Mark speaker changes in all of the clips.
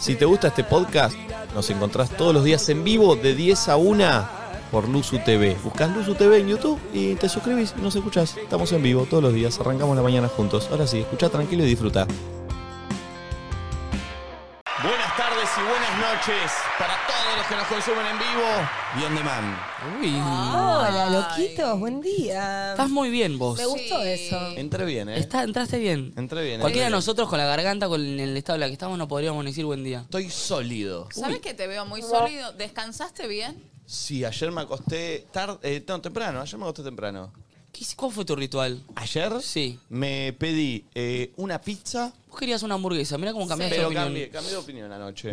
Speaker 1: Si te gusta este podcast, nos encontrás todos los días en vivo de 10 a 1 por Luzu TV. Buscás Luzu TV en YouTube y te suscribís y nos escuchás. Estamos en vivo todos los días, arrancamos la mañana juntos. Ahora sí, escucha tranquilo y disfruta.
Speaker 2: Buenas tardes y buenas noches para todos los que nos consumen en vivo y on demand. Uy.
Speaker 3: Hola, loquitos, buen día.
Speaker 4: Estás muy bien vos.
Speaker 3: Me gustó eso.
Speaker 1: Entré bien, ¿eh?
Speaker 4: Está- entraste bien.
Speaker 1: Entré bien.
Speaker 4: Cualquiera de
Speaker 1: entré bien.
Speaker 4: nosotros con la garganta, con el estado en la que estamos, no podríamos ni decir buen día.
Speaker 2: Estoy sólido.
Speaker 5: ¿Sabes que te veo muy sólido? ¿Descansaste bien?
Speaker 1: Sí, ayer me acosté tarde, eh, no, temprano, ayer me acosté temprano.
Speaker 4: ¿Qué hici- ¿Cuál fue tu ritual?
Speaker 1: Ayer
Speaker 4: Sí.
Speaker 1: me pedí eh, una pizza,
Speaker 4: Vos querías una hamburguesa, mira cómo cambiaste de
Speaker 1: pero
Speaker 4: opinión.
Speaker 1: cambié, cambié de opinión anoche.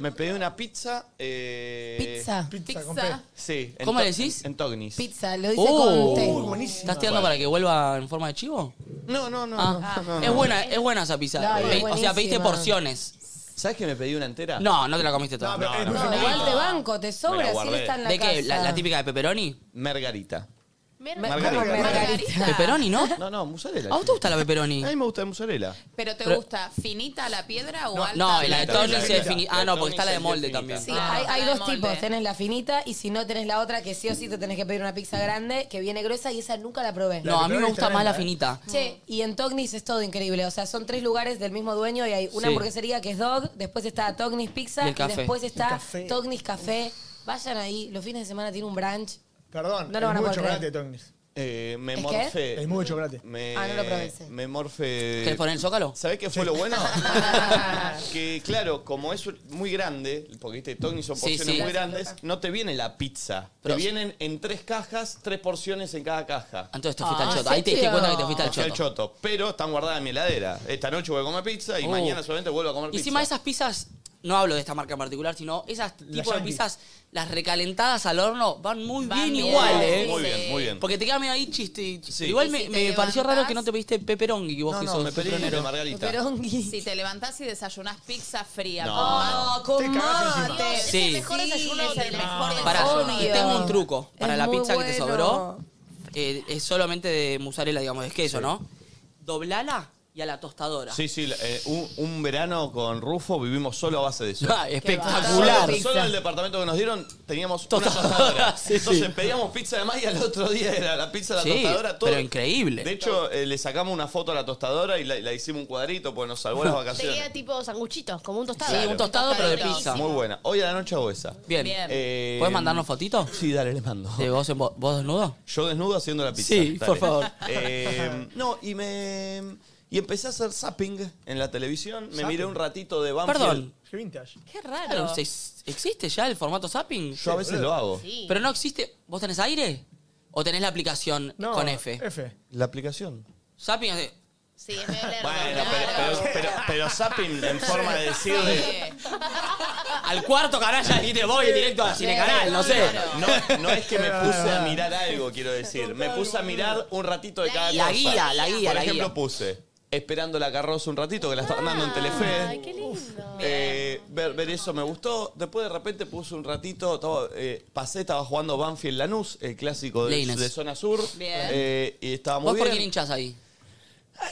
Speaker 1: Me pedí una pizza. eh,
Speaker 3: Pizza.
Speaker 5: Pizza.
Speaker 1: Sí. en
Speaker 4: ¿Cómo le
Speaker 1: Tog-
Speaker 4: decís?
Speaker 1: En Tognis.
Speaker 3: Pizza, lo hice
Speaker 4: Oh,
Speaker 3: con té.
Speaker 4: ¿Estás tirando para que vuelva en forma de chivo?
Speaker 1: No, no, no.
Speaker 4: Ah,
Speaker 1: no, no,
Speaker 4: es
Speaker 1: no.
Speaker 4: buena, es buena esa pizza.
Speaker 3: Dale,
Speaker 4: Pe- o sea,
Speaker 3: buenísima.
Speaker 4: pediste porciones.
Speaker 1: ¿Sabes que me pedí una entera?
Speaker 4: No, no te la comiste toda.
Speaker 1: No, no,
Speaker 3: No, igual te banco, te
Speaker 1: Me la
Speaker 3: sobra, si él
Speaker 1: guardé.
Speaker 3: está en la
Speaker 4: ¿De
Speaker 3: casa.
Speaker 4: qué? ¿La, la típica de pepperoni?
Speaker 1: Margarita.
Speaker 3: Ma-
Speaker 1: Margarita.
Speaker 3: Margarita.
Speaker 4: ¿Pepperoni, no?
Speaker 1: No, no, mozzarella.
Speaker 4: ¿A vos te gusta la pepperoni?
Speaker 1: A mí me gusta la mozzarella.
Speaker 5: ¿Pero te
Speaker 4: Pero-
Speaker 5: gusta finita la piedra o alta?
Speaker 4: No, y la de
Speaker 1: Finita,
Speaker 4: Tony se
Speaker 1: finita.
Speaker 4: defini...
Speaker 1: La
Speaker 4: Ah,
Speaker 1: de
Speaker 4: no, porque
Speaker 1: Tony
Speaker 4: está la
Speaker 1: se
Speaker 4: de molde
Speaker 1: definita.
Speaker 4: también.
Speaker 3: Sí,
Speaker 5: Ah,
Speaker 3: hay, hay
Speaker 5: la de
Speaker 3: dos
Speaker 5: molde.
Speaker 3: tipos. Tenés la finita y si no tenés la otra que sí o sí te tenés que pedir una pizza grande que viene gruesa y esa nunca la probé.
Speaker 4: No, a mí me gusta más la finita.
Speaker 3: Che, y en Tognis es todo increíble. O sea, son tres lugares del mismo dueño y hay una
Speaker 4: Sí.
Speaker 3: hamburguesería que es Dog, después está Tognis Pizza
Speaker 4: Y
Speaker 3: y,
Speaker 4: el café.
Speaker 3: después está
Speaker 6: café.
Speaker 3: Tognis Café. Vayan ahí, los fines de semana tiene un brunch.
Speaker 6: Perdón,
Speaker 3: No lo
Speaker 6: hay
Speaker 3: van a
Speaker 6: mucho
Speaker 3: poder
Speaker 6: chocolate de
Speaker 3: creer.
Speaker 6: Tognis.
Speaker 1: Eh, me
Speaker 3: ¿Es qué?
Speaker 1: morfé.
Speaker 6: Hay mucho chocolate.
Speaker 1: Me,
Speaker 3: Ah, no lo probé, sí.
Speaker 1: Me morfé.
Speaker 4: ¿Querés poner el zócalo?
Speaker 1: ¿Sabés qué fue lo bueno? que claro, como es muy grande, porque viste, Tony son
Speaker 4: Sí,
Speaker 1: porciones
Speaker 4: sí.
Speaker 1: muy grandes, no te viene la pizza.
Speaker 4: Pero-
Speaker 1: te vienen en tres cajas, tres porciones en cada caja.
Speaker 4: Entonces te fuiste
Speaker 3: Ah,
Speaker 4: al choto.
Speaker 3: sí,
Speaker 4: Ahí te diste
Speaker 3: tío.
Speaker 4: cuenta que te fuiste al
Speaker 1: Hacia el
Speaker 4: choto.
Speaker 1: choto. Pero están guardadas en mi heladera. Esta noche voy a comer pizza y
Speaker 4: Uh.
Speaker 1: mañana solamente vuelvo a comer
Speaker 4: Y
Speaker 1: pizza.
Speaker 4: encima esas pizzas, no hablo de esta marca en particular, sino esas tipo de
Speaker 6: Yankee.
Speaker 4: pizzas, las recalentadas al horno, van muy
Speaker 5: Van
Speaker 4: bien,
Speaker 5: bien.
Speaker 4: igual, ¿eh?
Speaker 1: Muy
Speaker 5: Sí.
Speaker 1: bien, muy bien.
Speaker 4: Porque te queda medio ahí chiste. y- Igual
Speaker 5: Y
Speaker 4: me,
Speaker 5: si te
Speaker 4: me pareció raro
Speaker 5: levantás-
Speaker 4: que no te pediste peperón y vos
Speaker 1: no,
Speaker 4: que
Speaker 1: no,
Speaker 4: sos
Speaker 1: me pedí
Speaker 4: peperonero.
Speaker 1: una margarita.
Speaker 3: Perongi.
Speaker 5: Si te levantás y desayunás pizza fría.
Speaker 1: No.
Speaker 3: Ah, con
Speaker 6: Te cagaste encima.
Speaker 3: mate.
Speaker 4: Sí.
Speaker 5: Es el mejor desayuno
Speaker 3: Sí,
Speaker 5: es el mejor desayuno.
Speaker 4: Ah, Pará,
Speaker 3: Obvio.
Speaker 4: y tengo un truco para
Speaker 3: Es
Speaker 4: la
Speaker 3: muy
Speaker 4: pizza que te
Speaker 3: bueno.
Speaker 4: sobró. eh, es solamente de mozzarella, digamos, es queso, ¿no? Doblala y a la tostadora.
Speaker 1: Sí, sí, la- eh, un, un verano con Rufo vivimos solo a base de eso.
Speaker 4: Ah,
Speaker 1: Solo,
Speaker 4: espectacular.
Speaker 1: solo en el departamento que nos dieron teníamos una
Speaker 4: Tostadora,
Speaker 1: tostadora.
Speaker 4: sí,
Speaker 1: Entonces
Speaker 4: sí.
Speaker 1: pedíamos pizza de más y al otro día era la pizza, la
Speaker 4: Sí,
Speaker 1: tostadora, todo.
Speaker 4: pero increíble.
Speaker 1: De hecho, eh, le sacamos una foto a la tostadora y la, la hicimos un cuadrito porque nos salvó las
Speaker 7: Sería
Speaker 1: vacaciones.
Speaker 7: tipo sanguchitos, como un tostado.
Speaker 4: Sí, un tostado, pero de pizza.
Speaker 1: Muy buena. Hoy a la noche hago esa.
Speaker 4: Bien.
Speaker 5: Bien.
Speaker 1: Eh,
Speaker 4: ¿Puedes mandarnos fotitos?
Speaker 1: Sí, dale, les mando.
Speaker 4: ¿De vos, en vo- vos desnudo?
Speaker 1: Yo desnudo haciendo la pizza.
Speaker 4: Sí,
Speaker 1: Dale.
Speaker 4: por favor.
Speaker 1: Eh, no, y me. Y empecé a hacer zapping en la televisión. Me miré un ratito de Banfield.
Speaker 4: Perdón.
Speaker 6: Qué vintage.
Speaker 3: Qué raro.
Speaker 4: Claro, ¿ex- ¿Existe ya el formato zapping?
Speaker 1: Yo a veces lo hago.
Speaker 7: Sí.
Speaker 4: Pero no existe. ¿Vos tenés aire? ¿O tenés la aplicación
Speaker 6: No,
Speaker 4: con F?
Speaker 1: Eh.
Speaker 6: F.
Speaker 1: La aplicación.
Speaker 4: Zapping hace-
Speaker 7: Sí, es medio lerdo,
Speaker 1: Bueno,
Speaker 7: claro.
Speaker 1: pero, pero, pero, pero zapping en forma de decir de-
Speaker 4: Al cuarto canal ya dijiste voy directo a Cinecanal, no sé.
Speaker 1: No, no es que me puse a mirar algo, quiero decir. Me puse a mirar un ratito de cada
Speaker 4: La
Speaker 1: cosa.
Speaker 4: guía, la guía,
Speaker 1: Por
Speaker 4: la
Speaker 1: ejemplo,
Speaker 4: guía.
Speaker 1: puse Esperando la carroza un ratito, que la estaban dando en
Speaker 7: Ay,
Speaker 1: Telefe.
Speaker 7: qué lindo.
Speaker 1: Eh, ver, ver eso me gustó. Después de repente puse un ratito, estaba, eh, pasé, estaba jugando Banfield Lanús, el clásico de,
Speaker 4: Leines.
Speaker 1: de zona sur.
Speaker 5: Bien.
Speaker 1: Eh, y estaba muy
Speaker 4: ¿Vos por
Speaker 1: bien.
Speaker 4: quién hinchás ahí?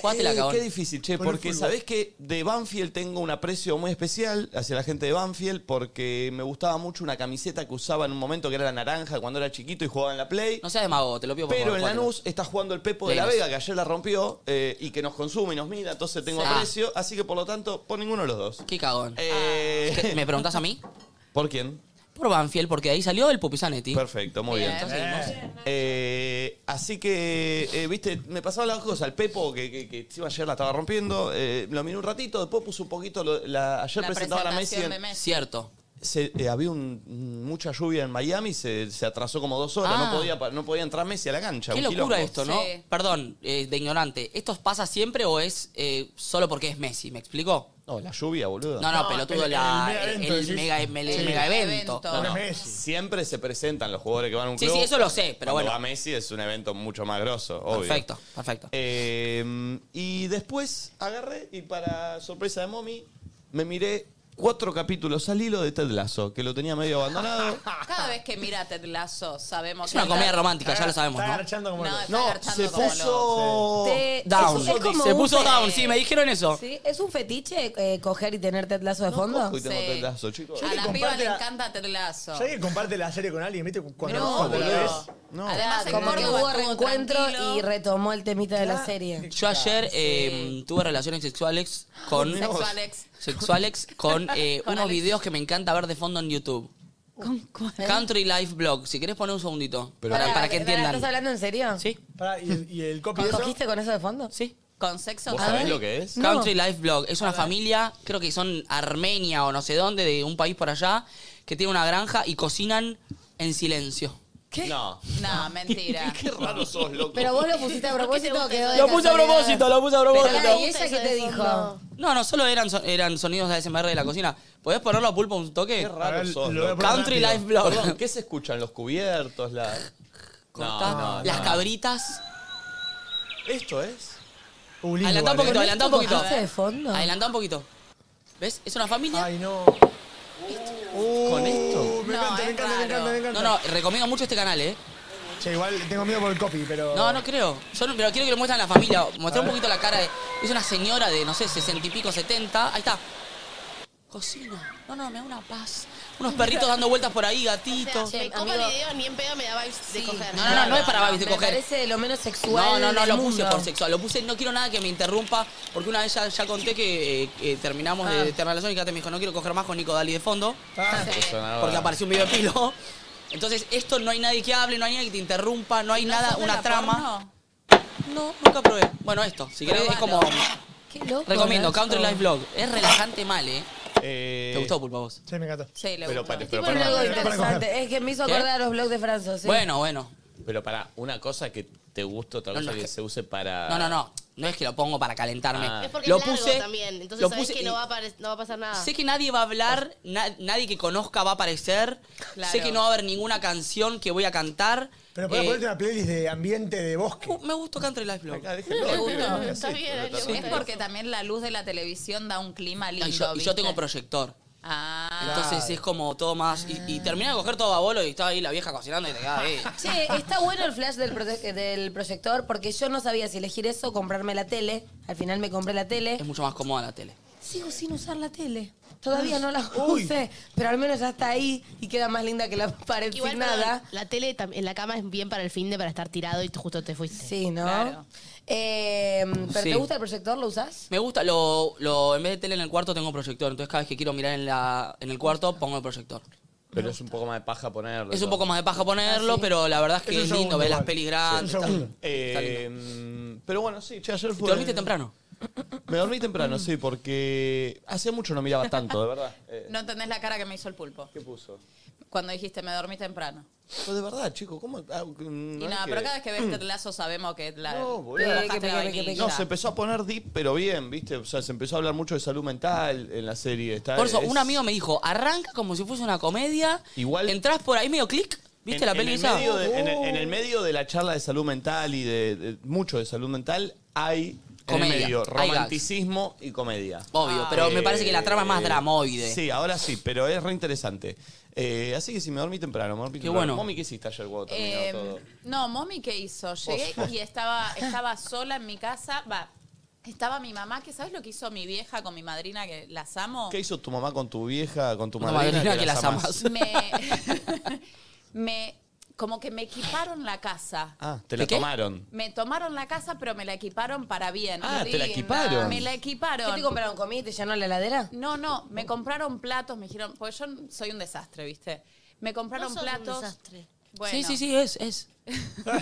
Speaker 4: Jugate la
Speaker 1: Eh,
Speaker 4: cagón.
Speaker 1: Qué difícil, che,
Speaker 6: Con el
Speaker 1: porque
Speaker 6: fútbol.
Speaker 1: sabés que de Banfield tengo un aprecio muy especial hacia la gente de Banfield porque me gustaba mucho una camiseta que usaba en un momento que era la naranja cuando era chiquito y jugaba en la Play.
Speaker 4: No seas demagogo, te lo pido por
Speaker 1: pero
Speaker 4: favor.
Speaker 1: en
Speaker 4: jugátelo.
Speaker 1: Lanús está jugando el Pepo de la
Speaker 4: Lenos.
Speaker 1: Vega, que ayer la rompió eh, y que nos consume y nos mira, entonces tengo
Speaker 4: Ah.
Speaker 1: aprecio. Así que por lo tanto, por ninguno de los dos.
Speaker 4: Qué cagón.
Speaker 1: Eh,
Speaker 4: Ah. ¿Qué- ¿Me preguntás a mí?
Speaker 1: ¿Por quién?
Speaker 4: Por Banfield, porque de ahí salió el Pupizanetti.
Speaker 1: Perfecto, muy bien.
Speaker 5: Bien.
Speaker 1: Eh, así que, eh, viste, me pasaban las cosas. El Pepo, que, que, que encima ayer la estaba rompiendo, eh, lo miré un ratito, después puse un poquito. lo- la- ayer
Speaker 5: La
Speaker 1: presentaba la Messi.
Speaker 5: presentación
Speaker 1: en-
Speaker 5: de Messi.
Speaker 4: Cierto.
Speaker 1: se- eh, había un- mucha lluvia en Miami, se, se atrasó como dos horas.
Speaker 4: Ah.
Speaker 1: No, podía, pa- no podía entrar Messi a la cancha.
Speaker 4: Qué
Speaker 1: un
Speaker 4: locura
Speaker 1: quilombo.
Speaker 4: esto, ¿no?
Speaker 5: Sí.
Speaker 4: Perdón, eh, de ignorante. ¿Esto pasa siempre o es eh, solo porque es Messi? ¿Me explico?
Speaker 1: No, la lluvia, boludo.
Speaker 4: No, no, pelotudo,
Speaker 6: el-
Speaker 4: la-
Speaker 6: el mega
Speaker 4: el,
Speaker 6: evento, decís.
Speaker 4: mega, em- el
Speaker 5: Sí.
Speaker 4: mega evento.
Speaker 5: Evento.
Speaker 4: No, no.
Speaker 6: Una Messi.
Speaker 1: Oh, Siempre se presentan los jugadores que van a un
Speaker 4: Sí,
Speaker 1: club.
Speaker 4: sí, eso lo sé, pero
Speaker 1: Cuando
Speaker 4: bueno.
Speaker 1: va Messi es un evento mucho más grosso, obvio.
Speaker 4: Perfecto, perfecto.
Speaker 1: Eh, y después agarré y para sorpresa de Momi me miré cuatro capítulos al hilo de Ted Lasso, que lo tenía medio abandonado.
Speaker 5: Cada vez que mira Ted Lasso, sabemos
Speaker 4: Es
Speaker 5: que.
Speaker 4: una comedia romántica, ya lo sabemos,
Speaker 6: Está
Speaker 4: ¿no? Eh,
Speaker 6: garchando como
Speaker 5: No,
Speaker 6: loco.
Speaker 5: está
Speaker 1: No,
Speaker 5: garchando
Speaker 1: se
Speaker 5: como
Speaker 1: puso...
Speaker 3: Te-
Speaker 4: Down.
Speaker 3: es- es como
Speaker 4: Se
Speaker 3: un
Speaker 4: puso
Speaker 3: fe-
Speaker 4: down, sí, me dijeron eso.
Speaker 3: ¿Sí? ¿Es un fetiche eh, coger y tener tetlazo de fondo?
Speaker 1: Hoy tengo
Speaker 5: Sí.
Speaker 1: Ted Lasso, chicos.
Speaker 5: loco. A
Speaker 6: que
Speaker 5: la
Speaker 6: comparte
Speaker 5: piba le
Speaker 6: la-
Speaker 5: encanta Ted Lasso.
Speaker 6: ¿Sabes que comparte la serie con alguien? ¿Viste? Cuando,
Speaker 5: No,
Speaker 6: cuando la
Speaker 5: boludo.
Speaker 6: ves.
Speaker 1: No.
Speaker 3: Ah,
Speaker 5: Además, en
Speaker 3: como que
Speaker 5: Córdoba
Speaker 3: hubo
Speaker 5: estuvo
Speaker 3: reencuentro
Speaker 5: tranquilo.
Speaker 3: y retomó el temita de la serie.
Speaker 4: Yo ayer eh, tuve relaciones sexuales con.
Speaker 5: Sexualex.
Speaker 4: Sexuales con, eh,
Speaker 5: Con
Speaker 4: unos
Speaker 5: Alex.
Speaker 4: videos que me encanta ver de fondo en YouTube.
Speaker 3: ¿Eh?
Speaker 4: Country Life Blog. Si querés poner un segundito. para, para que
Speaker 3: ¿Estás
Speaker 4: entiendan.
Speaker 3: hablando en serio?
Speaker 4: Sí,
Speaker 6: Pará, y, y el copy de eso.
Speaker 3: ¿Cogiste con eso de fondo?
Speaker 4: sí.
Speaker 5: Con sexo.
Speaker 1: ¿Vos
Speaker 5: A
Speaker 1: sabés
Speaker 5: ver.
Speaker 1: lo que es?
Speaker 3: No.
Speaker 4: Country Life Blog. Es una familia, creo que son Armenia o no sé dónde, de un país por allá, que tiene una granja y cocinan en silencio.
Speaker 3: ¿Qué?
Speaker 1: No.
Speaker 5: No, mentira.
Speaker 1: Qué raro sos, loco.
Speaker 3: ¿Pero vos lo pusiste a propósito o quedó de casualidad?
Speaker 4: lo puse a
Speaker 3: Pero, ¿y
Speaker 7: gusta
Speaker 3: ella
Speaker 7: eso
Speaker 3: qué
Speaker 7: de
Speaker 3: te dijo?
Speaker 7: fondo.
Speaker 4: No, no, solo eran, son- eran sonidos de ASMR de la cocina. ¿Podés ponerlo a pulpo un toque?
Speaker 6: A ver,
Speaker 1: raro sos,
Speaker 6: lo voy a
Speaker 1: loco.
Speaker 6: poner
Speaker 4: Country
Speaker 6: rápido.
Speaker 4: Life Blog.
Speaker 1: Perdón, ¿qué se escuchan? ¿Los cubiertos? La...
Speaker 4: Cortá. Las cabritas.
Speaker 1: ¿Esto es?
Speaker 6: Uh, lindo,
Speaker 4: Adelantá un
Speaker 6: vale.
Speaker 4: poquito, adelantá un poquito.
Speaker 3: ¿Cogiste de fondo?
Speaker 4: Adelantá un poquito. ¿Ves? Es una familia.
Speaker 6: Ay, no.
Speaker 1: ¿Con esto?
Speaker 6: Uh, me
Speaker 5: No,
Speaker 6: encanta,
Speaker 5: es raro.
Speaker 6: me encanta, me encanta, me encanta.
Speaker 4: No, no, recomiendo mucho este canal, ¿eh?
Speaker 6: Che, igual tengo miedo por el copy, pero.
Speaker 4: No, no creo. Yo no, pero quiero que lo muestren a la familia. Mostrar un poquito la cara de. Es una señora de, no sé, sesenta y pico, setenta. Ahí está. Cocina. No, no, me da una paz. Unos perritos dando vueltas por ahí,
Speaker 7: O
Speaker 4: gatitos.
Speaker 7: sea, me como el
Speaker 3: amigo.
Speaker 7: video, ni en pedo me da vibes de
Speaker 4: Sí.
Speaker 7: coger.
Speaker 4: No, no, no, no es para babis de
Speaker 3: Me
Speaker 4: coger.
Speaker 3: parece de lo menos sexual
Speaker 4: No, no, no,
Speaker 3: del
Speaker 4: lo puse
Speaker 3: mundo.
Speaker 4: por sexual. Lo puse, no quiero nada que me interrumpa, porque una vez ya, ya conté que eh, eh, terminamos de, de tener relación y Kate me dijo, no quiero coger más con Nico Dali de fondo,
Speaker 6: Ah,
Speaker 4: porque apareció un video de pilo. Entonces, esto no hay nadie que hable, no hay nadie que te interrumpa, no hay
Speaker 5: ¿No
Speaker 4: nada,
Speaker 5: sos de
Speaker 4: una
Speaker 5: la
Speaker 4: trama.
Speaker 5: porno?
Speaker 4: No, nunca probé. Bueno, esto, si querés, es como.
Speaker 5: Probalo.
Speaker 3: Qué loco.
Speaker 4: Recomiendo,
Speaker 3: ¿no?
Speaker 4: Country Life Vlog. Es relajante mal, ¿eh?
Speaker 1: Eh,
Speaker 4: ¿Te gustó, Pulpa, vos?
Speaker 6: sí, me encantó.
Speaker 5: Sí, le
Speaker 1: Pero
Speaker 5: gustó.
Speaker 1: pare-
Speaker 3: Sí,
Speaker 1: pero
Speaker 3: ponen
Speaker 1: pará,
Speaker 3: algo
Speaker 6: para coger.
Speaker 3: interesante. Es que me hizo
Speaker 4: ¿Qué?
Speaker 3: acordar a los blogs de Franzo, sí.
Speaker 4: Bueno, bueno.
Speaker 1: Pero para una cosa que te gusta, otra
Speaker 4: No,
Speaker 1: cosa
Speaker 4: no,
Speaker 1: que,
Speaker 4: es que-
Speaker 1: se use para...
Speaker 4: No, no, no. No es que lo pongo para calentarme.
Speaker 1: Ah.
Speaker 7: Es porque
Speaker 4: lo
Speaker 7: es largo
Speaker 4: puse,
Speaker 7: también. Entonces
Speaker 4: lo
Speaker 7: sabes
Speaker 4: puse
Speaker 7: que
Speaker 4: y-
Speaker 7: no va, a apare- no va a pasar nada.
Speaker 4: Sé que nadie va a hablar, na- nadie que conozca va a aparecer,
Speaker 5: Claro.
Speaker 4: sé que no va a haber ninguna canción que voy a cantar.
Speaker 6: Pero para
Speaker 4: Eh,
Speaker 6: ponerte una playlist de ambiente de bosque.
Speaker 4: uh, me gustó Country Life Blog.
Speaker 1: Acá, déjenlo,
Speaker 4: Me
Speaker 1: déjenlo,
Speaker 4: gusta.
Speaker 1: déjenlo,
Speaker 7: Está
Speaker 1: sí,
Speaker 7: bien,
Speaker 1: pero
Speaker 7: ahí le
Speaker 1: también-
Speaker 5: Es porque también la luz de la televisión da un clima lindo.
Speaker 4: Y yo, y yo
Speaker 5: ¿viste?
Speaker 4: tengo proyector.
Speaker 5: Ah.
Speaker 4: Entonces es como todo más. Y, y terminé de coger todo a bolo y estaba ahí la vieja cocinando y te quedaba, eh.
Speaker 3: Che, está bueno el flash del, prote- del proyector porque yo no sabía si elegir eso o comprarme la tele. Al final me compré la tele.
Speaker 4: Es mucho más cómoda la tele.
Speaker 3: Sigo sin usar la tele. Todavía no la usé, pero al menos ya está ahí y queda más linda que la pared
Speaker 7: Igual
Speaker 3: sin
Speaker 7: perdón,
Speaker 3: nada.
Speaker 7: La tele tam- en la cama es bien para el fin de para estar tirado y tú justo te fuiste.
Speaker 3: Sí, ¿no?
Speaker 5: Claro.
Speaker 3: Eh, ¿Pero
Speaker 4: Sí.
Speaker 3: te gusta el proyector? ¿Lo usás?
Speaker 4: Me gusta, lo, lo- en vez de tele en el cuarto tengo proyector. Entonces cada vez que quiero mirar en, la, en el cuarto pongo el proyector.
Speaker 1: Pero es un poco más de paja ponerlo.
Speaker 4: Es un poco más de paja ponerlo,
Speaker 3: Ah, sí.
Speaker 4: pero la verdad es
Speaker 6: Es
Speaker 4: que
Speaker 6: un
Speaker 4: es, lindo
Speaker 6: segundo
Speaker 4: ver las
Speaker 6: igual.
Speaker 4: pelis grandes.
Speaker 6: Sí, un
Speaker 4: tal.
Speaker 6: segundo.
Speaker 1: Eh, mm, pero bueno, sí, che, ayer
Speaker 4: ¿Te
Speaker 1: fue...
Speaker 4: dormiste temprano?
Speaker 1: Me dormí temprano, sí, porque hace mucho no miraba tanto, de verdad. Eh,
Speaker 5: No entendés la cara que me hizo el pulpo.
Speaker 1: ¿Qué puso?
Speaker 5: Cuando dijiste, me dormí temprano.
Speaker 1: Pero de verdad, chico, ¿cómo? Ah, no
Speaker 5: Y
Speaker 1: es
Speaker 5: nada,
Speaker 1: que-
Speaker 5: pero cada vez que ves Ted Lasso sabemos que la,
Speaker 1: No, boludo.
Speaker 5: te
Speaker 1: Eh,
Speaker 5: bajaste
Speaker 3: que peque,
Speaker 5: la
Speaker 3: peque, peque.
Speaker 5: vainilla.
Speaker 1: No, se empezó a poner deep, pero bien, ¿viste? O sea, se empezó a hablar mucho de salud mental en la serie. Está,
Speaker 4: Por eso,
Speaker 1: es-
Speaker 4: un amigo me dijo, arranca como si fuese una comedia.
Speaker 1: Igual-
Speaker 4: Entrás por ahí medio clic, ¿viste
Speaker 1: en-
Speaker 4: la
Speaker 1: en
Speaker 4: peli
Speaker 1: el
Speaker 4: esa?
Speaker 1: medio de- en, el, en el medio de la charla de salud mental y de, de mucho de salud mental, hay en
Speaker 4: Comedia,
Speaker 1: el medio
Speaker 4: hay gags.
Speaker 1: romanticismo y comedia. Ah,
Speaker 4: Obvio, pero me parece que la trama es más
Speaker 1: Eh,
Speaker 4: dramoide.
Speaker 1: Sí, ahora sí, pero es re interesante. Eh, así que si me dormí temprano, me dormí
Speaker 4: Qué
Speaker 1: temprano.
Speaker 4: bueno.
Speaker 1: Mami, ¿qué hiciste ayer cuando terminó
Speaker 5: Eh,
Speaker 1: todo?
Speaker 5: no, mommy, ¿qué hizo? Llegué y estaba, estaba sola en mi casa. Va, estaba mi mamá, que ¿sabes lo que hizo mi vieja con mi madrina, que las amo?
Speaker 1: ¿Qué hizo tu mamá con tu vieja, con tu
Speaker 4: Una
Speaker 1: madrina?
Speaker 4: madrina que las
Speaker 1: amás?
Speaker 4: amás.
Speaker 5: Me, me, como que me equiparon la casa.
Speaker 1: Ah, te la
Speaker 4: ¿Qué?
Speaker 1: tomaron.
Speaker 5: Me tomaron la casa, pero me la equiparon para bien.
Speaker 1: Ah,
Speaker 5: Qué
Speaker 1: te la
Speaker 5: linda.
Speaker 1: equiparon.
Speaker 5: Me la equiparon.
Speaker 3: ¿Qué te compraron? ¿Comida y te llenaron la heladera?
Speaker 5: No, no, me compraron platos, me dijeron, porque yo soy un desastre, ¿viste? Me compraron
Speaker 7: No sos un
Speaker 5: platos.
Speaker 7: desastre.
Speaker 5: Bueno,
Speaker 4: Sí, sí, sí, es, es.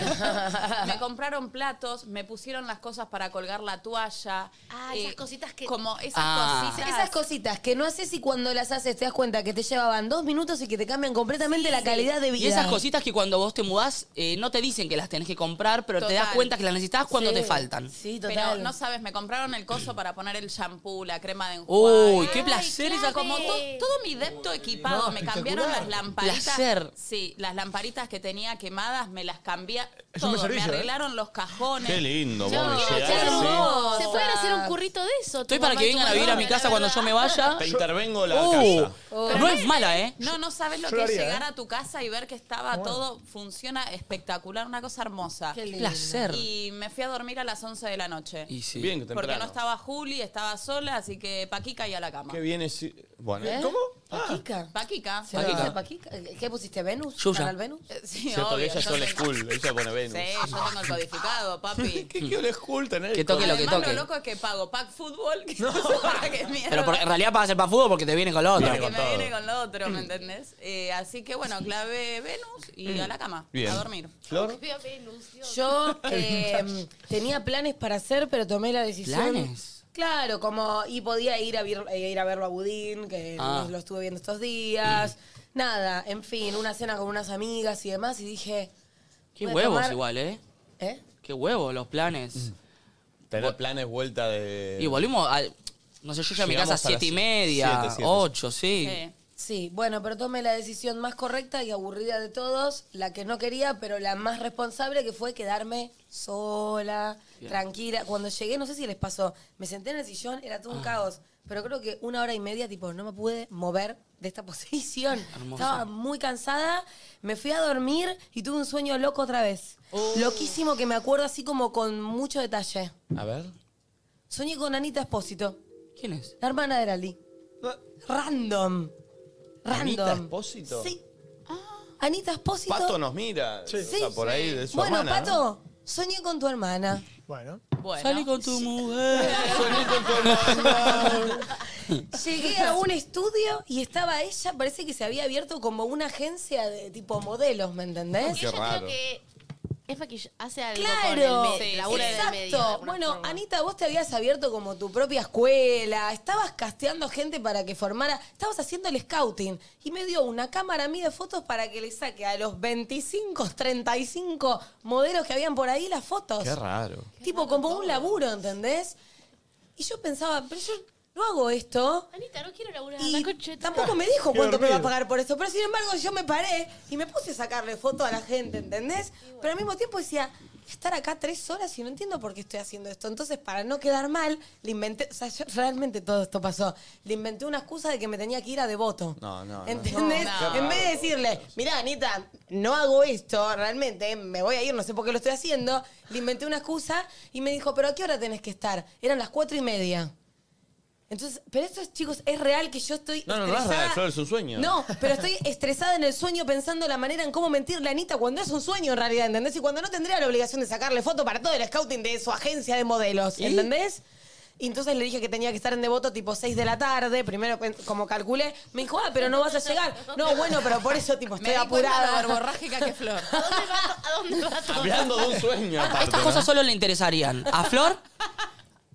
Speaker 5: Me compraron platos, me pusieron las cosas para colgar la toalla. Eh,
Speaker 7: Ah, esas cositas que-
Speaker 5: Como esas
Speaker 4: Ah.
Speaker 5: cositas.
Speaker 3: Esas cositas que no haces y cuando las haces te das cuenta que te llevaban dos minutos y que te cambian completamente la calidad de vida.
Speaker 4: Y esas cositas que cuando vos te mudás, eh, no te dicen que las tenés que comprar, pero te das
Speaker 5: Total.
Speaker 4: cuenta que las necesitas cuando
Speaker 3: Sí.
Speaker 4: te faltan.
Speaker 3: Sí, total.
Speaker 5: Pero no sabes, me compraron el coso para poner el shampoo, la crema de enjuague.
Speaker 4: Uy, qué
Speaker 7: Ay,
Speaker 4: placer
Speaker 7: claro.
Speaker 4: esa
Speaker 5: Como
Speaker 4: como
Speaker 5: to- todo mi depto equipado, me cambiaron las lamparitas.
Speaker 4: Placer.
Speaker 5: Sí, las lamparitas que tenía quemadas, me las las cambié.
Speaker 8: Es un
Speaker 5: Todo. Me
Speaker 8: servicio, ¿eh?
Speaker 5: arreglaron los cajones.
Speaker 1: Qué lindo,
Speaker 5: Yo
Speaker 1: vos
Speaker 5: quiero
Speaker 1: llegás
Speaker 5: ser
Speaker 1: así.
Speaker 5: vos.
Speaker 7: Se pueden hacer un currito de eso.
Speaker 4: Estoy para que vengan a vivir a mi casa cuando yo me vaya.
Speaker 1: Te intervengo la
Speaker 4: Uh,
Speaker 1: casa.
Speaker 3: Oh.
Speaker 4: No es mala, ¿eh?
Speaker 5: No, no sabes lo
Speaker 6: Yo
Speaker 5: que
Speaker 6: lo
Speaker 5: es
Speaker 6: haría,
Speaker 5: llegar
Speaker 6: ¿eh?
Speaker 5: a tu casa y ver que estaba todo, funciona espectacular, una cosa hermosa.
Speaker 3: Qué lindo.
Speaker 4: Placer.
Speaker 5: Y me fui a dormir a las 11 de la noche.
Speaker 4: Y sí.
Speaker 1: Bien, que temprano.
Speaker 5: Porque no estaba Juli, estaba sola, así que Paquica y a la cama. Ah.
Speaker 1: Qué bien es... Bueno,
Speaker 3: ¿Eh?
Speaker 6: ¿Cómo?
Speaker 3: Paquica.
Speaker 5: Paquica.
Speaker 3: ¿Se lo dice Paquica? ¿Qué pusiste? ¿Venus?
Speaker 4: Yuya.
Speaker 3: ¿Canal Venus?
Speaker 5: Eh, Sí,
Speaker 1: cierto que
Speaker 5: obvio,
Speaker 1: ella es
Speaker 5: yo
Speaker 1: old
Speaker 5: tengo-
Speaker 1: school. Ella pone Venus.
Speaker 5: Sí, yo tengo el codificado, papi.
Speaker 1: ¿Qué, qué old school tener?
Speaker 4: Que toque lo que
Speaker 5: Además,
Speaker 4: toque.
Speaker 5: lo loco es que pago pack fútbol, que no sé para qué mierda.
Speaker 4: Pero por- en realidad para hacer para fútbol porque te viene con lo otro.
Speaker 5: que
Speaker 1: con
Speaker 5: me
Speaker 1: todo.
Speaker 5: viene con lo otro, ¿me entendés? Eh, así que bueno, clave Venus y a la cama,
Speaker 1: Bien.
Speaker 5: a dormir.
Speaker 1: ¿Flor?
Speaker 3: Yo eh, tenía planes para hacer, pero tomé la decisión.
Speaker 4: ¿Planes?
Speaker 3: Claro, como. Y podía ir a, vir- eh, ir a verlo a Budín, que
Speaker 4: Ah.
Speaker 3: lo- lo estuve viendo estos días. Nada, en fin, una cena con unas amigas y demás, y dije.
Speaker 4: Qué
Speaker 3: voy a
Speaker 4: huevos
Speaker 3: tomar-
Speaker 4: igual, ¿eh?
Speaker 3: ¿Eh?
Speaker 4: Qué huevos los planes.
Speaker 1: Mm. Tener planes vuelta de...
Speaker 4: Y volvimos a... No sé, yo ya a mi
Speaker 1: Llegamos a
Speaker 4: casa a siete y
Speaker 1: las siete,
Speaker 4: media,
Speaker 1: siete.
Speaker 4: ocho, sí.
Speaker 5: Eh,
Speaker 3: Sí, bueno, pero tomé la decisión más correcta y aburrida de todos, la que no quería, pero la más responsable, que fue quedarme sola, tranquila. Cuando llegué, no sé si les pasó, me senté en el sillón, era
Speaker 4: Ah.
Speaker 3: todo un caos, pero creo que una hora y media, tipo, no me pude mover de esta posición.
Speaker 4: Hermoso.
Speaker 3: Estaba muy cansada, me fui a dormir y tuve un sueño loco otra vez. Loquísimo que me acuerdo así como con mucho detalle.
Speaker 1: A ver.
Speaker 3: Soñé con Anita Espósito,
Speaker 4: ¿Quién es?
Speaker 3: la hermana de Lali. Random.
Speaker 1: ¿Anita
Speaker 3: Random.
Speaker 1: Espósito?
Speaker 3: Sí. Anita Espósito.
Speaker 1: Pato nos mira. Está por ahí de su
Speaker 3: bueno,
Speaker 1: hermana, ¿no?
Speaker 3: Pato, soñé con tu hermana.
Speaker 6: Bueno.
Speaker 5: bueno.
Speaker 4: Salí con tu mujer.
Speaker 1: Soñé con tu hermana.
Speaker 3: Llegué a un estudio y estaba ella, parece que se había abierto como una agencia de tipo modelos, ¿me entendés?
Speaker 1: Qué
Speaker 7: Yo
Speaker 1: raro.
Speaker 7: creo que es maquillaje. Hace algo
Speaker 3: Claro,
Speaker 7: con el
Speaker 5: Sí,
Speaker 7: me- labura en el medio, de
Speaker 3: exacto.
Speaker 7: alguna
Speaker 3: Bueno,
Speaker 7: forma.
Speaker 3: Anita, vos te habías abierto como tu propia escuela, estabas casteando gente para que formara, estabas haciendo el scouting y me dio una cámara a mí de fotos para que le saque a los 25, 35 modelos que habían por ahí las fotos.
Speaker 1: Qué raro.
Speaker 3: Tipo, como un laburo, ¿entendés? Y yo pensaba, pero yo no hago esto.
Speaker 7: Anita, no quiero laburar.
Speaker 3: Y
Speaker 7: la concheta.
Speaker 3: tampoco me dijo cuánto me
Speaker 6: dormido.
Speaker 3: va a pagar por esto. Pero sin embargo, yo me paré y me puse a sacarle foto a la gente, ¿entendés? Pero al mismo tiempo decía, estar acá tres horas y no entiendo por qué estoy haciendo esto. Entonces, para no quedar mal, le inventé. O sea, yo- realmente todo esto pasó. Le inventé una excusa de que me tenía que ir a devoto.
Speaker 1: No, no, no.
Speaker 3: ¿Entendés?
Speaker 5: No, no.
Speaker 3: En vez de decirle, mirá, Anita, no hago esto, realmente me voy a ir, no sé por qué lo estoy haciendo, le inventé una excusa y me dijo, ¿pero a qué hora tenés que estar? Eran las cuatro y media. Entonces, pero esto, chicos, es real que yo estoy
Speaker 1: No, no, no es
Speaker 3: estresada.
Speaker 1: real, Flor, es un sueño.
Speaker 3: No, pero estoy estresada en el sueño pensando la manera en cómo mentirle a Anita cuando es un sueño en realidad, ¿entendés? Y cuando no tendría la obligación de sacarle foto para todo el scouting de su agencia de modelos, ¿entendés? Y entonces le dije que tenía que estar en Devoto tipo 6 de la tarde, primero pen- como calculé, me dijo, ah, pero no vas a llegar. No, bueno, pero por eso tipo
Speaker 5: Me
Speaker 3: estoy
Speaker 5: di cuenta lo
Speaker 3: apurada.
Speaker 5: verborrágica que Flor.
Speaker 7: ¿A dónde va? to- ¿A dónde va todo?
Speaker 1: Hablando de un sueño, aparte.
Speaker 4: Estas
Speaker 1: ¿no?
Speaker 4: cosas solo le interesarían a Flor,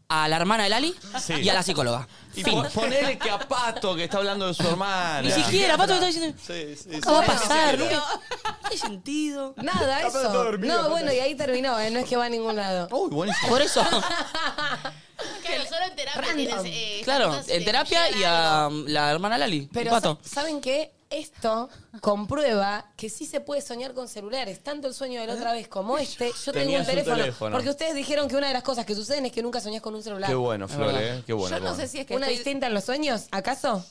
Speaker 4: a la hermana de Lali
Speaker 1: Sí.
Speaker 4: y a la psicóloga.
Speaker 1: Y
Speaker 4: Fin.
Speaker 1: pon- ponele que a Pato, que está hablando de su hermana.
Speaker 4: Ni siquiera, Pato me está diciendo...
Speaker 1: Sí, sí,
Speaker 4: Nunca va a
Speaker 1: sí.
Speaker 4: pasar, nunca... No hay sentido.
Speaker 3: Nada,
Speaker 6: Capaz está
Speaker 3: eso.
Speaker 6: dormido,
Speaker 3: no,
Speaker 6: capaz.
Speaker 3: bueno, y ahí terminó, ¿eh? no es que va a ningún lado.
Speaker 1: Uy, buenísimo.
Speaker 4: Por eso,
Speaker 7: Claro, solo en terapia
Speaker 3: Random.
Speaker 7: tienes. eh, esas
Speaker 4: claro,
Speaker 7: cosas
Speaker 4: en
Speaker 7: de
Speaker 4: terapia y
Speaker 7: llegar
Speaker 4: a um, la hermana Lali. y
Speaker 3: Pero
Speaker 4: Pato.
Speaker 3: sa- ¿saben qué? Esto comprueba que sí se puede soñar con celulares. Tanto el sueño de la otra vez como este. Yo tengo
Speaker 1: Tenías
Speaker 3: un
Speaker 1: un
Speaker 3: teléfono,
Speaker 1: teléfono.
Speaker 3: Porque ustedes dijeron que una de las cosas que suceden es que nunca soñás con un celular.
Speaker 1: Qué bueno, Flor,
Speaker 4: verdad.
Speaker 1: eh. Qué bueno.
Speaker 5: Yo
Speaker 1: qué
Speaker 5: no
Speaker 1: bueno.
Speaker 5: sé si es que
Speaker 3: ¿Una
Speaker 5: estoy...
Speaker 3: distinta en los sueños? ¿Acaso?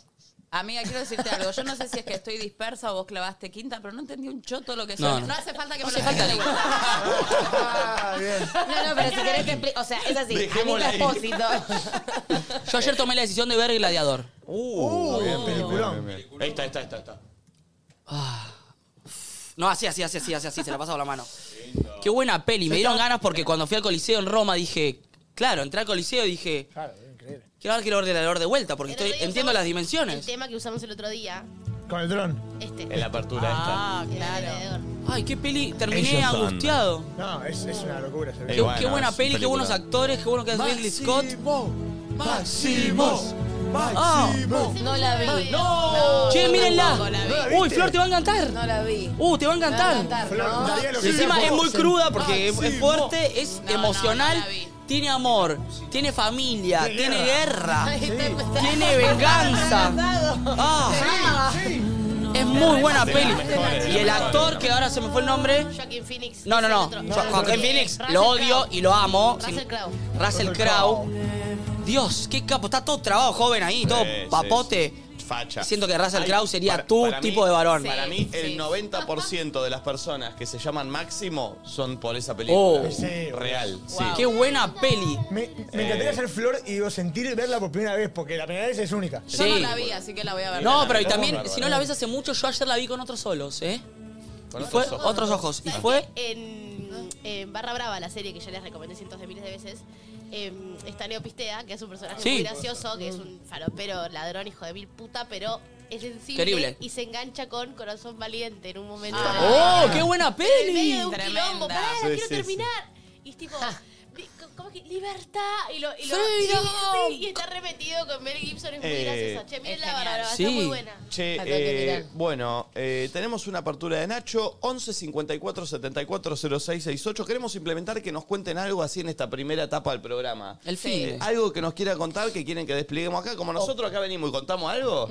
Speaker 5: Amiga, quiero decirte algo. Yo no sé si es que estoy dispersa o vos clavaste quinta, pero no entendí un choto lo que
Speaker 4: No,
Speaker 5: soñé.
Speaker 4: no.
Speaker 5: No, hace falta que me
Speaker 4: hace
Speaker 5: lo digas
Speaker 4: falta
Speaker 5: de
Speaker 4: que-
Speaker 5: vuelta.
Speaker 6: Ah, bien.
Speaker 3: No, no, pero si querés te explico. O sea, es así.
Speaker 1: Dejémosla
Speaker 3: Anita
Speaker 1: ahí.
Speaker 3: Espósito.
Speaker 4: Yo ayer tomé la decisión de ver Gladiador.
Speaker 1: Uh, bien, bien,
Speaker 6: peliculón.
Speaker 1: bien, bien. Ahí está, ahí está, ahí está, ahí está.
Speaker 4: Ah, No, así, así, así, así, así, así, se la pasaba la mano. Qué buena peli. Me dieron ganas porque cuando fui al Coliseo en Roma dije, claro, entré al Coliseo y dije,
Speaker 6: Claro, bien, increíble.
Speaker 4: quiero ver, quiero ver Gladiador de vuelta porque
Speaker 7: El otro
Speaker 4: estoy,
Speaker 7: día
Speaker 4: entiendo
Speaker 7: usamos
Speaker 4: las
Speaker 7: El
Speaker 4: dimensiones.
Speaker 7: tema que usamos el otro día,
Speaker 6: Con el dron.
Speaker 7: este.
Speaker 1: En la apertura
Speaker 5: Ah,
Speaker 7: el
Speaker 5: claro.
Speaker 7: alrededor.
Speaker 4: Ay, qué peli. Terminé
Speaker 1: Ellos andan.
Speaker 4: angustiado.
Speaker 6: No, es, es una locura. ese
Speaker 4: Qué,
Speaker 1: Eh,
Speaker 6: video.
Speaker 1: bueno,
Speaker 4: qué buena
Speaker 1: es un
Speaker 4: peli, qué
Speaker 1: película.
Speaker 4: buenos actores, qué bueno que es Ridley Scott.
Speaker 1: Máximos.
Speaker 4: Máximos.
Speaker 3: No la vi. No,
Speaker 4: Ah. Che,
Speaker 5: tampoco
Speaker 4: mírenla.
Speaker 5: la
Speaker 6: vi.
Speaker 4: Uy, Flor, te va a encantar.
Speaker 3: la vi.
Speaker 4: Uh, te va a
Speaker 3: No la vi.
Speaker 4: encantar.
Speaker 6: Flor,
Speaker 3: ¿no?
Speaker 6: daría lo que
Speaker 4: Encima
Speaker 6: sea
Speaker 4: es
Speaker 6: por
Speaker 4: muy
Speaker 6: vos. Ah,
Speaker 4: cruda porque es fuerte, es
Speaker 5: no, no
Speaker 4: emocional,
Speaker 5: la vi.
Speaker 4: tiene amor, tiene familia,
Speaker 6: Tiene
Speaker 4: tiene
Speaker 3: Ah,
Speaker 4: guerra,
Speaker 3: Está-
Speaker 4: tiene venganza.
Speaker 3: está-
Speaker 4: Ah, es muy buena
Speaker 1: De
Speaker 4: peli.
Speaker 1: las mejores.
Speaker 4: Y el actor, que ahora se me fue el nombre.
Speaker 7: Joaquin Phoenix.
Speaker 4: No, no,
Speaker 7: es el
Speaker 4: no.
Speaker 7: otro.
Speaker 4: Yo- Joaquin Phoenix
Speaker 7: Russell
Speaker 4: lo odio
Speaker 7: Crowe.
Speaker 4: y lo amo.
Speaker 7: Russell
Speaker 4: Sin-
Speaker 7: Crowe.
Speaker 4: Russell Crowe. Dios, qué capo. Está todo trabado, joven ahí, todo
Speaker 1: Sí, sí,
Speaker 4: papote.
Speaker 1: sí. Facha.
Speaker 4: Siento que Russell
Speaker 1: Ay,
Speaker 4: Crowe sería
Speaker 1: para-
Speaker 4: tu
Speaker 1: para mí-
Speaker 4: tipo de varón.
Speaker 5: Sí.
Speaker 1: Para mí,
Speaker 5: sí.
Speaker 1: el 90% de las personas que se llaman Máximo son por esa
Speaker 4: Oh.
Speaker 1: película.
Speaker 6: Sí.
Speaker 1: Real, sí. Eh.
Speaker 4: Qué buena peli.
Speaker 6: Me, me encantaría ser flor y digo, sentir y verla por primera vez, porque la primera vez es única.
Speaker 5: Yo no
Speaker 4: Sí.
Speaker 5: la vi, así que la voy a ver.
Speaker 4: No, pero y
Speaker 1: Estamos
Speaker 4: también,
Speaker 1: bárbaros.
Speaker 4: si no la ves hace mucho, yo ayer la vi con otros solos, ¿eh?
Speaker 1: Con
Speaker 4: Y
Speaker 1: otros
Speaker 4: fue
Speaker 1: ojos.
Speaker 4: otros ojos. Y
Speaker 7: ¿Sabes
Speaker 4: fue.
Speaker 7: qué? En, en Barra Brava, la serie que yo les recomendé cientos de miles de veces, em, está Neopistea, que es un personaje
Speaker 4: Sí.
Speaker 7: muy gracioso, que es un falopero, ladrón, hijo de mil puta, pero es sensible
Speaker 4: Terrible.
Speaker 7: y se engancha con Corazón Valiente en un momento.
Speaker 4: ¡Oh, qué buena
Speaker 7: En el medio de
Speaker 4: peli!
Speaker 7: un
Speaker 5: Tremenda.
Speaker 7: quilombo, pará,
Speaker 1: Sí,
Speaker 7: quiero
Speaker 1: sí,
Speaker 7: terminar. Y es tipo, li- ¿cómo que? ¡Libertad! Y, lo, y, lo-
Speaker 4: Freedom.
Speaker 7: y- y está remetido con Mel Gibson, es muy
Speaker 1: Eh,
Speaker 7: graciosa. Che, miren
Speaker 5: es
Speaker 7: la
Speaker 5: genial.
Speaker 7: Barra Brava,
Speaker 4: Sí.
Speaker 7: está muy buena.
Speaker 1: Che,
Speaker 3: Acá hay que
Speaker 1: eh,
Speaker 3: mirar.
Speaker 1: bueno, eh, tenemos una apertura de Nacho, 11 54 74 06 68. Queremos implementar que nos cuenten algo así en esta primera etapa del programa. Eh,
Speaker 4: El
Speaker 5: Sí.
Speaker 4: fin.
Speaker 1: Algo que nos quiera contar, que quieren que desplieguemos acá. Como nosotros acá venimos y contamos algo,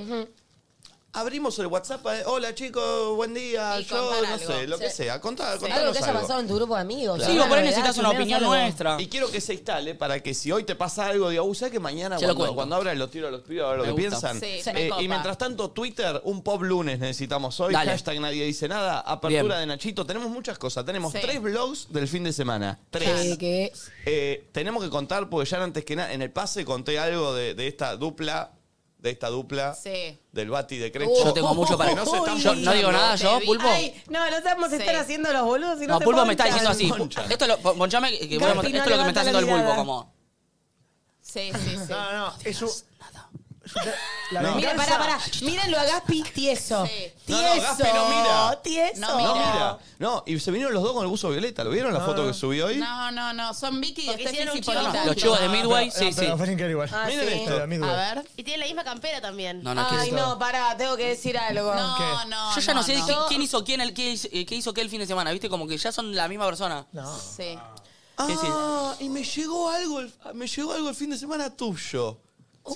Speaker 1: abrimos el WhatsApp. eh, Hola chicos, buen día.
Speaker 5: Y
Speaker 1: Yo,
Speaker 5: contar
Speaker 1: no
Speaker 5: algo.
Speaker 1: sé, lo
Speaker 5: Sí.
Speaker 1: que sea. Contá,
Speaker 3: Algo
Speaker 1: contanos
Speaker 3: que haya
Speaker 1: algo.
Speaker 3: pasado en tu grupo de amigos.
Speaker 4: Sí,
Speaker 3: Una
Speaker 4: o por
Speaker 3: novedad,
Speaker 4: ahí necesitas
Speaker 3: si
Speaker 4: una
Speaker 3: menos
Speaker 4: opinión
Speaker 3: algo.
Speaker 4: nuestra.
Speaker 1: Y quiero que se instale para que si hoy te pasa algo, diga, uy, ¿sabes que mañana
Speaker 4: Se lo
Speaker 1: cuando,
Speaker 4: cuento.
Speaker 1: cuando abran los tiro a los pibes a ver lo
Speaker 4: Me
Speaker 1: que
Speaker 4: gusta.
Speaker 1: piensan? Eh,
Speaker 5: Sí, me copa.
Speaker 1: y mientras tanto, Twitter, un pop lunes necesitamos hoy.
Speaker 4: Dale.
Speaker 1: Hashtag nadie dice nada. Apertura
Speaker 4: Bien.
Speaker 1: de Nachito. Tenemos muchas cosas. Tenemos
Speaker 5: Sí.
Speaker 1: tres blogs del fin de semana. Tres.
Speaker 3: Que, que-
Speaker 1: Eh, tenemos que contar, porque ya antes que nada, en el pase conté algo de, de esta dupla. De esta dupla.
Speaker 5: Sí.
Speaker 1: Del Bati de Crespo.
Speaker 4: Yo tengo mucho para.
Speaker 1: Que no se están
Speaker 4: Yo no digo
Speaker 1: ponchando.
Speaker 4: nada, yo,
Speaker 5: Te vi.
Speaker 4: Pulpo.
Speaker 3: Ay, no, no sabemos
Speaker 5: Sí.
Speaker 3: estar haciendo los boludos. Si no,
Speaker 4: No,
Speaker 3: te
Speaker 4: Pulpo me está
Speaker 3: ponchan.
Speaker 4: diciendo así.
Speaker 1: Concha.
Speaker 4: Esto lo, pon- ponchame, que voy
Speaker 3: Gaspi,
Speaker 4: a mostrar-
Speaker 3: no
Speaker 4: esto es lo que me
Speaker 3: levanta
Speaker 4: está
Speaker 3: la
Speaker 4: haciendo el
Speaker 3: mirada.
Speaker 4: pulpo, como.
Speaker 5: Sí, sí, sí.
Speaker 6: No, no, eso. eso- La
Speaker 1: No.
Speaker 3: Mira, pará, pará. Mírenlo a Gaspi tieso.
Speaker 5: Sí.
Speaker 1: No,
Speaker 3: Tieso.
Speaker 1: no, Gaspi no mira.
Speaker 3: Tieso.
Speaker 5: No
Speaker 1: No,
Speaker 5: mira.
Speaker 1: mira. No, y se vinieron los dos con el buzo violeta. ¿Lo
Speaker 6: Ah.
Speaker 1: vieron la foto que subí hoy?
Speaker 5: No, no, no. Son Vicky y
Speaker 7: Porque hicieron
Speaker 5: Steffi
Speaker 7: un chivo.
Speaker 5: Cipolita.
Speaker 4: Los chivos de Midway,
Speaker 1: Ah,
Speaker 6: No,
Speaker 4: sí, sí.
Speaker 6: Pero fue sin querer igual.
Speaker 3: Ah,
Speaker 1: Miren
Speaker 3: sí.
Speaker 1: esto.
Speaker 6: Pero, Este amigo,
Speaker 5: A ver.
Speaker 7: Y tiene la misma campera también.
Speaker 4: No, no, es que-
Speaker 3: Ay, no, pará, tengo que decir algo.
Speaker 5: No, no.
Speaker 4: Yo ya no, sé
Speaker 5: no.
Speaker 4: qui- quién, hizo quién el qué hizo, eh, qué hizo qué el fin de semana, ¿viste? Como que ya son la misma persona.
Speaker 6: No.
Speaker 5: Sí.
Speaker 4: Sí, sí.
Speaker 1: Ah, y me llegó algo, el- me llegó algo el fin de semana tuyo.
Speaker 4: Oh.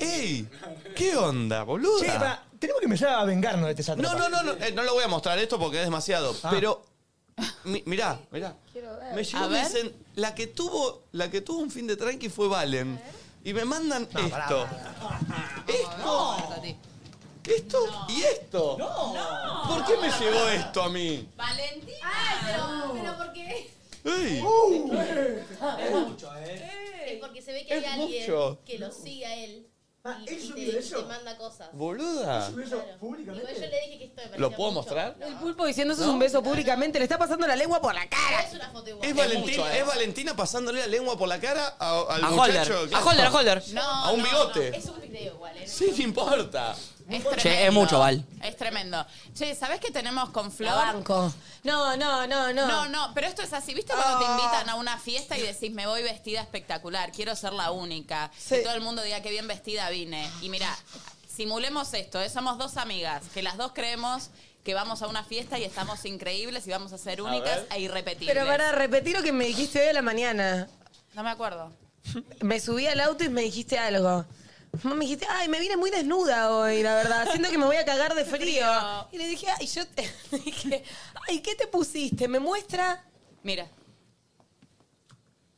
Speaker 1: ¡Ey! ¿Qué onda, boluda?
Speaker 6: Che, pará, tenemos que empezar a vengarnos de este satrapa.
Speaker 1: no, no, no, no, eh, no lo voy a mostrar esto porque es demasiado,
Speaker 6: Ah.
Speaker 1: pero mi- mirá, mirá. Me llegó,
Speaker 5: A
Speaker 1: me
Speaker 5: ver.
Speaker 1: dicen, la que tuvo, la que tuvo un fin de tranqui fue Valen. Y me mandan esto.
Speaker 6: pará,
Speaker 1: Esto. Esto y esto. ¿Por qué me llegó esto a mí?
Speaker 5: Valentina.
Speaker 7: Pero, pero porque,
Speaker 1: ¡Ey!
Speaker 6: eh.
Speaker 7: es porque se ve que hay
Speaker 1: Es
Speaker 7: alguien
Speaker 1: mucho.
Speaker 7: que lo sigue a él
Speaker 6: Ah,
Speaker 7: y,
Speaker 6: él
Speaker 7: y
Speaker 6: subió
Speaker 7: te, y
Speaker 6: eso.
Speaker 7: te manda cosas.
Speaker 1: Boluda.
Speaker 6: Eso,
Speaker 7: Igual yo
Speaker 6: públicamente.
Speaker 7: le dije que esto me parecía
Speaker 1: ¿Lo puedo
Speaker 7: mucho.
Speaker 1: mostrar?
Speaker 3: El pulpo diciendo eso es un beso públicamente, le está pasando la lengua por la cara.
Speaker 7: Es una foto igual.
Speaker 1: Es, Valentina, es Valentina pasándole la lengua por la cara a- al
Speaker 4: ¿eh? A Holder,
Speaker 1: muchacho.
Speaker 4: a
Speaker 1: claro.
Speaker 4: Holder, a Holder.
Speaker 5: No,
Speaker 1: A un
Speaker 5: no,
Speaker 1: bigote.
Speaker 7: Es un video igual, ¿eh?
Speaker 1: Sí, no importa.
Speaker 5: no. Es tremendo.
Speaker 4: Che, es mucho, Val.
Speaker 5: Es tremendo. Che, ¿sabés qué tenemos con
Speaker 3: La
Speaker 5: Flor?
Speaker 3: banco. No, no, no, Oh. no.
Speaker 5: No, no, pero esto es así. ¿Viste cuando te invitan a una fiesta y decís, me voy vestida espectacular, quiero ser la única? Que todo el mundo diga qué bien vestida vine. Y mira, simulemos esto, ¿eh? somos dos amigas, que las dos creemos que vamos a una fiesta y estamos increíbles y vamos a ser únicas
Speaker 1: ver.
Speaker 5: e irrepetibles.
Speaker 3: Pero para repetir lo que me dijiste hoy a la mañana.
Speaker 5: No me acuerdo.
Speaker 3: Me subí al auto y me dijiste algo. Me dijiste, ay, me vine muy desnuda hoy, la verdad. Siento que me voy a cagar de frío.
Speaker 5: Frío.
Speaker 3: Y le dije, ay, yo te dije, ay, ¿qué te pusiste? ¿Me muestra?
Speaker 5: Mira.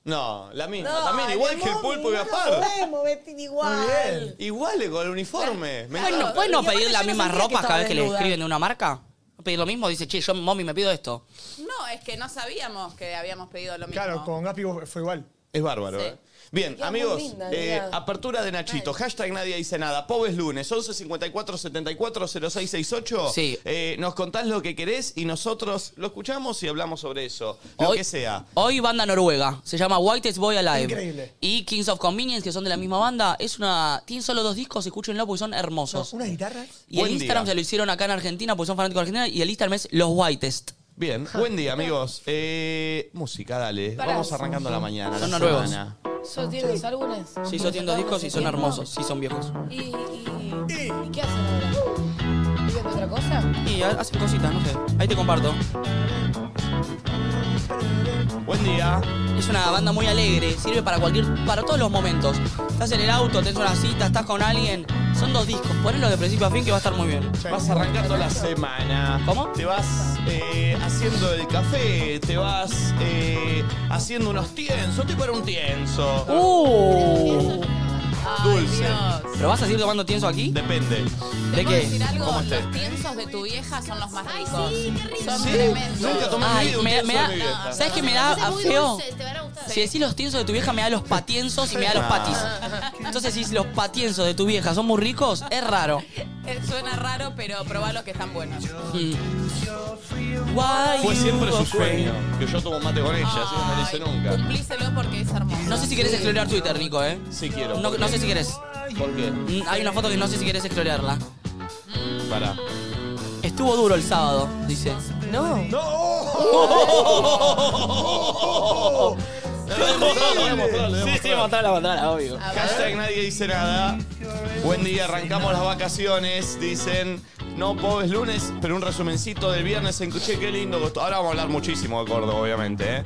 Speaker 1: No, la misma.
Speaker 3: No,
Speaker 1: También, igual
Speaker 3: mi
Speaker 1: que el
Speaker 3: amor,
Speaker 1: pulpo y
Speaker 3: no
Speaker 1: la
Speaker 3: nos
Speaker 1: par.
Speaker 3: podemos vestir igual.
Speaker 6: Muy bien.
Speaker 1: Igual con el uniforme. Me
Speaker 4: ¿Pueden no,
Speaker 1: encanta.
Speaker 4: pueden no
Speaker 3: Y aparte
Speaker 4: pedir
Speaker 3: yo
Speaker 4: las
Speaker 3: no
Speaker 4: mismas
Speaker 3: sabía que
Speaker 4: ropas cada vez que le
Speaker 3: estaba
Speaker 4: escriben de una marca? ¿No ¿Pedir lo mismo? Dice, che, yo, mommy, me pido esto.
Speaker 5: No, es que no sabíamos que habíamos pedido lo mismo.
Speaker 6: Claro, con Gapi fue igual.
Speaker 1: Es bárbaro,
Speaker 5: Sí.
Speaker 1: ¿eh? Bien,
Speaker 3: Queda muy
Speaker 1: amigos,
Speaker 3: linda,
Speaker 1: eh,
Speaker 3: mirá.
Speaker 1: apertura de Nachito. Hashtag nadie dice nada. Pobres lunes, 11 54 74 0668.
Speaker 4: Sí.
Speaker 1: Eh, nos contás lo que querés y nosotros lo escuchamos y hablamos sobre eso. Lo que sea.
Speaker 4: Hoy banda noruega, se llama Whitest Boy Alive.
Speaker 6: Increíble.
Speaker 4: Y Kings of Convenience, que son de la misma banda, es una. Tienen solo dos discos, escúchenlo porque son hermosos.
Speaker 6: ¿Unas guitarras?
Speaker 4: Y
Speaker 1: Buen
Speaker 4: el Instagram
Speaker 1: día.
Speaker 4: se lo hicieron acá en Argentina porque son fanáticos de Argentina y el Instagram es Los Whitest.
Speaker 1: Bien, buen día, amigos. Eh, música, dale. Vamos arrancando la mañana.
Speaker 4: Son
Speaker 1: la
Speaker 4: noruegos.
Speaker 1: semana.
Speaker 9: Yo tiene los álbumes.
Speaker 4: Sí, son tienen dos discos y son hermosos, sí, son viejos.
Speaker 9: ¿Y, y, ¿y qué hacen ahora? ¿Viven de otra cosa?
Speaker 4: Y ha- hacen cositas, no sé. Ahí te comparto.
Speaker 1: Buen día.
Speaker 4: Es una banda muy alegre, sirve para cualquier, para todos los momentos. Estás en el auto, tenés una cita, estás con alguien. Son dos discos, ponelo de principio a fin que va a estar muy bien.
Speaker 1: Vas arrancando la semana.
Speaker 4: ¿Cómo?
Speaker 1: Te vas eh, haciendo el café, te vas eh, haciendo unos tiensos. Te para un tienso.
Speaker 4: ¡Uh!
Speaker 1: Dulce.
Speaker 4: ¿Pero vas a seguir tomando tienso aquí?
Speaker 1: Depende.
Speaker 4: ¿De
Speaker 5: ¿Puedo
Speaker 4: qué?
Speaker 5: decir algo?
Speaker 1: ¿Cómo está?
Speaker 5: Los tienzos de tu vieja son los más ricos. Son
Speaker 1: ¿Sí?
Speaker 5: tremendos.
Speaker 1: Nunca tomé en mi
Speaker 4: Ay,
Speaker 1: vida un
Speaker 4: me,
Speaker 1: tienso
Speaker 4: me
Speaker 1: de
Speaker 4: da,
Speaker 1: mi vieja.
Speaker 4: ¿Sabes qué me da
Speaker 7: Entonces,
Speaker 4: a
Speaker 7: muy
Speaker 4: feo?
Speaker 7: dulce, te van a gustar.
Speaker 4: Si decís los tienzos de tu vieja, me da los patienzos y me da los
Speaker 1: Ah.
Speaker 4: patis. Entonces, si los patienzos de tu vieja son muy ricos, es raro.
Speaker 5: Eh, Suena raro, pero probá los que están buenos.
Speaker 4: Mm. Why
Speaker 1: Fue
Speaker 4: you
Speaker 1: siempre su
Speaker 4: afraid?
Speaker 1: sueño. Que yo tomo mate con ella, así que no lo hice nunca.
Speaker 5: Cumplíselo porque es hermoso.
Speaker 4: No sé si querés explorar Twitter, Nico, ¿eh?
Speaker 1: Sí quiero.
Speaker 4: No, no sé si querés.
Speaker 1: ¿Por qué?
Speaker 4: Mm, Hay una foto que no sé si querés explorarla.
Speaker 1: Pará.
Speaker 4: Estuvo duro el sábado, dice.
Speaker 3: No.
Speaker 1: Oh,
Speaker 4: Sí, sí, mostrala, mostrala, obvio.
Speaker 1: Hashtag nadie dice nada. Buen día, arrancamos las vacaciones. Dicen, no, pobres lunes, pero un resumencito del viernes en Cuché, qué lindo. Ahora vamos a hablar muchísimo de Córdoba, obviamente. ¿eh?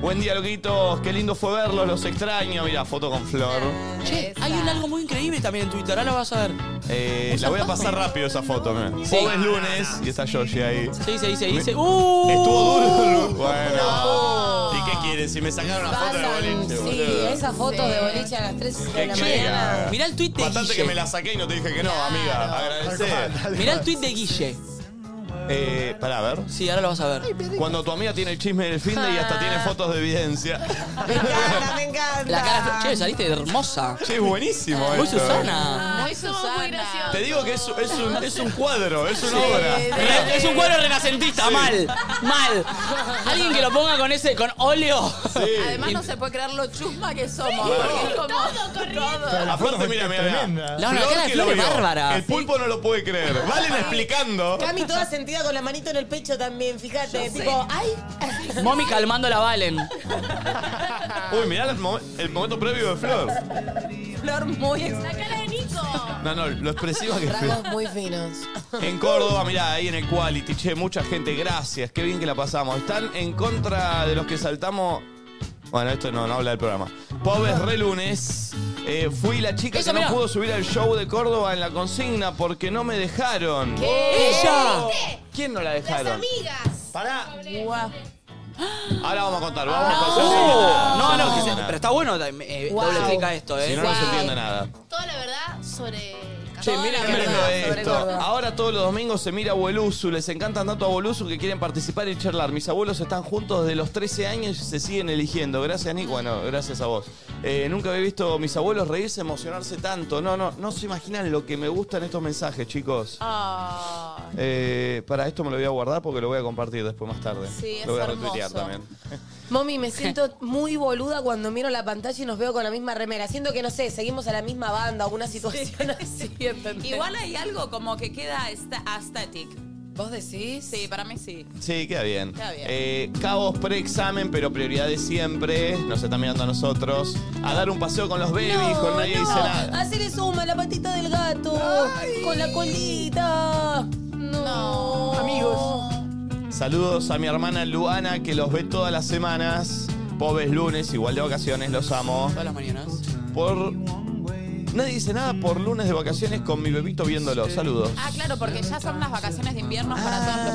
Speaker 1: Buen día, loquitos, qué lindo fue verlos, los extraño. Mira, foto con Flor.
Speaker 4: Che, hay un algo muy increíble también en Twitter, ahora lo vas a ver.
Speaker 1: Eh, la voy a pasar rápido esa foto. mirá. Pobres lunes, y está Yoshi ahí.
Speaker 4: Ah, Sí, sí, sí,
Speaker 1: Me-
Speaker 4: dice. ¡Uh!
Speaker 1: Estuvo duro. Lu- Bueno. ¿Y qué quieren? Si me sacaron una foto de
Speaker 3: Pasan,
Speaker 1: boliche,
Speaker 3: sí,
Speaker 1: boludo.
Speaker 3: esas fotos de boliche a las 3 de
Speaker 1: Qué
Speaker 3: la
Speaker 1: chica.
Speaker 3: mañana.
Speaker 4: Mirá el tweet de
Speaker 1: Bastante
Speaker 4: Guille.
Speaker 1: que me la saqué y no te dije que no, amiga. Agradecer.
Speaker 4: Mirá el tweet de Guille.
Speaker 1: Eh, pará, a ver.
Speaker 4: Sí, ahora lo vas a ver. Ah.
Speaker 1: Cuando tu amiga tiene el chisme del fin de y hasta tiene fotos de evidencia.
Speaker 3: Me encanta, me encanta.
Speaker 4: La cara. Che, saliste hermosa.
Speaker 1: Che, es buenísimo
Speaker 4: Muy
Speaker 1: esto.
Speaker 4: Susana.
Speaker 5: Muy
Speaker 7: somos
Speaker 5: Susana.
Speaker 7: muy graciosos.
Speaker 1: Te digo que es, es un, es un cuadro, es una obra.
Speaker 4: Re- Es un cuadro renacentista,
Speaker 1: Sí.
Speaker 4: mal, mal. Alguien que lo ponga con ese, con óleo.
Speaker 5: Además no se puede creer lo chusma que somos. Porque es como todo corriendo.
Speaker 1: Aparte, mira, mira, mira.
Speaker 6: Tremenda.
Speaker 4: No, no, la cara de
Speaker 1: que
Speaker 4: Flor
Speaker 1: lo
Speaker 4: es
Speaker 1: vio.
Speaker 4: bárbara.
Speaker 1: El pulpo no lo puede creer. Valen explicando.
Speaker 3: Cami toda sentida con la manito en el pecho también, fíjate. Tipo, ay.
Speaker 4: Momi calmando la Valen.
Speaker 1: Uy, mirá el, mo- el momento previo de Flor.
Speaker 5: Flor muy extraña.
Speaker 7: Acá la de Nico.
Speaker 1: No, no, lo expresiva que es Flor.
Speaker 3: Rasgos muy finos.
Speaker 1: En Córdoba, mirá, ahí en el Quality, che, mucha gente, gracias, qué bien que la pasamos. Están en contra de los que saltamos. Bueno, esto no, no habla del programa. Pobres re lunes. eh, fui la chica
Speaker 4: Eso,
Speaker 1: que
Speaker 4: mirá.
Speaker 1: no pudo subir al show de Córdoba en la consigna porque no me dejaron. Oh.
Speaker 4: ¡Ella!
Speaker 1: ¿Quién no la dejaron?
Speaker 7: Amigas.
Speaker 6: Pará.
Speaker 1: Ahora vamos a contar, vamos a contar.
Speaker 4: No, no, que se- pero
Speaker 1: pero
Speaker 4: está bueno, eh,
Speaker 3: Wow.
Speaker 4: doble clic a esto,
Speaker 1: Si
Speaker 4: eh.
Speaker 1: no, no se entiende nada.
Speaker 7: Toda la verdad sobre el
Speaker 1: Che,
Speaker 7: café.
Speaker 1: miren
Speaker 5: la
Speaker 1: qué lindo
Speaker 5: verdad,
Speaker 3: sobre
Speaker 1: esto.
Speaker 3: Córdoba.
Speaker 1: Ahora todos los domingos se mira Abuelusu. Les encantan tanto Abuelusu que quieren participar y charlar. Mis abuelos están juntos desde los 13 años y se siguen eligiendo. Gracias, Nico. Bueno, gracias a vos. Eh, nunca había visto a mis abuelos reírse, emocionarse tanto. No, no, no se imaginan lo que me gustan estos mensajes, chicos.
Speaker 10: Ah.
Speaker 1: Eh, para esto me lo voy a guardar porque lo voy a compartir después más tarde.
Speaker 5: Sí, es
Speaker 1: lo voy a
Speaker 5: hermoso.
Speaker 1: retuitear también.
Speaker 3: Mami, me siento muy boluda cuando miro la pantalla y nos veo con la misma remera. Siento que, no sé, seguimos a la misma banda o una situación así. ¿entendés?
Speaker 5: Igual hay algo como que queda esta- aesthetic.
Speaker 3: ¿Vos decís?
Speaker 5: Sí, para mí sí.
Speaker 1: Sí, queda bien.
Speaker 5: Queda bien.
Speaker 1: Eh, cabos preexamen, pero prioridades siempre. Nos están mirando a nosotros. A dar un paseo con los babies, con nadie dice nada.
Speaker 3: Hacerle suma a la patita del gato. Con la colita. No. Amigos.
Speaker 1: Saludos a mi hermana Luana que los ve todas las semanas. Pobres lunes, igual de vacaciones, los amo.
Speaker 4: Todas las mañanas.
Speaker 1: Por. Nadie dice nada por lunes de vacaciones con mi bebito viéndolo. Saludos.
Speaker 5: Ah, claro, porque ya son las vacaciones de invierno para todos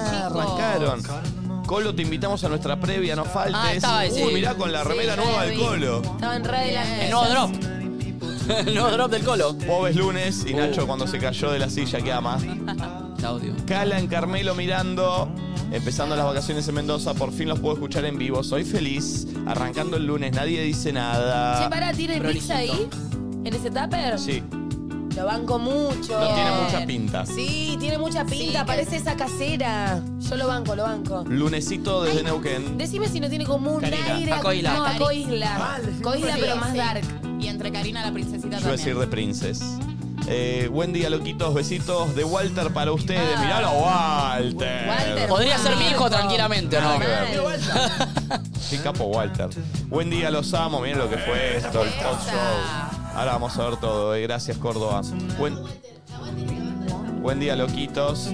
Speaker 5: los
Speaker 1: Ah,
Speaker 5: chicos.
Speaker 1: arrancaron. Colo, te invitamos a nuestra previa, no faltes.
Speaker 4: Ah, estaba ese.
Speaker 1: Uy, mirá con la remera
Speaker 7: ya
Speaker 1: nueva
Speaker 7: la
Speaker 1: de
Speaker 7: vi.
Speaker 1: Colo.
Speaker 3: Estaban re de la
Speaker 4: El nuevo drop. El nuevo drop del colo. Oh.
Speaker 1: Pobres lunes y Nacho cuando se cayó de la silla que ama.
Speaker 4: La odio.
Speaker 1: Cala en Carmelo mirando. Empezando las vacaciones en Mendoza, por fin los puedo escuchar en vivo. Soy feliz. Arrancando el lunes, nadie dice
Speaker 9: Che,
Speaker 1: nada.
Speaker 9: pará, ¿tiene
Speaker 4: Prolijito.
Speaker 9: pizza ahí? ¿En ese tupper?
Speaker 1: Sí,
Speaker 3: Lo banco mucho.
Speaker 1: no tiene mucha pinta.
Speaker 3: Sí, tiene mucha pinta.
Speaker 9: que-
Speaker 3: parece esa casera. Yo lo banco, lo banco.
Speaker 1: Lunesito desde Neuquén.
Speaker 9: Decime si no tiene como un
Speaker 1: Karina.
Speaker 9: aire.
Speaker 4: Paco Isla.
Speaker 9: No, a
Speaker 5: Ah,
Speaker 9: Coisla. Coisla,
Speaker 5: Sí,
Speaker 9: pero más
Speaker 5: sí.
Speaker 9: dark.
Speaker 5: Y entre Karina la princesita
Speaker 1: Yo voy a
Speaker 5: también.
Speaker 1: decir de Princess. Eh, buen día, loquitos. Besitos de Walter para ustedes. Miralo, Walter.
Speaker 9: Walter.
Speaker 4: Podría ser mi hijo tranquilamente, ¿o ¿no?
Speaker 1: Qué capo, Walter. Buen día, los amo. Miren lo que fue esto, el talk show. Ahora vamos a ver todo. eh. Gracias, Córdoba. Buen-
Speaker 7: Aguante la banda.
Speaker 1: Buen día, loquitos.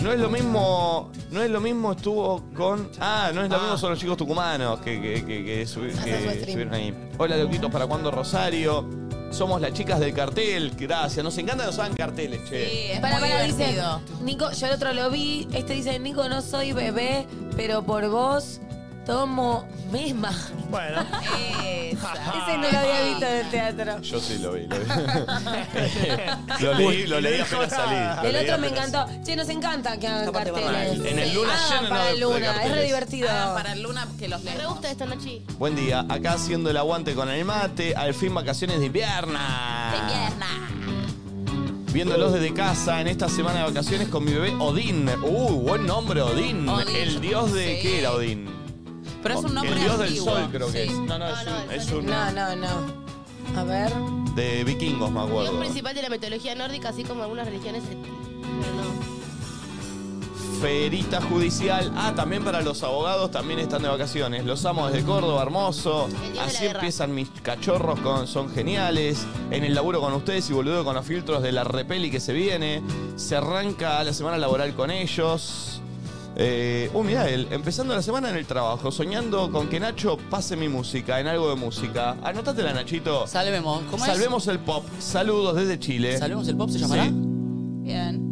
Speaker 1: No es lo mismo. No es lo mismo estuvo con. Ah, no es lo mismo son los chicos tucumanos que, que- que- que subi-
Speaker 3: Pasa
Speaker 1: que
Speaker 3: su stream.
Speaker 1: subieron ahí. Hola, loquitos, ¿para cuándo Rosario? Somos las chicas del cartel, gracias. Nos encanta que nos hagan carteles, che.
Speaker 5: Sí, es
Speaker 9: Para,
Speaker 5: muy
Speaker 9: para, dice.
Speaker 5: divertido.
Speaker 9: Nico, yo el otro lo vi. Este dice, Nico, no soy bebé, pero por vos tomo misma.
Speaker 6: Bueno.
Speaker 5: Esa.
Speaker 3: Ese no lo había visto en el teatro.
Speaker 1: Yo sí lo vi, lo vi. lo leí, lo leí apenas salí. lo
Speaker 9: el
Speaker 1: leí
Speaker 9: otro me
Speaker 1: apenas-
Speaker 9: encantó. Che, nos encanta que hagan
Speaker 4: Aparte,
Speaker 9: carteles.
Speaker 1: en el Luna
Speaker 9: ah,
Speaker 1: lleno
Speaker 9: para
Speaker 1: de-
Speaker 9: el
Speaker 1: de
Speaker 9: Luna, es re
Speaker 1: carteles.
Speaker 9: divertido.
Speaker 5: Ah, para el Luna que los
Speaker 7: Me
Speaker 5: lea.
Speaker 7: gusta esta noche.
Speaker 1: Buen día, acá haciendo el aguante con el mate, al fin vacaciones de invierno.
Speaker 5: De pierna.
Speaker 1: Viéndolos desde casa en esta semana de vacaciones con mi bebé Odín. Uh, buen nombre Odín.
Speaker 5: Odín.
Speaker 1: El dios de
Speaker 5: Sí.
Speaker 1: qué era Odín? Oh,
Speaker 5: Pero es un nombre
Speaker 1: El dios
Speaker 5: antiguo.
Speaker 1: del sol creo que
Speaker 5: Sí.
Speaker 1: es. No, no, es
Speaker 7: No, no,
Speaker 1: un,
Speaker 7: el
Speaker 1: es
Speaker 7: sol
Speaker 1: un-
Speaker 3: No, no, no. A ver.
Speaker 1: de vikingos, me
Speaker 7: Dios
Speaker 1: acuerdo.
Speaker 7: principal de la mitología nórdica, así como algunas religiones. eh, Pero no.
Speaker 1: Ferita judicial. Ah, también para los abogados también están de vacaciones. Los amo desde Córdoba, hermoso.
Speaker 7: El día de la
Speaker 1: Así
Speaker 7: guerra.
Speaker 1: empiezan mis cachorros, con, son geniales. En el laburo con ustedes y boludo con los filtros de la repeli que se viene. Se arranca la semana laboral con ellos. Eh, uh, mirá, el- empezando la semana en el trabajo, soñando con que Nacho pase mi música, en algo de música. Anótatela, Nachito.
Speaker 4: Salvemos. ¿Cómo es?
Speaker 1: Salvemos el pop. Saludos desde Chile.
Speaker 4: Salvemos el pop, ¿se llamará?
Speaker 1: Sí.
Speaker 5: Bien.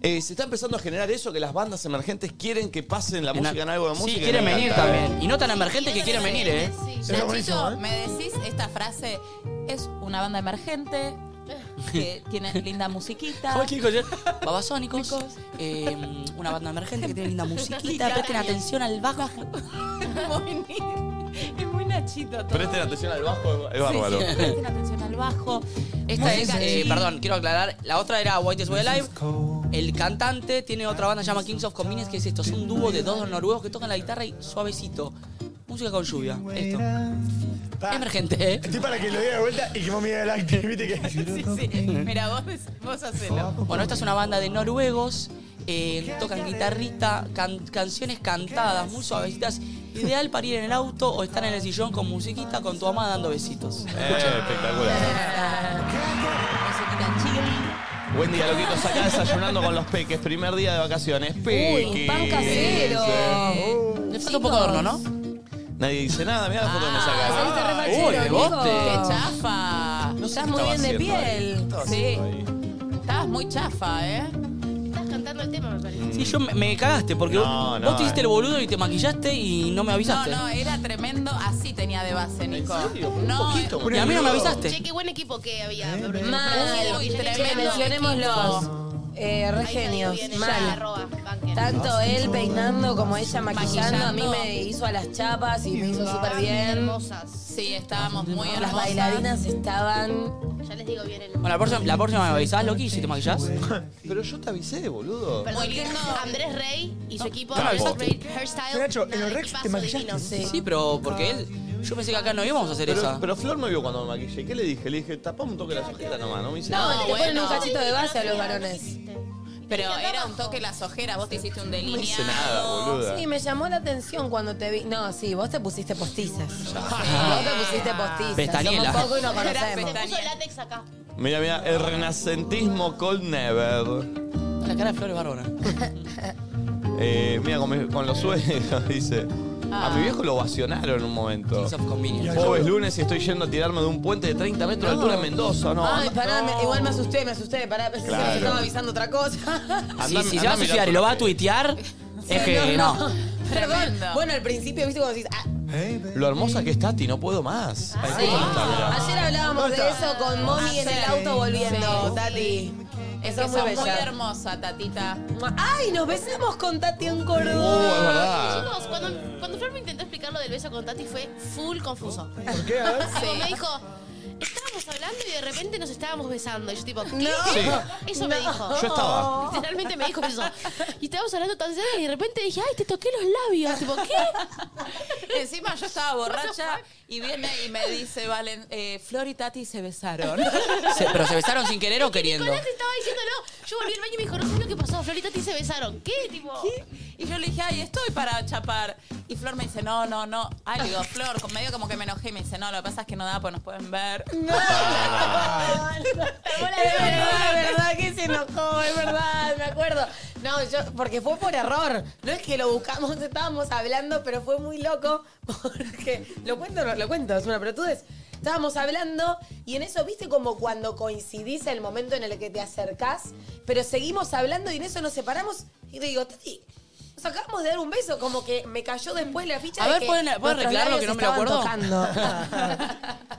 Speaker 1: Eh, se está empezando a generar eso que las bandas emergentes quieren que pasen la
Speaker 4: En
Speaker 1: música en algo de música.
Speaker 4: Sí,
Speaker 1: y
Speaker 4: quieren
Speaker 1: no
Speaker 4: venir
Speaker 1: cantan.
Speaker 4: también. Y no tan emergentes que quieren venir, ¿eh?
Speaker 7: Sí.
Speaker 6: Está buenísimo,
Speaker 5: Nachito,
Speaker 6: ¿eh?
Speaker 5: me decís esta frase, es una banda emergente que tiene linda musiquita.
Speaker 4: Babasónicos, eh, una banda emergente que tiene linda musiquita, presten atención al bajo.
Speaker 5: Muy- es muy Nachito todo.
Speaker 1: Presten atención al bajo, es bárbaro.
Speaker 5: Presten atención al bajo.
Speaker 4: Esta es, eh, perdón, quiero aclarar, la otra era White is Way Alive. El cantante tiene otra banda que se llama Kings of Convenience, que es esto, es un dúo de dos noruegos que tocan la guitarra y suavecito. Música con lluvia, esto.
Speaker 6: Pa.
Speaker 4: Emergente, ¿eh?
Speaker 6: Estoy para que lo diga de vuelta y que mami vea el acting, ¿viste que?
Speaker 5: Sí, sí. Mira, vos, vos hacelo.
Speaker 4: Bueno, esta es una banda de noruegos, eh, tocan guitarrita, can- canciones cantadas, muy suavecitas. Ideal para ir en el auto o estar en el sillón con musiquita, con tu mamá dando besitos.
Speaker 1: Eh, espectacular.
Speaker 5: Musiquita chill.
Speaker 1: Buen día, loquitos, acá desayunando con los peques. Primer día de vacaciones. Peques.
Speaker 9: Uy, pan casero.
Speaker 11: Oh.
Speaker 4: Le falta un poco de horno, ¿no?
Speaker 1: Nadie dice nada, mira la foto que me
Speaker 5: Ah,
Speaker 9: Saliste re
Speaker 1: sacaron.
Speaker 9: fachero,
Speaker 4: Ah, Uy, de
Speaker 9: Nico.
Speaker 4: bote.
Speaker 5: Qué chafa.
Speaker 1: No sé
Speaker 3: Estás
Speaker 1: qué
Speaker 3: muy
Speaker 1: estaba
Speaker 3: bien de
Speaker 1: haciendo ahí.
Speaker 3: piel.
Speaker 5: Sí, estabas muy chafa, ¿eh?
Speaker 7: Estás cantando el tema, me parece.
Speaker 4: Sí, yo me, me cagaste porque
Speaker 1: No,
Speaker 4: vos,
Speaker 1: no,
Speaker 4: vos te hiciste
Speaker 1: eh.
Speaker 4: el boludo y te maquillaste y no me
Speaker 5: No,
Speaker 4: avisaste.
Speaker 5: no, eh. era tremendo. Así tenía de base, Nico.
Speaker 1: serio? Pero un
Speaker 5: No,
Speaker 1: poquito,
Speaker 4: y a mí no me avisaste.
Speaker 7: Che, qué buen equipo que había. me parece.
Speaker 3: Mal.
Speaker 5: Uy,
Speaker 3: Che,
Speaker 5: tremendo
Speaker 3: mencionémoslos. Eh, re
Speaker 7: Ahí lo digo
Speaker 3: genios.
Speaker 7: bien, en la
Speaker 3: Mal.
Speaker 7: arroba, banker.
Speaker 3: Tanto él peinando como ella maquillando. A mí
Speaker 5: Maquillando.
Speaker 3: me hizo a las chapas y me hizo súper
Speaker 7: Estaban
Speaker 3: bien.
Speaker 7: Hermosas.
Speaker 5: Sí, estábamos muy
Speaker 3: Las
Speaker 5: hermosas.
Speaker 3: bailarinas estaban.
Speaker 7: Ya les digo bien el.
Speaker 4: Bueno, la próxima, la próxima me avisás, Loki, si te maquillás.
Speaker 1: Pero yo te avisé, boludo.
Speaker 7: Perdón,
Speaker 5: Muy lindo.
Speaker 7: Andrés Rey y su equipo
Speaker 1: Claro,
Speaker 7: Andrés
Speaker 1: vos.
Speaker 7: Rey Hairstyle.
Speaker 6: Nacho, en
Speaker 7: nada,
Speaker 6: los Rex te
Speaker 7: equipazo
Speaker 6: maquillaste.
Speaker 7: divino.
Speaker 4: Sí, pero porque él. Yo pensé que acá no íbamos a hacer
Speaker 1: Pero,
Speaker 4: esa.
Speaker 1: pero Flor me vio cuando me maquillé. ¿Qué le dije? Le dije, tapame un toque las ojeras nomás, no me hice
Speaker 3: No,
Speaker 1: nada.
Speaker 5: No,
Speaker 3: le ponen
Speaker 5: bueno.
Speaker 3: un cachito de base a los varones.
Speaker 5: Pero era un toque las ojeras, vos te hiciste un delineado.
Speaker 1: No hice nada, boluda.
Speaker 3: Sí, me llamó la atención cuando te vi. No, sí, vos te pusiste postizas. Vos te pusiste postizas.
Speaker 4: Pestañela.
Speaker 3: Somos poco y no
Speaker 5: Era
Speaker 3: conocemos.
Speaker 5: pestañela.
Speaker 7: Puso látex acá.
Speaker 1: Mira, mira, el renacentismo Cold Never.
Speaker 4: La cara de Flores Barbona.
Speaker 1: Eh, mira, con, mi- con los sueños, dice. A mi viejo lo vacionaron en un momento.
Speaker 4: Ah. Kings of Convenience.
Speaker 1: Jueves lunes y estoy yendo a tirarme de un puente de 30 metros de altura en Mendoza, ¿no?
Speaker 3: Ay,
Speaker 1: Anda-
Speaker 3: pará, me- igual me asusté, me asusté. Pará, pensé que
Speaker 1: Claro.
Speaker 3: nos estaba avisando otra cosa.
Speaker 1: anda-
Speaker 4: Sí, si se
Speaker 1: anda
Speaker 4: va
Speaker 1: mirar
Speaker 4: a suicidar y
Speaker 1: tu
Speaker 4: lo va a
Speaker 1: perfil.
Speaker 4: tuitear, es que no.
Speaker 3: Perdón.
Speaker 5: Tremendo.
Speaker 3: Bueno, al principio, viste, cuando decís. ah,
Speaker 1: Lo hermosa que es Tati, no puedo más.
Speaker 4: Ah,
Speaker 1: Ay,
Speaker 3: sí.
Speaker 1: ¿cómo está? Mirá.
Speaker 3: Ayer hablábamos de eso con Mommy en el
Speaker 5: Ayer.
Speaker 3: auto volviendo,
Speaker 5: Sí.
Speaker 3: Tati.
Speaker 5: Es
Speaker 3: Sos
Speaker 5: que
Speaker 3: muy
Speaker 5: sos
Speaker 3: bella.
Speaker 5: muy hermosa, Tatita.
Speaker 3: Ay, nos besamos con Tati en
Speaker 1: Oh,
Speaker 3: Córdoba.
Speaker 1: es verdad.
Speaker 7: Chicos, Ah. cuando, cuando Flor me intentó explicar lo del beso con Tati fue full confuso.
Speaker 6: ¿Por qué? A ver.
Speaker 7: Como me dijo, estábamos hablando y de repente nos estábamos besando. Y yo tipo, ¿qué?
Speaker 1: Sí.
Speaker 7: Eso me dijo.
Speaker 1: Yo estaba.
Speaker 7: Literalmente me dijo eso. Y estábamos hablando tan cerca y de repente dije, ay, te toqué los labios. Tipo, ¿qué?
Speaker 5: Encima yo estaba borracha y viene y me dice, Valen, eh, Flor y Tati se besaron.
Speaker 4: Se- pero se besaron sin querer o queriendo.
Speaker 7: Nicolás estaba diciéndolo. Yo volví al baño y me dijo, no sé lo que pasó. Flor y Tati se besaron. ¿Qué? Tipo,
Speaker 5: Y yo le dije, ay, estoy para chapar. Y Flor me dice, no, no, no. Ay, le digo, Flor, con- medio como que me enojé y me dice, no, lo que pasa es que no da, pues nos pueden ver.
Speaker 3: No, no, no. Es verdad, es verdad que se enojó, es verdad, me acuerdo. No, yo, porque fue por error. No es que lo buscamos, estábamos hablando, pero fue muy loco. Porque, lo cuento o no lo cuento, es una pelotudez. Estábamos hablando y en eso, viste, como cuando coincidís el momento en el que te acercás, pero seguimos hablando y en eso nos separamos. Y te digo, Tati, nos acabamos de dar un beso, como que me cayó después la ficha.
Speaker 4: A
Speaker 3: de
Speaker 4: ver,
Speaker 3: que
Speaker 4: ¿pueden- pueden
Speaker 3: nuestros
Speaker 4: arreglarlo
Speaker 3: labios
Speaker 4: que no me lo
Speaker 3: estaban
Speaker 4: acuerdo?
Speaker 3: tocando.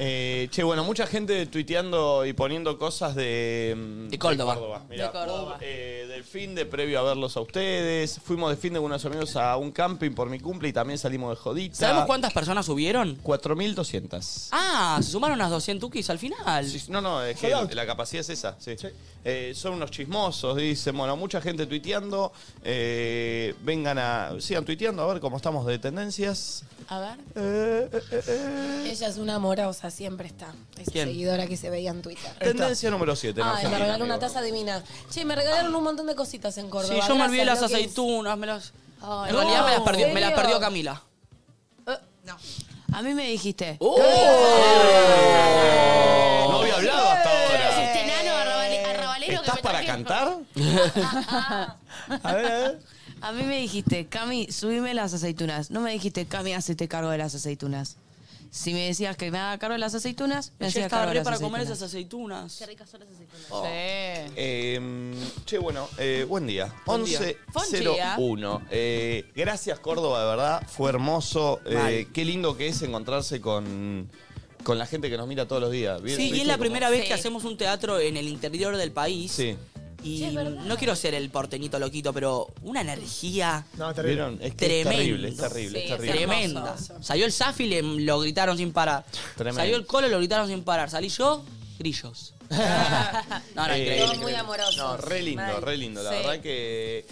Speaker 1: Eh, che, bueno, mucha gente tuiteando y poniendo cosas de. mm,
Speaker 4: De Córdoba.
Speaker 1: mirá.
Speaker 5: De Córdoba.
Speaker 1: Eh, del fin de previo a verlos a ustedes. Fuimos de fin de con unos amigos a un camping por mi cumple y también salimos de jodita.
Speaker 4: ¿Sabemos cuántas personas subieron?
Speaker 1: 4.200.
Speaker 4: Ah, se sumaron unas 200 tukis al final.
Speaker 1: Sí, No, no, es que la capacidad es esa. sí. Eh, son unos chismosos, dicen. Bueno, mucha gente tuiteando. Eh, vengan a. Sigan tuiteando a ver cómo estamos de tendencias.
Speaker 5: A ver.
Speaker 1: Eh, eh, eh, eh.
Speaker 3: Ella es una amorosa, siempre está. Esa
Speaker 4: ¿Quién?
Speaker 3: seguidora que se veía en Twitter.
Speaker 1: Tendencia número 7.
Speaker 3: Ay, me regalaron una taza divina. Che, me regalaron un montón de cositas en
Speaker 4: Sí,
Speaker 3: Córdoba.
Speaker 4: yo me olvidé las
Speaker 3: Gracias, Loquis.
Speaker 4: aceitunas, me las...
Speaker 5: Ay,
Speaker 4: en realidad me las
Speaker 3: no,
Speaker 4: perdió,
Speaker 3: ¿en
Speaker 4: me las
Speaker 3: serio?
Speaker 4: perdió Camila.
Speaker 9: A mí me dijiste.
Speaker 1: No había hablado hasta ahora.
Speaker 7: Este enano arrabale- arrabalero que
Speaker 1: ¿Estás
Speaker 7: me
Speaker 1: para
Speaker 7: trajeron.
Speaker 1: cantar?
Speaker 6: A ver, a ver.
Speaker 9: A mí me dijiste, Cami, subime las aceitunas. No me dijiste, Cami, hacete cargo de las aceitunas. Si me decías que me haga cargo de las aceitunas, me
Speaker 4: Yo
Speaker 9: hacía
Speaker 4: estaba
Speaker 9: cargo de
Speaker 4: re
Speaker 9: las
Speaker 4: para comer
Speaker 9: aceitunas.
Speaker 4: esas aceitunas.
Speaker 7: Qué ricas son las aceitunas.
Speaker 5: Sí.
Speaker 1: Eh, Oh. che, bueno, eh, buen día.
Speaker 4: Buen día.
Speaker 1: 11.01. Eh, gracias, Córdoba, de verdad. Fue hermoso. Eh,
Speaker 4: Mal.
Speaker 1: qué lindo que es encontrarse con, con la gente que nos mira todos los días. Vi-
Speaker 4: Sí, y
Speaker 1: viste
Speaker 4: es la
Speaker 1: como-
Speaker 4: primera vez que
Speaker 5: Sí.
Speaker 4: hacemos un teatro en el interior del país.
Speaker 1: Sí.
Speaker 4: Y no quiero ser el porteñito loquito, pero una energía
Speaker 6: No, terrible.
Speaker 1: ¿Vieron? Es que
Speaker 4: Tremendo.
Speaker 1: es terrible, es terrible, es
Speaker 5: Sí, es
Speaker 1: terrible.
Speaker 4: tremenda. Salió el Safi, le- lo gritaron sin parar.
Speaker 1: Tremendo.
Speaker 4: Salió el Cole, lo gritaron sin parar. Salí yo, grillos. no, no,
Speaker 1: Eh,
Speaker 4: increíble.
Speaker 3: Todos muy amorosos.
Speaker 1: No, re lindo, re lindo. La
Speaker 5: Sí.
Speaker 1: verdad que.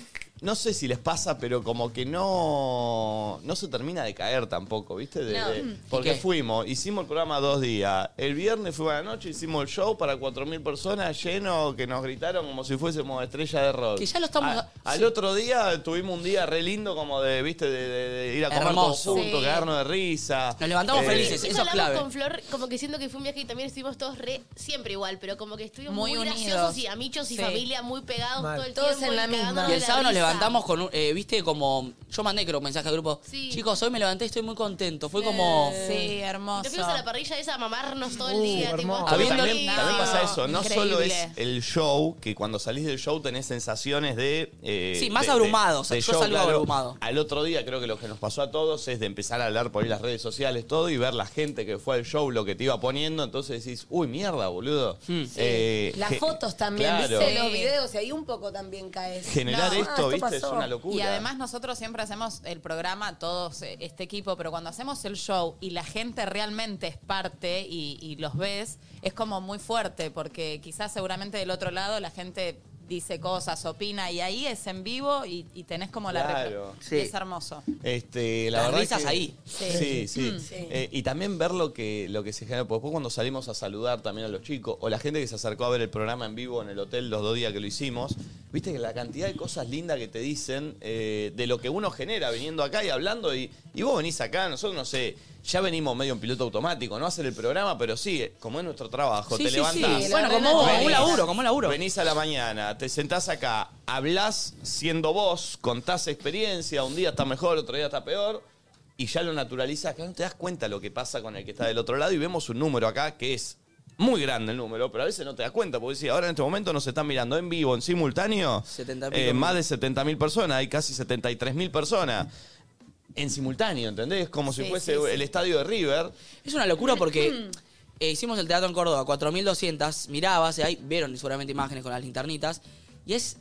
Speaker 1: No sé si les pasa, pero como que no. No se termina de caer tampoco, ¿viste? De-
Speaker 3: No. Mm.
Speaker 1: de- porque
Speaker 4: ¿Y qué?
Speaker 1: fuimos, hicimos el programa dos días. El viernes fuimos a la noche, hicimos el show para 4.000 personas lleno que nos gritaron como si fuésemos estrella de rock.
Speaker 4: Que ya lo estamos-
Speaker 1: A- al
Speaker 4: sí.
Speaker 1: otro día tuvimos un día re lindo, como de, ¿viste? De, de- de ir a comer todos
Speaker 4: Hermoso.
Speaker 1: juntos,
Speaker 5: Sí.
Speaker 1: cagarnos de risa.
Speaker 4: Nos levantamos
Speaker 1: Eh,
Speaker 4: felices,
Speaker 7: Eso
Speaker 4: eso es
Speaker 7: hablamos
Speaker 4: clave.
Speaker 7: con Flor, como que siento que fue un viaje y también estuvimos todos re, siempre igual, pero como que estuvimos
Speaker 5: Muy
Speaker 7: muy,
Speaker 5: unidos.
Speaker 7: graciosos y amichos y
Speaker 5: Sí.
Speaker 7: familia muy pegados
Speaker 6: Mal.
Speaker 7: todo el
Speaker 3: Todos
Speaker 7: tiempo.
Speaker 3: en la
Speaker 7: y
Speaker 3: misma.
Speaker 7: cagándonos
Speaker 4: Y
Speaker 7: de
Speaker 4: el
Speaker 7: la
Speaker 4: sábado nos
Speaker 7: risa.
Speaker 4: levantamos con un, eh, viste, como. Yo mandé creo un mensaje al grupo.
Speaker 7: Sí.
Speaker 4: Chicos, hoy me levanté y estoy muy contento. Fue como.
Speaker 1: mm.
Speaker 5: Sí, hermoso.
Speaker 7: Nos fuimos a la parrilla esa a mamarnos
Speaker 1: Uh,
Speaker 7: todo el día. tipo,
Speaker 6: hermoso.
Speaker 1: Porque
Speaker 4: Habiendo-
Speaker 1: también, también pasa eso, no
Speaker 5: Increíble.
Speaker 1: solo es el show, que cuando salís del show tenés sensaciones de... eh,
Speaker 4: Sí, más
Speaker 1: de- de-
Speaker 4: abrumado, o sea,
Speaker 1: de
Speaker 4: yo salgo abrumado.
Speaker 1: Al otro día creo que lo que nos pasó a todos es de empezar a hablar por ahí las redes sociales, todo, y ver la gente que fue al show, lo que te iba poniendo, entonces decís, uy, mierda, boludo.
Speaker 4: Hmm.
Speaker 1: Eh,
Speaker 3: Las
Speaker 1: ge-
Speaker 3: fotos también,
Speaker 1: claro,
Speaker 3: viste, los
Speaker 5: Sí.
Speaker 3: videos, y ahí un poco también caes.
Speaker 1: Generar
Speaker 3: No,
Speaker 1: esto,
Speaker 3: ah,
Speaker 1: viste, es
Speaker 3: pasó.
Speaker 1: una locura.
Speaker 5: Y además nosotros siempre hacemos el programa, todos eh, este equipo, pero cuando hacemos el show y la gente realmente es parte y, y los ves, es como muy fuerte, porque quizás seguramente del otro lado la gente dice cosas, opina, y ahí es en vivo y, y tenés como la... repre-
Speaker 1: Claro.
Speaker 5: y
Speaker 4: Sí.
Speaker 5: Es hermoso.
Speaker 1: Este, la
Speaker 4: Las
Speaker 1: verdad
Speaker 4: risas
Speaker 1: que-
Speaker 4: ahí.
Speaker 1: Sí, sí.
Speaker 4: Mm.
Speaker 1: Eh, y también ver lo que, lo que se genera. Porque después cuando salimos a saludar también a los chicos, o la gente que se acercó a ver el programa en vivo en el hotel los dos días que lo hicimos, viste que la cantidad de cosas lindas que te dicen eh, de lo que uno genera viniendo acá y hablando. Y, y vos venís acá, nosotros no sé, ya venimos medio en piloto automático, no a hacer el programa, pero sí, eh, como es nuestro trabajo,
Speaker 4: Sí,
Speaker 1: te
Speaker 4: sí,
Speaker 1: levantás.
Speaker 4: sí. Bueno, como
Speaker 1: Venís.
Speaker 4: un laburo, como un laburo.
Speaker 1: Venís a la mañana, te sentás acá, hablás siendo vos, contás experiencia, un día está mejor, otro día está peor, y ya lo naturalizás, acá no te das cuenta lo que pasa con el que está del otro lado y vemos un número acá que es muy grande el número, pero a veces no te das cuenta, porque si ahora en este momento nos están mirando en vivo, en simultáneo,
Speaker 4: 70.000
Speaker 1: eh, más de 70.000 personas, hay casi 73.000 personas. En simultáneo, ¿entendés? Como si
Speaker 5: Sí,
Speaker 1: fuese
Speaker 5: sí, sí.
Speaker 1: el estadio de River.
Speaker 4: Es una locura porque eh, hicimos el teatro en Córdoba, 4.200, mirabas, y ahí vieron seguramente imágenes con las linternitas, y es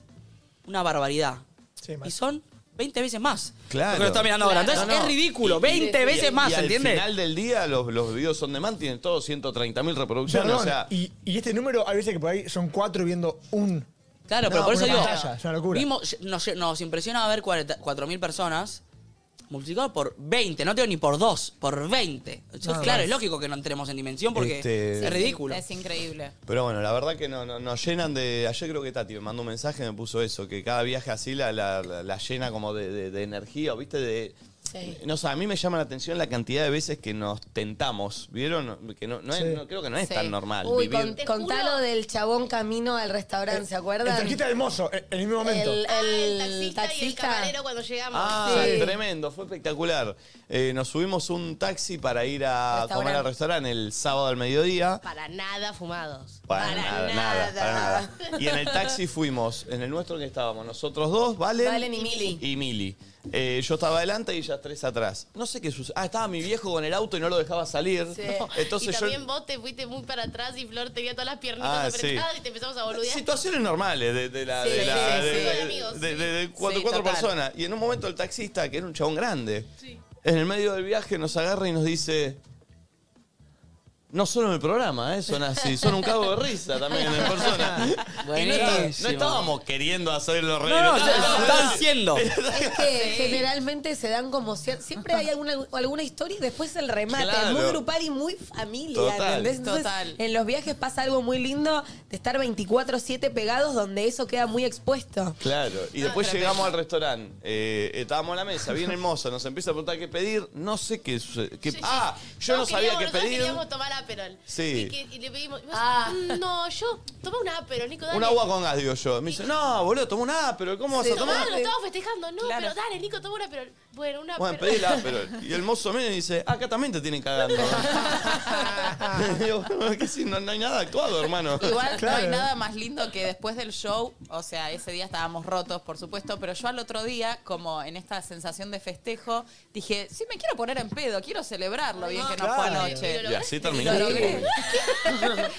Speaker 4: una barbaridad.
Speaker 6: Sí, mal.
Speaker 4: y son 20 veces más.
Speaker 1: Claro.
Speaker 4: Lo que lo está mirando ahora. Entonces
Speaker 1: No, no.
Speaker 4: es ridículo, 20
Speaker 1: Y-
Speaker 4: veces más,
Speaker 1: y al
Speaker 4: ¿entiendes?
Speaker 1: final del día, los, los videos on demand tienen todos 130.000 reproducciones.
Speaker 6: Perdón,
Speaker 1: o sea,
Speaker 6: y, y este número, hay veces que por ahí son cuatro viendo un.
Speaker 4: Claro,
Speaker 6: No,
Speaker 4: pero por eso
Speaker 6: una
Speaker 4: digo,
Speaker 6: pantalla, es una locura.
Speaker 4: vimos- nos, nos impresiona ver 40 4.000 personas multiplicado por 20, no te digo ni por 2, por 20. Entonces,
Speaker 6: Nada
Speaker 4: claro,
Speaker 6: más.
Speaker 4: es lógico que no entremos en dimensión porque
Speaker 1: Este-
Speaker 4: es ridículo.
Speaker 5: Es increíble.
Speaker 1: Pero bueno, la verdad que no, no- nos llenan de. Ayer creo que Tati me mandó un mensaje y me puso eso, que cada viaje así la, la- la- la llena como de, de- de energía, ¿viste? De, No sé, a mí me llama la atención la cantidad de veces que nos tentamos. ¿Vieron? Que no, no es- no- creo que no es tan normal
Speaker 3: Uy,
Speaker 1: vivir. Eh,
Speaker 3: con, contalo del chabón camino al restaurante, ¿se acuerdan?
Speaker 6: El taquita del mozo, en el mismo momento.
Speaker 3: El, el taxista.
Speaker 7: Y el camarero cuando llegamos.
Speaker 1: Ah,
Speaker 3: Sí.
Speaker 1: tremendo, fue espectacular. Eh, nos subimos un taxi para ir a
Speaker 7: Restaurante.
Speaker 1: comer al restaurante el sábado al mediodía.
Speaker 7: Para nada fumados.
Speaker 1: Para, nada, nada, para nada. Y en el taxi fuimos, en el nuestro que estábamos, nosotros dos, Valen,
Speaker 3: Valen y Mili.
Speaker 1: y Mili. Eh, yo estaba adelante y ellas tres atrás. No sé qué sucedió. Ah, estaba mi viejo con el auto y no lo dejaba salir.
Speaker 7: Sí.
Speaker 1: Entonces
Speaker 7: y
Speaker 1: yo.
Speaker 7: también vos te fuiste muy para atrás y Flor tenía todas las
Speaker 1: Ah,
Speaker 7: piernitas
Speaker 1: sí.
Speaker 7: apretadas y te empezamos a boludear.
Speaker 1: Situaciones normales de, de la.
Speaker 7: Sí,
Speaker 1: de la-
Speaker 7: sí,
Speaker 1: de-
Speaker 7: sí.
Speaker 1: de-
Speaker 7: Amigos,
Speaker 1: de-
Speaker 7: sí.
Speaker 1: de- de cuatro,
Speaker 7: Sí,
Speaker 1: cuatro
Speaker 7: total.
Speaker 1: personas. Y en un momento el taxista, que era un chabón grande, en el medio del viaje nos agarra y nos dice. No solo en el programa, ¿eh? son así, son un cabo de risa también en persona. Y no, está- no
Speaker 4: Buenísimo.
Speaker 1: estábamos queriendo hacerlo reír.
Speaker 4: No, no,
Speaker 1: estábamos-
Speaker 4: se- se está haciendo.
Speaker 3: Es que generalmente se dan como cier- siempre hay alguna, alguna historia y después el remate.
Speaker 1: Claro.
Speaker 3: Muy grupal y muy familia,
Speaker 1: Total.
Speaker 3: ¿entendés? Entonces,
Speaker 5: Total.
Speaker 3: en los viajes pasa algo muy lindo de estar 24-7 pegados donde eso queda muy expuesto.
Speaker 1: Claro, y después llegamos al restaurante, eh, estábamos a la mesa, bien hermosa, nos empieza a preguntar qué pedir, no sé qué sucede. qué- ah, yo no
Speaker 7: Todos
Speaker 1: sabía
Speaker 7: queríamos-
Speaker 1: qué
Speaker 7: nosotros
Speaker 1: pedir.
Speaker 7: queríamos tomar Aperol.
Speaker 1: Sí.
Speaker 7: Y, que- y le pedimos. y vos,
Speaker 3: Ah.
Speaker 7: "Mm, No, yo. Toma un Aperol, Nico, dale.
Speaker 1: Un agua con gas, digo yo. Me dice, no, boludo, toma una, pero ¿cómo vas
Speaker 3: Sí.
Speaker 1: a tomar?
Speaker 7: Ah, lo estamos festejando. No,
Speaker 3: Claro.
Speaker 7: pero dale, Nico, toma un Aperol. Bueno, un Aperol.
Speaker 1: Bueno, pedí la, pero. Y el mozo viene y dice, "Ah, acá también te tienen cagando. digo, "Bueno, es que sí, no, no hay nada actuado, hermano.
Speaker 5: Igual no
Speaker 6: Claro.
Speaker 5: hay nada más lindo que después del show, o sea, ese día estábamos rotos, por supuesto, pero yo al otro día, como en esta sensación de festejo, dije, sí, me quiero poner en pedo, quiero celebbrarlo bien que no fue
Speaker 6: Claro.
Speaker 5: anoche.
Speaker 1: Y así terminó.
Speaker 5: Lo logré.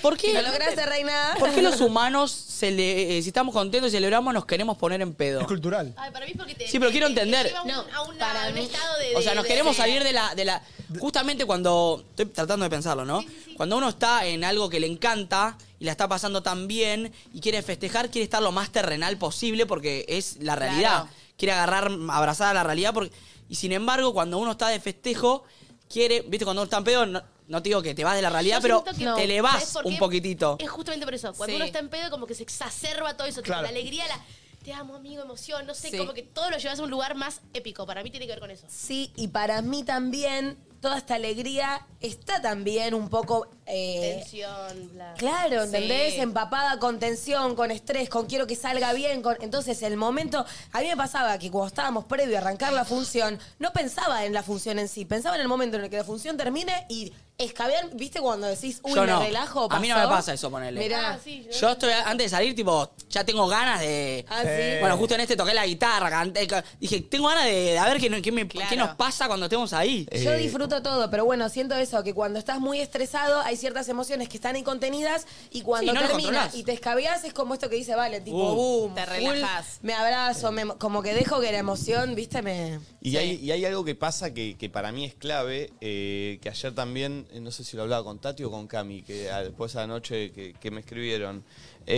Speaker 4: ¿Por qué?
Speaker 3: ¿Lo lograste, reina?
Speaker 4: ¿Por qué los humanos, se le- eh, si estamos contentos y celebramos, nos queremos poner en pedo?
Speaker 6: Es cultural.
Speaker 7: Ay, para mí es porque te.
Speaker 4: Sí, pero quiero
Speaker 7: te- te
Speaker 4: entender.
Speaker 7: lleva a un-
Speaker 3: No,
Speaker 7: a una-
Speaker 3: para
Speaker 7: un
Speaker 3: mí-
Speaker 7: estado de.
Speaker 4: O sea,
Speaker 7: de-
Speaker 4: nos
Speaker 7: de-
Speaker 4: queremos
Speaker 7: de-
Speaker 4: salir de la, de la. Justamente cuando. Estoy tratando de pensarlo, ¿no? Cuando uno está en algo que le encanta y la está pasando tan bien y quiere festejar, quiere estar lo más terrenal posible porque es la realidad.
Speaker 5: Claro.
Speaker 4: Quiere agarrar, abrazar a la realidad. Porque, y sin embargo, cuando uno está de festejo, quiere. ¿Viste? Cuando uno está en pedo, no, no te digo que te vas de la realidad,
Speaker 7: Yo
Speaker 4: pero
Speaker 7: siento que-
Speaker 4: te
Speaker 7: ¿sabes
Speaker 4: elevás
Speaker 7: por
Speaker 4: un
Speaker 7: qué?
Speaker 4: poquitito.
Speaker 7: Es justamente por eso. Cuando
Speaker 5: Sí.
Speaker 7: uno está en pedo, como que se exacerba todo eso. tipo,
Speaker 6: Claro.
Speaker 7: La alegría, la. Te amo, amigo, emoción, no sé,
Speaker 5: Sí.
Speaker 7: como que todo lo llevas a un lugar más épico. Para mí tiene que ver con eso.
Speaker 3: Sí, y para mí también toda esta alegría está también un poco... eh,
Speaker 7: Tensión, bla.
Speaker 3: Claro, ¿entendés?
Speaker 5: Sí.
Speaker 3: Empapada con tensión, con estrés, con quiero que salga bien. Con... Entonces, el momento. A mí me pasaba que cuando estábamos previo a arrancar la función, no pensaba en la función en sí, pensaba en el momento en el que la función termine y escabear. ¿Viste cuando decís, uy,
Speaker 4: Yo
Speaker 3: me
Speaker 4: no.
Speaker 3: relajo?
Speaker 4: A mí no
Speaker 3: pasó?
Speaker 4: me pasa eso, ponele.
Speaker 3: Mirá.
Speaker 7: Ah, sí,
Speaker 4: Yo estoy antes de salir, tipo, ya tengo ganas de.
Speaker 3: Ah, sí.
Speaker 6: Sí.
Speaker 4: Bueno, justo en este toqué la guitarra, canté, ca- dije, tengo ganas de, de a ver qué, no- qué me-
Speaker 5: Claro.
Speaker 4: qué nos pasa cuando estemos ahí.
Speaker 3: Yo disfruto todo, pero bueno, siento eso, que cuando estás muy estresado hay ciertas emociones que están incontenidas y cuando
Speaker 4: Sí, no lo
Speaker 3: terminas
Speaker 4: controlás.
Speaker 3: y te escabeás es como esto que dice, vale, tipo,
Speaker 4: Uh,
Speaker 3: boom,
Speaker 5: te
Speaker 3: full,
Speaker 5: relajás.
Speaker 3: Me abrazo, me- como que dejo que la emoción, viste, me...
Speaker 1: Y, hay, y hay algo que pasa que, que para mí es clave, eh, que ayer también, eh, no sé si lo hablaba con Tati o con Cami, que ah, después de anoche que, que me escribieron.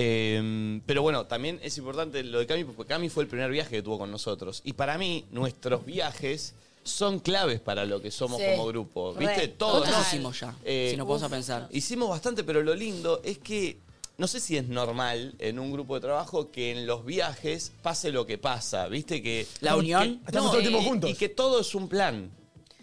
Speaker 1: Eh, pero bueno, también es importante lo de Cami, porque Cami fue el primer viaje que tuvo con nosotros. Y para mí, nuestros viajes son claves para lo que somos
Speaker 3: Sí.
Speaker 1: como grupo. ¿Viste?
Speaker 3: Re.
Speaker 1: Todo,
Speaker 4: ¿Cuántos
Speaker 1: ¿no?
Speaker 4: hicimos ya?
Speaker 1: Eh,
Speaker 4: si nos ponemos a pensar.
Speaker 1: Hicimos bastante, pero lo lindo es que no sé si es normal en un grupo de trabajo que en los viajes pase lo que pasa, ¿viste? Que
Speaker 4: La
Speaker 1: que-
Speaker 4: unión.
Speaker 6: Estamos todo el
Speaker 1: eh, y-
Speaker 6: tiempo juntos.
Speaker 1: Y que todo es un plan,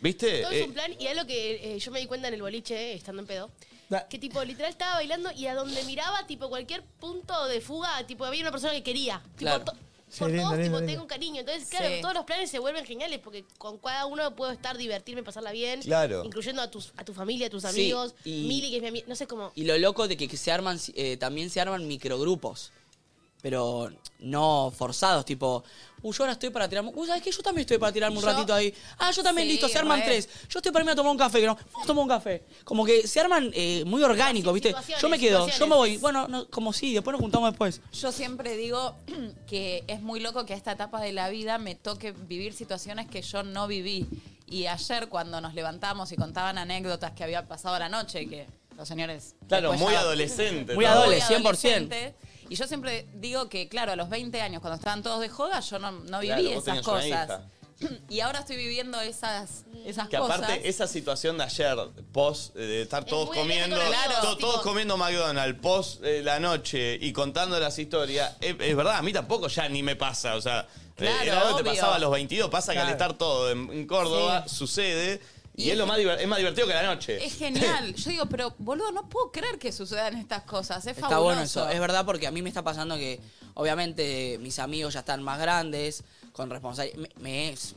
Speaker 1: ¿viste?
Speaker 7: Todo
Speaker 1: Eh,
Speaker 7: es un plan y algo que eh, yo me di cuenta en el boliche, eh, estando en pedo,
Speaker 6: Da-
Speaker 7: que tipo literal estaba bailando y a donde miraba, tipo cualquier punto de fuga, tipo había una persona que quería. Tipo,
Speaker 4: Claro.
Speaker 7: to-
Speaker 6: Sí,
Speaker 7: por
Speaker 6: lindo,
Speaker 7: todos,
Speaker 6: lindo,
Speaker 7: tipo,
Speaker 6: lindo.
Speaker 7: tengo un cariño. Entonces, claro,
Speaker 5: Sí.
Speaker 7: todos los planes se vuelven geniales porque con cada uno puedo estar, divertirme, pasarla bien.
Speaker 1: Claro.
Speaker 7: Incluyendo a, tus, a tu familia, a tus
Speaker 4: Sí,
Speaker 7: amigos,
Speaker 4: y-
Speaker 7: Mili, que es mi amiga, no sé cómo.
Speaker 4: Y lo loco de que, que se arman, eh, también se arman microgrupos. Pero no forzados, tipo, uy, yo ahora estoy para tirarme. Uy, ¿sabes qué? Yo también estoy para tirarme un
Speaker 5: Yo-
Speaker 4: ratito ahí. Ah, yo también,
Speaker 5: Sí,
Speaker 4: listo, se arman
Speaker 5: re.
Speaker 4: tres. Yo estoy para irme a tomar un café, que no. Vamos a tomar un café. Como que se arman eh, muy orgánico, ¿viste? Yo me quedo, yo me voy. Bueno, no, como sí, después nos juntamos después.
Speaker 5: Yo siempre digo que es muy loco que a esta etapa de la vida me toque vivir situaciones que yo no viví. Y ayer cuando nos levantamos y contaban anécdotas que había pasado la noche, que los señores...
Speaker 1: Claro,
Speaker 5: después
Speaker 1: muy
Speaker 5: ya-
Speaker 1: adolescente.
Speaker 4: Muy
Speaker 1: todo.
Speaker 4: adolescente.
Speaker 5: muy
Speaker 4: 100%.
Speaker 5: adolescentes. Y yo siempre digo que, claro, a los 20 años, cuando estaban todos de joda, yo no, no viví
Speaker 1: Claro, vos
Speaker 5: esas
Speaker 1: tenías una
Speaker 5: cosas.
Speaker 1: hija.
Speaker 5: y ahora estoy viviendo esas, esas
Speaker 1: Que
Speaker 5: cosas.
Speaker 1: aparte, esa situación de ayer, post, eh, de estar todos
Speaker 5: muy bien
Speaker 1: comiendo,
Speaker 5: controlado,
Speaker 1: to-
Speaker 5: tipo-
Speaker 1: todos comiendo McDonald's, post eh, la noche y contando las historias, es, es verdad, a mí tampoco ya ni me pasa, o sea, eh,
Speaker 5: Claro,
Speaker 1: era algo que te
Speaker 5: obvio.
Speaker 1: pasaba a los 22, pasa que al
Speaker 5: Claro.
Speaker 1: estar todo en, en Córdoba, sucede, y, es, lo más, diver- es más divertido que la noche.
Speaker 5: Es genial. Yo digo, pero boludo, no puedo creer que sucedan estas cosas. Es
Speaker 4: Está
Speaker 5: fabuloso.
Speaker 4: bueno eso, es verdad porque a mí me está pasando que obviamente mis amigos ya están más grandes, con responsabilidad. Me, me es,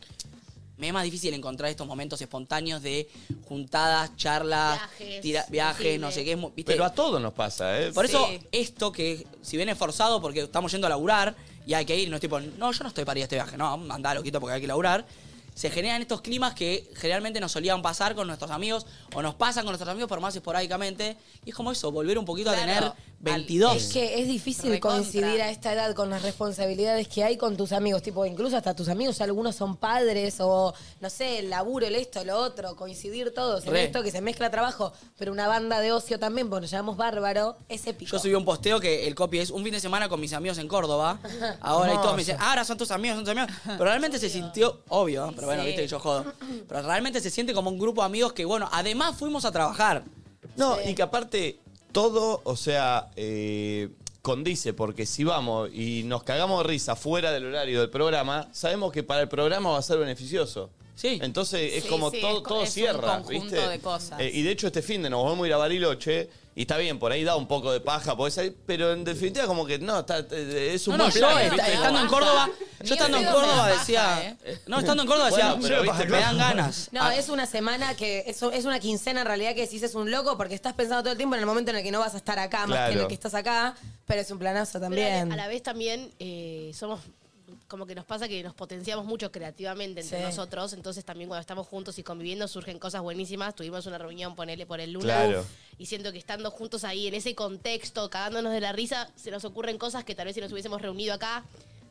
Speaker 4: me es más difícil encontrar estos momentos espontáneos de juntadas, charlas,
Speaker 5: Viajes,
Speaker 4: tira- viajes no sé qué. es mu- ¿viste?
Speaker 1: Pero a todos nos pasa, ¿eh?
Speaker 4: Por eso, esto que, si bien es forzado, porque estamos yendo a laburar y hay que ir, no es tipo, no, yo no estoy para ir a este viaje, no, mandá loquito porque hay que laburar. Se generan estos climas que generalmente nos solían pasar con nuestros amigos o nos pasan con nuestros amigos, pero más esporádicamente. Y es como eso, volver un poquito
Speaker 5: Claro,
Speaker 4: a tener
Speaker 5: al-
Speaker 4: 22.
Speaker 3: Es que es difícil
Speaker 5: Recontra.
Speaker 3: coincidir a esta edad con las responsabilidades que hay con tus amigos. Tipo, incluso hasta tus amigos, ya algunos son padres o, no sé, el laburo, el esto, lo otro. Coincidir todos en
Speaker 4: Re.
Speaker 3: esto que se mezcla trabajo. Pero una banda de ocio también, porque nos llamamos bárbaro, es épico.
Speaker 4: Yo subí un posteo que el copy es un fin de semana con mis amigos en Córdoba. Ahora y todos me dicen, "Ah, ahora son tus amigos, son tus amigos. Pero realmente se sintió, obvio, pero bueno,
Speaker 5: Sí.
Speaker 4: viste que yo jodo. Pero realmente se siente como un grupo de amigos que, bueno, además fuimos a trabajar.
Speaker 1: No, y que aparte todo, o sea, eh, condice, porque si vamos y nos cagamos de risa fuera del horario del programa, sabemos que para el programa va a ser beneficioso.
Speaker 4: Sí.
Speaker 1: Entonces es
Speaker 5: Sí,
Speaker 1: como
Speaker 5: sí,
Speaker 1: todo,
Speaker 5: es co-
Speaker 1: todo
Speaker 5: es un
Speaker 1: cierra,
Speaker 5: conjunto
Speaker 1: ¿viste?
Speaker 5: de cosas.
Speaker 1: Eh, y de hecho este fin de nos vamos a ir a Bariloche y está bien, por ahí da un poco de paja, podés salir, pero en definitiva como que no, está, eh, es un
Speaker 4: No, no,
Speaker 1: buen
Speaker 4: yo
Speaker 1: plan,
Speaker 4: est-
Speaker 1: ¿viste?
Speaker 4: estando en
Speaker 5: Baja.
Speaker 4: Córdoba,
Speaker 5: Ni
Speaker 4: yo estando en
Speaker 5: pedo me
Speaker 4: Córdoba
Speaker 5: baja,
Speaker 4: decía,
Speaker 5: eh.
Speaker 4: no, estando en Córdoba
Speaker 1: Bueno,
Speaker 4: decía,
Speaker 1: pero
Speaker 4: "Viste,
Speaker 1: viste,
Speaker 4: me dan ganas.
Speaker 3: No,
Speaker 4: Ah,
Speaker 3: es una semana que es, es una quincena en realidad que decís es un loco porque estás pensando todo el tiempo en el momento en el que no vas a estar acá, más que en
Speaker 1: Claro.
Speaker 3: el que estás acá, pero es un planazo
Speaker 7: Pero a la-
Speaker 3: también.
Speaker 7: A la vez también eh, somos como que nos pasa que nos potenciamos mucho creativamente entre
Speaker 3: Sí.
Speaker 7: nosotros, entonces también cuando estamos juntos y conviviendo surgen cosas buenísimas. Tuvimos una reunión, ponele por el lunes,
Speaker 1: Claro.
Speaker 7: y siento que estando juntos ahí en ese contexto, cagándonos de la risa, se nos ocurren cosas que tal vez si nos hubiésemos reunido acá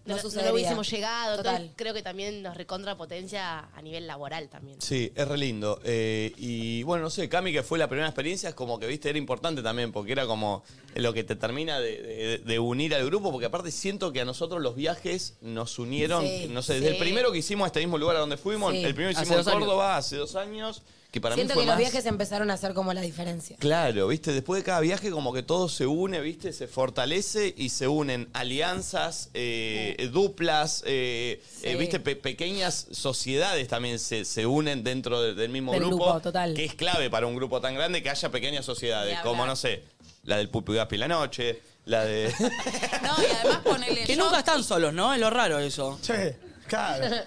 Speaker 3: No
Speaker 7: no, no
Speaker 3: sucedería.
Speaker 7: hubiésemos llegado. Entonces,
Speaker 3: Total.
Speaker 7: creo que también nos recontrapotencia a nivel laboral también.
Speaker 1: Sí, es re lindo. Eh, y bueno, no sé, Cami, que fue la primera experiencia, es como que, viste, era importante también, porque era como lo que te termina de, de- de unir al grupo, porque aparte siento que a nosotros los viajes nos unieron,
Speaker 3: Sí,
Speaker 1: no sé, desde el
Speaker 3: sí.
Speaker 1: primero que hicimos a este mismo lugar a donde fuimos,
Speaker 3: Sí.
Speaker 1: el primero que
Speaker 4: Hace
Speaker 1: hicimos
Speaker 4: dos
Speaker 1: en
Speaker 4: años.
Speaker 1: Córdoba hace dos años, que para
Speaker 3: Siento
Speaker 1: mí fue
Speaker 3: que los
Speaker 1: más-
Speaker 3: viajes empezaron a hacer como la diferencia.
Speaker 1: Claro, viste, después de cada viaje como que todo se une, viste, se fortalece y se unen alianzas, eh, duplas, eh, eh, viste, pe- pequeñas sociedades también se, se unen dentro de- del mismo
Speaker 3: Del
Speaker 1: grupo,
Speaker 3: grupo, total.
Speaker 1: que es clave para un grupo tan grande que haya pequeñas sociedades,
Speaker 5: Ni
Speaker 1: como
Speaker 5: hablar.
Speaker 1: no sé, la del Pupi Gaspi la noche, la de...
Speaker 5: No, y además ponele.
Speaker 4: Que
Speaker 5: yo-
Speaker 4: nunca están solos, ¿no? Es lo raro eso.
Speaker 6: Che, claro.
Speaker 5: Ya.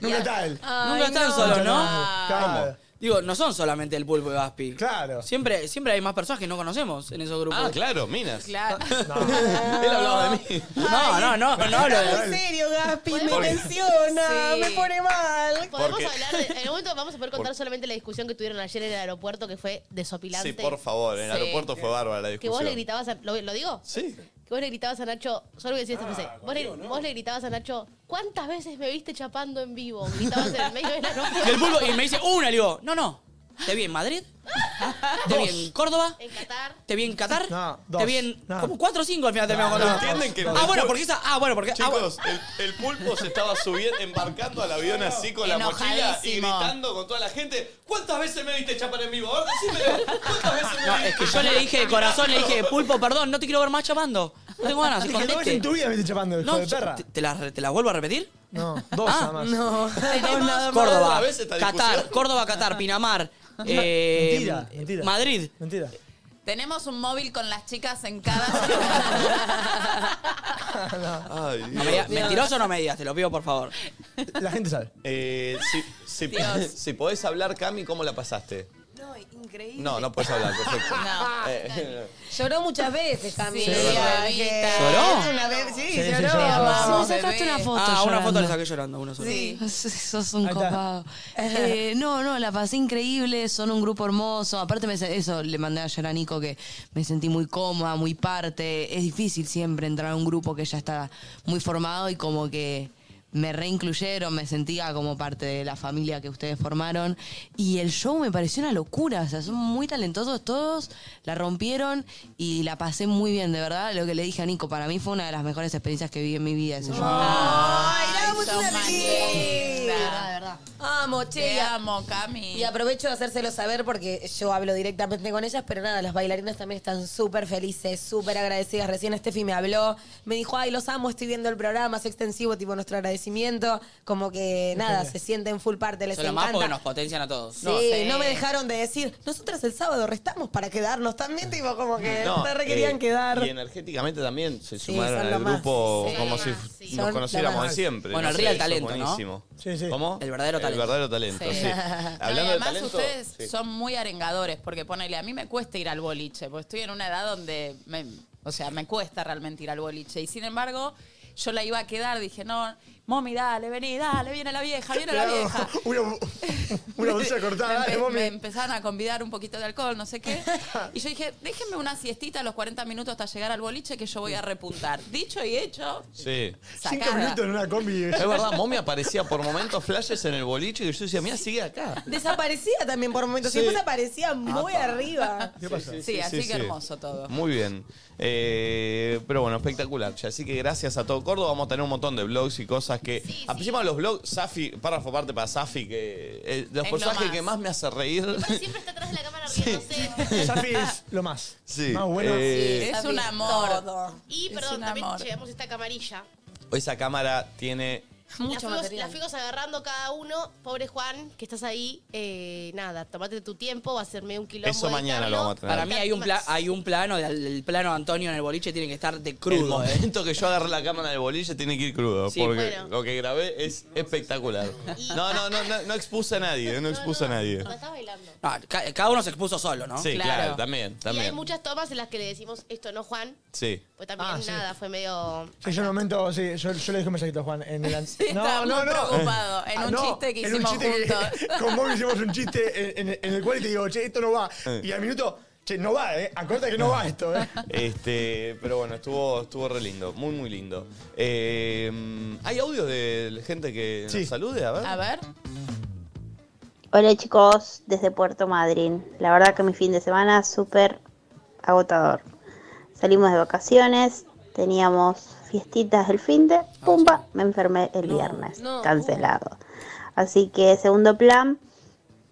Speaker 6: Nunca tal.
Speaker 4: nunca están solos, ¿no?
Speaker 6: Claro.
Speaker 4: Digo, no son solamente el pulpo y Gaspi.
Speaker 6: Claro.
Speaker 4: Siempre, siempre hay más personas que no conocemos en esos grupos.
Speaker 1: ah, claro, Minas.
Speaker 5: Claro.
Speaker 1: Él hablaba de mí.
Speaker 4: No, no, no, no, no.
Speaker 3: en serio, Gaspi, me menciona,
Speaker 5: Sí.
Speaker 3: me pone mal.
Speaker 7: Podemos
Speaker 1: Porque-
Speaker 7: hablar, de- en un momento vamos a poder contar
Speaker 1: Por-
Speaker 7: solamente la discusión que tuvieron ayer en el aeropuerto, que fue desopilante.
Speaker 1: Sí, por favor, en el
Speaker 5: Sí.
Speaker 1: aeropuerto fue bárbara la
Speaker 7: Que
Speaker 1: discusión.
Speaker 7: vos le gritabas a, ¿lo, lo digo?
Speaker 1: Sí.
Speaker 7: Que vos le gritabas a Nacho, solo voy a decir esta frase. Vos, le, vos le gritabas a Nacho, ¿cuántas veces me viste chapando en vivo? Gritabas en el medio del
Speaker 4: Y el
Speaker 7: aeropuerto.
Speaker 4: pulpo, y me dice una, le digo, no, no. Te vi en Madrid, te vi en Córdoba,
Speaker 7: En Qatar.
Speaker 4: te vi o en Qatar,
Speaker 6: No,
Speaker 4: te
Speaker 6: dos,
Speaker 4: vi en.
Speaker 6: no.
Speaker 4: Como cuatro o cinco al final terminamos
Speaker 1: No,
Speaker 4: contando.
Speaker 1: entienden que-
Speaker 4: Ah, bueno, porque esa. Ah, bueno, porque. ah, bueno.
Speaker 1: Chicos, el, el pulpo se estaba subiendo, embarcando al avión así con la mochila y
Speaker 5: Enojadísimo.
Speaker 1: gritando con toda la gente. ¿Cuántas veces me viste chapar en vivo? Ahora decímelo, ¿Cuántas veces me
Speaker 4: No,
Speaker 1: viste?
Speaker 4: es que yo le dije de corazón, le dije, pulpo, perdón, no te quiero ver más chapando. No tengo ganas,
Speaker 6: Dije, dos veces
Speaker 4: escondete.
Speaker 6: en tu vida me estoy chapando, hijo
Speaker 4: No,
Speaker 6: de perra.
Speaker 4: ¿te, te la, ¿te la vuelvo a repetir?
Speaker 6: No, dos
Speaker 4: Ah,
Speaker 6: nada más.
Speaker 3: No, no, nada más.
Speaker 4: Córdoba,
Speaker 1: Otra vez esta
Speaker 4: Qatar,
Speaker 1: discusión.
Speaker 4: Córdoba, Qatar, Pinamar, eh,
Speaker 6: mentira, mentira.
Speaker 4: Madrid.
Speaker 6: Mentira.
Speaker 5: Tenemos un móvil con las chicas en cada.
Speaker 1: Ay,
Speaker 4: No me digas- mentiroso no me digas, te lo pido por favor.
Speaker 6: La gente sabe.
Speaker 1: Eh, si, si-
Speaker 5: Dios.
Speaker 1: si podés hablar, Cami, ¿cómo la pasaste?
Speaker 9: No, increíble.
Speaker 1: No, no podés hablar, perfecto.
Speaker 5: No.
Speaker 1: Eh,
Speaker 3: Lloró muchas veces también. ¿eh?
Speaker 5: Sí, bebita.
Speaker 4: ¿Lloró?
Speaker 3: Una vez- sí,
Speaker 6: Sí, sí,
Speaker 3: lloró.
Speaker 6: sí.
Speaker 9: Si me
Speaker 5: Vamos,
Speaker 9: sacaste
Speaker 5: bebé.
Speaker 9: una foto.
Speaker 4: Ah, una foto
Speaker 9: llorando.
Speaker 4: le saqué llorando, una sola.
Speaker 5: Sí.
Speaker 9: Sos un
Speaker 6: Ahí está.
Speaker 9: copado. Eh, no, no, la pasé increíble, son un grupo hermoso. Aparte, me, se- eso le mandé ayer a Nico que me sentí muy cómoda, muy parte. Es difícil siempre entrar a un grupo que ya está muy formado y como que me reincluyeron, me sentía como parte de la familia que ustedes formaron. Y el show me pareció una locura, o sea, son muy talentosos todos, la rompieron y la pasé muy bien, de verdad. Lo que le dije a Nico, para mí fue una de las mejores experiencias que viví en mi vida. ese show.
Speaker 3: ¡Ay, la vamos
Speaker 5: sos
Speaker 3: una
Speaker 5: maquinita.
Speaker 3: linda! Amo, che.
Speaker 5: Te
Speaker 3: y a-
Speaker 5: amo, Cami.
Speaker 3: Y aprovecho de hacérselo saber porque yo hablo directamente con ellas, pero nada, las bailarinas también están súper felices, súper agradecidas. Recién Steffi me habló, me dijo, ay, los amo, estoy viendo el programa, es extensivo, tipo nuestro agradecimiento. Como que nada, se sienten full parte, les
Speaker 4: Son los más
Speaker 3: encanta.
Speaker 4: porque nos potencian a todos.
Speaker 3: Sí,
Speaker 4: No,
Speaker 3: no,
Speaker 5: sí.
Speaker 3: me dejaron de decir, nosotras el sábado restamos para quedarnos también, tipo como que
Speaker 1: No,
Speaker 3: te re
Speaker 1: eh,
Speaker 3: querían quedar.
Speaker 1: Y energéticamente también se
Speaker 3: Sí,
Speaker 1: sumaron
Speaker 3: son lo
Speaker 1: al
Speaker 3: más.
Speaker 1: grupo
Speaker 7: Sí,
Speaker 1: como
Speaker 7: sí, son
Speaker 1: si f-
Speaker 7: lo
Speaker 1: nos
Speaker 3: más.
Speaker 1: conociéramos de siempre.
Speaker 4: Bueno,
Speaker 1: no
Speaker 4: el
Speaker 1: sé,
Speaker 4: real
Speaker 1: eso es
Speaker 4: talento, ¿no?
Speaker 1: buenísimo.
Speaker 6: Sí, sí.
Speaker 1: ¿Cómo?
Speaker 4: El verdadero talento.
Speaker 1: El verdadero talento, sí.
Speaker 5: Sí. No, y
Speaker 1: Hablando de
Speaker 5: además
Speaker 1: talento.
Speaker 5: ustedes
Speaker 1: sí.
Speaker 5: son muy arengadores, porque ponele, a mí me cuesta ir al boliche, porque estoy en una edad donde, me- o sea, me cuesta realmente ir al boliche. Y sin embargo, yo la iba a quedar, dije, no, mami, dale, vení, dale, viene la vieja, viene la vieja.
Speaker 6: Una, una bolsa cortada,
Speaker 5: Me,
Speaker 6: dale,
Speaker 5: empe-
Speaker 6: mami.
Speaker 5: me empezaron a convidar un poquito de alcohol, no sé qué. Y yo dije, déjenme una siestita a los 40 minutos hasta llegar al boliche que yo voy a repuntar. Dicho y hecho,
Speaker 1: Sí.
Speaker 5: sacada.
Speaker 6: Cinco minutos en una combi.
Speaker 1: Es verdad, Mommy aparecía por momentos flashes en el boliche y yo decía, mira, sigue acá.
Speaker 3: Desaparecía también por momentos,
Speaker 1: Sí.
Speaker 3: siempre aparecía muy arriba.
Speaker 6: ¿Qué pasa?
Speaker 5: Sí, así que
Speaker 1: sí.
Speaker 5: hermoso todo.
Speaker 1: Muy bien. Eh, pero bueno, espectacular. che. Así que gracias a todo Córdoba. Vamos a tener un montón de blogs y cosas que. Encima los blogs, Safi, párrafo aparte para Safi, que eh, de los
Speaker 5: Es
Speaker 1: personajes
Speaker 5: lo más.
Speaker 1: que más me hace reír.
Speaker 7: Pero siempre está atrás de la cámara riéndose.
Speaker 6: Safi es lo más.
Speaker 1: Sí.
Speaker 6: Más bueno.
Speaker 1: eh,
Speaker 5: Es un amor.
Speaker 7: Y
Speaker 5: Es
Speaker 7: perdón,
Speaker 5: un
Speaker 7: también
Speaker 5: amor.
Speaker 7: llevamos esta camarilla.
Speaker 1: Esa cámara tiene.
Speaker 7: la, fuimos, la fuimos agarrando cada uno. Pobre Juan, que estás ahí. eh, nada, tomate tu tiempo, va a hacerme un quilombo.
Speaker 1: Eso
Speaker 7: de
Speaker 1: mañana lo
Speaker 7: cargo.
Speaker 1: vamos a tener.
Speaker 4: Para mí hay un, pla- hay un plano, el, el plano de Antonio en el boliche tiene que estar de
Speaker 1: El
Speaker 4: crudo. ¿eh?
Speaker 1: momento que yo agarré la cámara del boliche tiene que ir crudo,
Speaker 4: Sí,
Speaker 1: porque
Speaker 7: bueno.
Speaker 1: lo que grabé es espectacular. No, no, no, no, no expuse a nadie, no expuse a nadie.
Speaker 7: Lo estás bailando.
Speaker 4: No, Ah, ca- cada uno se expuso solo, ¿no?
Speaker 1: Sí,
Speaker 5: Claro.
Speaker 1: claro, también,
Speaker 7: Y hay
Speaker 1: también.
Speaker 7: muchas tomas en las que le decimos esto no, Juan.
Speaker 1: Ah, Sí.
Speaker 7: Pues también nada, fue medio.
Speaker 6: Sí, yo en un momento, sí, yo, yo le dije un mensajito a Juan. En el an-
Speaker 5: estaba muy preocupado, en un chiste que
Speaker 6: Ah, en
Speaker 5: hicimos
Speaker 6: que-
Speaker 5: juntos.
Speaker 6: con vos hicimos un chiste en, en- en el cual te digo, che, esto no va. Y al minuto, che, no va, eh. Acorta que no va esto, eh.
Speaker 1: Este, pero bueno, estuvo, estuvo re lindo, muy muy lindo. Eh, ¿Hay audios de gente que
Speaker 6: Sí.
Speaker 1: nos salude? A ver.
Speaker 5: A ver.
Speaker 10: Hola chicos, desde Puerto Madryn. La verdad que mi fin de semana súper agotador. Salimos de vacaciones, teníamos fiestitas el fin
Speaker 4: Ah,
Speaker 10: de, pumba, me enfermé el viernes, cancelado. Así que segundo plan,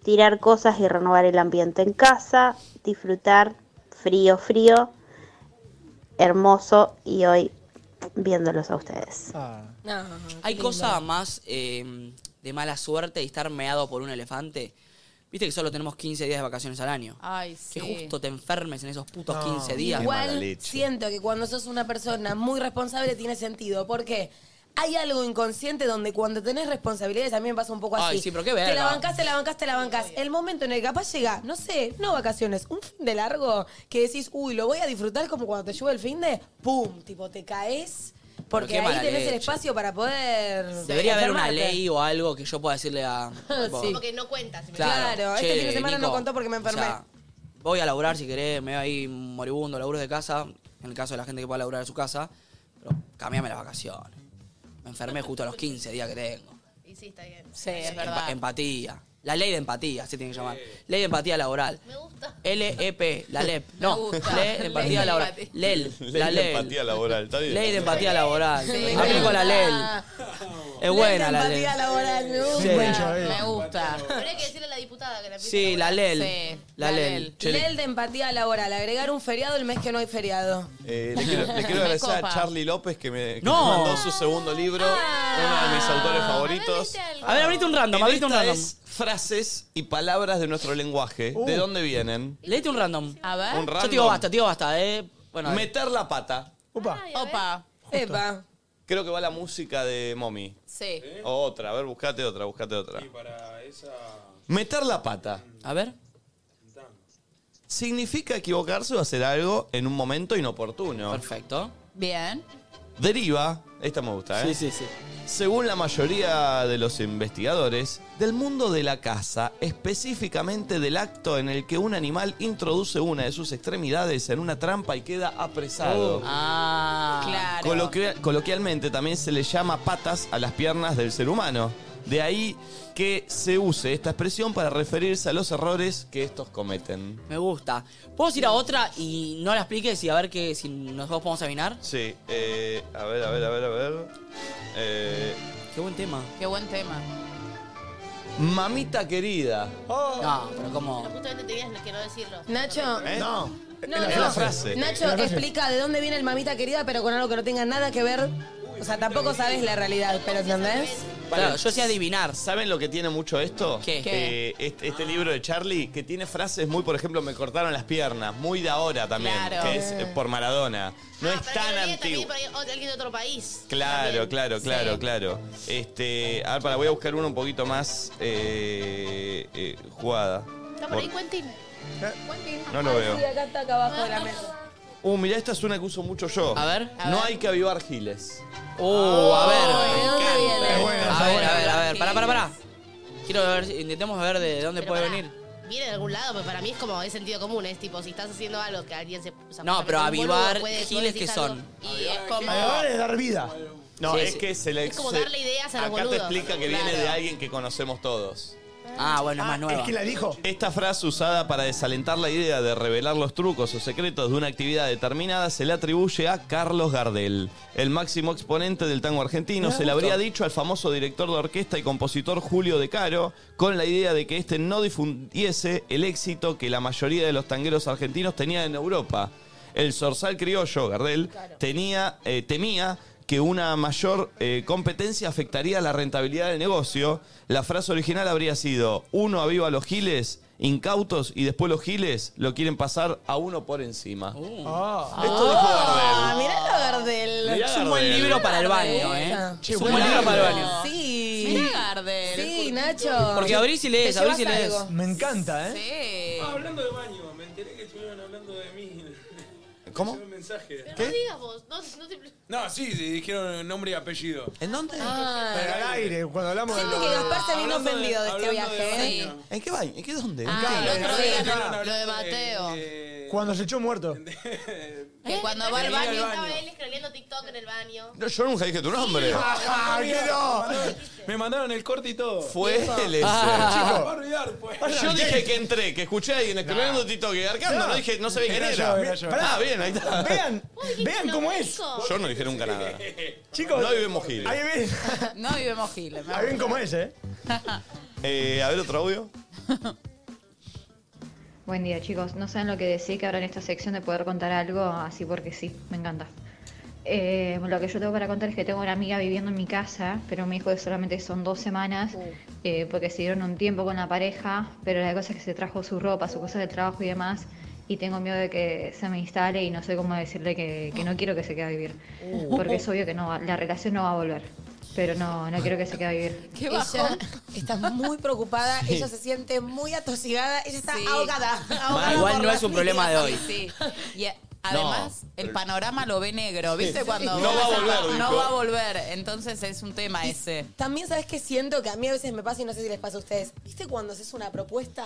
Speaker 10: tirar cosas y renovar el ambiente en casa, disfrutar, frío, frío, hermoso y hoy viéndolos a ustedes.
Speaker 4: Hay cosa más eh, de mala suerte y estar meado por un elefante. Viste que solo tenemos 15 días de vacaciones al año.
Speaker 3: Ah,
Speaker 5: Ay, sí.
Speaker 4: Que justo te enfermes en esos putos 15 días.
Speaker 1: mala
Speaker 3: Igual
Speaker 1: leche.
Speaker 3: siento que cuando sos una persona muy responsable tiene sentido, porque hay algo inconsciente donde cuando tenés responsabilidades a mí me pasa un poco así.
Speaker 4: Ay, sí, pero qué
Speaker 3: Te la
Speaker 4: verga.
Speaker 3: bancás, te la bancás, te la bancás. El momento en el que capaz llega, no sé, no vacaciones, un fin de largo que decís, uy, lo voy a disfrutar como cuando te llueve el fin de, ¡pum! Tipo, te caes. Porque
Speaker 4: qué
Speaker 3: ahí
Speaker 4: mala
Speaker 3: tenés el
Speaker 4: leche.
Speaker 3: espacio para poder.
Speaker 4: Debería haber una
Speaker 3: enfermarte.
Speaker 4: ley o algo que yo pueda decirle a. tipo,
Speaker 7: Como que no cuentas. si me-
Speaker 3: Claro, este fin de semana no contó porque me enfermé.
Speaker 4: voy a laburar si querés, me voy ahí moribundo, laburo de casa. En el caso de la gente que pueda laburar de su casa. Pero cambiame las vacaciones. Me enfermé justo a los 15 días que tengo.
Speaker 7: Y sí, está bien.
Speaker 5: Sí, es
Speaker 4: Empa-
Speaker 5: verdad.
Speaker 4: empatía. La ley de empatía, se tiene que llamar. Ley de empatía laboral.
Speaker 7: Me gusta.
Speaker 4: LEP, la LEP. No,
Speaker 5: Me gusta.
Speaker 4: ley de
Speaker 5: Ley
Speaker 4: empatía
Speaker 5: de
Speaker 4: laboral.
Speaker 5: empatía.
Speaker 4: LEL,
Speaker 1: Ley
Speaker 4: la
Speaker 1: de
Speaker 4: LEL.
Speaker 1: empatía laboral, está bien.
Speaker 4: Ley de empatía laboral.
Speaker 5: Sí.
Speaker 4: Aplico la LEL.
Speaker 3: Ah,
Speaker 4: Es buena la
Speaker 3: empatía
Speaker 4: LEL.
Speaker 3: laboral, me
Speaker 6: Un
Speaker 3: gusta.
Speaker 6: buen show, eh.
Speaker 5: Me gusta.
Speaker 7: Habría que decirle a la diputada que la empiece
Speaker 4: Sí,
Speaker 7: a
Speaker 4: la
Speaker 7: laburar.
Speaker 4: LEL.
Speaker 5: Sí,
Speaker 4: La
Speaker 5: la
Speaker 4: LEL.
Speaker 5: LEL.
Speaker 1: Che, le-
Speaker 3: Ley de empatía laboral, agregar un feriado el mes que no hay feriado.
Speaker 1: Eh, le quiero, le quiero
Speaker 5: Me
Speaker 1: agradecer a
Speaker 5: copa.
Speaker 1: Charlie López que me que
Speaker 4: No.
Speaker 1: me mandó su segundo libro, uno de mis autores favoritos.
Speaker 4: A ver, abrite un random,
Speaker 1: En
Speaker 4: abrite un
Speaker 1: esta
Speaker 4: random. Uh.
Speaker 1: es frases y palabras de nuestro lenguaje. ¿De dónde vienen?
Speaker 4: Leete un random.
Speaker 5: A
Speaker 1: Un
Speaker 5: ver.
Speaker 4: Yo te
Speaker 1: random.
Speaker 4: digo basta, te digo basta, eh. Bueno, a ver.
Speaker 1: Meter la pata.
Speaker 6: Upa.
Speaker 5: Opa.
Speaker 3: Epa.
Speaker 1: Creo que va la música de Mommy.
Speaker 5: Sí.
Speaker 1: O otra, a ver, buscate otra, buscate otra. Meter la pata.
Speaker 4: a ver.
Speaker 1: Significa equivocarse o hacer algo en un momento inoportuno.
Speaker 4: Perfecto.
Speaker 5: Bien.
Speaker 1: deriva, esta me gusta, ¿eh?
Speaker 4: Sí, sí, sí.
Speaker 1: Según la mayoría de los investigadores, del mundo de la caza, específicamente del acto en el que un animal introduce una de sus extremidades en una trampa y queda apresado.
Speaker 4: Oh.
Speaker 5: Ah, claro.
Speaker 1: Coloquia- coloquialmente también se le llama patas a las piernas del ser humano. De ahí que se use esta expresión para referirse a los errores que estos cometen.
Speaker 4: Me gusta. ¿Podemos ir a otra y no la expliques y a ver que si nosotros podemos adivinar?
Speaker 1: Sí, eh, a ver, a ver, a ver, a ver. Eh,
Speaker 4: Qué buen tema.
Speaker 5: Qué buen tema.
Speaker 1: mamita querida.
Speaker 4: No, pero como.
Speaker 7: Justamente tenías que no decirlo.
Speaker 3: Nacho.
Speaker 1: ¿Eh?
Speaker 6: No.
Speaker 3: No,
Speaker 1: Es la
Speaker 3: no.
Speaker 1: frase.
Speaker 3: Nacho
Speaker 6: Es la frase.
Speaker 3: explica de dónde viene el mamita querida, pero con algo que no tenga nada que ver. O sea, tampoco sabes la realidad, pero ¿entendés?
Speaker 4: Claro, yo sé adivinar.
Speaker 1: ¿Saben lo que tiene mucho esto?
Speaker 4: ¿Qué?
Speaker 1: Que este, este libro de Charlie, que tiene frases muy, por ejemplo, me cortaron las piernas, muy de ahora también,
Speaker 5: Claro.
Speaker 1: que es eh, por Maradona. No
Speaker 7: Ah,
Speaker 1: es
Speaker 7: pero
Speaker 1: tan
Speaker 7: que lo diga
Speaker 1: antiguo.
Speaker 7: también para Alguien de otro país.
Speaker 1: Claro,
Speaker 7: También.
Speaker 1: claro, claro,
Speaker 7: Sí.
Speaker 1: claro. Este, a ver, para, voy a buscar uno un poquito más eh, eh, jugada.
Speaker 7: Está por ahí Quentin.
Speaker 1: ¿Eh? No lo veo.
Speaker 3: Sí, acá está, acá abajo de la mesa.
Speaker 1: Uh, mirá, esta es una que uso mucho yo.
Speaker 4: A ver.
Speaker 5: A
Speaker 1: no
Speaker 5: ver.
Speaker 1: hay que avivar giles.
Speaker 4: Oh,
Speaker 3: ¿De
Speaker 4: a ver.
Speaker 3: dónde
Speaker 6: Es
Speaker 3: viene?
Speaker 6: bueno,
Speaker 4: A
Speaker 6: está
Speaker 4: ver,
Speaker 6: bueno.
Speaker 4: a ver, a ver. Pará, pará, pará. Quiero ver, si- intentemos ver de dónde
Speaker 7: Pero
Speaker 4: puede
Speaker 7: pará,
Speaker 4: venir.
Speaker 7: Viene de algún lado, pero para mí es como es sentido común, es tipo, si estás haciendo algo que alguien se. o sea,
Speaker 4: No, pero
Speaker 7: un boludo
Speaker 4: avivar
Speaker 7: puede- vos
Speaker 4: giles
Speaker 7: decís
Speaker 4: que
Speaker 7: algo,
Speaker 4: son.
Speaker 5: Y es como.
Speaker 6: Avivar es dar vida.
Speaker 1: No,
Speaker 4: Sí,
Speaker 1: es
Speaker 4: sí.
Speaker 1: que se le
Speaker 7: Es como
Speaker 1: se-
Speaker 7: darle ideas a los
Speaker 1: Acá te
Speaker 7: boludos.
Speaker 1: explica que viene de alguien que conocemos todos.
Speaker 4: Ah, bueno, es
Speaker 6: Ah,
Speaker 4: más nueva.
Speaker 6: Es que la dijo.
Speaker 1: Esta frase usada para desalentar la idea de revelar los trucos o secretos de una actividad determinada se le atribuye a Carlos Gardel. El máximo exponente del tango argentino se le habría dicho al famoso director de orquesta y compositor Julio De Caro con la idea de que este no difundiese el éxito que la mayoría de los tangueros argentinos tenían en Europa. El zorzal criollo, Gardel, tenía, eh, temía que una mayor eh, competencia afectaría la rentabilidad del negocio. La frase original habría sido, uno aviva a los giles, incautos, y después los giles lo quieren pasar a uno por encima. Esto dijo
Speaker 3: Ah,
Speaker 1: Gardel.
Speaker 3: mirá lo verde.
Speaker 1: Mirá
Speaker 4: Es un buen
Speaker 1: Gardel.
Speaker 4: libro para el baño, ¿eh?
Speaker 3: Esa.
Speaker 4: Es un buen libro para el baño.
Speaker 5: Ah.
Speaker 3: Sí.
Speaker 5: Mira Gardel.
Speaker 3: Sí, Nacho.
Speaker 4: Porque abrís y lees,
Speaker 3: Te
Speaker 4: abrís y
Speaker 3: llevas
Speaker 4: lees.
Speaker 3: algo.
Speaker 6: Me encanta, ¿eh?
Speaker 5: Sí.
Speaker 12: Ah, Hablando de baño, me enteré que estuvieron hablando de mí.
Speaker 1: ¿Cómo?
Speaker 12: Un mensaje.
Speaker 7: Pero no digas vos, no, no te.
Speaker 12: No, sí, dijeron nombre y apellido.
Speaker 1: ¿En dónde?
Speaker 6: Pero al aire, cuando hablamos de.
Speaker 3: Siento que Gaspar se vino
Speaker 12: Hablando de-
Speaker 3: ofendido de
Speaker 12: hablando
Speaker 3: este
Speaker 12: de
Speaker 3: viaje.
Speaker 5: Sí.
Speaker 3: ¿eh?
Speaker 1: ¿En qué baño? ¿En qué dónde?
Speaker 5: Ah, el otro día no.
Speaker 12: Estaban
Speaker 5: Lo de
Speaker 12: hablando eh,
Speaker 5: Mateo.
Speaker 12: de-
Speaker 6: Cuando se echó muerto.
Speaker 5: Que cuando va al
Speaker 12: Venía al baño.
Speaker 5: baño.
Speaker 7: ¿Eh? Estaba él escribiendo TikTok en el baño.
Speaker 1: No, yo nunca dije tu nombre.
Speaker 6: ¡Ah, qué no!
Speaker 12: Me mandaron el corte y todo.
Speaker 1: Fue él ese.
Speaker 4: Ah.
Speaker 12: Para olvidar, pues.
Speaker 1: Yo dije que entré, que escuché a alguien escribiendo Tito que arcando, no dije, no sabía quién
Speaker 6: Era
Speaker 1: era.
Speaker 6: yo, era yo.
Speaker 1: Ah, bien, ahí está.
Speaker 6: Vean,
Speaker 7: Vos dijiste
Speaker 6: vean
Speaker 7: lo
Speaker 6: cómo
Speaker 7: que
Speaker 6: es.
Speaker 7: hizo.
Speaker 1: Yo no dije nunca nada.
Speaker 6: Chicos,
Speaker 1: No vivimos giles.
Speaker 6: ahí ven,
Speaker 5: No vivimos Giles. me
Speaker 6: ahí ven
Speaker 5: acuerdo.
Speaker 6: cómo es, ¿eh?
Speaker 1: Eh, a ver otro audio.
Speaker 13: Buen día, chicos. No saben lo que decía que ahora en esta sección de poder contar algo así porque sí, me encanta. Eh, lo que yo tengo para contar es que tengo una amiga viviendo en mi casa, pero mi hijo de solamente son dos semanas, eh, porque se dieron un tiempo con la pareja, pero la cosa es que se trajo su ropa, sus cosas de trabajo y demás, y tengo miedo de que se me instale y no sé cómo decirle que, que no quiero que se quede a vivir, porque es obvio que no va- la relación no va a volver, pero no, no quiero que se quede a vivir.
Speaker 5: Qué
Speaker 3: Ella
Speaker 5: bajón.
Speaker 3: está muy preocupada, ella se siente muy atosigada, ella está
Speaker 5: Sí.
Speaker 3: ahogada. ahogada
Speaker 4: Igual
Speaker 3: Ah, por
Speaker 4: no
Speaker 3: la
Speaker 4: es un problema de
Speaker 3: vida.
Speaker 4: hoy.
Speaker 5: Sí. Y eh, además,
Speaker 3: Eh,
Speaker 5: el panorama lo ve negro. ¿Viste cuando.?
Speaker 1: No va a volver,
Speaker 5: No
Speaker 1: dijo.
Speaker 5: va a volver. Entonces es un tema ese.
Speaker 3: También sabes que siento que a mí a veces me pasa y no sé si les pasa a ustedes. ¿Viste cuando haces una propuesta?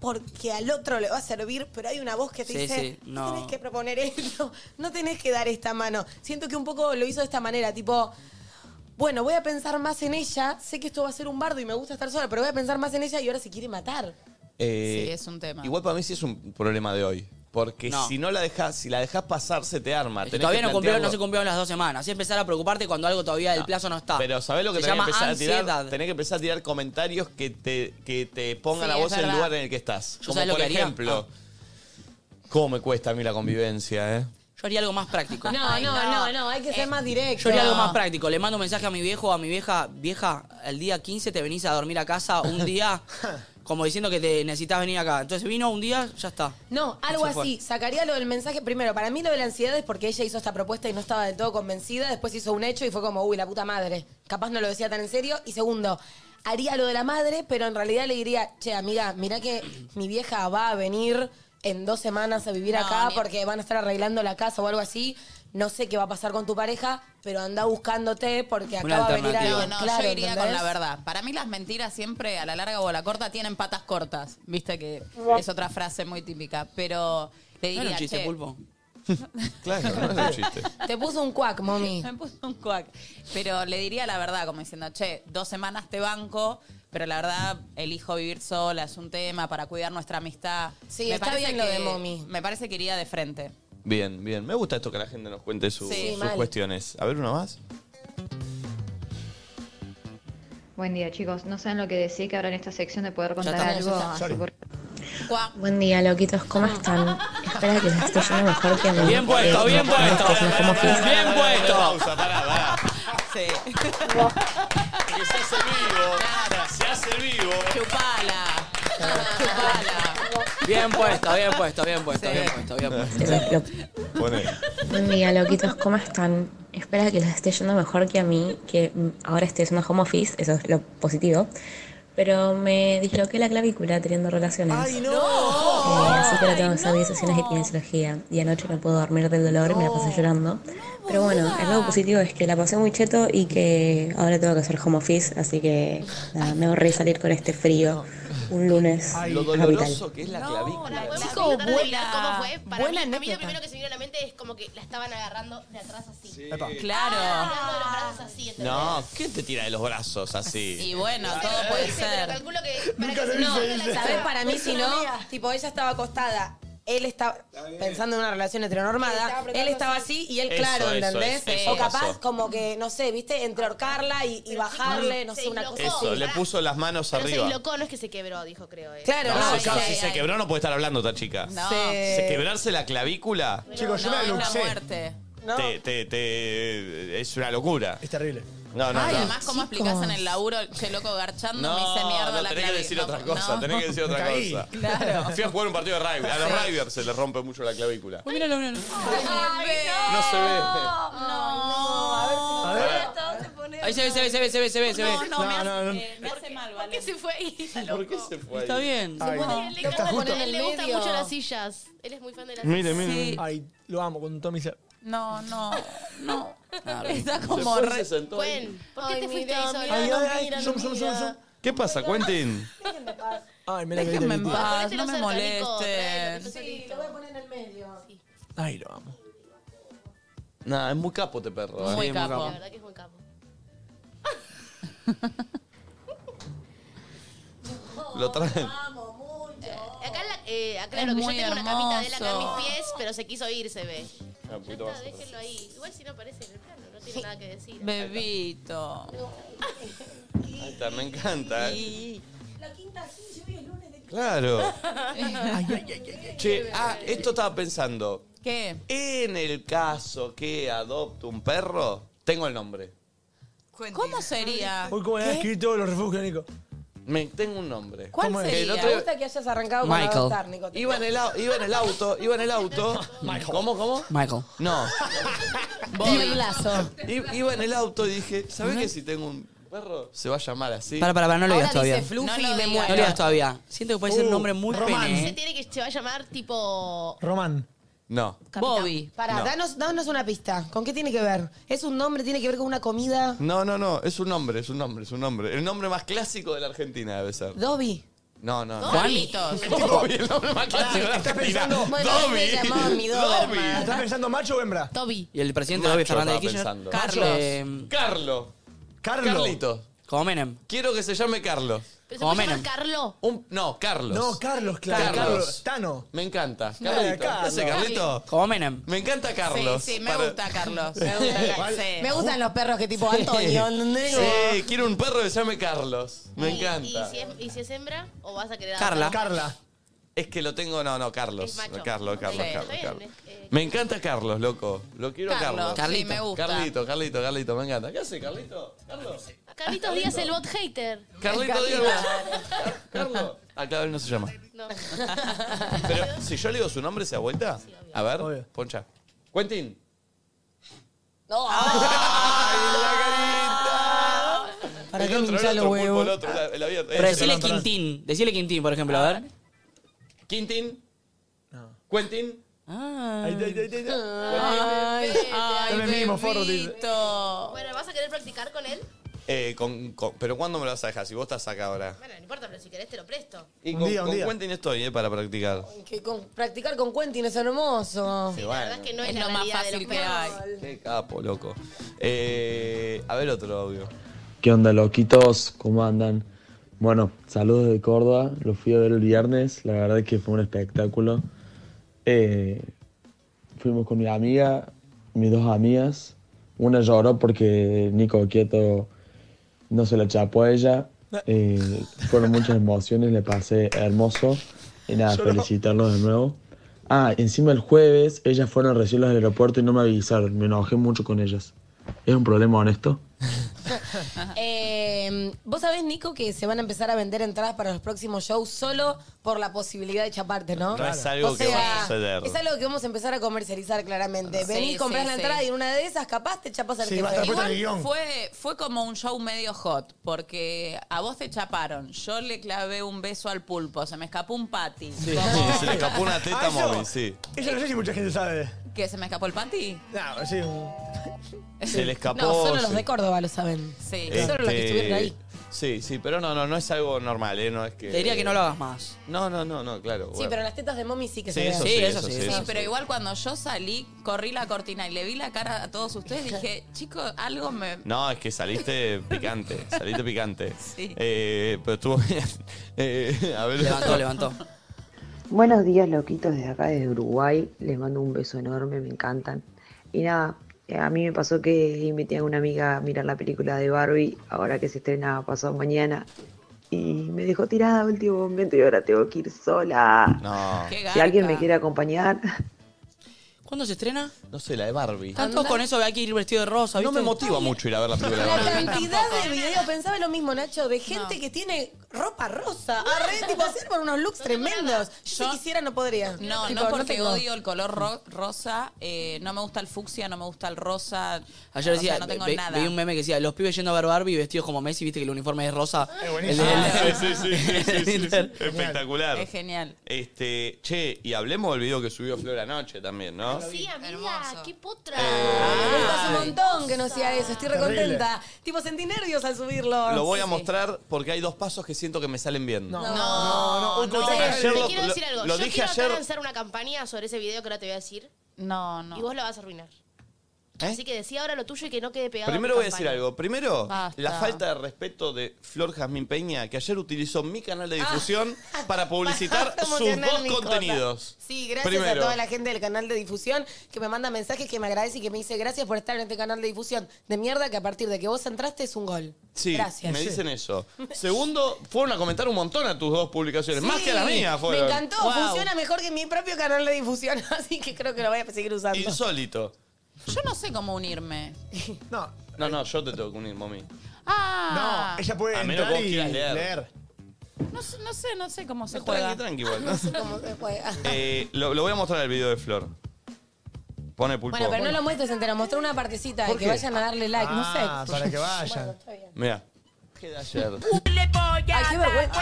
Speaker 3: Porque al otro le va a servir, pero hay una voz que te
Speaker 4: Sí,
Speaker 3: dice,
Speaker 4: sí, no.
Speaker 3: tenés que proponer esto, no tenés que dar esta mano. Siento que un poco lo hizo de esta manera, tipo, bueno, voy a pensar más en ella, sé que esto va a ser un bardo y me gusta estar sola, pero voy a pensar más en ella y ahora se quiere matar.
Speaker 5: Sí, es un tema.
Speaker 1: Eh, Igual para mí sí es un problema de hoy. Porque
Speaker 4: No.
Speaker 1: si no la dejas, si la dejas pasar, se te arma.
Speaker 4: Es que
Speaker 1: Tenés
Speaker 4: todavía
Speaker 1: que
Speaker 4: no cumplieron, no se
Speaker 1: plantearlo.
Speaker 4: cumplieron las dos semanas. Así empezar a preocuparte cuando algo todavía del plazo no está.
Speaker 1: Pero ¿sabés lo que
Speaker 4: Se
Speaker 1: tenés que
Speaker 4: llama
Speaker 1: empezar a tirar?
Speaker 4: ansiedad.
Speaker 1: Tenés que empezar a tirar comentarios que te, que te pongan
Speaker 5: Sí,
Speaker 1: a
Speaker 5: es
Speaker 1: vos en el
Speaker 5: verdad.
Speaker 1: lugar en el que estás.
Speaker 4: ¿Yo
Speaker 1: Como
Speaker 4: sabés lo
Speaker 1: por
Speaker 4: que haría?
Speaker 1: ejemplo, ¿cómo me cuesta a mí la convivencia, eh?
Speaker 4: Yo haría algo más práctico.
Speaker 3: No,
Speaker 5: Ay,
Speaker 3: no,
Speaker 5: no.
Speaker 3: no, no, hay que ser
Speaker 5: Eh,
Speaker 3: más directo.
Speaker 4: Yo haría algo más práctico. Le mando un mensaje a mi viejo o a mi vieja. Vieja, el día 15 te venís a dormir a casa un día, como diciendo que te necesitas venir acá. Entonces vino un día, ya está.
Speaker 3: No, algo
Speaker 4: Se fue.
Speaker 3: así. Sacaría lo del mensaje. Primero, para mí lo de la ansiedad es porque ella hizo esta propuesta y no estaba del todo convencida. Después hizo un hecho y fue como, uy, la puta madre. Capaz no lo decía tan en serio. Y segundo, haría lo de la madre, pero en realidad le diría, che, amiga, mirá que mi vieja va a venir en dos semanas a vivir
Speaker 5: No,
Speaker 3: acá
Speaker 5: ni-
Speaker 3: porque van a estar arreglando la casa o algo así. no sé qué va a pasar con tu pareja, pero anda buscándote porque
Speaker 5: Una
Speaker 3: acaba de venir algo.
Speaker 5: No, no,
Speaker 3: Claro,
Speaker 5: yo iría con
Speaker 3: ¿entendés?
Speaker 5: la verdad. Para mí las mentiras siempre, a la larga o a la corta, tienen patas cortas. Viste que es otra frase muy típica. Pero le diría,
Speaker 4: era un chiste,
Speaker 5: "Che,
Speaker 4: pulpo.
Speaker 1: Claro, no es un chiste.
Speaker 3: Te puso un cuac, mami.
Speaker 5: Me puso un cuac. Pero le diría la verdad, como diciendo, che, dos semanas te banco, pero la verdad, elijo vivir sola, es un tema para cuidar nuestra amistad.
Speaker 3: Sí, está bien lo de mommy.
Speaker 5: Me parece que iría de frente.
Speaker 1: Bien, bien. Me gusta esto que la gente nos cuente su-
Speaker 5: Sí,
Speaker 1: sus
Speaker 5: mal.
Speaker 1: cuestiones. A ver, una más.
Speaker 13: Buen día, chicos. No saben lo que decía que ahora en esta sección de poder contar
Speaker 14: estamos,
Speaker 13: algo.
Speaker 14: ya está.
Speaker 13: así
Speaker 14: Sorry.
Speaker 13: por-
Speaker 14: Buen día, loquitos, ¿cómo están? Espero que les esté yendo mejor que a mí.
Speaker 4: Bien puesto, bien
Speaker 14: Me conozco,
Speaker 4: puesto.
Speaker 14: sé Eh, cómo fui.
Speaker 4: Bien puesto.
Speaker 5: Sí.
Speaker 1: Que se hace vivo. Se hace vivo.
Speaker 5: Chupala.
Speaker 4: Bien puesto, bien puesto, bien puesto, bien puesto, bien puesto.
Speaker 14: Buen día, loquitos, ¿cómo están? Espero que les esté yendo mejor que a mí, que mm, ahora estoy haciendo home office, eso es lo positivo. Pero me disloqué la clavícula teniendo relaciones. Eh, así que ahora tengo que hacer 10 sesiones de kinesiología. Y anoche no puedo dormir del dolor, me la pasé llorando. Pero bueno, el lado positivo es que la pasé muy cheto y que ahora tengo que hacer home office, así que nada, me ahorré salir con este frío un lunes
Speaker 1: Lo
Speaker 14: capital.
Speaker 1: doloroso que es la clavícula.
Speaker 7: Chicos,
Speaker 3: buena-
Speaker 7: ¿Cómo fue? Para mí,
Speaker 3: buena
Speaker 7: a mí
Speaker 3: anécdota.
Speaker 7: lo primero que se me vino a la mente es como que la estaban agarrando de atrás así.
Speaker 5: Claro.
Speaker 7: Estaban agarrando de los brazos así, ¿entendés?
Speaker 1: No, ¿quién te tira de los brazos así?
Speaker 5: Y bueno, todo
Speaker 3: Eh,
Speaker 5: puede ser.
Speaker 7: Calculo que... para
Speaker 5: Nunca
Speaker 7: que
Speaker 5: lo
Speaker 7: se-
Speaker 5: vi.
Speaker 7: no,
Speaker 5: dice.
Speaker 3: ¿Sabes para
Speaker 7: Pues
Speaker 3: mí si no? Tipo, ella estaba acostada. Él estaba pensando en una relación heteronormada. Él estaba así y él,
Speaker 5: Eso,
Speaker 3: claro,
Speaker 5: eso,
Speaker 3: ¿entendés?
Speaker 5: eso, eso
Speaker 3: o capaz,
Speaker 1: pasó.
Speaker 3: como que, no sé, ¿viste? Entre ahorcarla y, y bajarle, no sé, una cosa.
Speaker 1: Eso, le puso las manos
Speaker 7: Pero se
Speaker 1: arriba.
Speaker 7: dislocó, no es que se quebró, dijo, creo. eh.
Speaker 3: Claro,
Speaker 1: No,
Speaker 3: no,
Speaker 1: claro,
Speaker 3: sí,
Speaker 1: si se quebró no puede estar hablando esta chica.
Speaker 7: No. Sí.
Speaker 1: Se quebrarse la clavícula
Speaker 6: Chicos, yo la luxé.
Speaker 1: te, te, te- es una locura. Es
Speaker 6: terrible.
Speaker 1: No, no,
Speaker 5: Ay,
Speaker 1: no.
Speaker 5: además, ¿cómo explicás en el laburo? Che, loco, garchando, me hice mierda
Speaker 1: no,
Speaker 5: la
Speaker 1: tenés que
Speaker 5: clavícula.
Speaker 1: decir otra cosa,
Speaker 5: no.
Speaker 1: tenés que decir otra
Speaker 5: Me caí.
Speaker 1: cosa.
Speaker 5: Claro.
Speaker 1: Fui a jugar un partido de rugby. A los
Speaker 5: Sí.
Speaker 1: rugbyers se les rompe mucho la clavícula.
Speaker 4: Uy, míralo, míralo.
Speaker 1: No se ve.
Speaker 5: No,
Speaker 1: A ver.
Speaker 4: Ahí se ve, se ve, se ve, se ve, se ve, se ve.
Speaker 5: No, no, me, hace, eh, me hace mal, ¿vale? ¿Por qué se fue ahí?
Speaker 1: ¿Por qué se fue?
Speaker 4: Está bien.
Speaker 6: Ay, no.
Speaker 7: Le
Speaker 6: Está
Speaker 7: encanta
Speaker 6: justo.
Speaker 7: poner- le gustan
Speaker 3: medio.
Speaker 7: mucho las sillas. Él es muy fan de las
Speaker 6: Mire,
Speaker 7: sillas.
Speaker 6: mire. Ay, lo amo con todo mi ser.
Speaker 5: No, no, no. Está
Speaker 1: como
Speaker 5: como
Speaker 1: Ah, Se fue,
Speaker 5: re...
Speaker 1: se sentó ahí.
Speaker 7: Cuen, ¿por qué
Speaker 3: Ay,
Speaker 7: te fuiste
Speaker 3: mira,
Speaker 7: ahí sola?
Speaker 6: mira, Ay, no, ay, ay, mira, no, zoom, zoom, zoom, mira.
Speaker 1: ¿Qué pasa, Quentin?
Speaker 6: Ay, me la caí
Speaker 5: Déjenme
Speaker 6: de
Speaker 5: en
Speaker 6: mi
Speaker 5: paz,
Speaker 6: tía.
Speaker 5: no me molesten.
Speaker 3: Sí, lo voy a poner en el medio.
Speaker 6: Ay, lo amo.
Speaker 1: Nah, es muy capo este perro.
Speaker 5: Muy
Speaker 1: ¿eh?
Speaker 5: capo.
Speaker 7: La verdad que es muy capo.
Speaker 1: Lo traen.
Speaker 7: Eh, Acá, la, eh, aclaro
Speaker 5: Es
Speaker 7: que yo
Speaker 5: muy
Speaker 7: tengo una camita de él acá en
Speaker 5: hermoso.
Speaker 7: mis pies, pero se quiso ir, se ve.
Speaker 1: Ah, un poquito más.
Speaker 7: Déjenlo ahí. Igual si no aparece en el plano, no tiene nada que decir.
Speaker 5: Bebito.
Speaker 1: Ahí está, me encanta. ¿eh?
Speaker 5: Y-
Speaker 3: La quinta sí, yo vi el lunes de
Speaker 1: Claro. Che, ah, esto estaba pensando.
Speaker 5: ¿Qué?
Speaker 1: En el caso que adopte un perro, tengo el nombre.
Speaker 5: ¿Cómo sería?
Speaker 6: Hoy como he escrito los refugios, Nico.
Speaker 1: Me, tengo un nombre.
Speaker 5: ¿Cuál
Speaker 1: ¿Cómo es?
Speaker 5: sería?
Speaker 1: El otro
Speaker 3: Me
Speaker 1: día-
Speaker 3: gusta que hayas arrancado con
Speaker 1: Michael.
Speaker 3: adoptar, Nico.
Speaker 1: iba, en el, au- iba en el auto, iba en el auto. ¿Cómo, cómo?
Speaker 4: Michael.
Speaker 1: No.
Speaker 3: Bobby Lazo.
Speaker 1: I- Iba en el auto y dije, ¿sabés que si tengo un perro se va a llamar así?
Speaker 4: Para, para, para, no lo
Speaker 3: Ahora
Speaker 4: digas todavía.
Speaker 3: dice Fluffy
Speaker 4: no
Speaker 3: y me
Speaker 4: digas.
Speaker 3: muero.
Speaker 4: No lo digas todavía. Siento que puede ser un
Speaker 6: Uh,
Speaker 4: nombre muy
Speaker 6: Román.
Speaker 4: pene.
Speaker 7: Se
Speaker 4: ¿eh?
Speaker 7: tiene que se va a llamar tipo.
Speaker 6: Román.
Speaker 1: No.
Speaker 4: Bobby.
Speaker 3: Pará,
Speaker 1: No.
Speaker 3: danos, danos una pista. ¿Con qué tiene que ver? ¿Es un nombre? ¿Tiene que ver con una comida?
Speaker 1: No, no, no. Es un nombre, es un nombre, es un nombre. El nombre más clásico de la Argentina debe ser.
Speaker 3: Dobby.
Speaker 1: No, no, no.
Speaker 5: Juanitos.
Speaker 1: Dobby, el nombre más clásico de la
Speaker 6: ¿Estás
Speaker 1: Argentina.
Speaker 6: pensando-
Speaker 3: Bueno, me llamaba mi Doberman.
Speaker 6: ¿Estás pensando macho o hembra?
Speaker 7: Toby.
Speaker 4: Y el presidente
Speaker 1: Nacho
Speaker 4: Bobby Fernández de Kirchner.
Speaker 1: estaba pensando.
Speaker 4: Carlos. eh,
Speaker 1: Carlos.
Speaker 6: Carlos.
Speaker 1: Carlito.
Speaker 4: como Menem.
Speaker 1: Quiero que se llame Carlos.
Speaker 7: ¿Pero se
Speaker 4: Como
Speaker 7: puede llamar
Speaker 4: Menem.
Speaker 7: Carlo?
Speaker 1: Un, no, Carlos.
Speaker 6: No, Carlos, claro.
Speaker 1: Carlos.
Speaker 6: Carlos. Tano.
Speaker 1: Me encanta.
Speaker 6: No,
Speaker 1: Carlito. ¿Qué hace
Speaker 6: Carlos.
Speaker 1: Carlito?
Speaker 4: Como Menem.
Speaker 1: Me encanta Carlos.
Speaker 5: Sí, sí, me
Speaker 1: Para-
Speaker 5: gusta Carlos. Me gusta Carlos. Sí.
Speaker 3: Me gustan los perros que tipo Antonio. ¿entendés?
Speaker 1: Sí, quiero un perro que se llame Carlos. Me
Speaker 7: Y-
Speaker 1: encanta.
Speaker 7: Y, si es, y si es hembra? ¿O vas a querer
Speaker 4: Carla.
Speaker 6: Carla.
Speaker 1: Es que lo tengo, no, no, Carlos.
Speaker 7: Es macho.
Speaker 1: Carlos,
Speaker 7: Ok,
Speaker 1: Carlos,
Speaker 7: está
Speaker 1: Carlos,
Speaker 7: bien,
Speaker 1: Carlos.
Speaker 7: eh,
Speaker 1: Me encanta Carlos, loco. Lo quiero Carlos.
Speaker 5: Carlos. Sí,
Speaker 4: Carlito.
Speaker 5: me gusta.
Speaker 1: Carlito, Carlito, Carlito, me encanta. ¿Qué hace Carlito? Carlos.
Speaker 7: Carlitos Díaz, el bot hater.
Speaker 1: Carlito, dígalo. Carlos. Acá él no se llama.
Speaker 7: No.
Speaker 1: Pero si yo le digo su nombre, ¿se da vuelta? A ver,
Speaker 6: Obvio.
Speaker 1: poncha. Quentin.
Speaker 3: No. ¿Para
Speaker 1: El
Speaker 3: qué
Speaker 1: otro, el
Speaker 3: hinchá los
Speaker 1: otro, pulpo,
Speaker 3: huevos?
Speaker 1: el otro, el abierto.
Speaker 4: Pero
Speaker 1: Ese,
Speaker 4: decirle
Speaker 1: perdón, perdón.
Speaker 4: Quintín. Decirle Quintín, por ejemplo, a ver.
Speaker 1: Quintín. Quentin.
Speaker 3: Ah.
Speaker 6: Ahí está, ahí está, ahí está.
Speaker 7: Ay,
Speaker 6: Ay,
Speaker 1: Dame mínimo, forro, dice.
Speaker 7: Bueno, ¿vas a querer practicar con él?
Speaker 1: Eh, con- con- pero ¿cuándo me lo vas a dejar? Si vos estás acá ahora.
Speaker 7: Bueno, no importa, pero si querés te lo presto.
Speaker 1: Y
Speaker 6: Un
Speaker 1: con,
Speaker 6: día, un
Speaker 1: con
Speaker 6: día.
Speaker 1: Quentin estoy, eh, para practicar.
Speaker 3: Que con- practicar con Quentin es hermoso.
Speaker 1: Sí, la bueno. verdad
Speaker 7: que no
Speaker 5: es la realidad de los
Speaker 1: Qué capo, loco. Eh, a ver otro audio.
Speaker 15: ¿Qué onda, loquitos? ¿Cómo andan? Bueno, saludos de Córdoba. Lo fui a ver el viernes. La verdad es que fue un espectáculo. Eh, fuimos con mi amiga, mis dos amigas. Una lloró porque Nico Quieto no se la chapó a ella. Eh, fueron muchas emociones, le pasé hermoso. Y nada, felicitarlos de nuevo. Ah, encima el jueves ellas fueron recién al aeropuerto y no me avisaron. Me enojé mucho con ellas. ¿Es un problema honesto?
Speaker 3: Eh, Vos sabés, Nico, que se van a empezar a vender entradas para los próximos shows solo por la posibilidad de chaparte, ¿no?
Speaker 1: No es algo que va a suceder.
Speaker 3: Es algo que vamos a empezar a comercializar claramente.
Speaker 5: Sí,
Speaker 3: Vení, comprás
Speaker 5: sí,
Speaker 3: la
Speaker 5: sí.
Speaker 3: entrada y en una de esas capaz te chapas al tema.
Speaker 5: Igual fue, fue como un show medio hot, porque a vos te chaparon, yo le clavé un beso al pulpo, se me escapó un pati. Como-
Speaker 1: Se le escapó una teta
Speaker 6: Ah, eso.
Speaker 1: móvil, sí.
Speaker 6: Eso no sé si mucha gente sabe.
Speaker 5: ¿Que se me escapó el pati?
Speaker 6: No, sí.
Speaker 1: Se le escapó.
Speaker 3: No, solo los
Speaker 1: se-
Speaker 3: de Córdoba lo saben.
Speaker 5: Sí.
Speaker 3: Solo los que
Speaker 1: Este,
Speaker 3: estuvieron ahí.
Speaker 1: Sí, sí, pero no, no, no es algo normal, ¿eh? No es que.
Speaker 4: Te diría que no lo hagas más.
Speaker 1: No, no, no, no, claro.
Speaker 3: Sí, pero las tetas de mommy sí que
Speaker 1: Sí,
Speaker 3: se
Speaker 1: eso
Speaker 3: ven.
Speaker 1: sí, Sí, eso eso sí, sí, eso
Speaker 5: Sí, pero igual cuando yo salí, corrí la cortina y le vi la cara a todos ustedes, dije, chicos, algo me...
Speaker 1: No, es que saliste picante, saliste picante.
Speaker 5: Sí.
Speaker 1: Eh, pero estuvo bien. Eh, a ver,
Speaker 4: Levantó, levantó.
Speaker 16: Buenos días, loquitos, desde acá, desde Uruguay. Les mando un beso enorme, me encantan. Y nada, eh, a mí me pasó que invité a una amiga a mirar la película de Barbie, ahora que se estrena pasado mañana. Y me dejó tirada a último momento y ahora tengo que ir sola.
Speaker 1: No.
Speaker 4: Qué
Speaker 16: Si Ah, alguien me
Speaker 4: garca.
Speaker 16: quiere acompañar.
Speaker 4: ¿Cuándo se estrena?
Speaker 1: No sé, la de Barbie.
Speaker 4: Están todos con eso de hay que ir vestido de rosa,
Speaker 1: No
Speaker 4: ¿viste?
Speaker 1: me motiva mucho ir a ver la película de
Speaker 3: La
Speaker 1: Barbie.
Speaker 3: cantidad de videos, pensaba lo mismo, Nacho, de gente que tiene ropa rosa. Arre, tipo, hacer por unos looks tremendos. Yo, si quisiera no podría.
Speaker 5: No,
Speaker 3: Tipo,
Speaker 5: no porque
Speaker 3: tengo.
Speaker 5: odio el color ro- rosa, eh, no me gusta el fucsia, no me gusta el rosa,
Speaker 4: Ayer
Speaker 5: o
Speaker 4: decía,
Speaker 5: sea, no tengo
Speaker 4: ve-
Speaker 5: nada.
Speaker 4: veía un meme que decía, los pibes yendo a ver Barbie vestidos como Messi, viste que el uniforme es rosa. El- el-
Speaker 1: Ah, sí, sí, sí, sí, sí, sí.
Speaker 4: Genial.
Speaker 1: Espectacular.
Speaker 5: Es genial.
Speaker 1: Este, che, y hablemos del video que subió Flor anoche también, ¿no? Eh,
Speaker 7: Sí, amiga, qué potra.
Speaker 3: Hace un montón que no hacía eso, estoy recontenta. Tipo, sentí nervios al subirlo.
Speaker 1: Lo voy a mostrar porque hay dos pasos que siento que me salen bien.
Speaker 3: No. No, no,
Speaker 1: Lo dije ayer,
Speaker 7: Te
Speaker 1: lo-
Speaker 7: quiero decir algo.
Speaker 1: lo
Speaker 7: Yo
Speaker 1: dije
Speaker 7: quiero
Speaker 1: ayer.
Speaker 7: acá lanzar una campaña sobre ese video que ahora te voy a decir.
Speaker 5: No, no.
Speaker 7: Y vos la vas a arruinar.
Speaker 1: ¿Eh?
Speaker 7: Así que decía ahora lo tuyo y que no quede pegado.
Speaker 1: Primero
Speaker 7: tu
Speaker 1: voy a decir
Speaker 7: campaña.
Speaker 1: algo. Primero,
Speaker 7: Basta.
Speaker 1: la falta de respeto de Flor Jazmín Peña, que ayer utilizó mi canal de difusión para publicitar
Speaker 3: Para
Speaker 1: sus
Speaker 3: promocionar
Speaker 1: dos
Speaker 3: mis cosas.
Speaker 1: contenidos.
Speaker 3: Sí, gracias a toda la gente del canal de difusión que me manda mensajes, que me agradece y que me dice gracias por estar en este canal de difusión de mierda que a partir de que vos entraste es un gol.
Speaker 1: Sí,
Speaker 3: gracias.
Speaker 1: me dicen eso. Segundo, fueron a comentar un montón a tus dos publicaciones, más que a la mía fueron.
Speaker 3: Me encantó,
Speaker 1: Wow.
Speaker 3: funciona mejor que mi propio canal de difusión, así que creo que lo voy a seguir usando.
Speaker 1: Insólito.
Speaker 5: Yo no sé cómo unirme.
Speaker 6: No.
Speaker 1: No, no, yo te tengo que unir, mami.
Speaker 5: Ah.
Speaker 6: No, ella puede
Speaker 1: A menos
Speaker 6: entrar
Speaker 1: que vos
Speaker 6: y
Speaker 1: quieras leer.
Speaker 6: leer.
Speaker 5: No, sé- no sé, no sé cómo se juega.
Speaker 1: Tranqui, tranqui, igual, ¿no?
Speaker 3: ¿Cómo se juega?
Speaker 1: Eh, lo, lo voy a mostrar el video de Flor. Pone pulpo.
Speaker 3: Bueno, pero no lo muestres entero, mostré una partecita de
Speaker 1: ¿Por
Speaker 3: que
Speaker 1: qué?
Speaker 3: vayan a darle like,
Speaker 6: Ah,
Speaker 3: no sé.
Speaker 6: para que vayan.
Speaker 1: Mira. ¿Qué de ayer?
Speaker 3: Ay, qué
Speaker 6: Este
Speaker 3: vergüenza.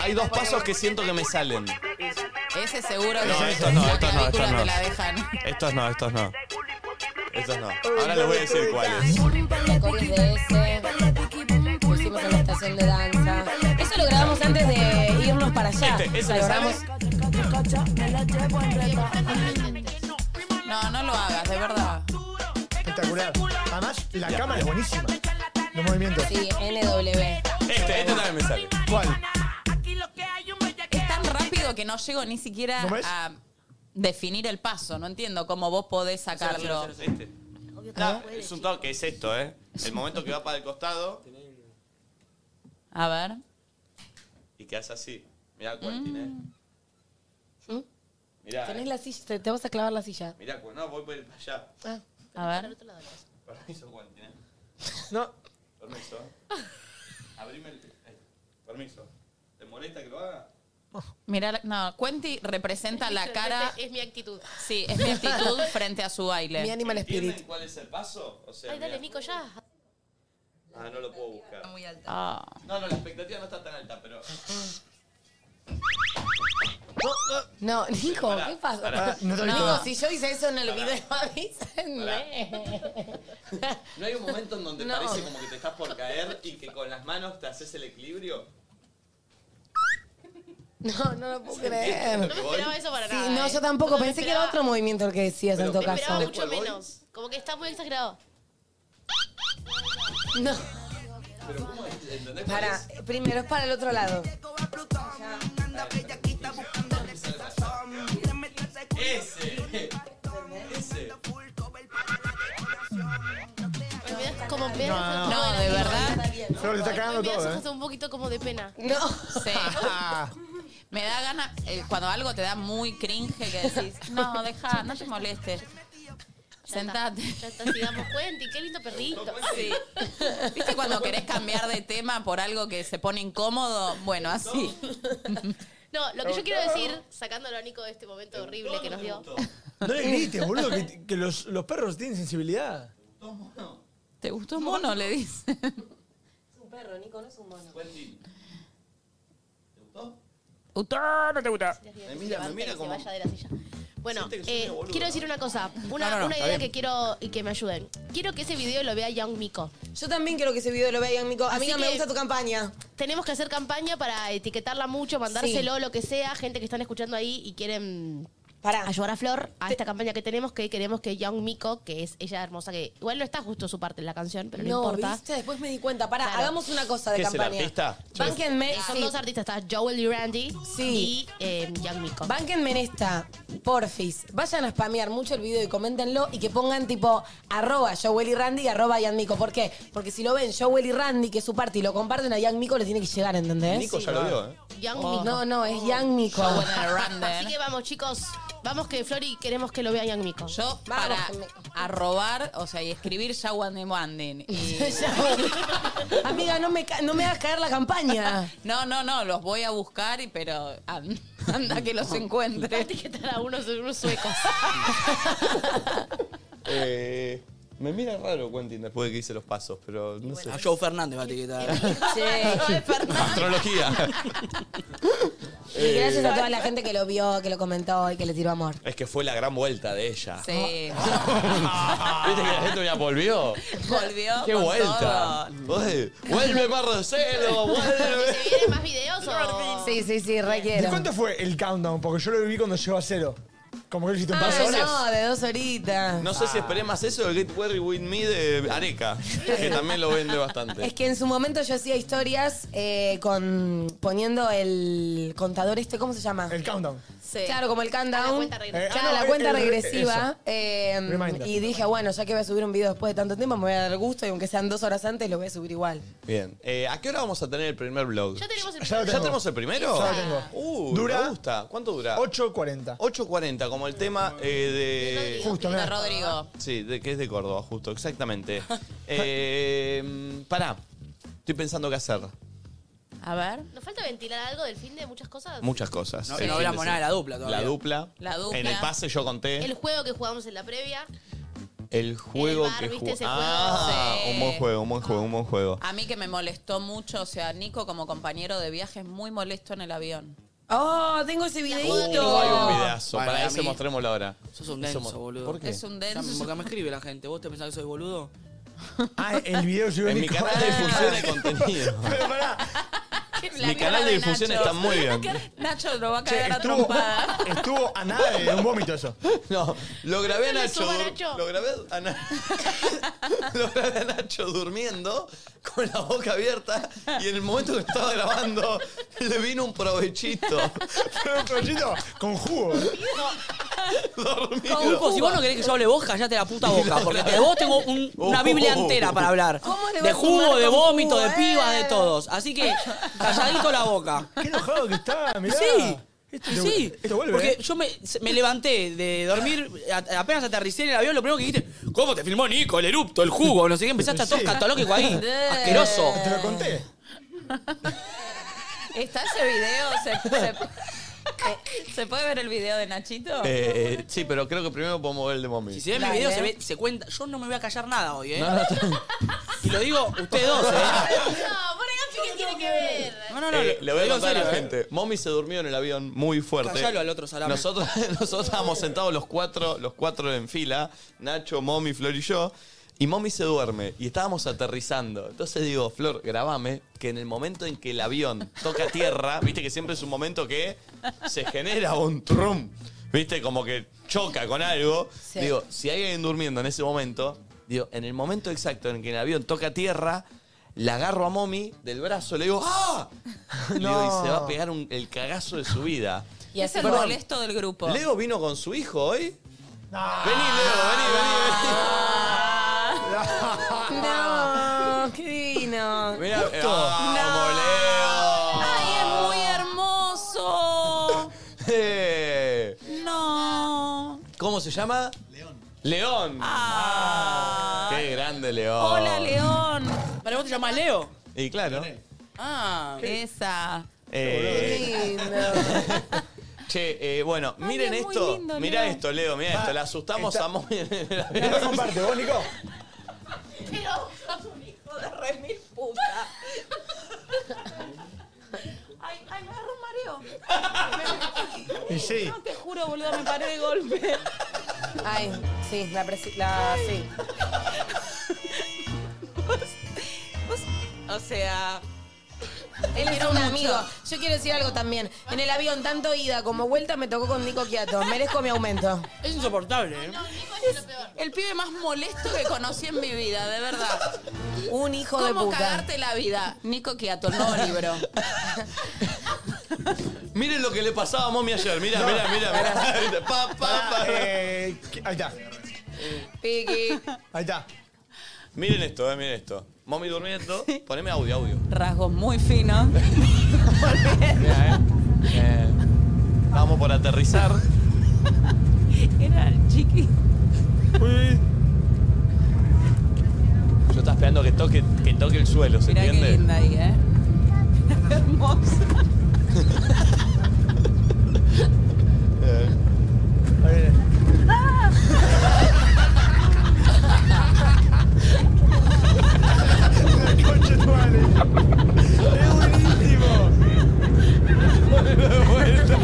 Speaker 1: Hay dos pasos que siento que me salen.
Speaker 5: Ese seguro
Speaker 1: No,
Speaker 5: que
Speaker 1: estos no,
Speaker 5: la
Speaker 1: estos no,
Speaker 5: clavícula
Speaker 1: estos no.
Speaker 5: te la dejan.
Speaker 1: Estos no, estos no. Estos no. Ahora les voy a decir cuáles.
Speaker 3: La coris de ese, lo hicimos en la estación de danza. Eso lo grabamos antes de irnos para allá.
Speaker 1: Este, ¿ese
Speaker 3: lo
Speaker 1: me
Speaker 3: grabamos.
Speaker 5: No, no lo hagas, de verdad.
Speaker 6: Espectacular. Además, la cámara es buenísima. Los movimientos.
Speaker 3: Sí, NW.
Speaker 1: Este, este también me sale.
Speaker 6: ¿Cuál?
Speaker 5: Es tan rápido que no llego ni siquiera
Speaker 1: ¿No ves?
Speaker 5: a definir el paso. No entiendo cómo vos podés sacarlo.
Speaker 1: Este. No, es un toque, es esto, ¿eh? El momento que va para el costado
Speaker 5: A ver.
Speaker 1: y que hace así. Mirá, Quentin, ¿eh?
Speaker 3: ¿Mm?
Speaker 1: Mirá.
Speaker 3: Tenés
Speaker 1: eh.
Speaker 3: la silla, te, te vas a clavar la silla.
Speaker 1: Mirá, Quentin. No, voy por el para allá. ¿eh?
Speaker 3: Ah.
Speaker 5: A ver.
Speaker 1: Permiso, Quentin, ¿eh?
Speaker 6: No.
Speaker 1: Permiso. Abrime el. eh, Permiso. ¿Te molesta que lo haga?
Speaker 5: Mirá, la- no, Cuenti representa la cara.
Speaker 7: Es mi actitud.
Speaker 5: Sí, es mi actitud frente a su baile.
Speaker 3: Mi animal
Speaker 1: ¿Entienden
Speaker 3: spirit.
Speaker 1: cuál es el paso? O sea,
Speaker 7: Ay, dale, Nico,
Speaker 1: mirá.
Speaker 7: ya.
Speaker 1: Ah, no lo puedo buscar.
Speaker 5: Ah.
Speaker 1: No, no, la expectativa no está tan alta, pero.
Speaker 3: No, Nico, ¿qué pasa?
Speaker 12: pará. No
Speaker 3: No,
Speaker 12: te lo
Speaker 3: Nico,
Speaker 12: digo.
Speaker 3: si yo hice eso en el video, avísenme.
Speaker 1: ¿No hay un momento en donde
Speaker 3: No.
Speaker 1: parece como que te estás por caer y que con las manos te haces el equilibrio?
Speaker 3: No, no lo puedo creer.
Speaker 1: ¿Entendés lo que voy?
Speaker 7: para
Speaker 3: Sí,
Speaker 7: nada,
Speaker 3: no,
Speaker 7: ¿eh?
Speaker 3: yo tampoco.
Speaker 7: No lo
Speaker 3: Pensé que
Speaker 7: esperaba.
Speaker 3: era otro movimiento el que decías en todo
Speaker 7: Esperaba
Speaker 3: caso.
Speaker 7: mucho menos. Como que está muy exagerado.
Speaker 3: No,
Speaker 1: Pero ¿cómo es? ¿Entendés cuál
Speaker 3: para,
Speaker 1: es?
Speaker 3: primero es para el otro lado.
Speaker 1: Ese. Ese.
Speaker 7: Como medio-
Speaker 6: No, no,
Speaker 5: no. No, de verdad.
Speaker 6: Flor, te está cagando
Speaker 7: Me
Speaker 6: todo,
Speaker 7: hace
Speaker 6: ¿eh?
Speaker 7: un poquito como de pena.
Speaker 3: No.
Speaker 5: Sí. Me da gana, eh, cuando algo te da muy cringe que decís, no, deja, no te molestes. Sentate.
Speaker 7: Ya está, sigamos Cuenti, qué lindo perrito.
Speaker 1: pues
Speaker 5: Sí. ¿Viste cuando querés cambiar de tema por algo que se pone incómodo? Bueno, así.
Speaker 7: No, lo que yo quiero decir, sacándolo a Nico de este momento horrible que nos dio.
Speaker 6: No le grites, boludo, que, que los, los perros tienen sensibilidad.
Speaker 5: ¿Te gustó mono? Le dice.
Speaker 3: Es un perro, Nico, no es un mono.
Speaker 5: no te gusta.
Speaker 1: Me mira, me mira como...
Speaker 7: vaya de la silla. Bueno,
Speaker 1: Siente que soy
Speaker 7: eh,
Speaker 1: medio boludo,
Speaker 7: quiero decir una cosa, una,
Speaker 5: No, no, no,
Speaker 7: una
Speaker 5: está
Speaker 7: idea que
Speaker 5: bien.
Speaker 7: quiero y que me ayuden. Quiero que ese video lo vea Young Miko.
Speaker 3: Yo también quiero que ese video lo vean, Nico. Amiga,
Speaker 7: Así
Speaker 3: me
Speaker 7: que-
Speaker 3: gusta tu campaña.
Speaker 7: Tenemos que hacer campaña para etiquetarla mucho, mandárselo,
Speaker 3: Sí.
Speaker 7: lo que sea, gente que están escuchando ahí y quieren
Speaker 3: Pará.
Speaker 7: ayudar a Flor a esta campaña que tenemos, que queremos que Young Miko, que es ella hermosa, que igual no está justo su parte en la canción, pero no,
Speaker 3: No,
Speaker 7: importa.
Speaker 3: ¿viste? Después me di cuenta. Pará,
Speaker 7: Claro.
Speaker 3: hagamos una cosa de
Speaker 1: ¿Qué es el
Speaker 3: campaña.
Speaker 1: artista?
Speaker 3: Bánquenme.
Speaker 7: Eh, Son
Speaker 3: sí.
Speaker 7: dos artistas, está Joel y Randy
Speaker 3: Sí.
Speaker 7: y eh, Young Miko.
Speaker 3: Bánquenme en esta, porfis. Vayan a spamear mucho el video y coméntenlo y que pongan tipo arroba Joel y Randy y arroba Ian Mico. ¿Por qué? Porque si lo ven Joel y Randy, que es su parte, y lo comparten a Ian Mico, le tiene que llegar, ¿entendés?
Speaker 1: Nico ya lo vio, ¿eh?
Speaker 7: Young
Speaker 3: Oh.
Speaker 7: Miko.
Speaker 3: No, no, es Ian Mico.
Speaker 7: Así que vamos, chicos. Vamos que Flori queremos que lo vea Young Miko.
Speaker 5: Yo para arrobar, o sea, y escribir Shawandi Wandin. Y-
Speaker 3: Amiga, no me, ca- no me hagas caer la campaña.
Speaker 5: No, no, no, los voy a buscar, y- pero an- anda que los encuentre.
Speaker 7: Etiquetar a unos, unos suecos.
Speaker 1: Eh, me mira raro Quentin después de que hice los pasos, pero no sé.
Speaker 4: A Joe Fernández va a etiquetar.
Speaker 1: Astrología.
Speaker 3: Y gracias
Speaker 1: Eh,
Speaker 3: a toda la gente que lo vio, que lo comentó y que le tiró amor.
Speaker 1: Es que fue la gran vuelta de ella.
Speaker 5: Sí.
Speaker 1: ¿Viste que la gente me volvió?
Speaker 5: Volvió.
Speaker 1: ¡Qué
Speaker 5: con
Speaker 1: vuelta! Uy, ¡Vuelve Marcelo! ¡Vuelve!
Speaker 7: ¿Se vienen más videos o...?
Speaker 3: Sí, sí, sí,
Speaker 6: ¿De
Speaker 3: requiero.
Speaker 6: cuánto fue el countdown? Porque yo lo viví cuando llegó a cero. Como que lo
Speaker 1: Ah,
Speaker 6: hiciste un paso.
Speaker 3: Ay, no, de dos horitas.
Speaker 1: No sé si esperé más eso o el Get Weary With Me de Areca, que también lo vende
Speaker 3: Es
Speaker 1: bastante.
Speaker 3: que en su momento yo hacía historias eh, con poniendo el contador este, ¿cómo se llama?
Speaker 6: El countdown.
Speaker 5: Sí.
Speaker 3: Claro, como el countdown.
Speaker 7: Ah, cuenta
Speaker 6: regresiva.
Speaker 3: Claro,
Speaker 6: Eh, ah,
Speaker 3: la cuenta
Speaker 6: el- el-
Speaker 3: regresiva.
Speaker 6: eso.
Speaker 3: eh,
Speaker 6: Reminder.
Speaker 3: y dije, bueno, ya que voy a subir un video después de tanto tiempo, me voy a dar el gusto y aunque sean dos horas antes, lo voy a subir igual.
Speaker 1: Bien. Eh, ¿A qué hora vamos a tener el primer vlog?
Speaker 7: Ya tenemos el
Speaker 6: Ya lo
Speaker 1: ¿Ya tenemos el primero? Ah.
Speaker 6: Ya lo tengo.
Speaker 1: Uh,
Speaker 6: Dura-
Speaker 1: me gusta. ¿Cuánto dura?
Speaker 6: 8.40.
Speaker 1: 8.40, como el tema eh, de...
Speaker 6: Justo,
Speaker 5: De
Speaker 6: mirá.
Speaker 5: Rodrigo.
Speaker 1: Sí, de, que es de Córdoba, justo, exactamente. Eh, pará, estoy pensando qué hacer.
Speaker 5: A ver.
Speaker 7: ¿Nos falta ventilar algo del fin de muchas cosas?
Speaker 1: Muchas cosas.
Speaker 4: No,
Speaker 1: El
Speaker 4: no
Speaker 1: fin
Speaker 4: hablamos
Speaker 1: de
Speaker 4: nada de la
Speaker 1: semana.
Speaker 4: dupla todavía.
Speaker 1: La dupla.
Speaker 5: La dupla.
Speaker 1: En el pase yo conté
Speaker 7: El
Speaker 1: el,
Speaker 7: juego que jugamos en la previa.
Speaker 1: juego
Speaker 7: el bar,
Speaker 1: que
Speaker 7: ¿viste
Speaker 1: jugó.
Speaker 7: ese juego?
Speaker 1: Ah,
Speaker 5: Sí. Ah,
Speaker 1: un buen juego, un buen juego, un buen juego.
Speaker 5: A mí que me molestó mucho, o sea, Nico como compañero de viaje es muy molesto en el avión.
Speaker 3: ¡Oh, tengo ese
Speaker 1: Uh, hay un
Speaker 3: videito!
Speaker 1: videazo.
Speaker 4: Bueno,
Speaker 1: Para
Speaker 4: a
Speaker 1: ese
Speaker 4: mí-
Speaker 1: mostrémoslo ahora.
Speaker 4: Sos un
Speaker 1: Ese
Speaker 4: denso,
Speaker 1: mo-
Speaker 4: boludo.
Speaker 1: ¿Por qué?
Speaker 5: Es un
Speaker 4: Ya,
Speaker 5: denso.
Speaker 4: Porque me escribe la gente. ¿Vos te pensás que soy boludo?
Speaker 6: Ah, el video subió
Speaker 1: En mi
Speaker 6: Nico.
Speaker 1: canal de difusión de contenido.
Speaker 6: Pero pará,
Speaker 5: La
Speaker 1: Mi
Speaker 5: cara
Speaker 1: canal de difusión
Speaker 5: Nacho.
Speaker 1: está muy bien.
Speaker 5: Nacho lo va a
Speaker 6: che,
Speaker 5: cagar a
Speaker 6: estuvo,
Speaker 5: trompada.
Speaker 6: estuvo a nada de un vómito eso.
Speaker 1: No, lo grabé a
Speaker 7: No se le
Speaker 1: Nacho.
Speaker 7: suba,
Speaker 1: dur-
Speaker 7: Nacho.
Speaker 1: Lo grabé a Na- Lo grabé a Nacho durmiendo con la boca abierta y en el momento que estaba grabando le vino un provechito.
Speaker 6: Pero, Proyito, con jugo.
Speaker 1: Dormido.
Speaker 4: Pulpo, si vos no querés que yo hable vos, callate la puta boca. Porque de vos tengo un-
Speaker 1: Oh.
Speaker 4: una Biblia entera para hablar.
Speaker 3: ¿Cómo le va
Speaker 4: De
Speaker 3: a sumar
Speaker 4: jugo, de
Speaker 3: con
Speaker 4: vómito,
Speaker 3: jugo,
Speaker 4: de pibas, de
Speaker 3: eh?
Speaker 4: todos. Así que calladito la boca.
Speaker 6: Qué enojado que está, mirá. Este
Speaker 4: Sí.
Speaker 6: Esto-
Speaker 4: Sí,
Speaker 6: Esto vuelve.
Speaker 4: porque
Speaker 6: ¿eh?
Speaker 4: yo me, se- me levanté de dormir, a- apenas aterricé en el avión, lo primero que dijiste, ¿cómo te filmó Nico? El erupto, el jugo, no sé qué, empezaste a todo
Speaker 6: Sí.
Speaker 4: escatológico ahí,
Speaker 3: Eh.
Speaker 4: asqueroso.
Speaker 6: Te lo conté.
Speaker 5: ¿Está ese video? ¿Se, se- ¿se puede ver el video de Nachito?
Speaker 1: Eh, eh, sí, pero creo que primero podemos ver el de mommy.
Speaker 4: Si se ve mi
Speaker 3: Dale.
Speaker 4: video, se, ve- se cuenta. Yo no me voy a callar nada hoy, ¿eh?
Speaker 1: No, no,
Speaker 4: Y lo digo, ustedes dos, ¿eh?
Speaker 7: No, por acá que tiene
Speaker 5: que ver.
Speaker 4: No, no, no.
Speaker 1: Eh, le voy a
Speaker 4: digo en
Speaker 1: contar a la
Speaker 4: serio, eh.
Speaker 1: gente. Mommy se durmió en el avión muy fuerte.
Speaker 4: Callalo al otro salame.
Speaker 1: Nosotros, nosotros estábamos sentados los cuatro, los cuatro en fila. Nacho, Mommy, Flor y yo. Y Mommy se duerme. Y estábamos aterrizando. Entonces digo, Flor, grabame que en el momento en que el avión toca tierra, viste que siempre es un momento que se genera un trum. Viste, como que choca con algo.
Speaker 11: Sí.
Speaker 1: Digo, si hay alguien durmiendo en ese momento, digo, en el momento exacto en que el avión toca tierra, la agarro a Mommy del brazo, le digo, ¡ah! Le digo, y se va a pegar un- el cagazo de su vida.
Speaker 5: Y es el
Speaker 1: Perdón,
Speaker 5: molesto del grupo.
Speaker 1: ¿Leo vino con su hijo hoy?
Speaker 3: No, qué divino.
Speaker 1: Mirá, eh,
Speaker 3: Justo.
Speaker 5: ¡Ay, es muy hermoso!
Speaker 1: Eh,
Speaker 5: Oh, No.
Speaker 1: ¿Cómo se llama? León. León. Qué grande León.
Speaker 5: Ah. Hola, León.
Speaker 4: ¿Para vos te llamás Leo?
Speaker 1: Y claro.
Speaker 5: Ah, esa.
Speaker 1: eh, che, eh, bueno, miren
Speaker 5: es muy
Speaker 1: esto.
Speaker 5: lindo,
Speaker 1: Mirá
Speaker 5: Leo.
Speaker 1: esto, Leo, mirá esto. La asustamos a Mommy en el avión.
Speaker 6: comparte vos, Nico?
Speaker 5: Pero sos un hijo de remil puta. Ay, ay, me agarró un mareo.
Speaker 6: Y sí.
Speaker 5: No, te juro, boludo, me paré de golpe.
Speaker 3: Ay, sí, la presi- la sí.
Speaker 5: O sea,
Speaker 3: Él es
Speaker 5: quiero
Speaker 3: un
Speaker 5: mucho.
Speaker 3: amigo. Yo quiero decir algo también. En el avión, tanto ida como vuelta, me tocó con Nico Quiato. Merezco mi aumento.
Speaker 4: Es insoportable, ¿eh?
Speaker 5: el pibe más molesto que conocí en mi vida, de verdad.
Speaker 3: Un hijo
Speaker 5: ¿Cómo
Speaker 3: de puta.
Speaker 5: cagarte la vida? Nico Quiato, no libro.
Speaker 1: Miren lo que le pasaba a Mommy ayer. Mirá, mirá, mirá. mirá. Pa, pa, pa.
Speaker 6: Eh, que- ahí está.
Speaker 3: Piqui.
Speaker 6: Ahí está.
Speaker 1: Miren esto, eh, miren esto. Mommy durmiendo. Poneme audio, audio.
Speaker 5: Rasgos muy finos.
Speaker 1: Mirá, eh. Eh, vamos por aterrizar.
Speaker 5: Era el chiqui.
Speaker 1: Yo estaba esperando que toque, que toque el suelo, ¿se
Speaker 5: Mirá qué
Speaker 1: entiende?
Speaker 5: linda ahí, ¿eh? Hermosa.
Speaker 1: Eh.
Speaker 6: Ponelo de vuelta.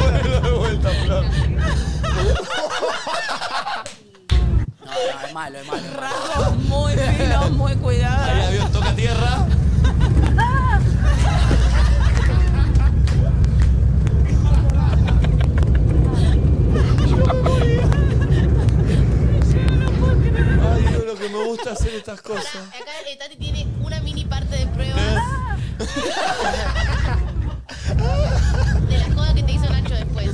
Speaker 6: Ponelo de vuelta, Flor.
Speaker 4: No, no, es malo, es malo. es malo.
Speaker 5: Rasgos muy finos, muy cuidados.
Speaker 1: El avión toca tierra. Ay, Dios, lo que me gusta hacer estas cosas.
Speaker 7: Acá eh, Tati tiene una mini parte de prueba. de las cosas que te hizo Nacho después.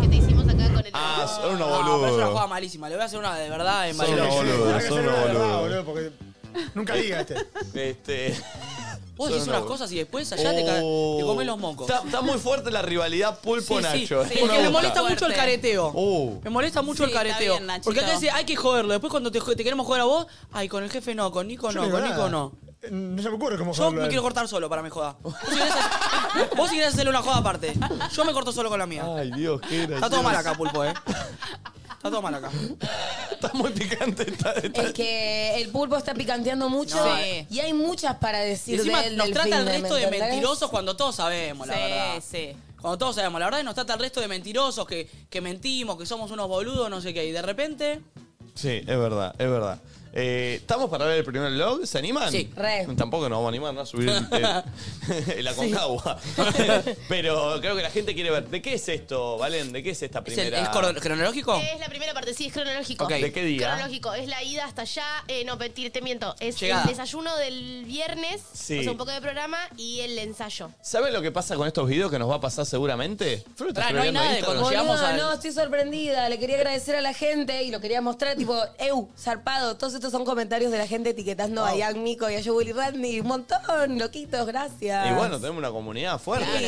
Speaker 7: Que te hicimos acá con el.
Speaker 1: Ah, son unos
Speaker 4: No, pero es una jugada
Speaker 1: boludos.
Speaker 4: malísima. Le voy a hacer una de verdad en
Speaker 1: Son unos
Speaker 4: Valencia.
Speaker 1: boludos,
Speaker 6: que
Speaker 1: son
Speaker 6: hacer una
Speaker 1: unos
Speaker 6: de verdad,
Speaker 1: boludos.
Speaker 6: Ah, boludo, porque nunca diga este.
Speaker 1: Este.
Speaker 4: Vos
Speaker 1: son
Speaker 4: decís unas
Speaker 1: bol-
Speaker 4: cosas y después allá te, ca-
Speaker 1: Oh.
Speaker 4: te comes los mocos.
Speaker 1: Está, está muy fuerte la rivalidad Pulpo-Nacho.
Speaker 4: Sí,
Speaker 1: eh.
Speaker 4: porque
Speaker 1: Me
Speaker 4: me
Speaker 1: gusta.
Speaker 4: molesta mucho el careteo.
Speaker 6: Oh.
Speaker 1: Uh.
Speaker 4: Me molesta mucho
Speaker 5: Sí,
Speaker 4: el
Speaker 5: está
Speaker 4: careteo.
Speaker 5: bien, Nachito.
Speaker 4: porque acá dice, hay que joderlo. Después cuando te, jode- te queremos joder a vos, ay, con el jefe no, con Nico
Speaker 6: Yo
Speaker 4: no,
Speaker 6: digo
Speaker 4: con
Speaker 6: nada.
Speaker 4: Nico no.
Speaker 6: Eh, No se me ocurre cómo
Speaker 4: Yo me quiero cortar solo para me joder. Vos si querés hacer- vos si querés hacerle una joda aparte. Yo me corto solo con la mía.
Speaker 1: Ay, Dios, qué gracioso.
Speaker 4: Está todo mal acá, Pulpo, eh. Está todo mal acá.
Speaker 1: Está muy picante. Está, está-
Speaker 3: Es que el pulpo está picanteando mucho
Speaker 4: Sí.
Speaker 3: y hay muchas para
Speaker 4: Y
Speaker 3: decir
Speaker 4: encima
Speaker 3: de él
Speaker 4: nos
Speaker 3: del
Speaker 4: trata el
Speaker 3: finde, ¿me
Speaker 4: resto de
Speaker 3: entendés?
Speaker 4: mentirosos cuando todos sabemos, la
Speaker 5: Sí,
Speaker 4: verdad.
Speaker 5: sí.
Speaker 4: Cuando todos sabemos, la verdad, y nos trata el resto de mentirosos, que, que mentimos, que somos unos boludos, no sé qué. Y de repente,
Speaker 1: Sí, es verdad, es verdad. Eh, ¿Estamos para ver el primer log? ¿Se animan?
Speaker 4: Sí.
Speaker 3: Re.
Speaker 1: Tampoco nos vamos a animar ¿no? a subir el, el- el Aconcagua. Pero creo que la gente quiere ver. ¿De qué es esto, Valen? ¿De qué es esta
Speaker 4: ¿es, el-
Speaker 1: primera?
Speaker 4: es cron- cronológico?
Speaker 7: Es la primera parte, sí, es cronológico.
Speaker 1: Ok. ¿De qué día?
Speaker 7: Cronológico, es la ida hasta allá. Eh, no, mentir, te miento. Es
Speaker 1: Llegada.
Speaker 7: el desayuno del viernes,
Speaker 1: Sí.
Speaker 7: o sea, un poco de programa y el ensayo.
Speaker 1: ¿Saben lo que pasa con estos videos que nos va a pasar seguramente? Flor, ¿estás
Speaker 4: Pará, no hay
Speaker 1: scrolleando
Speaker 4: nada de
Speaker 1: Instagram?
Speaker 4: cuando llegamos
Speaker 3: Boluda,
Speaker 4: al-
Speaker 3: No, estoy sorprendida. Le quería agradecer a la gente y lo quería mostrar, tipo, eu, zarpado. Todos estos son comentarios de la gente etiquetando a Ian Mico y a Joe Willy Randy. Un montón, loquitos, gracias.
Speaker 1: Y bueno, tenemos una comunidad fuerte.
Speaker 3: Piqui,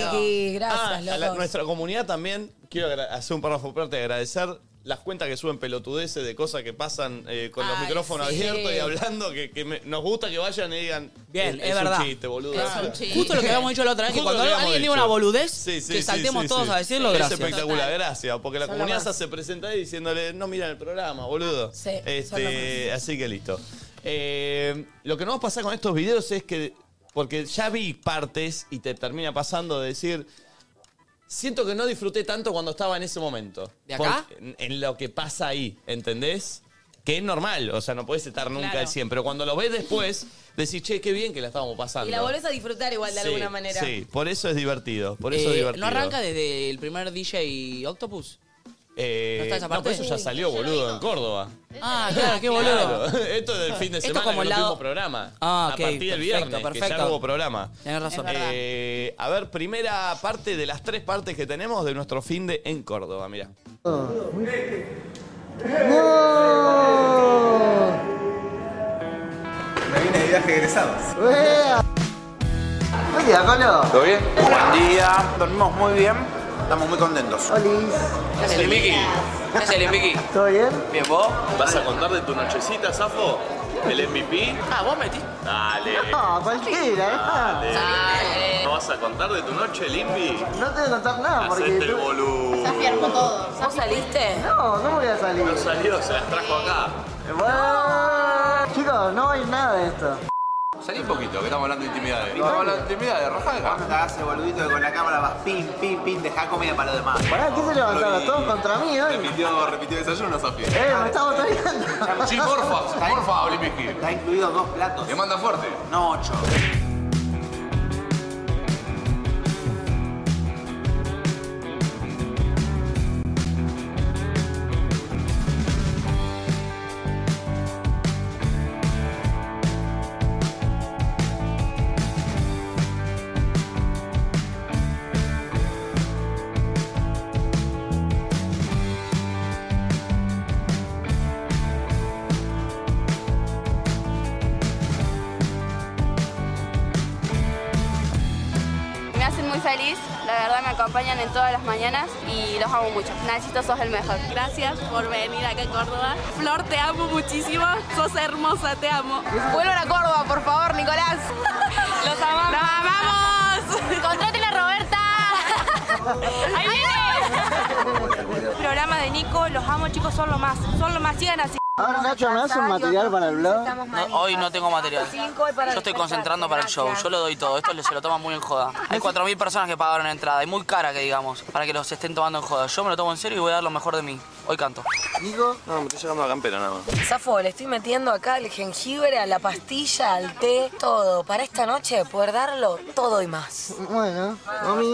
Speaker 1: Ah,
Speaker 3: gracias,
Speaker 1: a
Speaker 3: locos.
Speaker 1: la- nuestra comunidad también, quiero agra- hacer un párrafo aparte, agradecer las cuentas que suben pelotudeces de cosas que pasan eh, con los
Speaker 4: Ay,
Speaker 1: micrófonos
Speaker 4: sí.
Speaker 1: abiertos y hablando, que, que me- nos gusta que vayan y digan,
Speaker 4: Bien,
Speaker 1: "Eh,
Speaker 4: es verdad.
Speaker 1: un chiste, boludo.
Speaker 4: Es
Speaker 1: Ah.
Speaker 4: un chiste. Justo lo que habíamos dicho la otra vez, que
Speaker 1: Justo
Speaker 4: cuando
Speaker 1: lo que
Speaker 4: alguien
Speaker 1: habíamos
Speaker 4: diga
Speaker 1: dicho.
Speaker 4: una boludez,
Speaker 1: Sí, sí,
Speaker 4: que
Speaker 1: sí,
Speaker 4: saltemos
Speaker 1: sí,
Speaker 4: todos
Speaker 1: sí.
Speaker 4: a decirlo,
Speaker 1: Es
Speaker 4: gracias.
Speaker 1: espectacular, gracias, porque la
Speaker 4: Son lo
Speaker 1: comunidad
Speaker 4: más.
Speaker 1: se hace presentar y diciéndole, no miran el programa, boludo.
Speaker 3: Sí, son lo
Speaker 1: Este, así que listo. Eh, lo que nos va a pasar con estos videos es que Porque ya vi partes y te termina pasando de decir. Siento que no disfruté tanto cuando estaba en ese momento.
Speaker 4: ¿De acá?
Speaker 1: Por- en, en lo que pasa ahí, ¿entendés? Que es normal, o sea, no puedes estar nunca
Speaker 17: Claro.
Speaker 1: al 100, pero cuando lo ves después, decís, che, qué bien que la estábamos pasando.
Speaker 17: Y la volvés a disfrutar igual de
Speaker 1: Sí,
Speaker 17: alguna manera.
Speaker 1: Sí, por eso es divertido, por eso
Speaker 4: Eh,
Speaker 1: es divertido.
Speaker 4: ¿No arranca desde el primer DJ Octopus?
Speaker 1: Eh,
Speaker 4: ¿No está esa
Speaker 1: no,
Speaker 4: parte?
Speaker 1: pero eso ya
Speaker 4: Uy,
Speaker 1: salió, boludo, en Córdoba.
Speaker 4: Ah, claro, qué boludo.
Speaker 1: Claro, Esto es del fin de
Speaker 4: Esto
Speaker 1: semana,
Speaker 4: como
Speaker 1: como
Speaker 4: el
Speaker 1: el
Speaker 4: lado-
Speaker 1: programa.
Speaker 4: Ah, ok,
Speaker 1: A partir del
Speaker 4: perfecto,
Speaker 1: viernes, que ya
Speaker 4: perfecto.
Speaker 1: no hubo programa.
Speaker 4: Tenés razón. Es verdad.
Speaker 1: Eh, a ver, primera parte de las tres partes que tenemos de nuestro fin de en Córdoba, mira.
Speaker 18: Me vine de viaje egresados.
Speaker 6: Buen día, Colo.
Speaker 18: ¿Todo bien? Buen día, dormimos muy bien, estamos muy contentos.
Speaker 6: Olis.
Speaker 4: ¿Qué haces, Limiki? ¿Qué haces, Limiki?
Speaker 6: ¿Todo bien?
Speaker 4: Bien, vos.
Speaker 12: ¿Vas a contar de tu nochecita, Zafo? ¿Del MVP?
Speaker 4: Ah, vos metiste. Ah, eh.
Speaker 12: Dale.
Speaker 6: No, cualquiera,
Speaker 12: Dale.
Speaker 6: Dale.
Speaker 12: ¿No vas a contar de tu noche, Limpi?
Speaker 6: No te voy a contar nada porque.
Speaker 12: Hacete el boludo.
Speaker 6: todo.
Speaker 19: ¿Vos saliste?
Speaker 6: No, ¿cómo voy a salir?
Speaker 12: No salió, se las trajo acá.
Speaker 6: Bueno, Chicos, no hay nada de esto.
Speaker 18: Salí un poquito, que estamos hablando de intimidades.
Speaker 6: Estamos hablando
Speaker 18: de intimidades, rajá acá. Te hace boludito que con la cámara vas pim, pim, pim, dejá comida para los demás.
Speaker 6: Pará, ¿qué se levantaron? ¿Todos contra mí hoy?
Speaker 18: Repitió, repitió desayuno, Safi.
Speaker 6: Eh, me está botoneando.
Speaker 18: Sí, porfa, porfa, Olimpiki. Está incluido dos platos. ¿Le manda fuerte? No, ocho.
Speaker 10: Me hacen muy feliz, la verdad me acompañan en todas las mañanas y los amo mucho. Nachito, sos el mejor. Gracias por venir acá a Córdoba. Flor, te amo muchísimo, sos hermosa, te amo. Vuelvan a Córdoba, por favor, Nicolás. Los amamos. ¡Los amamos! ¡Contraten a Roberta! ¡Ahí viene! Programa de Nico, los amo chicos, son lo más, son lo más, sigan así.
Speaker 6: Ahora, Nacho, ¿me das un material para el blog?
Speaker 4: hoy no tengo material.
Speaker 10: Cinco y para
Speaker 4: Yo estoy
Speaker 10: descansar.
Speaker 4: concentrando para el show. Yo lo doy todo. Esto se lo toman muy en joda. Hay 4.000 personas que pagaron entrada. Y muy cara que digamos. Para que los estén tomando en joda. Yo me lo tomo en serio y voy a dar lo mejor de mí. Hoy canto.
Speaker 12: Digo, no, me estoy llegando a campera nada más.
Speaker 3: Zafo, le estoy metiendo acá al jengibre, a la pastilla, al té, todo. Para esta noche poder darlo todo y más.
Speaker 6: Bueno,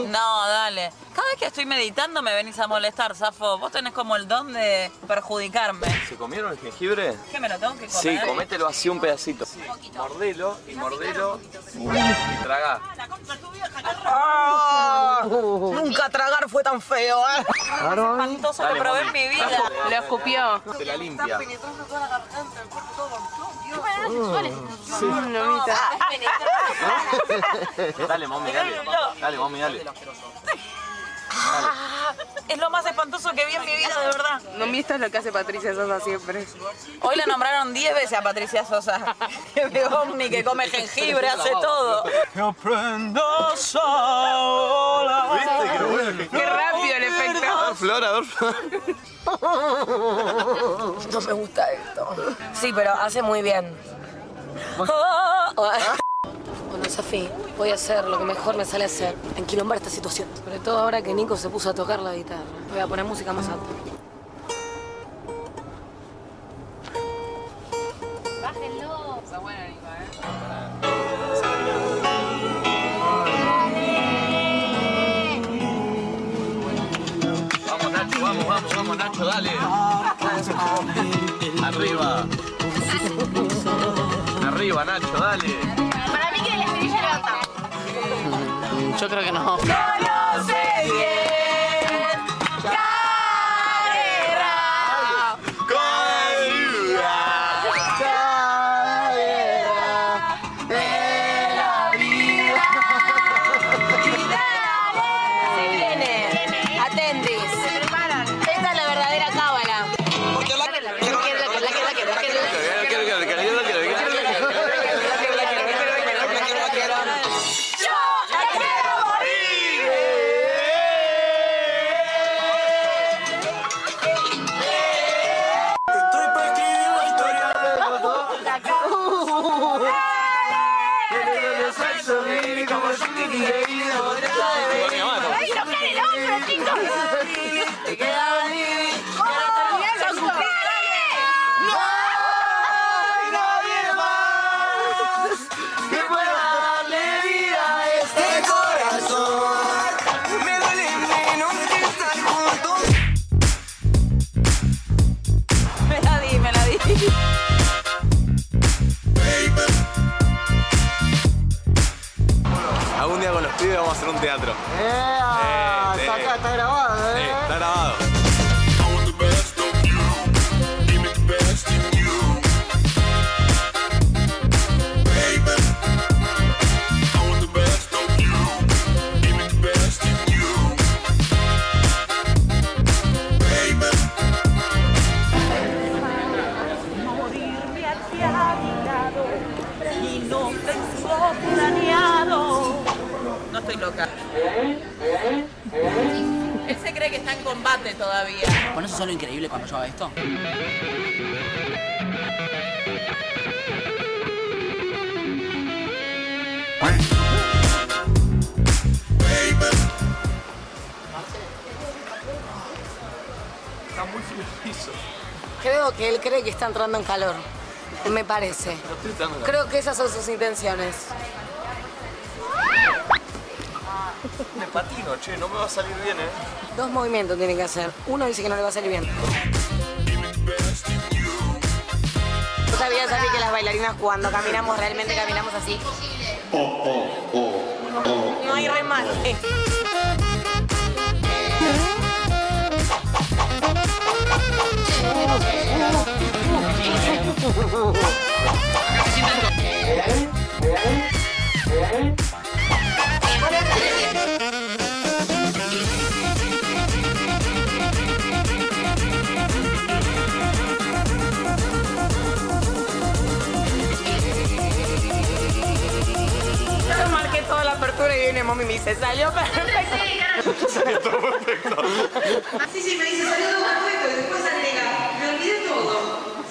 Speaker 5: No, dale. Cada vez que estoy meditando me venís a molestar, Safo. Vos tenés como el don de perjudicarme.
Speaker 12: ¿Se comieron el jengibre?
Speaker 5: ¿Qué me lo tengo que comer?
Speaker 12: Sí, comételo así un pedacito. Mordelo y mordelo y tragá.
Speaker 6: Ah.
Speaker 3: Nunca tragar fue tan feo, ¿eh?
Speaker 6: Claro, mami.
Speaker 5: Espantoso, lo probé en mi vida.
Speaker 3: Lo escupió.
Speaker 12: Se la limpia.
Speaker 6: Mm,
Speaker 12: Dale, mami, dale. Dale, mami, dale.
Speaker 5: Ah, Es lo más espantoso que vi en mi vida, de verdad.
Speaker 3: No viste lo que hace Patricia Sosa siempre.
Speaker 5: Hoy la nombraron 10 veces a Patricia Sosa. Que ve ovni, que come jengibre, hace todo.
Speaker 6: Que aprendas ahora.
Speaker 12: ¿Viste que lo bueno
Speaker 6: Qué rápido el efecto.
Speaker 12: A ver, Flor, a ver, Flor.
Speaker 3: No me gusta esto. Sí, pero hace muy bien. Bueno, Safi, voy a hacer lo que mejor me sale hacer, enquilombar esta situación. Sobre todo ahora que Nico se puso a tocar la guitarra. Voy a poner música más alta.
Speaker 5: Bájenlo. Está bueno, Nico,
Speaker 12: Vamos, Nacho, vamos, vamos, vamos, Nacho, dale. Arriba. Arriba, Nacho, dale.
Speaker 5: Para mí que la estrella levanta.
Speaker 4: Yo creo que no.
Speaker 5: Conoce bien. Carrera. Carrera. De la vida.
Speaker 3: Se viene. Atendis. Se preparan. Esta es la verdadera cábala.
Speaker 6: Yo la quiero morir.
Speaker 10: como si te quería otra vez.
Speaker 1: ¡Ay, no cae el hombro, chicos!
Speaker 10: Te quedaba vivir. ¡Ya lo terminé, ¡No! hay nadie más que pueda darle vida a este corazón. Me duele menos que estar juntos.
Speaker 4: Me la di, me la di.
Speaker 1: Algún día con los pibes vamos a hacer un teatro.
Speaker 10: ¡Ea!
Speaker 1: Eh, eh,
Speaker 10: Está acá, está grabado,
Speaker 1: eh,
Speaker 10: ¿eh?
Speaker 1: está grabado.
Speaker 10: morirme hacia mi lado y no tengo planeado.
Speaker 4: No estoy loca.
Speaker 5: Él se cree que está en combate todavía.
Speaker 20: Bueno, eso es lo increíble cuando yo hago esto.
Speaker 1: Está muy frío el piso.
Speaker 3: Creo que él cree que está entrando en calor. Me parece.
Speaker 1: No estoy tan
Speaker 3: Creo que esas son sus intenciones.
Speaker 1: Me patino, che, no me va a salir bien, eh.
Speaker 3: Dos movimientos tiene que hacer. Uno dice que no le va a salir bien. ¿Tú sabías, Santi, que las bailarinas cuando caminamos realmente caminamos así? No hay remate. Yo marqué toda la apertura y viene mami y me dice, salió perfecto. Salió todo perfecto.
Speaker 10: Sí, sí, me dice, salió todo perfecto y después agrega, me olvidé todo.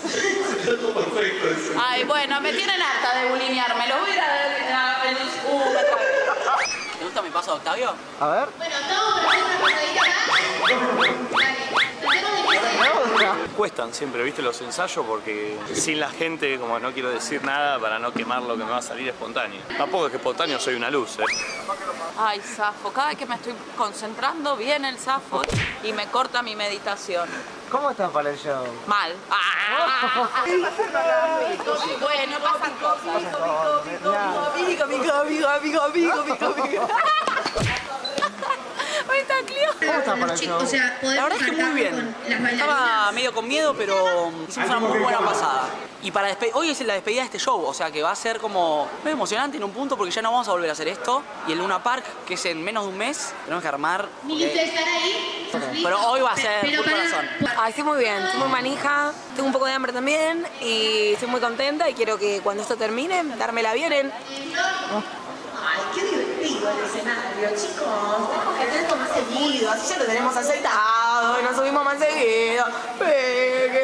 Speaker 10: Salió todo perfecto eso.
Speaker 5: Ay, bueno, me tienen harta de bulinearme. Lo voy a ir a ver en la pelusa. Uh, me cago.
Speaker 20: ¿Te gusta mi paso de Octavio?
Speaker 10: A ver.
Speaker 1: Cuestan siempre, viste, los ensayos porque sin la gente, como no quiero decir nada para no quemar lo que me va a salir espontáneo. Tampoco es que espontáneo soy una luz, eh.
Speaker 4: Ay, Safo, cada vez que me estoy concentrando bien el Safo y me corta mi meditación.
Speaker 10: ¿Cómo estás para el show?
Speaker 4: Mal. Ah.
Speaker 5: Bueno, pasan cosas.
Speaker 10: Amigo, amigo, amigo, amigo, amigo, amigo, amigo.
Speaker 4: Ahí está Clio.
Speaker 10: ¿Cómo está para el show? O sea,
Speaker 4: La verdad es que muy bien. Estaba medio con miedo, pero hicimos una muy buena pasada. Y para despe- hoy es la despedida de este show, o sea que va a ser como medio emocionante en un punto porque ya no vamos a volver a hacer esto. Y el Luna Park, que es en menos de un mes, tenemos que armar. porque-
Speaker 3: ahí.
Speaker 4: Pero hoy va a ser full corazón.
Speaker 3: Ay, estoy muy bien, estoy muy manija, tengo un poco de hambre también y estoy muy contenta y quiero que cuando esto termine, dármela bien. en-
Speaker 10: Ay, qué divertido el escenario, chicos. Tenemos que tenerlo más seguido, así ya lo tenemos aceptado y nos subimos más seguido. Pegue.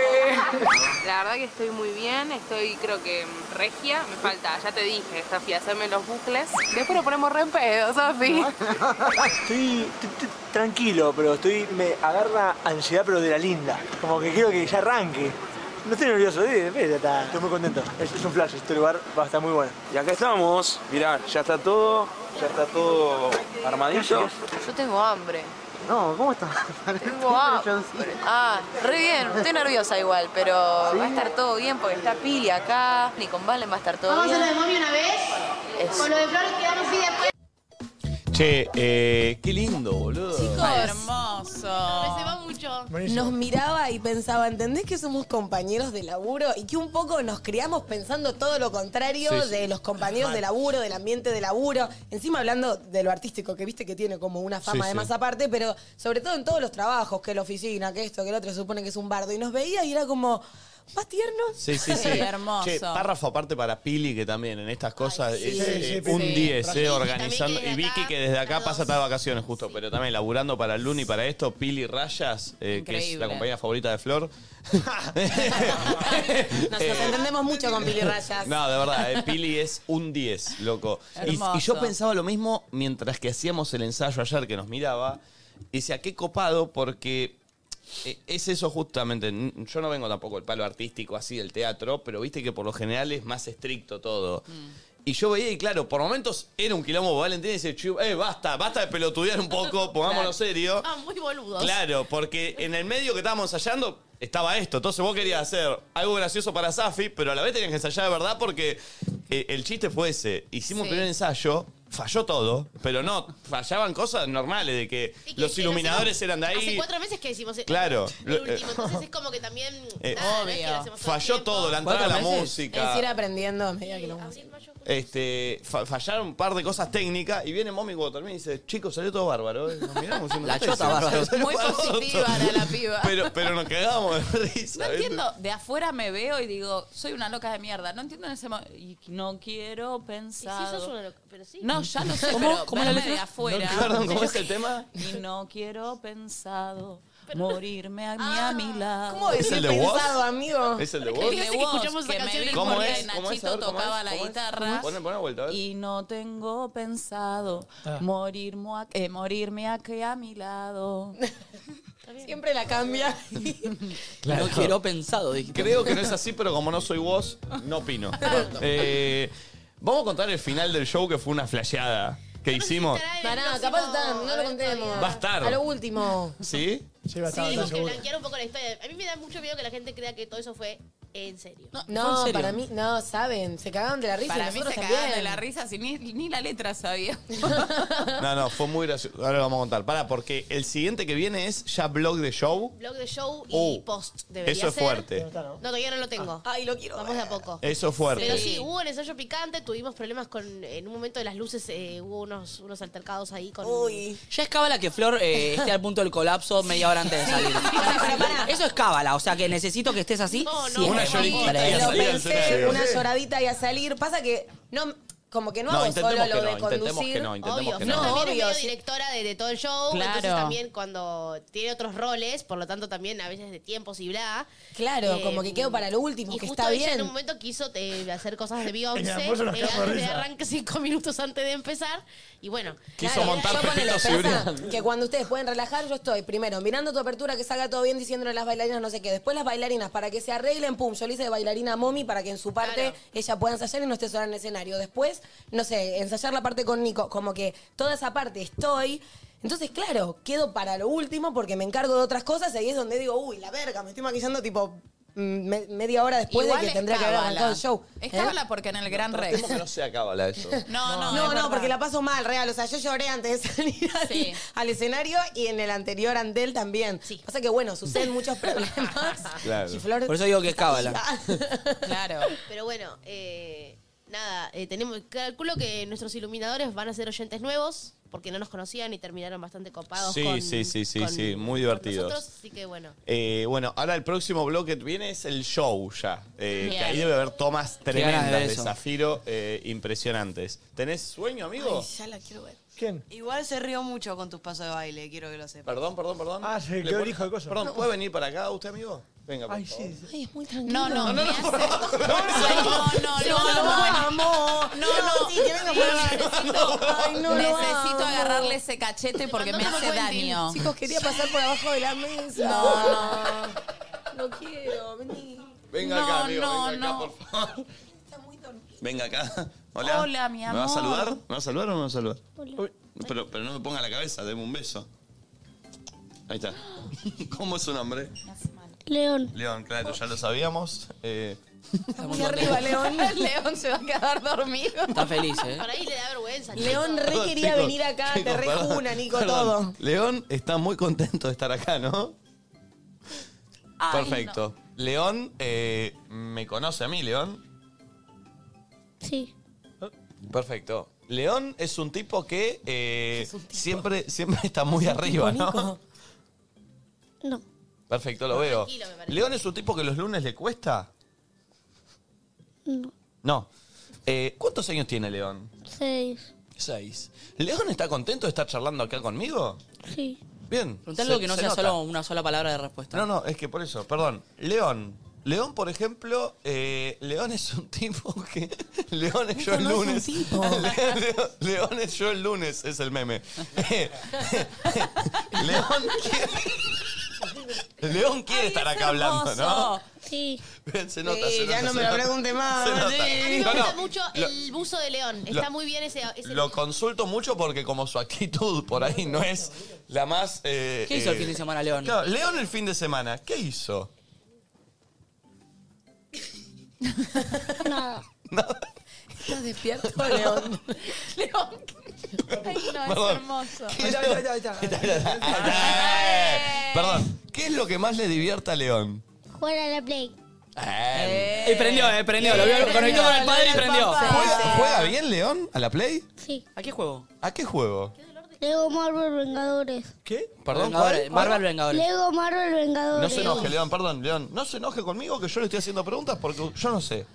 Speaker 7: La verdad que estoy muy bien, estoy creo que mm, regia, me falta, ya te dije, Sofi, hacerme los bucles. Después lo ponemos re en pedo, Sofi.
Speaker 6: Estoy t- t- tranquilo, pero estoy me agarra ansiedad, pero de la linda. Como que quiero que ya arranque. No estoy nervioso, eh, pero está- estoy muy contento. Es, es un flash, este lugar va a estar muy bueno.
Speaker 1: Y acá estamos, mirá, ya está todo, ya está todo armadito.
Speaker 18: Yo tengo hambre.
Speaker 10: No, ¿cómo estás?
Speaker 18: Tengo hambre. Ah, re bien. Estoy nerviosa igual, pero va a estar todo bien porque está Pili acá. Ni con Valen va a estar todo
Speaker 21: Vamos a
Speaker 18: bien.
Speaker 21: hacer lo de Mommy una vez.
Speaker 18: Eso.
Speaker 21: Con lo de Flores quedamos y después.
Speaker 22: Che, eh, qué lindo, boludo.
Speaker 5: Hermoso.
Speaker 21: mucho.
Speaker 23: Nos miraba y pensaba, ¿entendés que somos compañeros de laburo? Y que un poco nos criamos pensando todo lo contrario
Speaker 24: Sí, sí.
Speaker 23: de los compañeros
Speaker 24: Mal.
Speaker 23: de laburo, del ambiente de laburo. Encima hablando de lo artístico, que viste que tiene como una fama
Speaker 24: Sí,
Speaker 23: de
Speaker 24: sí.
Speaker 23: más aparte, pero sobre todo en todos los trabajos, que la oficina, que esto, que el otro, se supone que es un bardo. Y nos veía y era como...
Speaker 3: más tiernos.
Speaker 1: Sí, sí, sí. Che, párrafo aparte para Pili, que también en estas cosas
Speaker 3: sí.
Speaker 1: es
Speaker 3: Sí,
Speaker 1: eh,
Speaker 3: sí,
Speaker 1: un
Speaker 3: sí.
Speaker 1: 10,
Speaker 3: Pero
Speaker 1: eh,
Speaker 3: Vicky
Speaker 1: organizando. Y Vicky, que desde acá pasa estas vacaciones justo, pero también laburando para el Luni, para esto, Pili Rayas, eh, que es
Speaker 3: Increíble.
Speaker 1: la compañía favorita de Flor. Eh,
Speaker 3: Nos, nos entendemos mucho con Pili Rayas.
Speaker 1: No, de verdad, eh, Pili es un 10, loco. Y- Y, yo
Speaker 3: Hermoso.
Speaker 1: pensaba lo mismo mientras que hacíamos el ensayo ayer que nos miraba. Y decía, qué copado, porque eh, es eso justamente. N- Yo no vengo tampoco del palo artístico así del teatro, pero viste que por lo general es más estricto todo.
Speaker 3: Mm.
Speaker 1: Y yo veía, y claro, por momentos era un quilombo Valentín y dice, "Chiu, eh, basta, basta de pelotudear un poco, pongámonos serio.
Speaker 7: Ah, muy boludos.
Speaker 1: Claro, porque en el medio que estábamos ensayando estaba esto. Entonces vos querías hacer algo gracioso para Safi, pero a la vez tenías que ensayar de verdad porque eh, el chiste fue ese. Hicimos
Speaker 7: Sí.
Speaker 1: el primer ensayo, falló todo, pero no, fallaban cosas normales de que los iluminadores eran de
Speaker 7: Hace
Speaker 1: ahí.
Speaker 7: cuatro meses que eh, hicimos el-
Speaker 1: Claro.
Speaker 7: el último. Entonces es como que también.
Speaker 1: Eh,
Speaker 7: nada, no es que lo hacemos todo el
Speaker 1: Falló
Speaker 7: tiempo.
Speaker 1: todo, la entrada a la música.
Speaker 3: Es ir aprendiendo a medida que lo vamos haciendo.
Speaker 1: Este, fa- fallaron un par de cosas técnicas y viene Mommy cuando termina y dice, chicos, salió todo bárbaro. Y nos miramos diciendo,
Speaker 5: La
Speaker 1: "¿Qué
Speaker 5: chota
Speaker 1: te
Speaker 5: bárbaro".
Speaker 1: decís?
Speaker 5: Muy
Speaker 1: Bárbaro.
Speaker 5: positiva era la piba.
Speaker 1: Pero, pero nos cagábamos de risa.
Speaker 5: No
Speaker 1: ¿viste?
Speaker 5: entiendo, de afuera me veo y digo, soy una loca de mierda. No entiendo en ese momento. Y no quiero pensar.
Speaker 7: Sí, sos una loca, pero sí.
Speaker 5: No, ya lo sé,
Speaker 7: ¿Cómo?
Speaker 5: pero
Speaker 7: ¿Cómo la
Speaker 5: verme
Speaker 7: letra?
Speaker 5: de afuera.
Speaker 1: No, perdón, ¿cómo es el tema?
Speaker 5: Y no quiero pensado morirme a mí a
Speaker 7: Ah.
Speaker 5: mi lado.
Speaker 3: ¿Cómo
Speaker 1: ¿Es el de Woz? ¿Es el de Woz?
Speaker 5: El de Woz, que me vi
Speaker 1: ¿Cómo
Speaker 5: porque
Speaker 1: es? ¿Cómo es? A
Speaker 5: Nachito
Speaker 1: ver, ¿cómo
Speaker 5: tocaba
Speaker 1: es?
Speaker 5: la
Speaker 1: ¿Cómo es?
Speaker 5: guitarra.
Speaker 1: Poné, poné vuelta, a ver.
Speaker 5: Y no tengo pensado
Speaker 1: Ah.
Speaker 5: morirme, a- eh, morirme aquí a mi lado.
Speaker 3: Siempre la cambia.
Speaker 1: Claro.
Speaker 4: No quiero pensado, dijiste.
Speaker 1: Creo que no es así, pero como no soy vos, no opino. Eh, vamos a contar el final del show que fue una flasheada que hicimos.
Speaker 3: Pará, capaz está, no lo contemos.
Speaker 1: Va a estar.
Speaker 3: A lo último.
Speaker 1: ¿Sí? Sí,
Speaker 7: Sí, tenemos que blanquear un poco la historia. A mí me da mucho miedo que la gente crea que todo eso fue en serio.
Speaker 3: No, para mí, no, saben, se cagaron de la risa. y
Speaker 5: Para mí
Speaker 3: nosotros
Speaker 5: se cagaron de
Speaker 3: también.
Speaker 5: la risa si ni, ni la letra sabía.
Speaker 1: No, no, fue muy gracioso. Ahora lo vamos a contar. Pará, porque el siguiente que viene es ya blog de show.
Speaker 7: Blog de show y
Speaker 1: Oh,
Speaker 7: post debería
Speaker 1: eso es
Speaker 7: ser.
Speaker 1: fuerte.
Speaker 7: No, todavía no lo tengo. Ay, lo quiero. Vamos de a poco.
Speaker 1: Eso es fuerte.
Speaker 7: Pero sí, hubo un ensayo picante, tuvimos problemas con. En un momento de las luces eh, hubo unos, unos altercados ahí con. Uy.
Speaker 4: Ya es cábala que Flor eh, esté al punto del colapso media hora antes de salir. Eso es cábala, o sea que necesito que estés así. siempre.
Speaker 1: Una lloriquita y a
Speaker 3: Lo
Speaker 1: salir al
Speaker 3: pensé,
Speaker 1: escenario.
Speaker 3: una lloradita y a salir. Pasa que no, como que no,
Speaker 1: No,
Speaker 3: hago
Speaker 1: intentemos
Speaker 3: solo
Speaker 1: que
Speaker 3: lo
Speaker 1: no,
Speaker 3: de
Speaker 1: intentemos
Speaker 3: conducir.
Speaker 1: que no, intentemos
Speaker 3: obvio,
Speaker 1: que
Speaker 3: no.
Speaker 1: no.
Speaker 7: También es
Speaker 3: obvio.
Speaker 7: medio directora de, de todo el show, entonces
Speaker 3: Claro.
Speaker 7: también cuando tiene otros roles, por lo tanto también a veces de tiempos y bla. eh,
Speaker 3: Claro, como que quedo para lo último,
Speaker 7: y
Speaker 3: que
Speaker 7: justo
Speaker 3: está
Speaker 7: ella en
Speaker 3: bien.
Speaker 7: un momento quiso eh, hacer cosas de
Speaker 3: En
Speaker 7: Beyoncé,
Speaker 3: el almuerzo nos
Speaker 7: eh,
Speaker 3: cagamos de
Speaker 7: antes de
Speaker 3: risa.
Speaker 7: arranque cinco minutos antes de empezar, y bueno.
Speaker 1: Quiso
Speaker 7: nada,
Speaker 1: montar
Speaker 7: yo-
Speaker 1: Pepito
Speaker 3: Ponele, pensá
Speaker 1: Cibrián.
Speaker 3: que cuando ustedes pueden relajar, yo estoy primero mirando tu apertura, que salga todo bien, diciéndole a las bailarinas no sé qué. Después las bailarinas, para que se arreglen, pum, yo le hice de bailarina a Momi para que en su parte ella pueda ensayar y no esté sola en el escenario. Después, no sé, ensayar la parte con Nico, como que toda esa parte estoy. Entonces, claro, quedo para lo último porque me encargo de otras cosas y ahí es donde digo, uy, la verga, me estoy maquillando tipo mm, me- media hora después
Speaker 5: Igual
Speaker 3: de que
Speaker 5: es
Speaker 3: tendría que haber
Speaker 5: cábala.
Speaker 3: arrancado el show.
Speaker 5: Es
Speaker 3: ¿Eh?
Speaker 5: cábala porque en el Gran Rex.
Speaker 1: Tratemos que no sea cábala eso.
Speaker 5: No, no,
Speaker 3: No,
Speaker 5: es
Speaker 3: no,
Speaker 5: verdad.
Speaker 3: porque la paso mal, real. O sea, yo lloré antes de salir al, al escenario y en el anterior ante él también. Pasa que, bueno, suceden muchos problemas. Y Flor-
Speaker 4: Por eso digo que es cábala.
Speaker 5: Claro.
Speaker 7: Pero bueno, eh, nada, eh, tenemos, calculo que nuestros iluminadores van a ser oyentes nuevos, porque no nos conocían y terminaron bastante copados
Speaker 1: Sí,
Speaker 7: con,
Speaker 1: sí, sí, sí,
Speaker 7: con
Speaker 1: sí, muy divertidos.
Speaker 7: nosotros, así que bueno.
Speaker 1: Eh, bueno, ahora el próximo bloque que viene es el show ya. Eh,
Speaker 7: Bien.
Speaker 1: que ahí debe haber tomas
Speaker 4: Qué ganas de ver
Speaker 1: tremendas de
Speaker 4: eso.
Speaker 1: Zafiro eh, impresionantes. ¿Tenés sueño, amigo?
Speaker 9: Ay, ya la quiero ver.
Speaker 1: ¿Quién?
Speaker 9: Igual se rió mucho con tus pasos de baile, quiero que lo sepas.
Speaker 1: Perdón, perdón, perdón.
Speaker 9: Ah, se
Speaker 1: ¿Le
Speaker 9: quedó el
Speaker 1: puedo-
Speaker 9: hijo de coso.
Speaker 1: Perdón,
Speaker 9: No.
Speaker 1: ¿puede venir para acá usted, amigo? Venga, por
Speaker 9: Ay,
Speaker 1: favor.
Speaker 9: sí.
Speaker 3: Ay, es muy tranquilo.
Speaker 5: No, no, me hace- no,
Speaker 3: Se
Speaker 5: no,
Speaker 3: va,
Speaker 5: no,
Speaker 3: lo
Speaker 5: no.
Speaker 3: amo.
Speaker 5: No, no.
Speaker 3: Sí, que venga por acá.
Speaker 5: Necesito,
Speaker 3: Ay, no, lo
Speaker 5: necesito
Speaker 3: amo.
Speaker 5: agarrarle ese cachete porque me hace daño.
Speaker 3: Chicos, quería pasar por abajo de la mesa.
Speaker 5: No, no.
Speaker 3: No quiero, vení.
Speaker 1: Venga
Speaker 5: No,
Speaker 1: acá, amigo.
Speaker 5: no,
Speaker 1: venga
Speaker 5: no.
Speaker 1: acá, por favor. Venga acá. Hola.
Speaker 5: Hola, mi
Speaker 1: ¿Me va a
Speaker 5: amor.
Speaker 1: saludar? ¿Me va a saludar o no me va a saludar? Uy, Pero, pero no me ponga la cabeza, deme un beso. Ahí está. ¿Cómo es su nombre?
Speaker 5: León.
Speaker 1: León, claro, ya lo sabíamos. Eh,
Speaker 5: Muy arriba, León. León se va a quedar dormido.
Speaker 1: Está feliz, ¿eh?
Speaker 7: Por ahí le da vergüenza.
Speaker 3: León re
Speaker 1: Perdón,
Speaker 3: quería
Speaker 1: chicos,
Speaker 3: venir acá, te
Speaker 1: chicos, perdón,
Speaker 3: rejuna, Nico,
Speaker 1: perdón.
Speaker 3: todo.
Speaker 1: León está muy contento de estar acá, ¿no?
Speaker 3: Ay,
Speaker 1: Perfecto. León, eh, ¿me conoce a mí, León?
Speaker 25: Sí.
Speaker 1: Perfecto. León es un tipo que eh, siempre, siempre está muy arriba, ¿no?
Speaker 25: No.
Speaker 1: Perfecto, lo veo.
Speaker 25: Tranquilo, me parece.
Speaker 1: ¿León es un tipo que los lunes le cuesta?
Speaker 25: No,
Speaker 1: No. Eh, ¿Cuántos años tiene León?
Speaker 25: seis.
Speaker 1: Seis. ¿León está contento de estar charlando acá conmigo?
Speaker 25: Sí.
Speaker 1: Bien.
Speaker 4: Preguntá algo que no sea solo una sola palabra de
Speaker 1: respuesta. No, no, es que por eso, perdón. León. León, por ejemplo, eh, León es un tipo que. León es yo el
Speaker 4: no es un
Speaker 1: lunes.
Speaker 4: tipo.
Speaker 1: Le- León- León es yo el lunes, es el meme. Eh, León quiere. León quiere estar acá hablando, ¿no?
Speaker 25: Sí.
Speaker 1: Bien, se nota,
Speaker 3: Sí,
Speaker 1: se nota.
Speaker 3: ya no
Speaker 1: se
Speaker 3: me lo
Speaker 1: nota.
Speaker 3: pregunte más.
Speaker 1: Se nota.
Speaker 3: Sí.
Speaker 7: A mí me
Speaker 1: No, no,
Speaker 7: gusta mucho
Speaker 1: lo-
Speaker 7: el buzo de león. Está
Speaker 1: lo-
Speaker 7: muy bien ese. ese
Speaker 1: Lo consulto mucho porque como su actitud por ahí no es la más... eh,
Speaker 4: ¿Qué hizo el
Speaker 1: eh,
Speaker 4: fin de semana, León?
Speaker 1: Claro, León el fin de semana, ¿qué hizo?
Speaker 25: Nada.
Speaker 5: ¿Estás despierto, León? León. Ay, no,
Speaker 1: Perdón.
Speaker 5: es hermoso.
Speaker 1: Perdón, ¿qué es lo que más le divierte a León?
Speaker 25: Jugar a la Play.
Speaker 1: Eh,
Speaker 26: Y prendió, eh, prendió. Lo vio, conectó con el padre y prendió.
Speaker 1: ¿Juega, juega bien León a la Play?
Speaker 25: Sí.
Speaker 4: ¿A qué juego?
Speaker 1: ¿A qué juego?
Speaker 25: Lego Marvel Vengadores.
Speaker 1: ¿Qué? Perdón,
Speaker 4: Vengadores,
Speaker 1: ¿cuál?
Speaker 4: Marvel Vengadores.
Speaker 25: Lego Marvel Vengadores.
Speaker 1: No se enoje, León, perdón, León. No se enoje conmigo que yo le estoy haciendo preguntas porque yo no sé.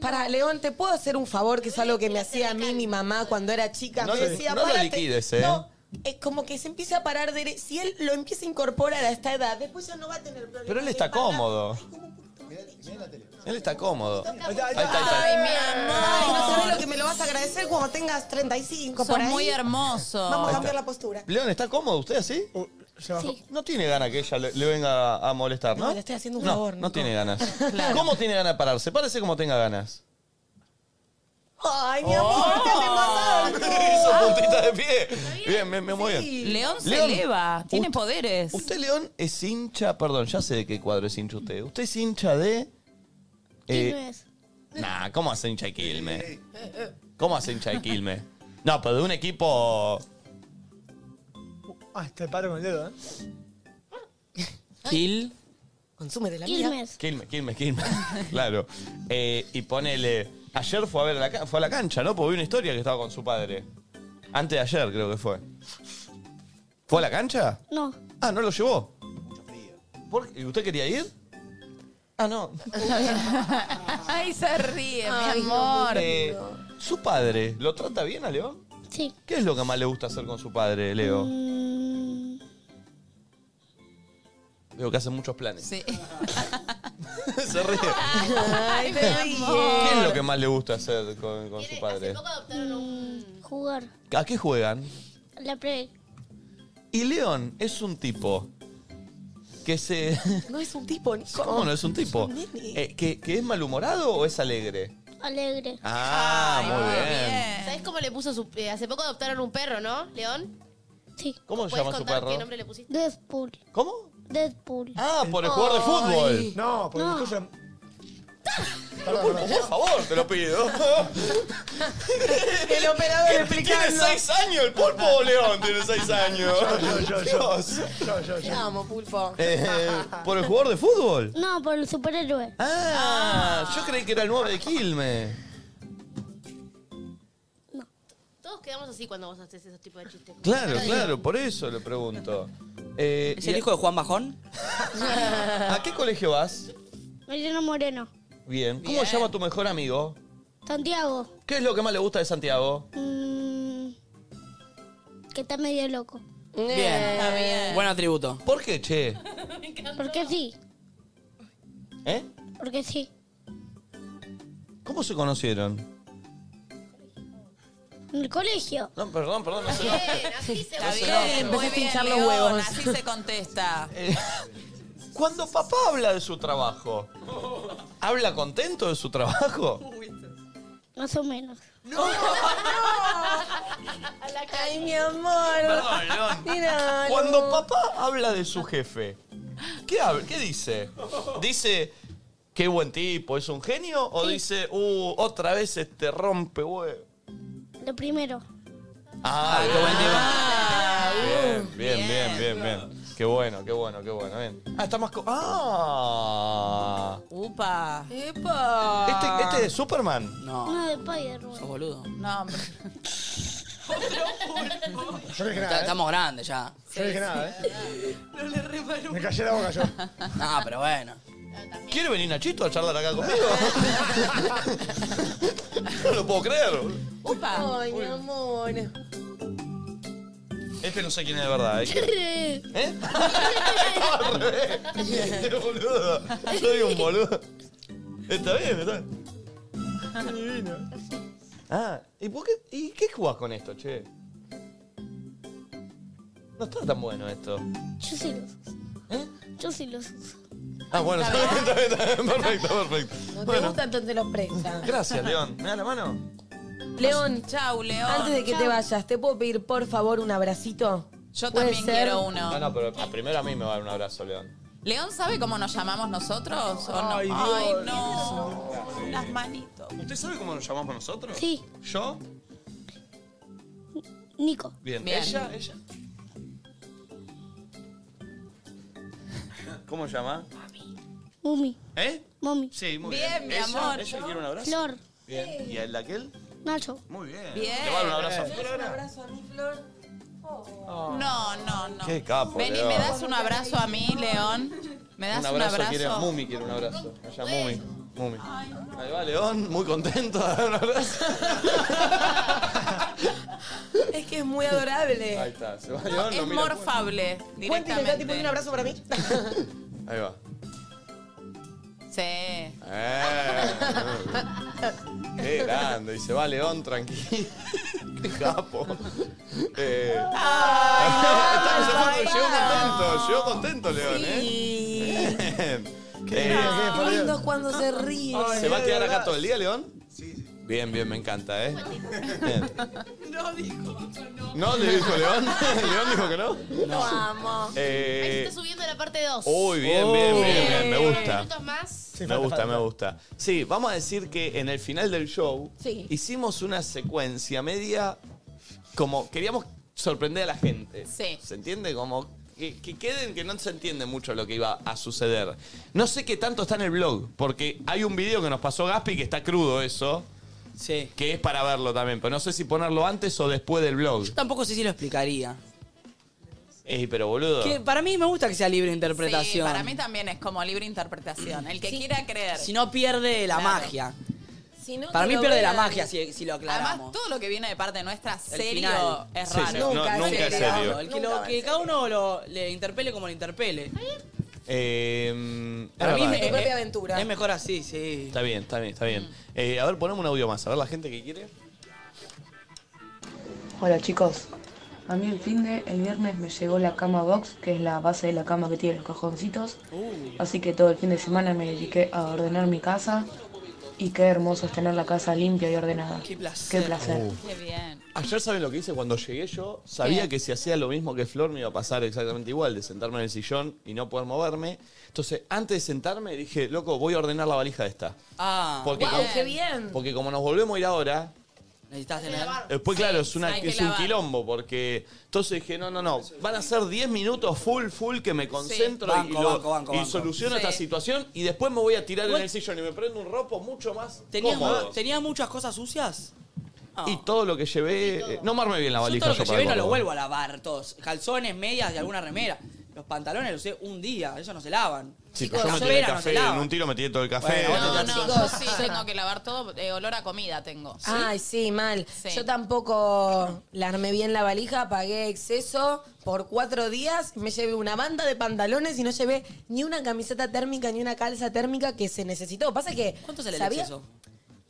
Speaker 3: Para, León, ¿te puedo hacer un favor? Que es algo que me hacía a mí mi mamá cuando era chica.
Speaker 1: No
Speaker 3: me
Speaker 1: lo-
Speaker 3: decía,
Speaker 1: no lo
Speaker 3: "Párate".
Speaker 1: liquides, ¿eh?
Speaker 3: No, es como que se empieza a parar de... Si él lo empieza a incorporar a esta edad, después ya no va a tener problemas.
Speaker 1: Pero él está cómodo. Él está cómodo. Ahí está, ahí está.
Speaker 3: Ay, mi amor. Ay, no sabes lo que me lo vas a agradecer cuando tengas 35 por
Speaker 5: Sos
Speaker 3: ahí.
Speaker 5: muy hermoso.
Speaker 3: Vamos a
Speaker 1: Ahí
Speaker 3: cambiar
Speaker 1: está.
Speaker 3: la postura.
Speaker 1: León, ¿está cómodo usted así? No tiene ganas que ella le, le venga a, a molestar, ¿no?
Speaker 3: No, le estoy haciendo un
Speaker 1: No,
Speaker 3: favor,
Speaker 1: No,
Speaker 3: Nico.
Speaker 1: tiene ganas. ¿Cómo tiene ganas de pararse? Párese como tenga ganas.
Speaker 3: Ay, mi amor, ¿qué
Speaker 1: Oh,
Speaker 3: hace
Speaker 1: Hizo
Speaker 5: Ah,
Speaker 1: puntita de pie. Bien, bien, bien, muy bien.
Speaker 5: León se eleva, tiene
Speaker 10: eh,
Speaker 5: poderes.
Speaker 1: Usted, León, es hincha. Perdón, ya sé de qué cuadro es hincha usted. Usted es hincha de. eh,
Speaker 25: Quilmes.
Speaker 1: Nah, ¿cómo hace hincha de Quilmes? ¿Cómo hace hincha de Quilmes? No, pero de un equipo.
Speaker 6: Ah,
Speaker 10: este
Speaker 6: te paro con el dedo, ¿eh?
Speaker 1: Quil.
Speaker 3: Consume de la mía.
Speaker 25: Quilmes.
Speaker 1: Quilmes, Quilmes, Quilmes. claro. Eh, y ponele. Ayer fue a ver a la, ca- fue a la cancha, ¿no? Porque vi una historia que estaba con su padre. Antes de ayer, creo que fue. ¿Fue a la cancha?
Speaker 25: No.
Speaker 1: Ah, no lo llevó. Mucho frío. ¿Usted quería ir? Ah, no.
Speaker 5: Ay, se ríe,
Speaker 25: Ay,
Speaker 5: mi
Speaker 25: no,
Speaker 5: amor.
Speaker 1: Eh, ¿Su padre lo trata bien a León?
Speaker 25: Sí.
Speaker 1: ¿Qué es lo que más le gusta hacer con su padre, Leo? Veo que hacen muchos planes.
Speaker 5: Sí.
Speaker 1: Se ríe.
Speaker 3: Ay, te ríes.
Speaker 1: ¿Qué es lo que más le gusta hacer con, con su padre?
Speaker 25: Mm, Jugar
Speaker 1: ¿A qué juegan?
Speaker 25: a la Play.
Speaker 1: Y León es un tipo que se...
Speaker 3: No es un tipo, Nico.
Speaker 1: ¿Cómo no es un tipo?
Speaker 3: nene.
Speaker 1: Eh, que, que es malhumorado o es alegre?
Speaker 25: Alegre.
Speaker 1: Ah, muy bien.
Speaker 7: ¿Sabes cómo le puso su.? eh, hace poco adoptaron un perro, ¿no, León?
Speaker 25: Sí.
Speaker 1: ¿Cómo se
Speaker 7: ¿Puedes
Speaker 1: llama su
Speaker 7: contar
Speaker 1: perro?
Speaker 7: qué nombre le pusiste?
Speaker 25: Deadpool.
Speaker 1: ¿Cómo?
Speaker 25: Deadpool. Ah.
Speaker 1: Ah, por el jugador de fútbol.
Speaker 6: No, por
Speaker 25: No.
Speaker 6: el tuyo.
Speaker 1: Por favor, te lo pido.
Speaker 3: El operador
Speaker 1: Tiene
Speaker 3: explicando.
Speaker 1: seis años, el pulpo León tiene seis años.
Speaker 6: Yo, yo, yo.
Speaker 1: Dios.
Speaker 3: Te amo, pulpo.
Speaker 1: Eh, ¿Por el jugador de fútbol?
Speaker 25: No, por el superhéroe.
Speaker 1: Ah, yo creí que era el 9 de Quilmes.
Speaker 7: Todos quedamos así cuando vos haces esos tipos de chistes.
Speaker 1: Claro, claro, por eso le pregunto. Eh,
Speaker 4: ¿Es
Speaker 1: y
Speaker 4: el
Speaker 1: a-
Speaker 4: hijo de Juan Bajón?
Speaker 1: ¿A qué colegio vas?
Speaker 25: Mariano Moreno.
Speaker 1: Bien. ¿Cómo se llama tu mejor amigo?
Speaker 25: Santiago.
Speaker 1: ¿Qué es lo que más le gusta de Santiago?
Speaker 25: mm, que está medio loco.
Speaker 4: Bien.
Speaker 1: Eh.
Speaker 4: Buen atributo.
Speaker 1: ¿Por qué, che?
Speaker 25: Porque sí.
Speaker 1: ¿Eh?
Speaker 25: Porque sí.
Speaker 1: ¿Cómo se conocieron?
Speaker 25: En el colegio.
Speaker 1: No, perdón, perdón, no sé.
Speaker 5: Está
Speaker 1: No se
Speaker 5: bien,
Speaker 1: enoje.
Speaker 5: muy bien,
Speaker 3: hinchar los
Speaker 5: León,
Speaker 3: huevos.
Speaker 5: Así se contesta.
Speaker 1: Cuando papá habla de su trabajo, ¿habla contento de su trabajo?
Speaker 25: Más o menos.
Speaker 3: Ay, mi amor.
Speaker 1: Perdón, León.
Speaker 3: Mira,
Speaker 1: Cuando papá habla de su jefe, ¿qué, hab- qué dice? ¿Dice qué buen tipo, es un genio? ¿O dice, uh, otra vez este rompe huevo?
Speaker 25: Lo primero.
Speaker 1: Ah, qué buen tipo. Bien, bien, bien, bien, bien. Qué bueno, qué bueno, qué bueno. Bien. Ah, está más. co- ¡Ah!
Speaker 5: Upa. Ah.
Speaker 1: ¿Este, este es Superman?
Speaker 4: No,
Speaker 25: Uno de Spider-Man.
Speaker 4: boludo.
Speaker 5: No, hombre.
Speaker 10: Yo no dije nada. ¿eh?
Speaker 4: Estamos grandes ya.
Speaker 10: Yo no dije nada, ¿eh? Me callé la boca yo.
Speaker 4: No, pero bueno.
Speaker 1: ¿Quiere venir Nachito a charlar acá conmigo? no lo puedo creer.
Speaker 3: Upa. Ay, mi amor.
Speaker 1: Este no sé quién es de verdad. ¿eh?
Speaker 3: ¿Eh?
Speaker 1: Este boludo. Soy un boludo. Está bien, está bien. Ah, ¿y, por qué, ¿y qué jugás con esto, che? No está tan bueno esto.
Speaker 25: Yo sí los uso.
Speaker 10: ¿Eh?
Speaker 25: Yo sí los uso.
Speaker 1: Ah, bueno, está bien, está bien, está bien, perfecto, perfecto.
Speaker 3: No te
Speaker 1: Bueno.
Speaker 3: gusta, entonces te los prestan.
Speaker 1: Gracias, León. ¿Me da la mano?
Speaker 3: León. Chau,
Speaker 5: León.
Speaker 3: Antes de que
Speaker 5: Chau.
Speaker 3: te vayas, ¿te puedo pedir por favor un abracito? Yo
Speaker 5: también quiero uno.
Speaker 1: No, no, pero primero a mí me va a dar un abrazo, León.
Speaker 5: ¿León sabe cómo nos llamamos nosotros o no?
Speaker 1: Ay, Dios.
Speaker 5: Ay, no. Las manitos.
Speaker 1: ¿Usted sabe cómo nos llamamos nosotros?
Speaker 25: Sí.
Speaker 1: ¿Yo?
Speaker 25: Nico.
Speaker 1: Bien.
Speaker 25: Bien.
Speaker 1: ¿Ella? ¿Ella? ¿Cómo se llama?
Speaker 25: Mumi.
Speaker 1: ¿Eh?
Speaker 25: Mami.
Speaker 1: Sí, muy
Speaker 25: Bien,
Speaker 1: bien.
Speaker 25: mi
Speaker 1: ¿Ella?
Speaker 25: amor.
Speaker 1: ¿Ella quiere un abrazo?
Speaker 25: Flor.
Speaker 1: Bien. ¿Y el de aquel?
Speaker 25: Nacho.
Speaker 1: Muy bien.
Speaker 25: Bien.
Speaker 1: ¿Le va a dar un abrazo?
Speaker 25: ¿Me
Speaker 1: Flor,
Speaker 25: das un
Speaker 1: ahora?
Speaker 3: abrazo a mi Flor?
Speaker 5: No, no, no.
Speaker 1: Qué capo,
Speaker 5: Vení,
Speaker 1: León.
Speaker 5: ¿me das un abrazo a mí, León? ¿Me das
Speaker 1: Un
Speaker 5: un
Speaker 1: abrazo,
Speaker 5: abrazo?
Speaker 1: quiere. Mumi quiere un abrazo. Allá, Mumi. Mumi. Ahí va León, muy contento de dar un abrazo.
Speaker 3: Es que es muy adorable.
Speaker 1: Ahí está, se va León, lo
Speaker 5: es
Speaker 1: mira.
Speaker 5: morfable,
Speaker 3: Cuenta y le da tipo
Speaker 5: directamente.
Speaker 3: un abrazo para mí.
Speaker 1: Ahí va.
Speaker 5: Sí.
Speaker 1: Eh, qué grande. Y se va León tranquilo. Qué capo. Eh, estamos en foto. Llegó contento, llegó contento León, ¿eh? Bien. Eh,
Speaker 3: Ah. Qué lindo es cuando se ríe.
Speaker 1: ¿Se va a quedar acá todo el día, León? Sí, sí. Bien, bien, me encanta, ¿eh?
Speaker 27: No dijo.
Speaker 1: ¿No le dijo León? ¿León dijo que no?
Speaker 7: Lo amo.
Speaker 1: Eh,
Speaker 7: Ahí se está subiendo la parte 2.
Speaker 1: Uy, bien, bien, bien, bien, me gusta.
Speaker 7: minutos más.
Speaker 1: me gusta, me gusta. Sí, vamos a decir que en el final del show
Speaker 7: Sí.
Speaker 1: hicimos una secuencia media como queríamos sorprender a la gente.
Speaker 5: Sí.
Speaker 1: ¿Se entiende? Como que, que queden que no se entiende mucho lo que iba a suceder. No sé qué tanto está en el blog, porque hay un video que nos pasó Gaspi que está crudo eso.
Speaker 4: Sí.
Speaker 1: Que es para verlo también, pero no sé si ponerlo antes o después del blog.
Speaker 4: Tampoco sé si lo explicaría.
Speaker 1: Ey, pero boludo.
Speaker 4: Que para mí me gusta que sea libre
Speaker 5: Sí,
Speaker 4: interpretación.
Speaker 5: para mí también es como libre interpretación. El que quiera creer.
Speaker 4: Si no pierde la
Speaker 5: Claro.
Speaker 4: magia.
Speaker 3: Si no
Speaker 4: Para
Speaker 5: que
Speaker 4: mí
Speaker 5: lo
Speaker 4: pierde
Speaker 5: vean.
Speaker 4: la magia si, si lo aclaramos.
Speaker 5: Todo lo que viene de parte nuestra, serio,
Speaker 4: final.
Speaker 5: es
Speaker 1: Sí,
Speaker 5: raro.
Speaker 1: sí, no, Nunca es nunca es serio. serio.
Speaker 4: El que, lo- que cada uno lo, le interpele como le interpele.
Speaker 1: Eh, es
Speaker 4: Para mí
Speaker 1: verdad.
Speaker 4: me- Mm.
Speaker 3: Tu propia aventura.
Speaker 4: Es mejor así, sí.
Speaker 1: Está bien, está bien, está bien. Eh, a ver, ponemos un audio más. A ver la gente que quiere.
Speaker 13: Hola chicos, a mí el fin de el viernes me llegó la cama box, que es la base de la cama que tiene los cajoncitos, así que todo el fin de semana me dediqué a ordenar mi casa y qué hermoso es tener la casa limpia y ordenada. Qué placer. Qué placer.
Speaker 1: Uh.
Speaker 5: Qué bien.
Speaker 1: Ayer, ¿saben lo que hice? Cuando llegué yo, sabía
Speaker 5: ¿Qué?
Speaker 1: que si hacía lo mismo que Flor me iba a pasar exactamente igual, de sentarme en el sillón y no poder moverme. Entonces, antes de sentarme, dije, loco, voy a ordenar la valija de esta.
Speaker 4: Ah,
Speaker 1: Porque
Speaker 3: Guau,
Speaker 1: como,
Speaker 3: qué bien.
Speaker 1: Porque como nos volvemos a ir ahora,
Speaker 4: Necesitas tener.
Speaker 1: después, claro, es, una,
Speaker 4: hay que
Speaker 1: es un
Speaker 4: lavar.
Speaker 1: quilombo, porque entonces dije, no, no, no, van a ser 10 minutos full, full, que me concentro y,
Speaker 4: Banco,
Speaker 1: lo-
Speaker 4: banco, banco,
Speaker 1: y
Speaker 4: banco.
Speaker 1: soluciono
Speaker 4: Sí.
Speaker 1: esta situación y después me voy a tirar
Speaker 4: Igual-
Speaker 1: en el sillón y me prendo un ropo mucho más
Speaker 4: ¿Tenías,
Speaker 1: cómodo.
Speaker 4: ¿Tenías muchas cosas sucias?
Speaker 1: Y todo lo que llevé, eh, no me armé bien la
Speaker 4: Yo
Speaker 1: valija.
Speaker 4: todo lo que
Speaker 1: para
Speaker 4: llevé no
Speaker 1: el
Speaker 4: lo
Speaker 1: gordo.
Speaker 4: vuelvo a lavar. Todos. Calzones, medias y alguna remera. Los pantalones los usé un día. Eso no se lavan.
Speaker 1: Sí, pero yo
Speaker 4: Las
Speaker 1: me tiré el
Speaker 4: peras no se
Speaker 1: café,
Speaker 4: lavan.
Speaker 1: en un tiro me tiré todo el café.
Speaker 4: Bueno,
Speaker 5: No, no, yo
Speaker 3: Chicos,
Speaker 5: sí tengo que lavar todo, eh, olor a comida tengo.
Speaker 3: Ay, sí, mal. Yo tampoco la armé bien la valija, pagué exceso por cuatro días, me llevé una banda de pantalones y no llevé ni una camiseta térmica ni una calza térmica que se necesitó. Pasa que.
Speaker 4: ¿Cuánto sale el
Speaker 3: ¿sabía?
Speaker 4: exceso?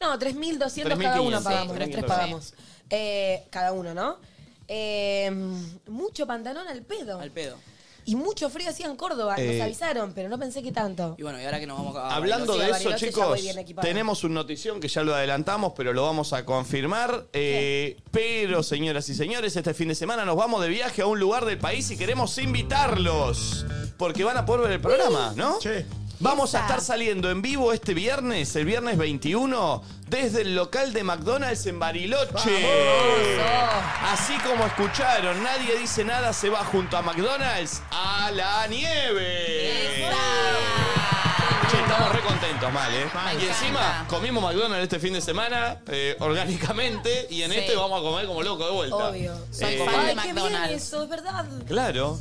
Speaker 3: No, 3.200 cada uno
Speaker 4: 3.500,
Speaker 3: pagamos, los
Speaker 4: sí,
Speaker 3: tres
Speaker 4: 3.500.
Speaker 3: pagamos. Eh, cada uno, ¿no? Eh, mucho pantalón al pedo.
Speaker 4: Al pedo.
Speaker 3: Y mucho frío hacía en Córdoba,
Speaker 1: Eh.
Speaker 3: nos avisaron, pero no pensé que tanto.
Speaker 4: Y bueno, y ahora que nos vamos a.
Speaker 1: Hablando
Speaker 3: Sí,
Speaker 1: de eso,
Speaker 3: Bariloche ya voy
Speaker 1: chicos,
Speaker 3: bien equipada.
Speaker 1: tenemos una notición que ya lo adelantamos, pero lo vamos a confirmar. Eh, pero, señoras y señores, este fin de semana nos vamos de viaje a un lugar del país y queremos invitarlos. Porque van a poder ver el
Speaker 3: Uh.
Speaker 1: programa, ¿no? Sí. Vamos a estar saliendo en vivo este viernes, el viernes 21, desde el local de McDonald's en Bariloche. Así como escucharon, nadie dice nada, se va junto a McDonald's a la nieve. Che, estamos re re contentos, mal, ¿eh? y encima comimos McDonald's este fin de semana, eh, orgánicamente, y en
Speaker 3: Sí.
Speaker 1: este vamos a comer como loco de vuelta.
Speaker 3: Obvio.
Speaker 1: Eh,
Speaker 3: Ay, qué bien eso, es verdad.
Speaker 1: Claro.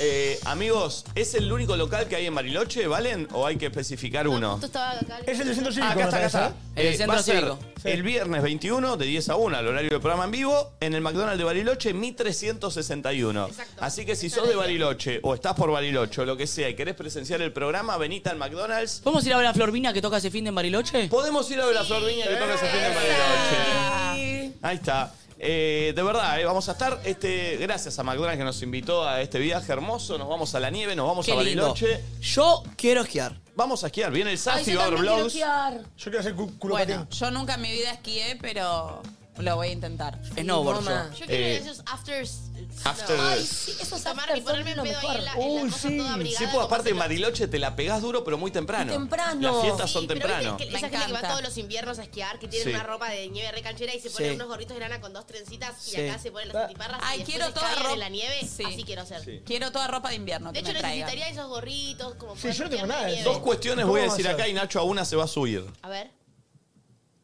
Speaker 1: Eh, amigos, ¿es el único local que hay en Bariloche, Valen? ¿O hay que especificar uno?
Speaker 7: Esto estaba acá.
Speaker 10: Es el de centro
Speaker 1: Ah,
Speaker 10: cívico.
Speaker 1: acá está, acá está.
Speaker 4: El
Speaker 1: Eh,
Speaker 4: centro
Speaker 1: va a ser
Speaker 4: cívico.
Speaker 1: El viernes 21 de 10 a 1, al horario del programa en vivo, en el McDonald's de Bariloche, 1361. Así que si sos de Bariloche o estás por Bariloche o lo que sea y querés presenciar el programa, venite al McDonald's.
Speaker 4: ¿Podemos ir a ver a Florvina que toca ese fin de en Bariloche?
Speaker 1: Podemos ir a ver a Florvina que toca ese fin de en Bariloche. Ahí está. Eh, de verdad, eh, vamos a estar. Este, gracias a McDonald's que nos invitó a este viaje hermoso. Nos vamos a la nieve, nos vamos
Speaker 4: Qué
Speaker 1: a
Speaker 4: lindo.
Speaker 1: Bariloche.
Speaker 4: Yo quiero esquiar.
Speaker 1: Vamos a esquiar. Viene el
Speaker 5: Ay,
Speaker 1: Sassy,
Speaker 5: yo
Speaker 1: va a haber
Speaker 5: también quiero
Speaker 1: blogs.
Speaker 5: esquiar.
Speaker 10: Yo quiero hacer cu-
Speaker 5: Bueno, yo nunca en mi vida esquié, pero lo voy a intentar.
Speaker 1: Snowboard,
Speaker 5: Mamá.
Speaker 1: yo.
Speaker 7: Yo quiero
Speaker 1: Eh,
Speaker 7: esos afters.
Speaker 1: Afters. Ay, sí,
Speaker 7: esos Tomar y ponerme el pedo ahí en la, en la cosa toda abrigada.
Speaker 1: Sí, pues aparte en Bariloche te la pegás duro, pero muy temprano. Las fiestas son
Speaker 7: Sí, pero viste
Speaker 1: temprano.
Speaker 7: que esa gente que va todos los inviernos a esquiar, que tiene
Speaker 1: Sí.
Speaker 7: una ropa de nieve recanchera y se pone
Speaker 1: Sí.
Speaker 7: unos gorritos de lana con dos trencitas y
Speaker 1: Sí.
Speaker 7: acá se ponen las antiparras
Speaker 5: Ay,
Speaker 7: y después
Speaker 5: quiero
Speaker 7: se
Speaker 5: toda
Speaker 7: caen
Speaker 5: ropa-
Speaker 7: en la nieve. Así quiero ser.
Speaker 5: Quiero toda ropa de invierno.
Speaker 7: De
Speaker 5: que
Speaker 7: hecho,
Speaker 5: me traigan.
Speaker 7: necesitaría esos gorritos como
Speaker 10: Sí, yo no tengo
Speaker 7: ponerme
Speaker 10: nada.
Speaker 7: de
Speaker 10: de
Speaker 7: nieve.
Speaker 10: eso.
Speaker 1: Dos cuestiones voy a decir acá y Nacho a una se va a subir.
Speaker 7: A ver.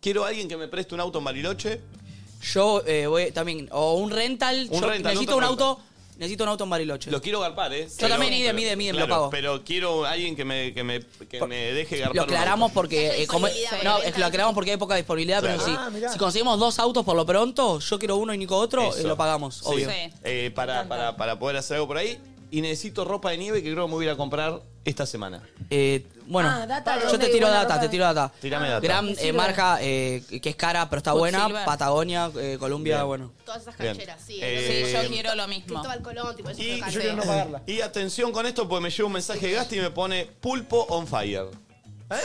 Speaker 1: Quiero a alguien que me preste un auto en Bariloche.
Speaker 4: Yo eh, voy también. O un rental.
Speaker 1: Un
Speaker 4: Yo
Speaker 1: rental,
Speaker 4: necesito
Speaker 1: no
Speaker 4: un
Speaker 1: te
Speaker 4: auto. Necesito un auto en Bariloche.
Speaker 1: Lo quiero garpar, ¿eh? Yo
Speaker 4: también, y de mí, de mí, me lo pago.
Speaker 1: Pero quiero a alguien que me, que me, que me deje garpar.
Speaker 4: Lo
Speaker 1: un auto.
Speaker 4: aclaramos porque eh, como- no, es que lo aclaramos porque hay poca disponibilidad,
Speaker 1: Claro.
Speaker 4: pero sí.
Speaker 1: Ah,
Speaker 4: si conseguimos dos autos por lo pronto, yo quiero uno y Nico otro, eh,
Speaker 1: Eso.
Speaker 4: lo pagamos,
Speaker 1: Sí.
Speaker 4: obvio.
Speaker 1: Eh, para, para, para poder hacer algo por ahí. Y necesito ropa de nieve que creo que me voy a ir a comprar esta semana.
Speaker 4: Eh, bueno,
Speaker 1: Ah, data,
Speaker 4: yo
Speaker 1: ¿dónde
Speaker 4: te tiro
Speaker 1: buena
Speaker 4: data,
Speaker 1: ropa?
Speaker 4: te tiro data.
Speaker 1: Tirame data.
Speaker 4: Gran eh,
Speaker 1: Quicksilver.
Speaker 4: marca eh, que es cara, pero está buena.
Speaker 5: Quicksilver.
Speaker 4: Patagonia, eh, Colombia,
Speaker 1: Bien.
Speaker 4: bueno.
Speaker 7: Todas esas
Speaker 1: Bien.
Speaker 7: cancheras, sí.
Speaker 1: Eh,
Speaker 5: Sí, yo quiero lo mismo.
Speaker 7: Cristóbal Colón, tipo, esos locales.
Speaker 1: Y atención con esto, porque me llega un mensaje de Gasti y me pone pulpo on fire.
Speaker 4: ¿Eh?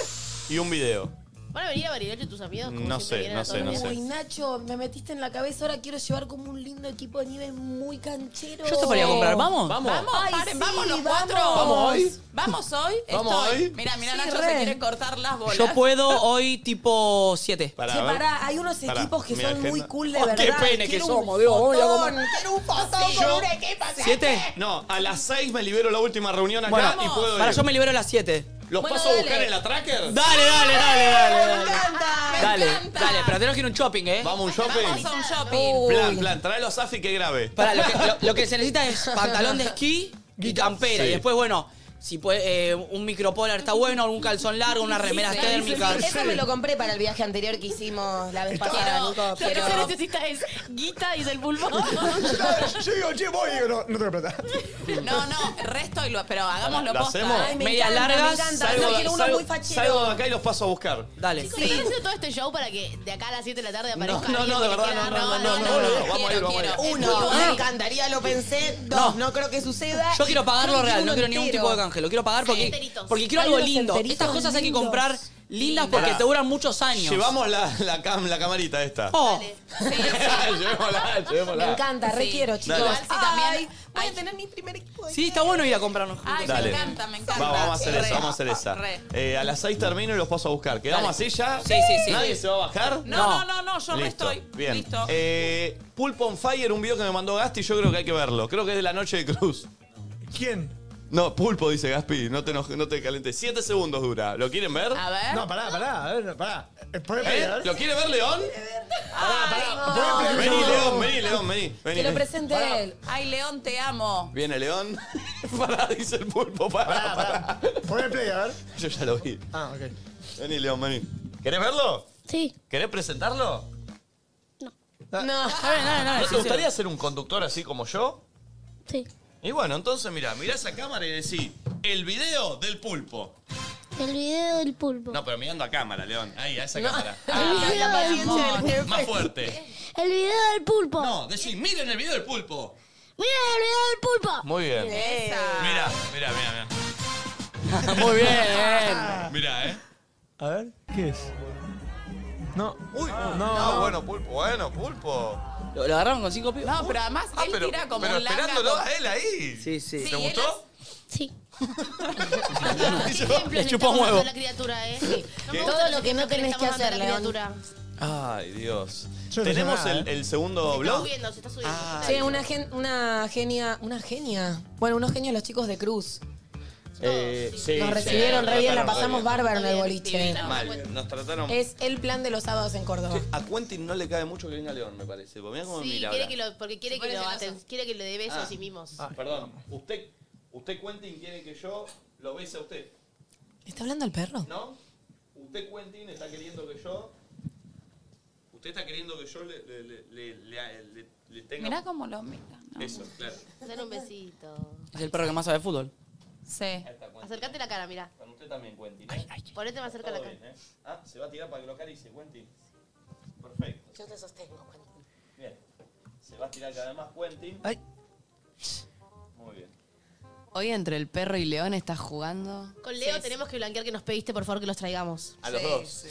Speaker 1: Y un video.
Speaker 7: ¿Van a venir a Bariloche tus amigos? como
Speaker 1: No
Speaker 7: siempre
Speaker 1: sé,
Speaker 7: vienen a
Speaker 1: no
Speaker 7: todos
Speaker 1: sé,
Speaker 7: los
Speaker 1: no
Speaker 7: días?
Speaker 1: sé.
Speaker 3: Uy, Nacho, me metiste en la cabeza. Ahora quiero llevar como un lindo equipo de nieve muy canchero.
Speaker 4: Yo esto para ir a comprar, ¿vamos?
Speaker 5: Vamos,
Speaker 3: Ay,
Speaker 5: paren,
Speaker 3: sí,
Speaker 5: vamos los
Speaker 3: vamos.
Speaker 5: cuatro.
Speaker 3: ¿Vamos hoy?
Speaker 5: Vamos hoy.
Speaker 4: ¿Vamos
Speaker 5: Estoy.
Speaker 4: hoy?
Speaker 5: Mira, mira,
Speaker 3: Sí,
Speaker 5: Nacho
Speaker 3: re.
Speaker 5: se quiere cortar las bolas.
Speaker 4: Yo puedo hoy tipo 7.
Speaker 3: Che, pará, hay unos
Speaker 4: Pará,
Speaker 3: equipos que
Speaker 4: mi
Speaker 3: son muy
Speaker 4: agenda.
Speaker 3: cool de
Speaker 4: Oh,
Speaker 3: verdad.
Speaker 4: qué pene que
Speaker 3: Quiero un
Speaker 4: somos, Dios, vamos a ir a
Speaker 3: fotón,
Speaker 4: comprar.
Speaker 3: Quiero un fotón
Speaker 4: Sí,
Speaker 3: con
Speaker 4: yo-
Speaker 3: un equipo.
Speaker 4: ¿Siete?
Speaker 1: No, a las 6 me libero la última reunión acá
Speaker 4: Bueno,
Speaker 1: y puedo
Speaker 4: para
Speaker 1: ir.
Speaker 4: yo me libero a las 7.
Speaker 1: ¿Los
Speaker 4: Bueno,
Speaker 1: paso a buscar
Speaker 4: dale.
Speaker 1: en la tracker?
Speaker 4: Dale, dale, dale, dale. dale.
Speaker 3: encanta.
Speaker 4: Dale, dale, pero tenemos que ir a un shopping, ¿eh?
Speaker 1: Vamos a un shopping.
Speaker 5: Vamos a un shopping.
Speaker 1: Plan, plan, tráelo a Safi que grabe.
Speaker 4: Para, lo que, lo- lo que se necesita es pantalón de esquí y campera.
Speaker 1: Sí.
Speaker 4: Y después, bueno, si puede, eh, un micropolar está bueno, algún calzón largo, unas remeras
Speaker 3: Sí, sí,
Speaker 4: térmicas.
Speaker 3: sí. Eso me lo compré para el viaje anterior que hicimos la vez pasada,
Speaker 7: Quiero-
Speaker 3: Nico.
Speaker 7: lo que se necesita es guita, dice el pulpo.
Speaker 10: Yo- Yo digo, che, voy. Y digo, no, no tengo plata.
Speaker 5: No, no, resto y lo. Pero hagámoslo
Speaker 1: ¿Lo
Speaker 5: posta.
Speaker 1: hacemos?
Speaker 5: Ay, me
Speaker 4: Medias
Speaker 5: encanta, me
Speaker 4: largas,
Speaker 5: encanta.
Speaker 1: Salgo,
Speaker 5: Yo
Speaker 1: de-
Speaker 5: quiero uno
Speaker 1: salgo-
Speaker 5: muy fachero.
Speaker 1: salgo de acá y los paso a buscar.
Speaker 4: Dale.
Speaker 7: Chicos, ¿están haciendo todo este show para que de acá a las 7 de la tarde
Speaker 1: No,
Speaker 7: aparezca
Speaker 1: no,
Speaker 7: alguien
Speaker 1: no, de
Speaker 7: que
Speaker 1: verdad,
Speaker 7: quiera
Speaker 1: no, no, no,
Speaker 7: robar?
Speaker 1: no, no, no, no, vamos a ir, vamos a ir.
Speaker 3: Uno, me encantaría, lo pensé. Dos, no, creo que suceda.
Speaker 4: Yo quiero pagarlo
Speaker 3: Yo quiero
Speaker 4: real, no
Speaker 3: uno
Speaker 4: quiero ningún
Speaker 3: entero.
Speaker 4: tipo de canje. Lo quiero pagar porque,
Speaker 3: Enteritos.
Speaker 4: porque quiero
Speaker 3: Hay
Speaker 4: algo
Speaker 3: unos
Speaker 4: lindo.
Speaker 3: enteritos
Speaker 4: Estas cosas hay que
Speaker 3: lindos.
Speaker 4: comprar lindas porque
Speaker 1: Pará.
Speaker 4: te duran muchos años.
Speaker 1: Llevamos la, la, cam- la camarita esta.
Speaker 4: Oh.
Speaker 1: llevémosla, llevémosla.
Speaker 3: Me encanta,
Speaker 1: Sí.
Speaker 3: requiero, chicos.
Speaker 1: Dale.
Speaker 3: Ay, voy a tener mi primer equipo. de
Speaker 4: Sí, está bueno ir a comprarnos juntos.
Speaker 5: Ay,
Speaker 1: Dale.
Speaker 5: me encanta, me encanta.
Speaker 1: Vamos, vamos a hacer
Speaker 5: Re.
Speaker 1: esa, vamos a hacer esa.
Speaker 5: Re.
Speaker 1: Eh, a las 6 termino y los paso a buscar. ¿Quedamos
Speaker 4: Dale.
Speaker 1: así ya?
Speaker 4: Sí, sí, sí.
Speaker 1: ¿Nadie se va a bajar?
Speaker 5: No, no, no, no, yo
Speaker 1: Listo.
Speaker 5: resto y.
Speaker 1: Bien.
Speaker 5: Listo.
Speaker 1: Eh, Pulp on Fire, un video que me mandó Gasti, yo creo que hay que verlo. Creo que es de la noche de Cruz.
Speaker 10: ¿Quién?
Speaker 1: No, Pulpo dice Gaspi, no te, enojes, no te calentes. Siete segundos dura. ¿Lo quieren ver?
Speaker 10: No, pará, pará, a ver, pará. Eh, ¿podés
Speaker 1: ¿Eh?
Speaker 10: pelear?
Speaker 1: ¿Lo quiere ver León?
Speaker 5: Eh,
Speaker 3: Ah,
Speaker 10: Pará, pará.
Speaker 1: Vení, León, vení, León, vení. vení.
Speaker 5: Que lo presente
Speaker 1: Pará.
Speaker 5: él. Ay, León, te amo.
Speaker 1: Viene León. pará, dice el pulpo, pará, pará.
Speaker 10: Poné play, a ver.
Speaker 1: Yo ya lo vi.
Speaker 10: Ah, ok.
Speaker 1: Vení, León, vení. ¿Querés verlo?
Speaker 25: Sí.
Speaker 1: ¿Querés presentarlo?
Speaker 3: No, no,
Speaker 1: ¿No te gustaría ser un conductor así como yo?
Speaker 25: Sí.
Speaker 1: Y bueno, entonces mirá, mirá esa cámara y decís, el video del pulpo.
Speaker 25: El video del pulpo.
Speaker 1: No, pero mirando a cámara, León. Ahí, a esa
Speaker 25: No.
Speaker 1: cámara.
Speaker 25: El
Speaker 1: Ah,
Speaker 25: video del pulpo.
Speaker 1: más fuerte.
Speaker 25: El video del pulpo.
Speaker 1: No, decís, miren el video del pulpo.
Speaker 25: Mira el video del pulpo.
Speaker 1: Muy bien. Mirá, mirá, mirá,
Speaker 4: Muy bien.
Speaker 1: mirá. Mirá, eh.
Speaker 10: A ver, ¿qué es? No.
Speaker 1: Uy, no,
Speaker 10: Ah, no.
Speaker 1: bueno, pulpo, bueno, pulpo.
Speaker 4: ¿Lo, lo agarraron con cinco pibes?
Speaker 5: No, pero además él
Speaker 1: Ah, pero-
Speaker 5: tira como
Speaker 1: pero
Speaker 5: un langa
Speaker 1: esperándolo
Speaker 5: con-
Speaker 1: a él ahí.
Speaker 4: Sí, sí.
Speaker 5: Sí,
Speaker 1: ¿Te
Speaker 5: él
Speaker 1: gustó?
Speaker 25: Sí.
Speaker 7: Ah, Ejemplo,
Speaker 4: Le chupó
Speaker 7: estamos
Speaker 4: un
Speaker 7: dando
Speaker 4: huevo.
Speaker 7: a la criatura, ¿eh? No me
Speaker 1: ¿Qué?
Speaker 7: gustan
Speaker 3: Todo
Speaker 7: los
Speaker 3: lo que no
Speaker 7: ejemplos le
Speaker 3: tenés
Speaker 7: estamos
Speaker 3: que
Speaker 7: dando a la
Speaker 3: hacer,
Speaker 7: criatura.
Speaker 1: Ay, Dios.
Speaker 10: Yo no sé
Speaker 1: ¿Tenemos
Speaker 10: nada,
Speaker 1: el,
Speaker 10: ¿eh?
Speaker 1: el segundo
Speaker 7: Está
Speaker 1: blog?
Speaker 7: subiendo, se está subiendo.
Speaker 1: Ah.
Speaker 3: Che, una, gen- una genia, una genia. Bueno, unos genios los chicos de Cruz.
Speaker 1: Eh, sí,
Speaker 3: Nos
Speaker 1: sí,
Speaker 3: recibieron
Speaker 1: nos
Speaker 3: re bien, la
Speaker 1: trataron
Speaker 3: pasamos
Speaker 1: re
Speaker 3: bárbaro en el
Speaker 1: bien.
Speaker 3: boliche.
Speaker 1: Mal, nos trataron.
Speaker 3: Es el plan de los sábados en Córdoba.
Speaker 1: A Quentin no le cae mucho que venga León, me parece. Porque mirá cómo
Speaker 7: Sí,
Speaker 1: mira.
Speaker 7: quiere
Speaker 1: ahora.
Speaker 7: que lo, porque quiere
Speaker 3: Se
Speaker 7: que
Speaker 3: pone
Speaker 7: lo,
Speaker 3: celoso.
Speaker 7: aten- quiere que lo dé besos
Speaker 1: Ah.
Speaker 7: y mimos.
Speaker 1: Ah, perdón. Usted, usted Quentin quiere que yo lo bese a usted.
Speaker 3: ¿Está hablando el perro?
Speaker 1: ¿No? Usted Quentin está queriendo que yo. Usted está queriendo que yo le, le, le, le, le- le- le tenga.
Speaker 5: Mirá cómo lo mira.
Speaker 1: Eso, claro.
Speaker 7: Dale un besito.
Speaker 4: Es el perro que más sabe de fútbol.
Speaker 5: Sí.
Speaker 7: Acércate la cara, mira.
Speaker 1: Con usted también, Quentin. ¿eh?
Speaker 7: Ponete más cerca la
Speaker 1: Todo
Speaker 7: cara.
Speaker 1: bien, ¿eh? Ah, se va a tirar para que lo acaricie, Quentin. Perfecto.
Speaker 28: Yo te sostengo, Quentin.
Speaker 1: Bien. Se va a tirar cada vez más Quentin.
Speaker 9: Ay.
Speaker 1: Muy bien.
Speaker 9: Hoy entre el perro y León estás jugando.
Speaker 7: Con Leo tenemos que blanquear que nos pediste, por favor, que los traigamos.
Speaker 1: A los dos.
Speaker 7: sí,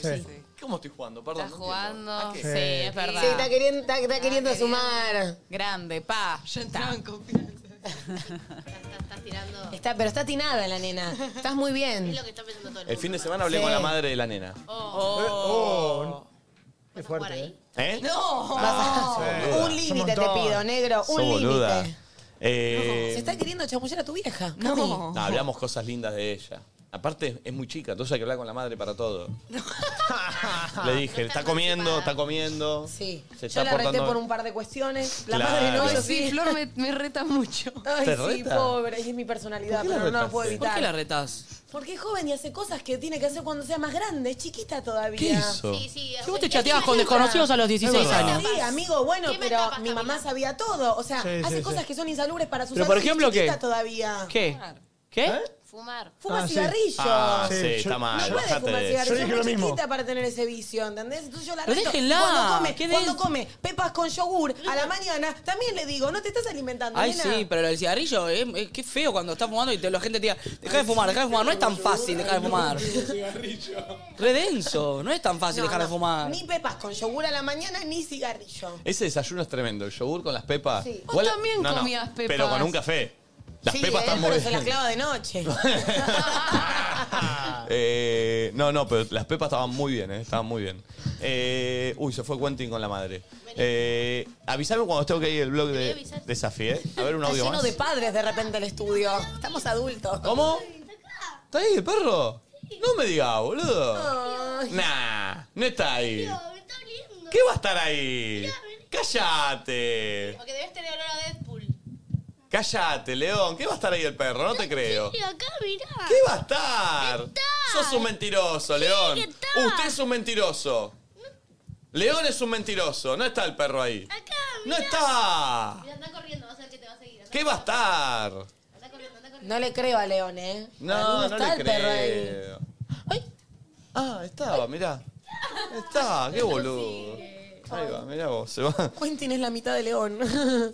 Speaker 1: ¿Cómo estoy jugando? Perdón.
Speaker 7: Estás
Speaker 1: no
Speaker 7: jugando.
Speaker 1: entiendo. ¿A qué?
Speaker 7: Sí, es
Speaker 5: verdad.
Speaker 3: Sí, está queriendo, está, está queriendo sumar.
Speaker 5: Grande, pa.
Speaker 9: Ya entraban confianza.
Speaker 7: Estás tirando.
Speaker 3: Está, pero está tinada la nena. Estás muy bien.
Speaker 7: Es lo que está pensando todo el
Speaker 1: El
Speaker 7: mundo.
Speaker 1: fin de semana hablé
Speaker 3: Sí.
Speaker 1: con la madre de la nena.
Speaker 10: Oh. Qué fuerte, ¿eh?
Speaker 1: ¿Eh?
Speaker 3: No.
Speaker 7: Ah,
Speaker 3: un límite te
Speaker 10: montón.
Speaker 3: pido, negro.
Speaker 1: Sos
Speaker 3: Un
Speaker 1: boluda.
Speaker 3: límite.
Speaker 1: Eh,
Speaker 3: Se está queriendo chamullar a tu vieja. No.
Speaker 1: no, hablamos cosas lindas de ella. Aparte, es muy chica, entonces hay que hablar con la madre para todo. Le dije, está, comiendo, está comiendo.
Speaker 3: Sí.
Speaker 1: Se
Speaker 3: Yo
Speaker 1: está
Speaker 3: la reté
Speaker 1: portando.
Speaker 3: por un par de cuestiones. La
Speaker 1: Claro.
Speaker 3: madre no, yo
Speaker 1: Ay,
Speaker 3: sí.
Speaker 9: sí, Flor me, me reta mucho.
Speaker 3: Ay,
Speaker 1: ¿Te
Speaker 3: sí,
Speaker 1: reta?
Speaker 3: pobre. Y es mi personalidad,
Speaker 1: ¿Por qué la
Speaker 3: pero no, no la
Speaker 1: retaste?
Speaker 3: puedo evitar.
Speaker 4: ¿Por qué la retas?
Speaker 3: Porque es joven y hace cosas que tiene que hacer cuando sea más grande. Es chiquita todavía.
Speaker 4: ¿Qué hizo?
Speaker 7: Sí, sí,
Speaker 4: Si vos te chateabas con desconocidos a los 16 años.
Speaker 3: Sí, amigo, bueno, pero mi mamá sabía todo. O sea,
Speaker 4: Sí,
Speaker 3: hace
Speaker 4: sí,
Speaker 3: cosas
Speaker 4: sí.
Speaker 3: que son insalubres para sus
Speaker 4: Pero, por
Speaker 3: años y es
Speaker 4: ejemplo, ¿qué?
Speaker 3: chiquita todavía. ¿Eh?
Speaker 4: ¿Qué? ¿Qué?
Speaker 7: Fumar.
Speaker 3: Fuma
Speaker 4: Ah, sí.
Speaker 3: cigarrillo.
Speaker 1: Ah, sí,
Speaker 4: Sí, yo-
Speaker 1: está mal.
Speaker 4: no puede
Speaker 1: bajate
Speaker 3: fumar
Speaker 1: de
Speaker 3: cigarrillo.
Speaker 1: eso.
Speaker 3: Es muy chiquita para tener ese vicio, ¿entendés? Entonces yo la
Speaker 4: Pero
Speaker 3: reto.
Speaker 4: déjenla.
Speaker 3: Cuando come,
Speaker 4: ¿Qué
Speaker 3: cuando
Speaker 4: des-
Speaker 3: come pepas con yogur a la mañana, también le digo, no te estás alimentando,
Speaker 4: Ay,
Speaker 3: nena.
Speaker 4: sí, pero el cigarrillo, eh, eh, qué feo cuando estás fumando y te- la gente te diga, deja de fumar, deja de fumar. No es tan fácil dejar de fumar. Redenso, no es tan fácil
Speaker 3: No,
Speaker 4: dejar de
Speaker 3: no.
Speaker 4: fumar.
Speaker 3: Ni pepas con yogur a la mañana, ni cigarrillo.
Speaker 1: Ese desayuno es tremendo. El yogur con las pepas.
Speaker 3: Sí.
Speaker 1: Igual-
Speaker 3: Vos también comías
Speaker 1: Pero
Speaker 3: pepas.
Speaker 1: con un café. Las
Speaker 3: sí,
Speaker 1: pepas
Speaker 3: eh,
Speaker 1: están muy
Speaker 3: pero se las
Speaker 1: bien.
Speaker 3: clava de noche.
Speaker 1: Eh, no, no, pero las pepas estaban muy bien, eh, estaban muy bien. Eh, uy, se fue Quentin con la madre. Eh, avísame cuando tengo que ir el blog de, de Safi, ¿eh? A ver un
Speaker 3: Está
Speaker 1: audio
Speaker 3: lleno
Speaker 1: más.
Speaker 3: de padres de repente el estudio. Estamos adultos.
Speaker 1: ¿Cómo? ¿Está ahí el perro? No me digas, boludo.
Speaker 3: Ay.
Speaker 1: Nah, no está ahí. ¿Qué va a estar ahí? ¡Cállate!
Speaker 7: Porque debes tener olor a Deadpool.
Speaker 1: ¡Cállate, León! ¿Qué va a estar ahí el perro? No te creo.
Speaker 7: Mira acá, mirá.
Speaker 1: ¿Qué va a estar? Sos un mentiroso, León. Usted es un mentiroso. León es un mentiroso. No está el perro ahí. No está.
Speaker 7: Mira, anda corriendo, vas a ver que te va a seguir.
Speaker 1: ¿Qué va a estar?
Speaker 3: No le creo a León, ¿eh? Para mí
Speaker 1: No, no
Speaker 3: está
Speaker 1: le
Speaker 3: el perro ahí.
Speaker 1: creo. Ah, estaba, mirá. Está, qué boludo. Ahí va, mirá vos, se va.
Speaker 3: Quentin es la mitad de León.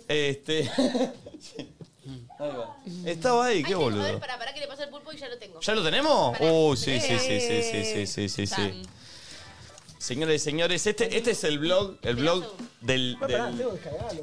Speaker 1: Este. Ahí va. Estaba ahí, qué
Speaker 7: A ver,
Speaker 1: boludo.
Speaker 7: para, para que le pase el pulpo y ya lo tengo.
Speaker 1: ¿Ya lo tenemos? Uh, sí, sí, sí, sí, sí, sí, sí, sí, sí. Señores y señores, este, este es el blog, el blog del. del-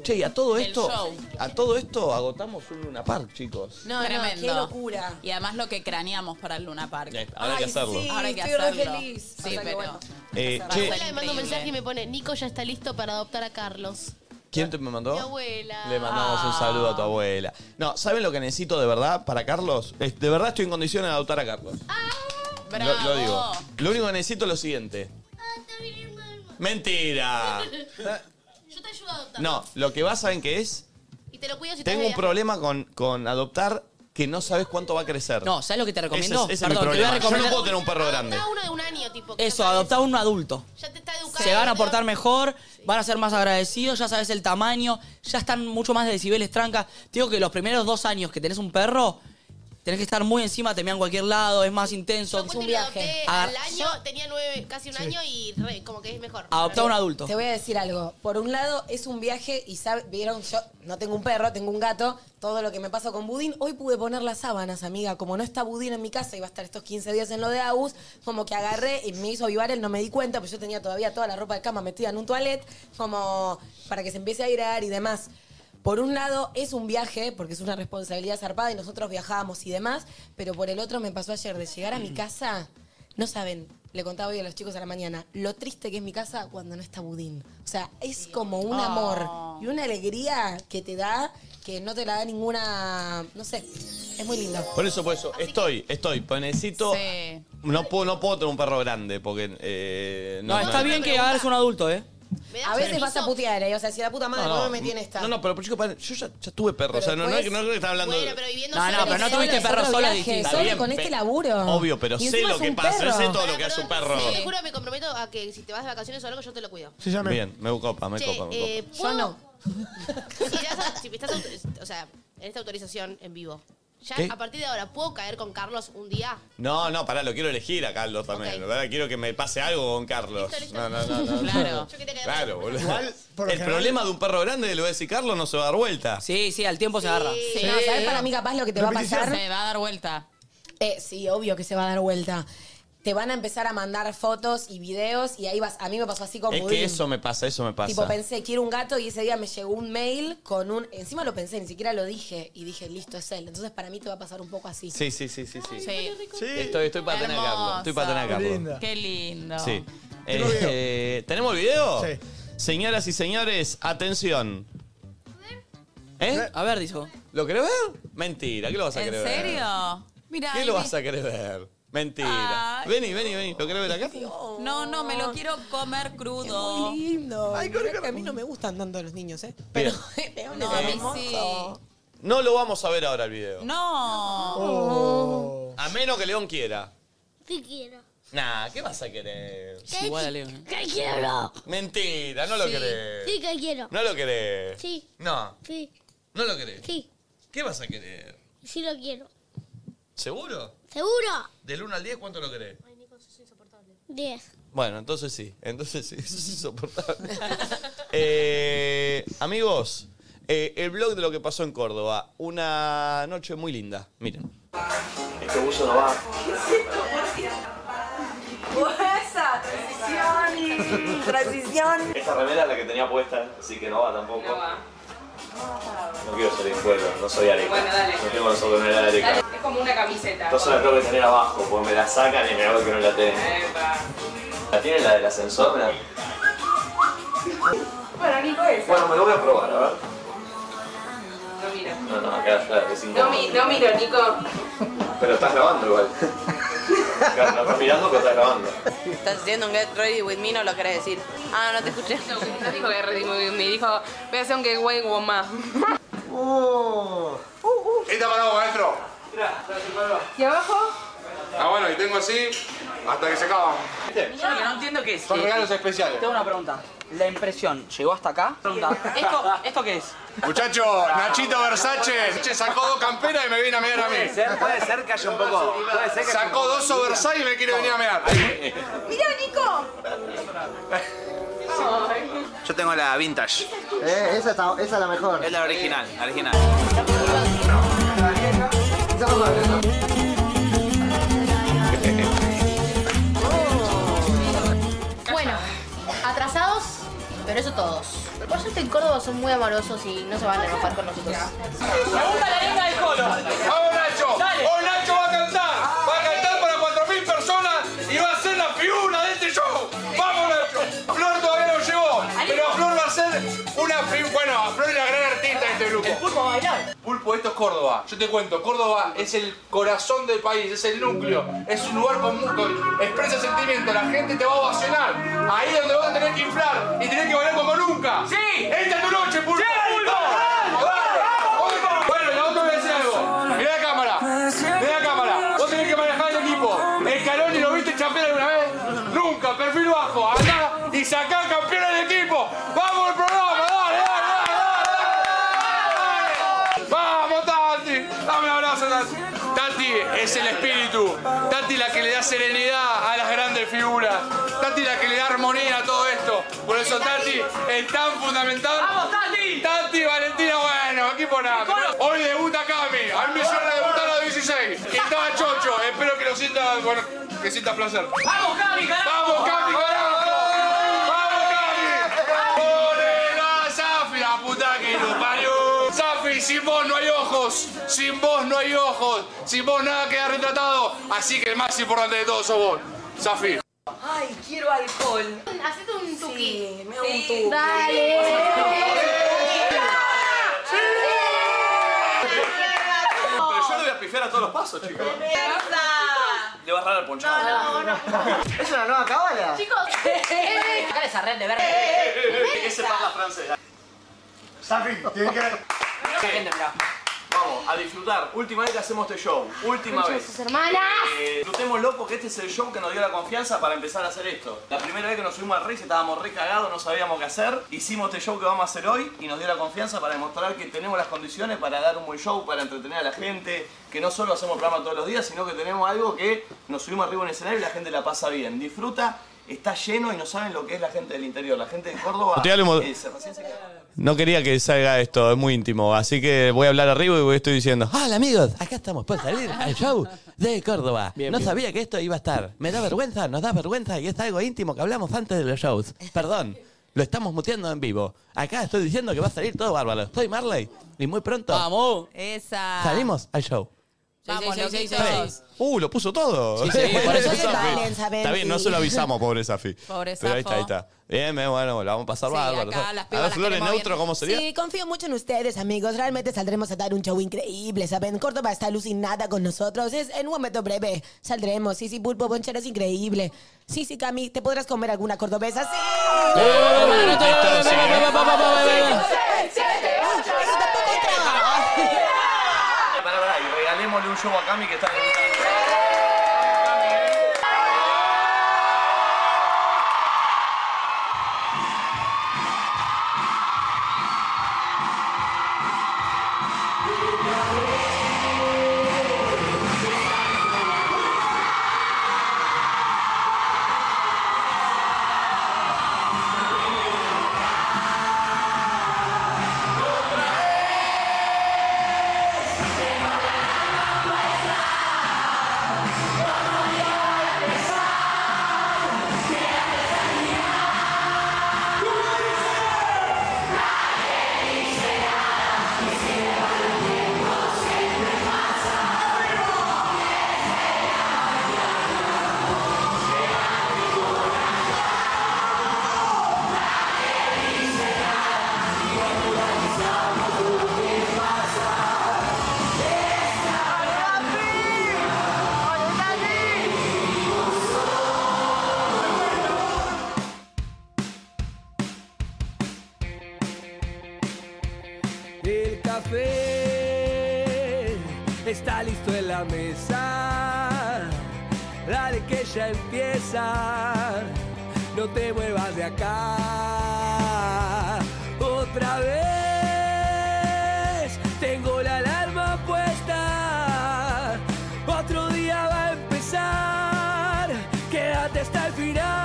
Speaker 1: Che, y a todo
Speaker 5: Del
Speaker 1: esto,
Speaker 5: show.
Speaker 1: a todo esto agotamos un Luna Park, chicos.
Speaker 3: No, no,
Speaker 5: Tremendo.
Speaker 3: qué locura.
Speaker 5: Y además lo que craneamos para el Luna Park.
Speaker 1: Eh, Ahora hay que hacerlo.
Speaker 5: Ahora hay que
Speaker 3: estoy re
Speaker 5: hacerlo.
Speaker 3: feliz. O sea
Speaker 5: Sí,
Speaker 3: que
Speaker 5: pero.
Speaker 3: bueno.
Speaker 1: Eh,
Speaker 5: Para
Speaker 1: che,
Speaker 7: Mi abuela me manda un
Speaker 5: Increíble.
Speaker 7: mensaje y me pone, Nico ya está listo para adoptar a Carlos.
Speaker 1: ¿quién te me mandó?
Speaker 7: Mi abuela.
Speaker 1: Le mandamos un
Speaker 7: Ah.
Speaker 1: saludo a tu abuela. No, ¿saben lo que necesito de verdad para Carlos? Es- De verdad estoy en condiciones de adoptar a Carlos.
Speaker 7: Ah,
Speaker 1: Lo-
Speaker 5: Bravo.
Speaker 1: Lo, digo. Lo único que necesito es lo siguiente. Mentira.
Speaker 7: Yo te ayudo a adoptar.
Speaker 1: Ah. No, lo que va, ¿saben qué es?
Speaker 7: Y te lo cuido si
Speaker 1: Tengo
Speaker 7: te
Speaker 1: un problema con, con adoptar que no sabes cuánto va a crecer.
Speaker 4: No, ¿sabes lo que te recomiendo?
Speaker 1: Ese es, ese es mi
Speaker 4: Perdón, te voy a
Speaker 1: problema. Yo no
Speaker 4: recomendar-
Speaker 1: puedo tener un perro grande.
Speaker 7: Está uno de un año, tipo. que
Speaker 4: Eso, adoptá a un adulto.
Speaker 7: Ya te está educando.
Speaker 4: Se van a portar mejor, van a ser más agradecidos, ya sabes el tamaño, ya están mucho más de decibeles tranca. Te digo que los primeros dos años que tenés un perro, tenés que estar muy encima, te mean cualquier lado, es más intenso.
Speaker 7: Es un viaje.
Speaker 4: Agar-
Speaker 7: Al año tenía nueve, casi un año y re, como que es mejor.
Speaker 4: Adoptá a un adulto.
Speaker 3: Te voy a decir algo. Por un lado, es un viaje y sabe- vieron, yo no tengo un perro, tengo un gato. Todo lo que me pasó con Budín, hoy pude poner las sábanas, amiga. Como no está Budín en mi casa y va a estar estos 15 días en lo de Agus, como que agarré y me hizo avivar él, no me di cuenta, pues yo tenía todavía toda la ropa de cama metida en un toilet, como para que se empiece a airear y demás. Por un lado es un viaje, porque es una responsabilidad zarpada y nosotros viajábamos y demás, pero por el otro me pasó ayer de llegar a mi casa, no saben, le contaba hoy a los chicos a la mañana, lo triste que es mi casa cuando no está Budín. O sea, es como un
Speaker 5: Oh.
Speaker 3: amor y una alegría que te da que no te la da ninguna, no sé, Es muy lindo.
Speaker 1: Por eso, por eso, estoy, estoy. Pues necesito.
Speaker 5: Sí.
Speaker 1: No puedo, no puedo tener un perro grande porque. eh,
Speaker 4: No, está bien que agarres un adulto, ¿eh?
Speaker 3: A veces vas a putear, ¿eh? O sea, si la puta madre no, me tiene esta.
Speaker 1: No, no, pero chico, pará, yo ya, ya tuve perro. o sea, no, no, es que- no es que está hablando. de-
Speaker 4: No, no, pero no tuviste perro solo es distinto.
Speaker 1: Está bien,
Speaker 3: con
Speaker 1: pe-
Speaker 3: este laburo.
Speaker 1: Obvio, pero
Speaker 3: Y
Speaker 1: sé
Speaker 3: encima
Speaker 1: lo
Speaker 3: es
Speaker 1: que
Speaker 3: un
Speaker 1: pasa,
Speaker 3: perro.
Speaker 1: sé todo lo que hace un perro.
Speaker 7: Sí, te juro que me comprometo a que si te vas de vacaciones o algo, yo te lo cuido.
Speaker 1: Bien, me copa, me
Speaker 7: Che,
Speaker 1: copa, me
Speaker 7: eh,
Speaker 1: copa.
Speaker 7: ¿puedo- si, das a- si me estás autor- o sea, en esta autorización en vivo, ya
Speaker 1: ¿Qué?
Speaker 7: a partir de ahora, ¿puedo caer con Carlos un día?
Speaker 1: No, no, pará, lo quiero elegir a Carlos también. ¿verdad? Quiero que me pase algo con Carlos. No, no, no, no.
Speaker 7: Claro.
Speaker 1: Claro, boludo.
Speaker 4: Igual, por lo
Speaker 1: el
Speaker 4: general-
Speaker 1: problema de un perro grande, lo voy a decir Carlos, no se va a dar vuelta.
Speaker 4: Sí, sí, al tiempo se agarra.
Speaker 3: Sí, no, ¿sabes para mí capaz lo que te va a pasar?
Speaker 5: Se va a dar vuelta.
Speaker 3: Eh, sí, obvio que se va a dar vuelta. Te van a empezar a mandar fotos y videos y ahí vas. A mí me pasó así con
Speaker 1: Es
Speaker 3: Budín.
Speaker 1: que eso me pasa, eso me pasa.
Speaker 3: Tipo, pensé, quiero un gato y ese día me llegó un mail con un... Encima lo pensé, ni siquiera lo dije. Y dije, listo, es él. Entonces para mí te va a pasar un poco así.
Speaker 1: Sí, sí, sí, sí, sí.
Speaker 5: Sí.
Speaker 1: Estoy, estoy para tener a Carlos. Estoy para tener a Carlos.
Speaker 5: Qué lindo.
Speaker 1: Sí. Eh, eh, ¿Tenemos el video? Sí. Señoras y señores, atención. ¿Eh?
Speaker 4: A ver, dijo.
Speaker 1: ¿Lo querés ver? Mentira, ¿qué lo vas a
Speaker 5: ¿En
Speaker 1: querer ver?
Speaker 5: serio? Mira,
Speaker 1: ¿Qué lo vas a querer ver? Mentira.
Speaker 5: Ay.
Speaker 1: Vení, vení, vení. ¿Lo querés ver acá?
Speaker 5: No, no, me lo quiero comer crudo.
Speaker 3: Muy lindo. Mirá que a mí no me gustan tanto los niños, ¿eh?
Speaker 1: Bien.
Speaker 5: No, a mí sí.
Speaker 1: Eh, No lo vamos a ver ahora el video.
Speaker 5: No.
Speaker 1: A menos que León quiera.
Speaker 25: Oh. Te quiero.
Speaker 1: Nah, ¿qué vas a querer?
Speaker 25: Es igual a León, ¿eh? Que quiero.
Speaker 1: Mentira, no lo
Speaker 25: Sí.
Speaker 1: querés.
Speaker 25: Sí, que quiero.
Speaker 1: No lo querés.
Speaker 25: Sí,
Speaker 1: No,
Speaker 25: sí,
Speaker 1: no lo querés.
Speaker 25: sí.
Speaker 1: ¿Qué vas a querer?
Speaker 25: Sí lo quiero.
Speaker 1: ¿Seguro?
Speaker 25: ¿Seguro?
Speaker 1: ¿Del 1 al 10 cuánto lo querés?
Speaker 25: Diez.
Speaker 1: Bueno, entonces sí, entonces sí, eso es insoportable. Eh, amigos, eh, el blog de lo que pasó en Córdoba, una noche muy linda, miren.
Speaker 29: Este buzo no va.
Speaker 27: ¡Esa! ¡Transición! ¡Transición!
Speaker 29: Esta remera es la que tenía puesta, así que no va tampoco. No quiero salir fuera, no soy Areca.
Speaker 27: Bueno, dale.
Speaker 29: No tengo la sobremanera de Areca.
Speaker 27: Es como una camiseta.
Speaker 29: Entonces la tengo que tener abajo, porque me la sacan y me hago que no la tengo.
Speaker 10: Eh.
Speaker 29: ¿La tiene la del ascensor? Me la-
Speaker 27: Bueno, Nico, es.
Speaker 29: Bueno, me lo voy a probar, a ver.
Speaker 27: No miro.
Speaker 29: No, no, acá está, es incómodo.
Speaker 27: No, mi- no miro, Nico.
Speaker 29: Pero estás grabando igual. Claro, no estás mirando, pero estás grabando.
Speaker 28: Estás haciendo un Get Ready With Me, no lo querés decir. Ah, no te escuché. No, no dijo Get Ready With Me, dijo, voy a hacer un Get Way Woman.
Speaker 11: Uh. Esta para vos, maestro.
Speaker 28: ¿Y abajo?
Speaker 11: Ah, bueno, y tengo así hasta que se acaban.
Speaker 26: Yo lo que no entiendo qué es.
Speaker 11: Son
Speaker 26: eh,
Speaker 11: regalos
Speaker 26: eh,
Speaker 11: especiales.
Speaker 26: Tengo una pregunta. La impresión, ¿llegó hasta acá? Pregunta. ¿Esto, esto qué es?
Speaker 11: Muchachos, Nachito Versace che, sacó dos camperas y me viene a mear a mí.
Speaker 26: Puede ser, puede ser que haya un poco- puede ser que haya un
Speaker 11: Sacó
Speaker 26: poco-
Speaker 11: dos oversize y me quiere venir a mear.
Speaker 27: ¡Mira, Nico!
Speaker 29: Yo tengo la vintage.
Speaker 14: Eh, esa, está- esa es la mejor.
Speaker 29: Es la original, la original.
Speaker 7: Bueno, atrasados, pero eso todos. Por suerte en Córdoba son muy amorosos y no se van a enojar con nosotros.
Speaker 27: Segunda la linda del colo.
Speaker 11: ¡Vamos, Nacho! ¡Oh, Nacho va a cantar! ¡Va a cantar para 4.000 personas y va a ser la figura de este show! ¡Vamos, Nacho! Flor todavía no llegó, pero Flor va a ser una figura... Bueno, Flor es la gran artista de este grupo. El pulpo va a bailar. Pulpo, esto es Córdoba. Yo te cuento, Córdoba es el corazón del país, es el núcleo. Es un lugar con... con- expresa sentimiento, la gente te va a ovacionar. Ahí es donde vas a tener que inflar y tener que bailar como nunca. ¡Sí! ¡Esta es tu noche, Pulpo! ¡Pulpo! ¡Dale, dale! ¡Pulpo! Bueno, yo te voy a decir algo. Mirá la cámara. Mirá la cámara. Vos tenés que manejar el equipo. El Caroni lo viste campeón alguna vez. Nunca, perfil bajo. Andá y sacá campeón al equipo. ¡Vamos al programa! ¡Dale, dale, dale! dale! ¡Vamos, Tati! Dame un abrazo, Tati. Tati es el espíritu. Tati la que le da serenidad a las grandes figuras. Tati la que le da armonía a todo esto. Por eso Tati es tan fundamental. ¡Vamos, Tati! Tati, Valentina, bueno, equipo nada. Hoy debuta Cami. A mí me suena debutar a los 16. Y estaba chocho. Espero que lo sienta, bueno, que sienta placer.
Speaker 27: ¡Vamos, Cami, carajo!
Speaker 11: ¡Vamos, Cami, carajo! ¡Vamos, Cami! ¡Morena, Safi, la puta que lo parió! Safi, sin vos no hay ojos, sin vos no hay ojos, sin vos nada queda retratado, así que el más importante de todos sos vos, Safi.
Speaker 27: Ay, quiero alcohol.
Speaker 7: Hacete un tuki. Sí, me
Speaker 27: hago un tuki.
Speaker 7: Dale.
Speaker 11: Pero yo le voy a pifiar
Speaker 29: pegar a todos los pasos, chicos. Le vas a dar al ponchado.
Speaker 27: No, no, no.
Speaker 29: Es una nueva cabala.
Speaker 27: Chicos,
Speaker 28: Sacale esa red de verde.
Speaker 29: Ese parla francés.
Speaker 11: Safi, tiene que ver.
Speaker 29: Vamos, a disfrutar. Última vez que hacemos este show. Última
Speaker 28: Concha de
Speaker 29: vez.
Speaker 28: sus hermanas.
Speaker 29: Eh, disfrutémoslo porque este es el show que nos dio la confianza para empezar a hacer esto. La primera vez que nos subimos al race estábamos re cagados, no sabíamos qué hacer. Hicimos este show que vamos a hacer hoy y nos dio la confianza para demostrar que tenemos las condiciones para dar un buen show, para entretener a la gente. Que no solo hacemos programa todos los días, sino que tenemos algo que nos subimos arriba en el escenario y la gente la pasa bien. Disfruta. Está lleno y no saben lo que es la gente del interior. La gente de Córdoba
Speaker 1: Te hablo-
Speaker 29: eh, se- recién se
Speaker 1: No quería que salga esto, es muy íntimo. Así que voy a hablar arriba y voy- estoy diciendo: "Ah, ¡Hola amigos! Acá estamos por salir al show de Córdoba.
Speaker 8: Bien,
Speaker 1: no
Speaker 8: bien.
Speaker 1: sabía que esto iba a estar. Me da vergüenza, nos da vergüenza y es algo íntimo que hablamos antes de los shows. Perdón, lo estamos muteando en vivo. Acá estoy diciendo que va a salir todo bárbaro. Estoy Marley y muy pronto
Speaker 4: ¡Vamos!
Speaker 5: Esa.
Speaker 1: salimos al show.
Speaker 5: Vamos,
Speaker 4: sí, sí, sí,
Speaker 5: loquitos.
Speaker 1: ¡Uh, lo puso todo!
Speaker 4: Sí, sí, por eso-
Speaker 1: Está bien, no se lo avisamos, pobre Safi.
Speaker 3: Pobre
Speaker 1: Pero ahí está, ahí
Speaker 3: Safo.
Speaker 1: está. Bien, bien, bueno, la vamos a pasar
Speaker 3: Sí,
Speaker 1: bárbaro.
Speaker 3: acá las pibas
Speaker 1: a ver,
Speaker 3: las
Speaker 1: Flores
Speaker 3: queremos
Speaker 1: neutro,
Speaker 3: bien.
Speaker 1: ¿cómo sería?
Speaker 3: Sí, confío mucho en ustedes, amigos. Realmente saldremos a dar un show increíble, ¿saben? Córdoba está alucinada con nosotros. Es en un momento breve. Saldremos. Sí, sí, Pulpo Bonchero es increíble. Sí, sí, Cami, ¿te podrás comer alguna cordobesa? ¡Sí!
Speaker 1: ¿eh?
Speaker 29: Pará, pará, y regalémosle un show a Cami que está gritando.
Speaker 10: El café está listo en la mesa. Dale que ya empieza. No te muevas de acá. Otra vez tengo la alarma puesta. Otro día va a empezar. Quédate hasta el final.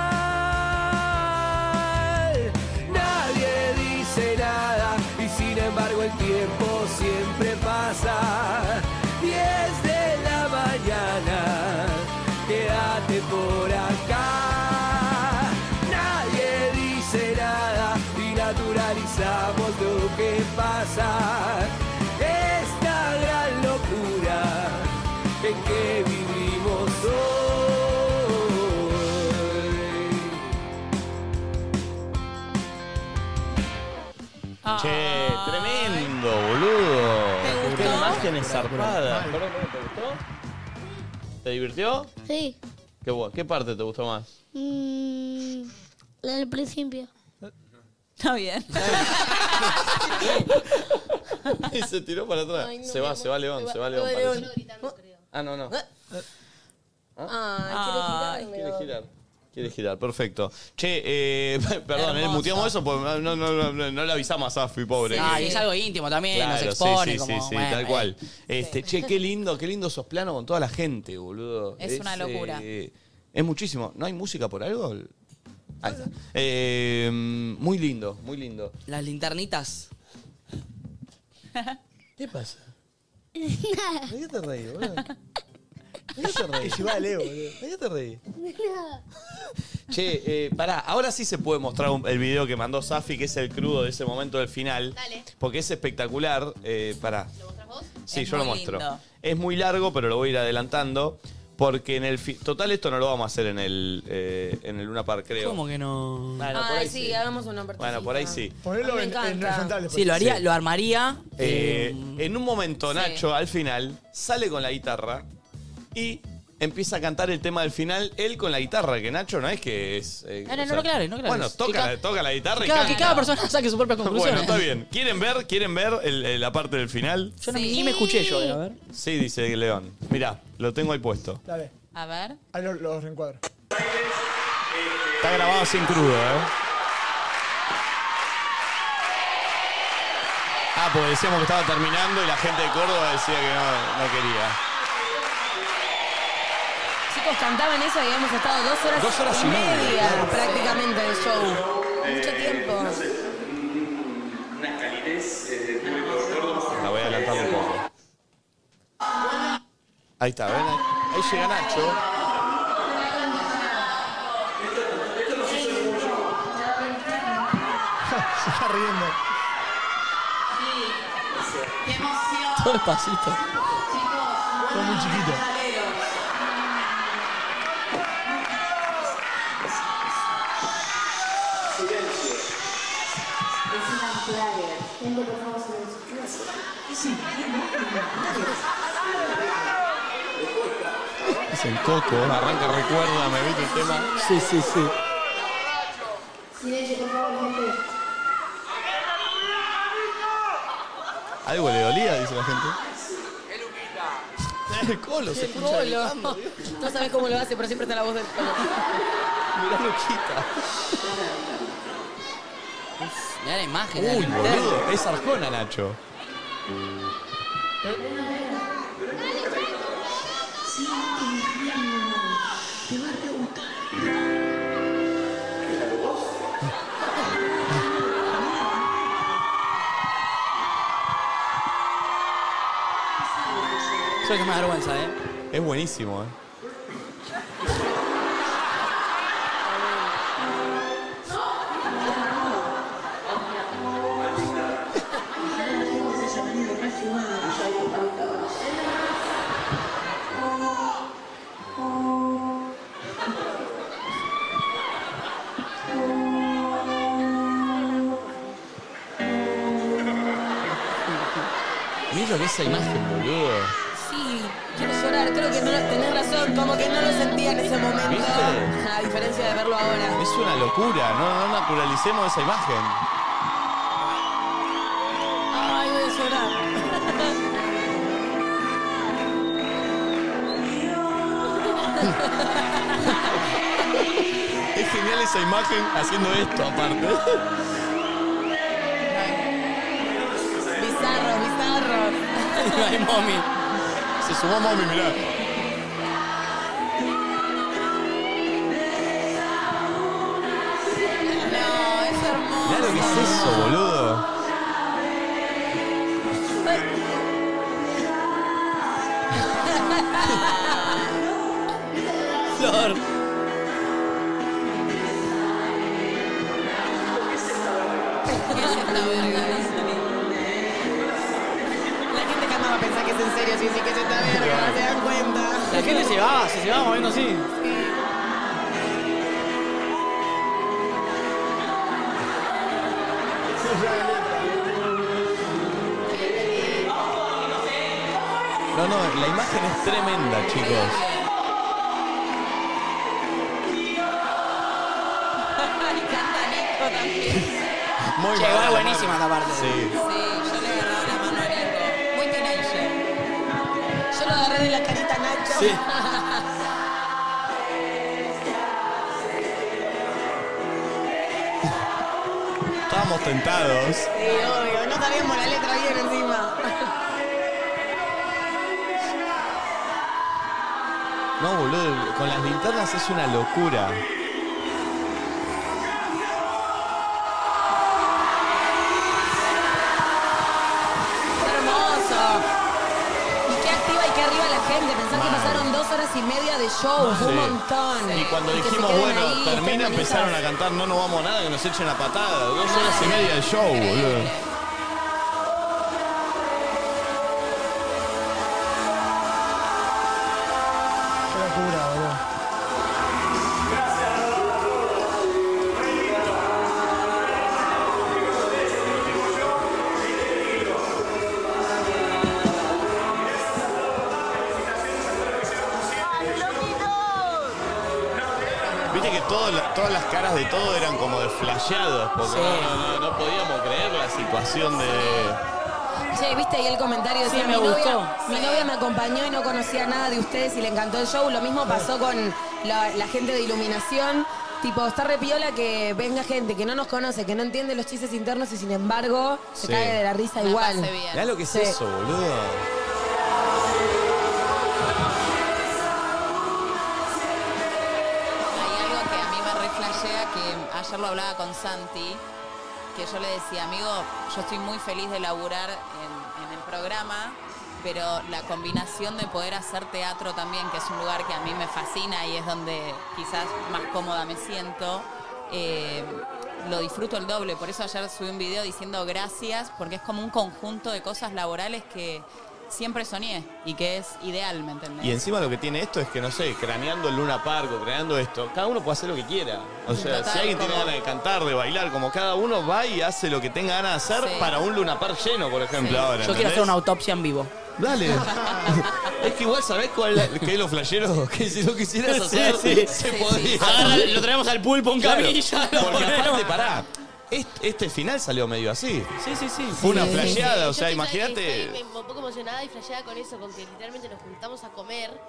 Speaker 10: Nadie dice nada y sin embargo el tiempo siempre pasa. 10 de la mañana, quédate por acá. Nadie dice nada y naturalizamos lo que pasa. Esta gran locura en que vivimos hoy.
Speaker 3: Ah.
Speaker 8: Che, tremendo, boludo.
Speaker 5: ¿Te gustó?
Speaker 8: Qué imágenes zarpadas.
Speaker 1: Perdón, perdón, ¿te gustó? ¿Te divirtió?
Speaker 25: Sí.
Speaker 1: ¿Qué, bu- qué parte te gustó más?
Speaker 25: Mm, la del principio.
Speaker 5: Está bien.
Speaker 1: y se tiró para atrás.
Speaker 25: Ay, no,
Speaker 1: se
Speaker 25: mi
Speaker 1: va,
Speaker 25: amor.
Speaker 1: se va León, se va León.
Speaker 25: Se va
Speaker 1: parece.
Speaker 25: León. ¿Eh?
Speaker 1: Ah, no, no. Ah,
Speaker 5: Ah,
Speaker 25: Ay, quiere
Speaker 1: Quiere girar. Quiere girar, perfecto. Che, eh, perdón, eh,
Speaker 4: Hermoso.
Speaker 1: muteamos eso porque no, no, no, no, no le avisamos a Safi, pobre.
Speaker 4: Ah, y
Speaker 1: Que-
Speaker 4: es algo íntimo también,
Speaker 1: Claro,
Speaker 4: nos
Speaker 1: sí,
Speaker 4: expone
Speaker 1: sí,
Speaker 4: como.
Speaker 1: sí, sí,
Speaker 4: bueno,
Speaker 1: tal
Speaker 4: eh.
Speaker 1: cual. Este, che, qué lindo, qué lindo esos planos con toda la gente, boludo.
Speaker 5: Es una locura.
Speaker 1: eh, es muchísimo. ¿No hay música por algo? Ahí está. Eh, muy lindo, muy lindo.
Speaker 4: Las linternitas.
Speaker 1: ¿Qué pasa? ¿De qué te reí, boludo? ¿De qué te reí?
Speaker 10: Que lleva a Leo, boludo.
Speaker 1: ¿De qué te reí? Che, eh, pará, ahora sí se puede mostrar un- el video que mandó Safi, que es el crudo de ese momento del final.
Speaker 7: Dale.
Speaker 1: Porque es espectacular. Eh, pará. ¿Lo
Speaker 7: mostras vos?
Speaker 1: Sí,
Speaker 7: Es
Speaker 1: yo lo
Speaker 7: muy
Speaker 1: muestro.
Speaker 7: lindo.
Speaker 1: Es muy largo, pero lo voy a ir adelantando. Porque en el... fi- Total, esto no lo vamos a hacer en el, eh, en el Luna Park, creo.
Speaker 4: ¿Cómo que no?
Speaker 1: Bueno, por
Speaker 3: Ay,
Speaker 1: ahí
Speaker 3: sí, hagamos una partida.
Speaker 1: Bueno, por ahí sí.
Speaker 3: Ponelo en, horizontales.
Speaker 4: Sí, lo haría,
Speaker 1: Sí.
Speaker 4: lo armaría.
Speaker 1: Eh, en un momento, Nacho, al final, sale con la guitarra y empieza a cantar el tema del final él con la guitarra, que Nacho no es que es... eh,
Speaker 4: No, no, no lo aclares, no lo aclares.
Speaker 1: Bueno, toca,
Speaker 4: Que ca-
Speaker 1: toca la guitarra
Speaker 4: Que
Speaker 1: y
Speaker 4: cada,
Speaker 1: canta.
Speaker 4: que cada persona saque su propia conclusión.
Speaker 1: Bueno, está bien. ¿Quieren ver, quieren ver el- el- la parte del final?
Speaker 4: Yo no- ni me escuché yo, a ver.
Speaker 1: Sí, dice León. Mirá, lo tengo ahí puesto.
Speaker 15: Dale.
Speaker 5: A ver.
Speaker 6: Ah,
Speaker 15: Ahí los, los reencuadro.
Speaker 1: Está grabado sin crudo, ¿eh? Ah, porque decíamos que estaba terminando y la gente de Córdoba decía que no, no quería.
Speaker 3: Chicos, cantaban eso y hemos estado dos horas,
Speaker 1: Dos horas y media.
Speaker 3: media prácticamente de show.
Speaker 1: Eh,
Speaker 3: Mucho tiempo.
Speaker 11: Una calidez eh,
Speaker 1: La voy a adelantar un poco. Ahí está, ¿ven? Ahí llega Nacho.
Speaker 15: Se está riendo.
Speaker 5: ¡Qué emoción!
Speaker 4: Todo despacito.
Speaker 15: Todo muy chiquito.
Speaker 1: Es el coco. Arranca, recuerda, me viste el tema.
Speaker 4: Sí, sí, sí.
Speaker 25: Silencio, por favor, gente.
Speaker 1: Algo le dolía, dice la gente. El colo
Speaker 3: El colo. No sabes cómo lo hace, pero siempre está la voz del colo.
Speaker 1: Mirá, Luquita.
Speaker 4: Mirá la imagen. de la
Speaker 1: Uy,
Speaker 4: linterna.
Speaker 1: boludo, es Arjona, Nacho.
Speaker 4: Eso es lo que más vergüenza, ¿eh?
Speaker 1: Es buenísimo, ¿eh? Mirá lo que es esa imagen, boludo.
Speaker 3: Sí, quiero llorar. Creo que no lo- tenés razón. Como que no lo sentía en ese momento.
Speaker 1: ¿Viste?
Speaker 3: A diferencia de verlo ahora.
Speaker 1: Es una locura, no, no naturalicemos esa imagen.
Speaker 3: Ay, voy a llorar.
Speaker 1: Es genial esa imagen haciendo esto aparte.
Speaker 3: Bizarro, bizarro.
Speaker 4: Ay, mami.
Speaker 1: Se sumó mami, mirá.
Speaker 5: No, es hermoso.
Speaker 1: Mirá lo que es eso, boludo.
Speaker 3: Ah.
Speaker 4: Flor.
Speaker 3: La gente que andaba a pensar que es en serio, sí, sí, que se está verga, se dan cuenta.
Speaker 4: La gente se va, se, se va moviendo así.
Speaker 1: No, no, la imagen es tremenda, chicos.
Speaker 5: Ay, canta Nico también.
Speaker 1: Muy
Speaker 4: Che,
Speaker 1: mal,
Speaker 4: igual
Speaker 1: la
Speaker 4: buenísima
Speaker 1: mano.
Speaker 4: esta parte.
Speaker 1: Sí.
Speaker 5: Sí, yo le agarraba la mano a Nico. Muy teenager.
Speaker 3: Yo lo agarré de la carita Nacho.
Speaker 4: Sí.
Speaker 1: Estábamos tentados.
Speaker 3: Sí, obvio, no sabíamos la letra bien encima.
Speaker 1: No, boludo, con las linternas es una locura.
Speaker 3: Hermoso. Y qué activa y qué arriba la gente. Pensar que pasaron dos horas y media de show. Fue
Speaker 1: Sí.
Speaker 3: un montón.
Speaker 1: Y cuando
Speaker 3: que se
Speaker 1: dijimos,
Speaker 3: queden
Speaker 1: bueno,
Speaker 3: ahí,
Speaker 1: termina,
Speaker 3: están
Speaker 1: empezaron a
Speaker 3: bonitas.
Speaker 1: cantar No nos vamos a nada, que nos echen a patada. Dos horas y media de show, boludo.
Speaker 15: Yo la
Speaker 1: todas las caras de todo eran como de flasheados, porque no, no- no podíamos creer la situación de...
Speaker 3: Che, ¿viste ahí el comentario?
Speaker 1: Sí,
Speaker 3: Decía,
Speaker 1: me
Speaker 3: mi
Speaker 1: gustó.
Speaker 3: Novia, Mi novia me acompañó y no conocía nada de ustedes y le encantó el show. Lo mismo pasó con la, la gente de iluminación. Tipo, está repiola que venga gente que no nos conoce, que no entiende los chistes internos y sin embargo se
Speaker 1: Sí.
Speaker 3: cae de la risa
Speaker 1: La
Speaker 3: igual.
Speaker 1: pase bien. Mirá lo que es
Speaker 3: Sí.
Speaker 1: eso, boludo.
Speaker 5: Hay algo que a mí me reflashea que ayer lo hablaba con Santi, que yo le decía, amigo, yo estoy muy feliz de laburar en, en el programa, pero la combinación de poder hacer teatro también, que es un lugar que a mí me fascina y es donde quizás más cómoda me siento, eh, lo disfruto el doble. Por eso ayer subí un video diciendo gracias, porque es como un conjunto de cosas laborales que siempre soñé y que es ideal, ¿me entendés?
Speaker 1: Y encima lo que tiene esto es que, no sé, craneando el Luna Park o craneando esto, cada uno puede hacer lo que quiera. O sea,
Speaker 5: Total,
Speaker 1: si alguien tiene
Speaker 5: como-
Speaker 1: ganas de cantar, de bailar, como cada uno va y hace lo que tenga ganas de hacer
Speaker 5: Sí.
Speaker 1: para un Luna Park lleno, por ejemplo, ahora.
Speaker 4: Yo quiero
Speaker 1: ¿entendés?
Speaker 4: hacer una autopsia en vivo.
Speaker 1: Dale. es que igual sabés cuál es que los flayeros que si lo quisieras
Speaker 4: Sí,
Speaker 1: hacer
Speaker 4: sí.
Speaker 1: se
Speaker 4: Sí,
Speaker 1: podía.
Speaker 4: sí. Agarra- lo traemos al pulpo, un camilla, lo
Speaker 1: Porque
Speaker 4: ponemos.
Speaker 1: aparte, pará. Este, este final salió medio así.
Speaker 4: Sí, sí, sí.
Speaker 1: Fue una
Speaker 4: Sí.
Speaker 1: flasheada, o
Speaker 7: Yo
Speaker 1: sea,
Speaker 7: estoy-
Speaker 1: imagínate.
Speaker 7: estoy Un poco emocionada y flasheada con eso, con que literalmente nos juntamos a comer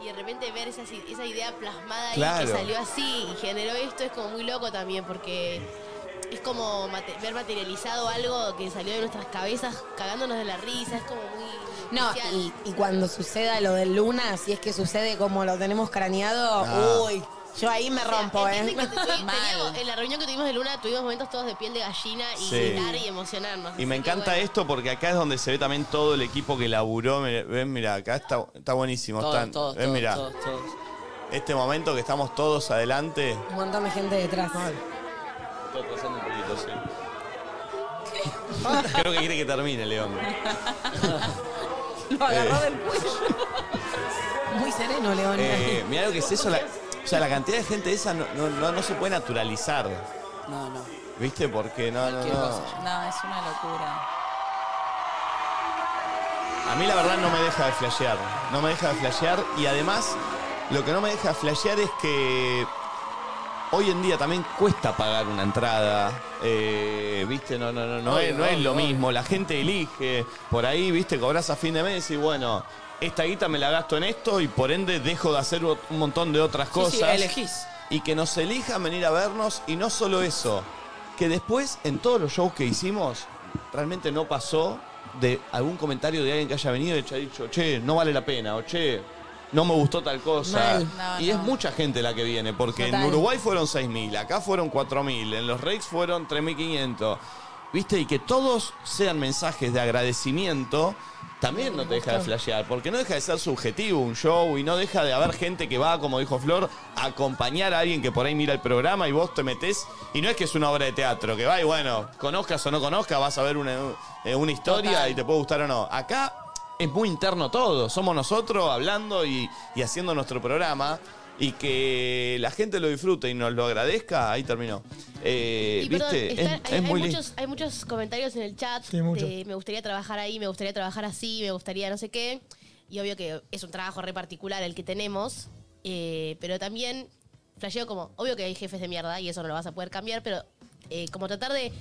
Speaker 7: y de repente ver esa, si- esa idea plasmada y
Speaker 1: Claro.
Speaker 7: que salió así y generó esto es como muy loco también porque es como mate- ver materializado algo que salió de nuestras cabezas cagándonos de la risa, es como muy...
Speaker 3: No,
Speaker 7: especial.
Speaker 3: y, y cuando suceda lo del Luna, si es que sucede como lo tenemos craneado,
Speaker 7: Ah.
Speaker 3: uy, yo ahí me rompo, ¿eh?
Speaker 7: Teníamos- en la reunión que tuvimos de Luna tuvimos momentos todos de piel de gallina y
Speaker 1: Sí.
Speaker 7: gritar y emocionarnos.
Speaker 1: Y me encanta esto porque acá es donde se ve también todo el equipo que laburó. Mirá, Ven, mira, acá está, está buenísimo.
Speaker 4: Todos,
Speaker 1: Están-
Speaker 4: todos,
Speaker 1: ven,
Speaker 4: todos,
Speaker 1: mirá.
Speaker 4: todos,
Speaker 1: Este momento que estamos todos adelante.
Speaker 3: Un montón de gente detrás.
Speaker 1: Estoy atrasando un poquito, sí. Creo que quiere que termine, León. Eh.
Speaker 3: Lo
Speaker 1: agarró
Speaker 4: Eh.
Speaker 3: del cuello. Muy sereno, León.
Speaker 1: Eh, mirá lo que es eso. la- o sea, la cantidad de gente esa no, no- no- no se puede naturalizar.
Speaker 4: No, no.
Speaker 1: ¿Viste? Porque no, no, no.
Speaker 5: No, es una locura.
Speaker 1: A mí la verdad no me deja de flashear. No me deja de flashear. Y además, lo que no me deja de flashear es que hoy en día también cuesta pagar una entrada. Eh, viste, no, no, no, no,
Speaker 8: Obvio,
Speaker 1: es, no es
Speaker 8: obvio,
Speaker 1: lo
Speaker 8: obvio.
Speaker 1: mismo. La gente elige. Por ahí, viste, cobras a fin de mes y bueno. Esta guita me la gasto en esto y por ende dejo de hacer ot- un montón de otras
Speaker 4: Sí,
Speaker 1: cosas.
Speaker 4: sí, elegís.
Speaker 1: Y que nos elijan venir a vernos. Y no solo eso, que después en todos los shows que hicimos, realmente no pasó de algún comentario de alguien que haya venido y haya dicho, che, no vale la pena, o che, no me gustó tal cosa.
Speaker 8: Mal. No,
Speaker 1: y es mucha gente la que viene, porque en
Speaker 8: Total.
Speaker 1: Uruguay fueron 6.000, acá fueron 4.000, en los Rex fueron 3.500. ¿Viste? Y que todos sean mensajes de agradecimiento. También no te deja de flashear, porque no deja de ser subjetivo un show y no deja de haber gente que va, como dijo Flor, a acompañar a alguien que por ahí mira el programa y vos te metés. Y no es que es una obra de teatro, que va y bueno, conozcas o no conozcas, vas a ver una, eh, una historia y te puede gustar o no. Acá es muy interno todo, somos nosotros hablando y, y haciendo nuestro programa. Y que la gente lo disfrute y nos lo agradezca, ahí terminó. Eh,
Speaker 7: Y perdón,
Speaker 1: ¿Viste?
Speaker 7: está-
Speaker 1: es
Speaker 7: hay,
Speaker 1: es
Speaker 7: hay
Speaker 1: muy lindo.
Speaker 7: muchos, hay muchos comentarios en el chat
Speaker 1: Sí, mucho.
Speaker 7: de me gustaría trabajar ahí, me gustaría trabajar así, me gustaría no sé qué. Y obvio que es un trabajo re particular el que tenemos, eh, pero también flasheo como, obvio que hay jefes de mierda y eso no lo vas a poder cambiar, pero eh, como tratar de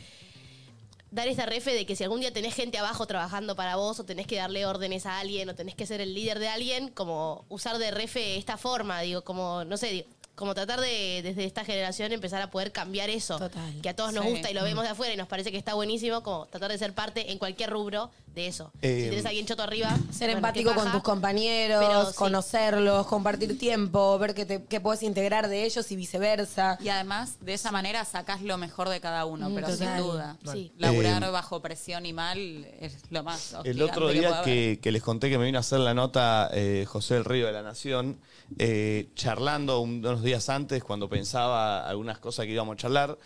Speaker 7: dar esta refe de que si algún día tenés gente abajo trabajando para vos o tenés que darle órdenes a alguien o tenés que ser el líder de alguien, como usar de refe esta forma, digo, como, no sé, digo, como tratar de desde esta generación empezar a poder cambiar eso, que a todos nos
Speaker 5: Sí.
Speaker 7: gusta
Speaker 3: Mm.
Speaker 7: y lo vemos de afuera y nos parece que está buenísimo, como tratar de ser parte en cualquier rubro de eso.
Speaker 1: Eh,
Speaker 7: si tenés a alguien choto arriba,
Speaker 3: Ser
Speaker 7: bueno,
Speaker 3: empático
Speaker 7: qué
Speaker 3: con
Speaker 7: paja.
Speaker 3: tus compañeros,
Speaker 7: Pero sí.
Speaker 3: conocerlos, compartir tiempo, ver qué, te, qué puedes integrar de ellos y viceversa.
Speaker 5: Y además, de esa manera sacás lo mejor de cada uno,
Speaker 3: Mm,
Speaker 5: pero
Speaker 3: total.
Speaker 5: sin duda.
Speaker 3: Sí.
Speaker 5: Laburar
Speaker 1: Eh,
Speaker 5: bajo presión y mal es lo más.
Speaker 1: El
Speaker 5: hostigante
Speaker 1: otro
Speaker 5: puede
Speaker 1: día
Speaker 5: haber.
Speaker 1: que, que les conté que me vino a hacer la nota eh, José del Río de la Nación, eh, charlando un- unos días antes cuando pensaba algunas cosas que íbamos a charlar,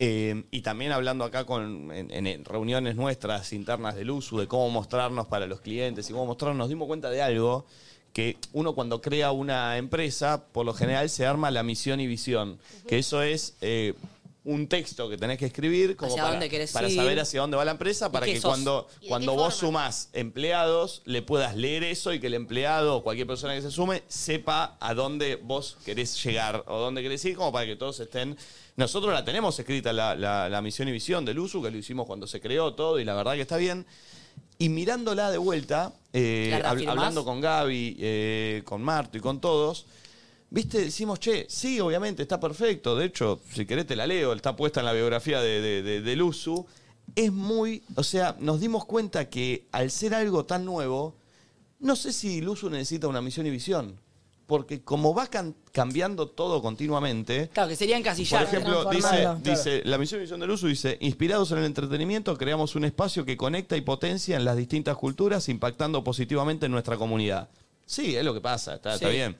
Speaker 1: eh, y también hablando acá con, en, en- en reuniones nuestras internas del USU, de cómo mostrarnos para los clientes y cómo mostrarnos, nos dimos cuenta de algo que uno cuando crea una empresa, por lo general se arma la misión y visión, que eso es... eh, un texto que tenés que escribir como
Speaker 4: Hacia
Speaker 1: para,
Speaker 4: dónde querés
Speaker 1: para
Speaker 4: ir.
Speaker 1: saber hacia dónde va la empresa, para
Speaker 4: qué
Speaker 1: que
Speaker 4: sos?
Speaker 1: cuando,
Speaker 4: ¿Y de
Speaker 1: cuando
Speaker 4: qué
Speaker 1: vos sumás empleados le puedas leer eso y que el empleado o cualquier persona que se sume sepa a dónde vos querés llegar o dónde querés ir, como para que todos estén... Nosotros la tenemos escrita, la, la- la misión y visión del USU, que lo hicimos cuando se creó todo y la verdad que está bien. Y mirándola de vuelta, eh,
Speaker 4: ¿La
Speaker 1: hab-
Speaker 4: reafirmás?
Speaker 1: hablando con Gaby, eh, con Marto y con todos, viste, decimos, che, sí, obviamente, está perfecto. De hecho, si querés te la leo, está puesta en la biografía de, de, de- del Usu. Es muy, o sea, nos dimos cuenta que al ser algo tan nuevo, no sé si el Usu necesita una misión y visión. Porque como va can- cambiando todo continuamente,
Speaker 4: Claro, que sería encasillar.
Speaker 1: por ejemplo, dice, dice, la misión y visión del uso dice, inspirados en el entretenimiento, creamos un espacio que conecta y potencia en las distintas culturas, impactando positivamente en nuestra comunidad. Sí, es lo que pasa, está, está
Speaker 4: Sí.
Speaker 1: bien.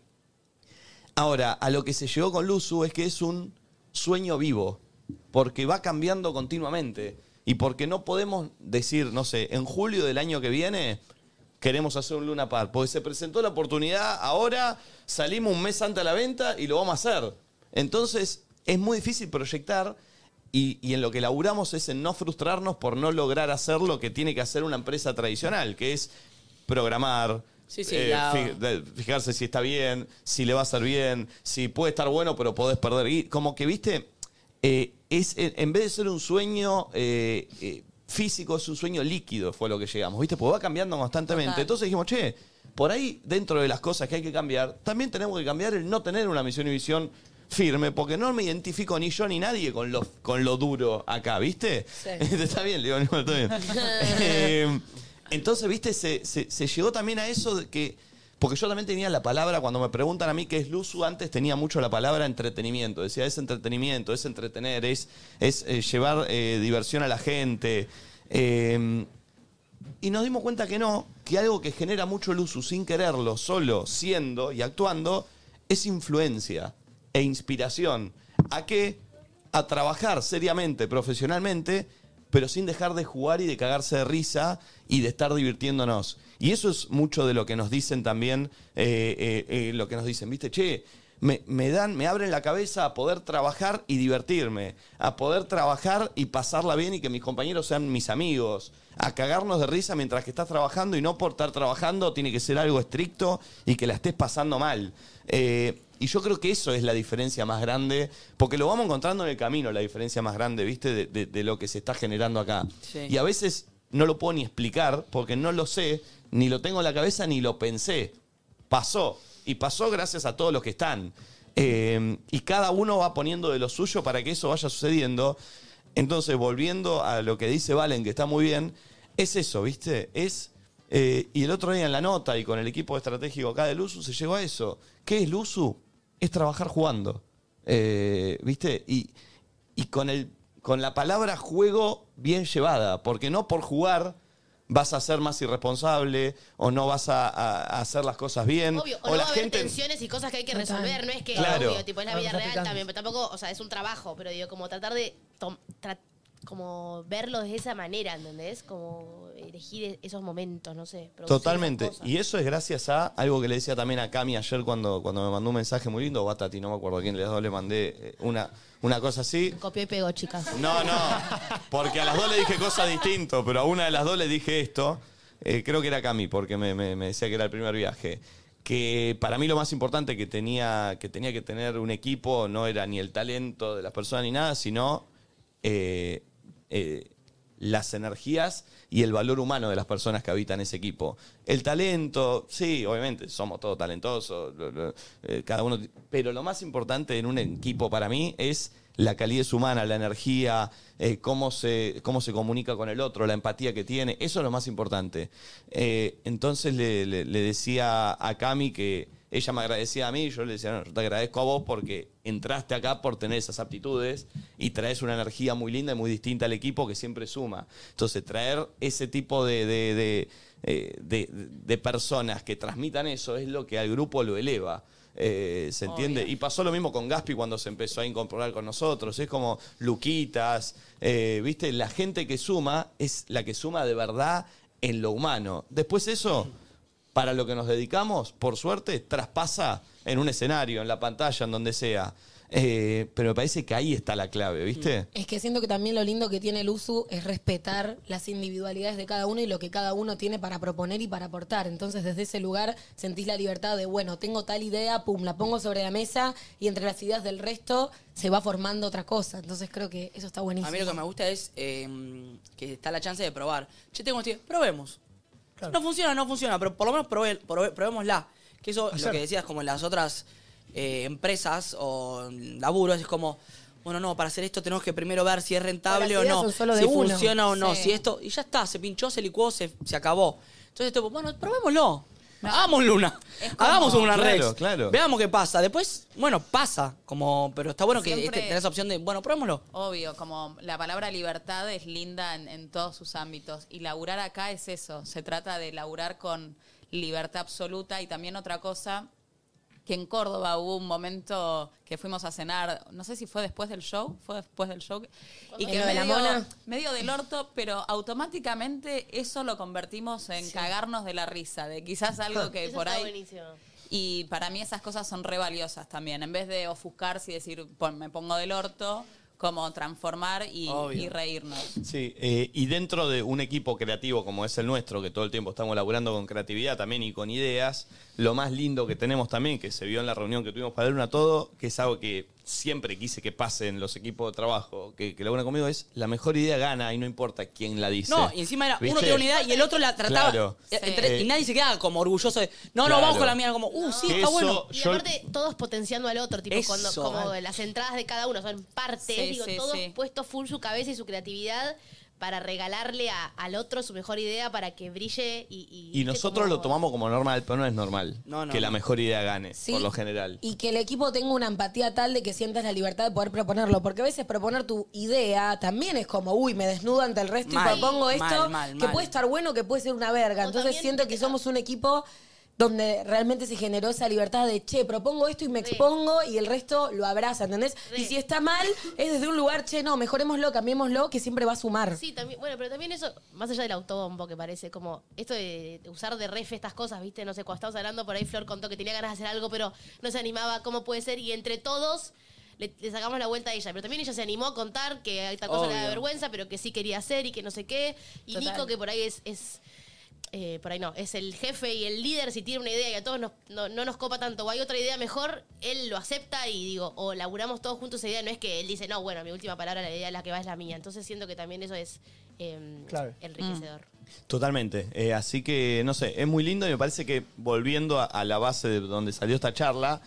Speaker 1: Ahora, a lo que se llegó con Luzu es que es un sueño vivo, porque va cambiando continuamente y porque no podemos decir, no sé, en julio del año que viene queremos hacer un Luna Park, porque se presentó la oportunidad, ahora salimos un mes antes a la venta y lo vamos a hacer. Entonces, es muy difícil proyectar y, y en lo que laburamos es en no frustrarnos por no lograr hacer lo que tiene que hacer una empresa tradicional, que es programar,
Speaker 4: Sí, sí,
Speaker 1: eh,
Speaker 4: la-
Speaker 1: fi- de- fijarse si está bien, si le va a ser bien, si puede estar bueno, pero podés perder. Y como que, viste, eh, es, en en vez de ser un sueño eh, eh, físico, es un sueño líquido, fue lo que llegamos, ¿viste? Porque va cambiando constantemente.
Speaker 4: Total.
Speaker 1: Entonces dijimos, che, por ahí, dentro de las cosas que hay que cambiar, también tenemos que cambiar el no tener una misión y visión firme, porque no me identifico ni yo ni nadie con lo, con lo duro acá, ¿viste?
Speaker 4: Sí.
Speaker 1: está bien, León, está bien. Eh, entonces, viste, se, se- se llegó también a eso de que. Porque yo también tenía la palabra, cuando me preguntan a mí qué es Luzu, antes tenía mucho la palabra entretenimiento. Decía, es entretenimiento, es entretener, es, es eh, llevar eh, diversión a la gente. Eh, y nos dimos cuenta que no, que algo que genera mucho Luzu sin quererlo, solo siendo y actuando, es influencia e inspiración. ¿A qué? A trabajar seriamente, profesionalmente, pero sin dejar de jugar y de cagarse de risa y de estar divirtiéndonos. Y eso es mucho de lo que nos dicen también, eh, eh, eh, lo que nos dicen, viste, che, me, me dan, me abren la cabeza a poder trabajar y divertirme, a poder trabajar y pasarla bien y que mis compañeros sean mis amigos, a cagarnos de risa mientras que estás trabajando y no por estar trabajando tiene que ser algo estricto y que la estés pasando mal. Eh, y yo creo que eso es la diferencia más grande, porque lo vamos encontrando en el camino, la diferencia más grande, ¿viste? De, de- de lo que se está generando acá.
Speaker 4: Sí.
Speaker 1: Y a veces no lo puedo ni explicar, porque no lo sé, ni lo tengo en la cabeza, ni lo pensé pasó. Y pasó gracias a todos los que están. Eh, y cada uno va poniendo de lo suyo para que eso vaya sucediendo. Entonces, volviendo a lo que dice Valen, que está muy bien, es eso, ¿viste? Es. eh, y el otro día en la nota y con el equipo estratégico acá del USU se llegó a eso. ¿Qué es el USU? Es trabajar jugando. Eh, ¿Viste? Y, y con, el, con la palabra juego bien llevada, porque no por jugar vas a ser más irresponsable o no vas a, a- a hacer las cosas bien.
Speaker 7: Obvio, o,
Speaker 1: o
Speaker 7: no
Speaker 1: la
Speaker 7: va a haber
Speaker 1: gente.
Speaker 7: tensiones y cosas que hay que resolver, no es que
Speaker 1: Claro.
Speaker 7: obvio, tipo es la
Speaker 1: Ah,
Speaker 7: vida
Speaker 1: está
Speaker 7: real
Speaker 1: picante.
Speaker 7: también, pero tampoco, o sea, es un trabajo, pero digo, como tratar de tom- tra- como verlo de esa manera, ¿entendés? Como elegir e-, esos momentos, no sé. producir
Speaker 1: Totalmente.
Speaker 7: esas cosas.
Speaker 1: Y eso es gracias a algo que le decía también a Cami ayer cuando, cuando me mandó un mensaje muy lindo, o a Tati, no me acuerdo a quién de las dos le mandé eh, una, una cosa así.
Speaker 7: Copió y pegó, chicas.
Speaker 1: No, no, porque a las dos le dije cosas distintas, pero a una de las dos le dije esto. Eh, creo que era Cami, porque me, me- me decía que era el primer viaje. Que para mí lo más importante que tenía, que tenía que tener un equipo no era ni el talento de las personas ni nada, sino eh, eh, las energías y el valor humano de las personas que habitan ese equipo. El talento, sí, obviamente, somos todos talentosos, lo- lo- eh, cada uno, pero lo más importante en un equipo para mí es la calidez humana, la energía, eh, cómo, se, cómo se comunica con el otro, la empatía que tiene, eso es lo más importante. Eh, entonces le, le- le decía a Cami que ella me agradecía a mí, yo le decía, no, yo te agradezco a vos porque entraste acá por tener esas aptitudes y traes una energía muy linda y muy distinta al equipo que siempre suma. Entonces, traer ese tipo de, de- de, eh, de- de personas que transmitan eso es lo que al grupo lo eleva. Eh, ¿Se entiende? Y pasó lo mismo con Gaspi cuando se empezó a incorporar con nosotros. Es como Luquitas, eh, ¿viste? La gente que suma es la que suma de verdad en lo humano. Después eso para lo que nos dedicamos, por suerte, traspasa en un escenario, en la pantalla, en donde sea. Eh, pero me parece que ahí está la clave,
Speaker 4: Mm.
Speaker 1: ¿viste?
Speaker 3: Es que siento que también lo lindo que tiene el USU es respetar las individualidades de cada uno y lo que cada uno tiene para proponer y para aportar. Entonces, desde ese lugar sentís la libertad de, bueno, tengo tal idea, pum, la pongo sobre la mesa y entre las ideas del resto se va formando otra cosa. Entonces, creo que eso está buenísimo.
Speaker 4: A mí lo que me gusta es eh, que está la chance de probar. Yo tengo este, probemos. No funciona, no funciona, pero por lo menos probé- probé- probémosla. Que eso,
Speaker 26: Hacer.
Speaker 4: lo que decías, como en las otras eh, empresas o laburos, es como, bueno, no, para hacer esto tenemos que primero ver si es rentable
Speaker 26: Las
Speaker 4: o
Speaker 26: ideas
Speaker 4: no,
Speaker 26: son solo de
Speaker 4: si
Speaker 26: uno.
Speaker 4: funciona o no,
Speaker 26: Sí.
Speaker 4: si esto, y ya está, se pinchó, se licuó, se, se acabó. Entonces, tipo, bueno, probémoslo. Hagamos luna. Hagamos una
Speaker 1: Claro,
Speaker 4: red.
Speaker 1: claro.
Speaker 4: Veamos qué pasa. Después, bueno, pasa. Como, pero está bueno que
Speaker 5: Siempre-
Speaker 4: este- tenés opción de, bueno, probémoslo.
Speaker 5: Obvio, como la palabra libertad es linda en, en todos sus ámbitos y laburar acá es eso, se trata de laburar con libertad absoluta y también otra cosa que en Córdoba hubo un momento que fuimos a cenar, no sé si fue después del show, fue después del show y
Speaker 3: ¿En
Speaker 5: que
Speaker 3: lo de la
Speaker 5: medio,
Speaker 3: mona?
Speaker 5: medio del orto, pero automáticamente eso lo convertimos en cagarnos de la risa, de quizás algo que
Speaker 7: Eso
Speaker 5: por
Speaker 7: está
Speaker 5: ahí
Speaker 7: buenísimo.
Speaker 5: y para mí esas cosas son re valiosas también. En vez de ofuscarse y decir, "Pon- me pongo del orto, como transformar y,
Speaker 1: Obvio.
Speaker 5: y reírnos.
Speaker 1: Sí, eh, y dentro de un equipo creativo como es el nuestro, que todo el tiempo estamos laburando con creatividad también y con ideas, lo más lindo que tenemos también, que se vio en la reunión que tuvimos para el Una Todo, que es algo que siempre quise que pase en los equipos de trabajo, que, que laburan conmigo, es la mejor idea gana y no importa quién la dice.
Speaker 4: No, y encima era, uno
Speaker 1: ¿Viste?
Speaker 4: tenía una idea y el otro la trataba.
Speaker 1: Claro.
Speaker 4: eh,
Speaker 1: Sí.
Speaker 4: entre-
Speaker 1: Eh,
Speaker 4: y nadie se quedaba como orgulloso de, no,
Speaker 1: Claro.
Speaker 4: no, vamos con la mía, como, uh, sí,
Speaker 1: Que
Speaker 4: está
Speaker 1: eso
Speaker 4: bueno.
Speaker 7: Y
Speaker 1: yo-
Speaker 7: aparte, todos potenciando al otro, tipo,
Speaker 4: Eso.
Speaker 7: cuando, como
Speaker 4: Mal.
Speaker 7: las entradas de cada uno son partes,
Speaker 5: Sí,
Speaker 7: digo,
Speaker 5: sí,
Speaker 7: todos
Speaker 5: sí.
Speaker 7: puestos full su cabeza y su creatividad para regalarle a- al otro su mejor idea para que brille y, y-
Speaker 1: Y nosotros lo tomamos como normal, pero no es normal
Speaker 7: No, no,
Speaker 1: que la
Speaker 7: no.
Speaker 1: mejor idea gane,
Speaker 3: Sí.
Speaker 1: por lo general.
Speaker 3: Y que el equipo tenga una empatía tal de que sientas la libertad de poder proponerlo. Porque a veces proponer tu idea también es como, uy, me desnudo ante el resto
Speaker 4: Mal,
Speaker 3: y propongo esto,
Speaker 4: mal, mal,
Speaker 3: que
Speaker 4: mal.
Speaker 3: puede estar bueno, que puede ser una verga. Entonces siento que somos un equipo donde realmente se generó esa libertad de, che, propongo esto y me expongo y el resto lo abraza, ¿entendés? Y si está mal, es desde un lugar, che, no, mejorémoslo, cambiémoslo, que siempre va a sumar.
Speaker 7: Sí, también, bueno, pero también eso, más allá del autobombo que parece, como esto de usar de ref estas cosas, ¿viste? No sé, cuando estábamos hablando por ahí, Flor contó que tenía ganas de hacer algo, pero no se animaba, ¿cómo puede ser? Y entre todos le, le sacamos la vuelta a ella. Pero también ella se animó a contar que a esta cosa le da
Speaker 4: Obvio.
Speaker 7: vergüenza, pero que sí quería hacer y que no sé qué. Y
Speaker 4: Total.
Speaker 7: Nico, que por ahí es. es eh, por ahí no, es el jefe y el líder, si tiene una idea y a todos nos- no, no nos copa tanto, o hay otra idea mejor, él lo acepta y digo, o laburamos todos juntos esa idea, no es que él dice, no, bueno, mi última palabra, la idea la que va es la mía. Entonces siento que también eso es eh,
Speaker 1: Clave.
Speaker 7: enriquecedor.
Speaker 1: Totalmente. Eh, así que, no sé, es muy lindo y me parece que volviendo a, a la base de donde salió esta charla,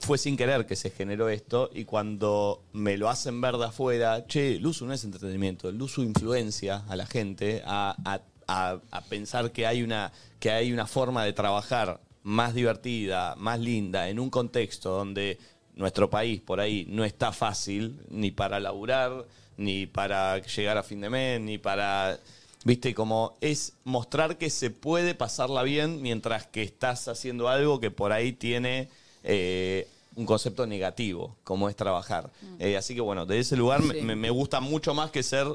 Speaker 1: fue sin querer que se generó esto y cuando me lo hacen ver de afuera, che, el uso no es entretenimiento, el uso influencia a la gente a, a- a- a pensar que hay, una, que hay una forma de trabajar más divertida, más linda, en un contexto donde nuestro país por ahí no está fácil ni para laburar, ni para llegar a fin de mes, ni para... Viste, como es mostrar que se puede pasarla bien mientras que estás haciendo algo que por ahí tiene eh, un concepto negativo, como es trabajar. Eh, así que bueno, de ese lugar me-
Speaker 4: Mm. Sí.
Speaker 1: me, me gusta mucho más que ser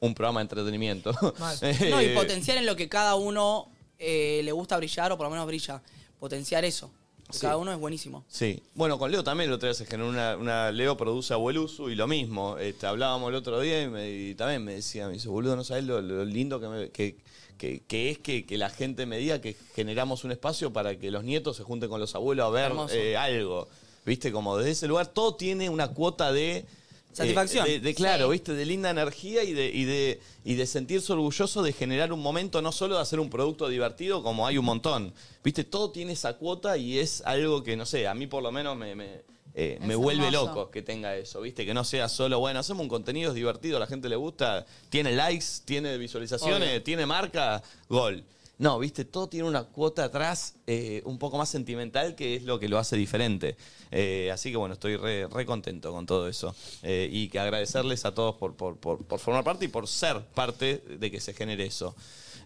Speaker 1: un programa de entretenimiento.
Speaker 4: No, y
Speaker 1: Eh,
Speaker 4: potenciar en lo que cada uno eh, le gusta brillar, o por lo menos brilla. Potenciar eso. Porque
Speaker 1: Sí.
Speaker 4: Cada uno es buenísimo.
Speaker 1: Sí. Bueno, con Leo también el otro día se generó una. una- Leo produce a Abuelusu y lo mismo. Este, hablábamos el otro día y, me- y también me decía, me dice, boludo, no sabes lo, lo lindo que, me- que, que- que es que, que la gente me diga que generamos un espacio para que los nietos se junten con los abuelos a ver
Speaker 4: Hermoso.
Speaker 1: eh, algo. Viste, como desde ese lugar todo tiene una cuota de.
Speaker 4: Satisfacción.
Speaker 1: eh, de, de- claro, viste, de linda energía y de, y, de, y de sentirse orgulloso de generar un momento, no solo de hacer un producto divertido, como hay un montón. Viste, todo tiene esa cuota y es algo que, no sé, a mí por lo menos me, me, eh, me vuelve
Speaker 29: hermoso.
Speaker 1: loco que tenga eso, viste, que no sea solo, bueno, hacemos un contenido es divertido, a la gente le gusta, tiene likes, tiene visualizaciones,
Speaker 29: Obvio.
Speaker 1: tiene marca, gol. No, viste, todo tiene una cuota atrás eh, un poco más sentimental que es lo que lo hace diferente. Eh, así que bueno, estoy re, re contento con todo eso. Eh, y que agradecerles a todos por, por- por- por formar parte y por ser parte de que se genere eso.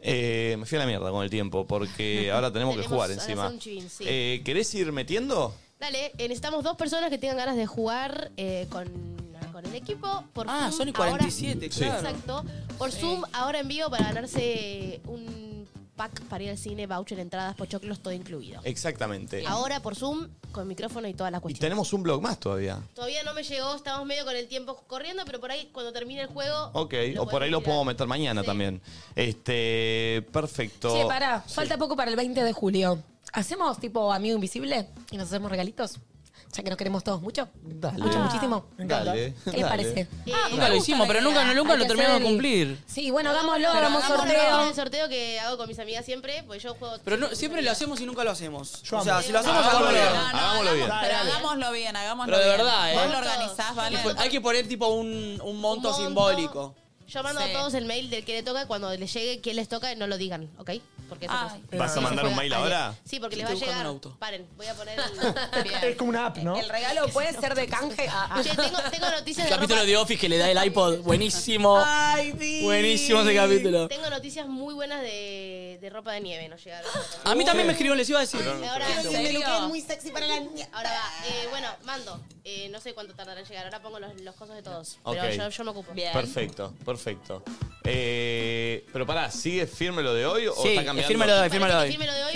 Speaker 1: Eh, me fui a la mierda con el tiempo porque ahora tenemos que
Speaker 7: Tenemos
Speaker 1: jugar
Speaker 7: ahora
Speaker 1: encima.
Speaker 7: son chivín, sí.
Speaker 1: Eh, ¿Querés ir metiendo?
Speaker 7: Dale, eh, necesitamos dos personas que tengan ganas de jugar eh, con, con el equipo. Por
Speaker 4: Ah,
Speaker 7: Zoom
Speaker 4: son y
Speaker 7: ahora-
Speaker 4: 47, claro.
Speaker 7: Exacto. Por Zoom, ahora en vivo para ganarse un pack para ir al cine, voucher, entradas, pochoclos, todo incluido.
Speaker 1: Exactamente.
Speaker 7: Ahora por Zoom, con micrófono y todas las
Speaker 1: Y
Speaker 7: cuestiones.
Speaker 1: tenemos un blog más todavía.
Speaker 7: Todavía no me llegó, estamos medio con el tiempo corriendo, pero por ahí cuando termine el juego.
Speaker 1: Ok, o por ahí lo podemos meter mañana también. Este, perfecto.
Speaker 3: Che, pará, falta poco para el 20 de julio. ¿Hacemos tipo amigo invisible y nos hacemos regalitos? Ya que nos queremos todos mucho. Mucho, muchísimo.
Speaker 1: Dale.
Speaker 3: ¿Qué les parece?
Speaker 4: Ah, nunca lo hicimos, pero nunca, nunca lo terminamos de cumplir.
Speaker 3: Sí, bueno, hagámoslo,
Speaker 7: Pero
Speaker 3: hagamos
Speaker 7: hagámoslo,
Speaker 3: sorteo.
Speaker 7: El sorteo que hago con mis amigas siempre, pues yo juego.
Speaker 4: Pero no- siempre lo hacemos y nunca lo hacemos. o sea,
Speaker 7: amo.
Speaker 4: si lo hacemos,
Speaker 1: Hagámoslo
Speaker 4: hagámoslo bien.
Speaker 1: bien, Ah, hagámoslo bien.
Speaker 5: Pero hagámoslo bien, hagámoslo
Speaker 4: Pero de
Speaker 5: bien.
Speaker 4: verdad, ¿eh?
Speaker 5: Vos lo organizás, vale.
Speaker 4: Y po- Hay que poner tipo un, un monto
Speaker 7: monto.
Speaker 4: simbólico.
Speaker 7: Yo mando
Speaker 5: Sí.
Speaker 7: a todos el mail del que le toca, cuando les llegue quién les toca, no lo digan, ¿ok? Porque eso no es-
Speaker 1: ¿Vas a mandar un mail ahora?
Speaker 7: Sí, porque
Speaker 4: Yo
Speaker 7: les va a
Speaker 4: estoy buscando
Speaker 7: llegar.
Speaker 4: un auto.
Speaker 7: Paren, voy a poner
Speaker 6: Es como una app, ¿no?
Speaker 3: El regalo puede ser de canje.
Speaker 7: Che, tengo, tengo noticias
Speaker 4: El
Speaker 7: de
Speaker 4: capítulo
Speaker 7: ropa.
Speaker 4: de Office que le da el iPod. Buenísimo. Buenísimo ese capítulo.
Speaker 7: Tengo noticias muy buenas de, de ropa de nieve, nos llegaron.
Speaker 4: A mí también me escribió, les iba a decir.
Speaker 7: Ahora,
Speaker 3: ¿En serio?
Speaker 7: muy sexy para la niña. Ahora va, eh, bueno, mando. Eh, no sé cuánto tardará en llegar. Ahora pongo los, los cosos de todos. Pero
Speaker 1: Ok.
Speaker 7: yo, yo me ocupo.
Speaker 1: Perfecto, perfecto. Eh, pero pará, ¿sigue firme lo de hoy o
Speaker 4: Sí,
Speaker 1: está cambiando?
Speaker 4: firme lo de hoy, firme lo de hoy.
Speaker 7: Firme lo de hoy,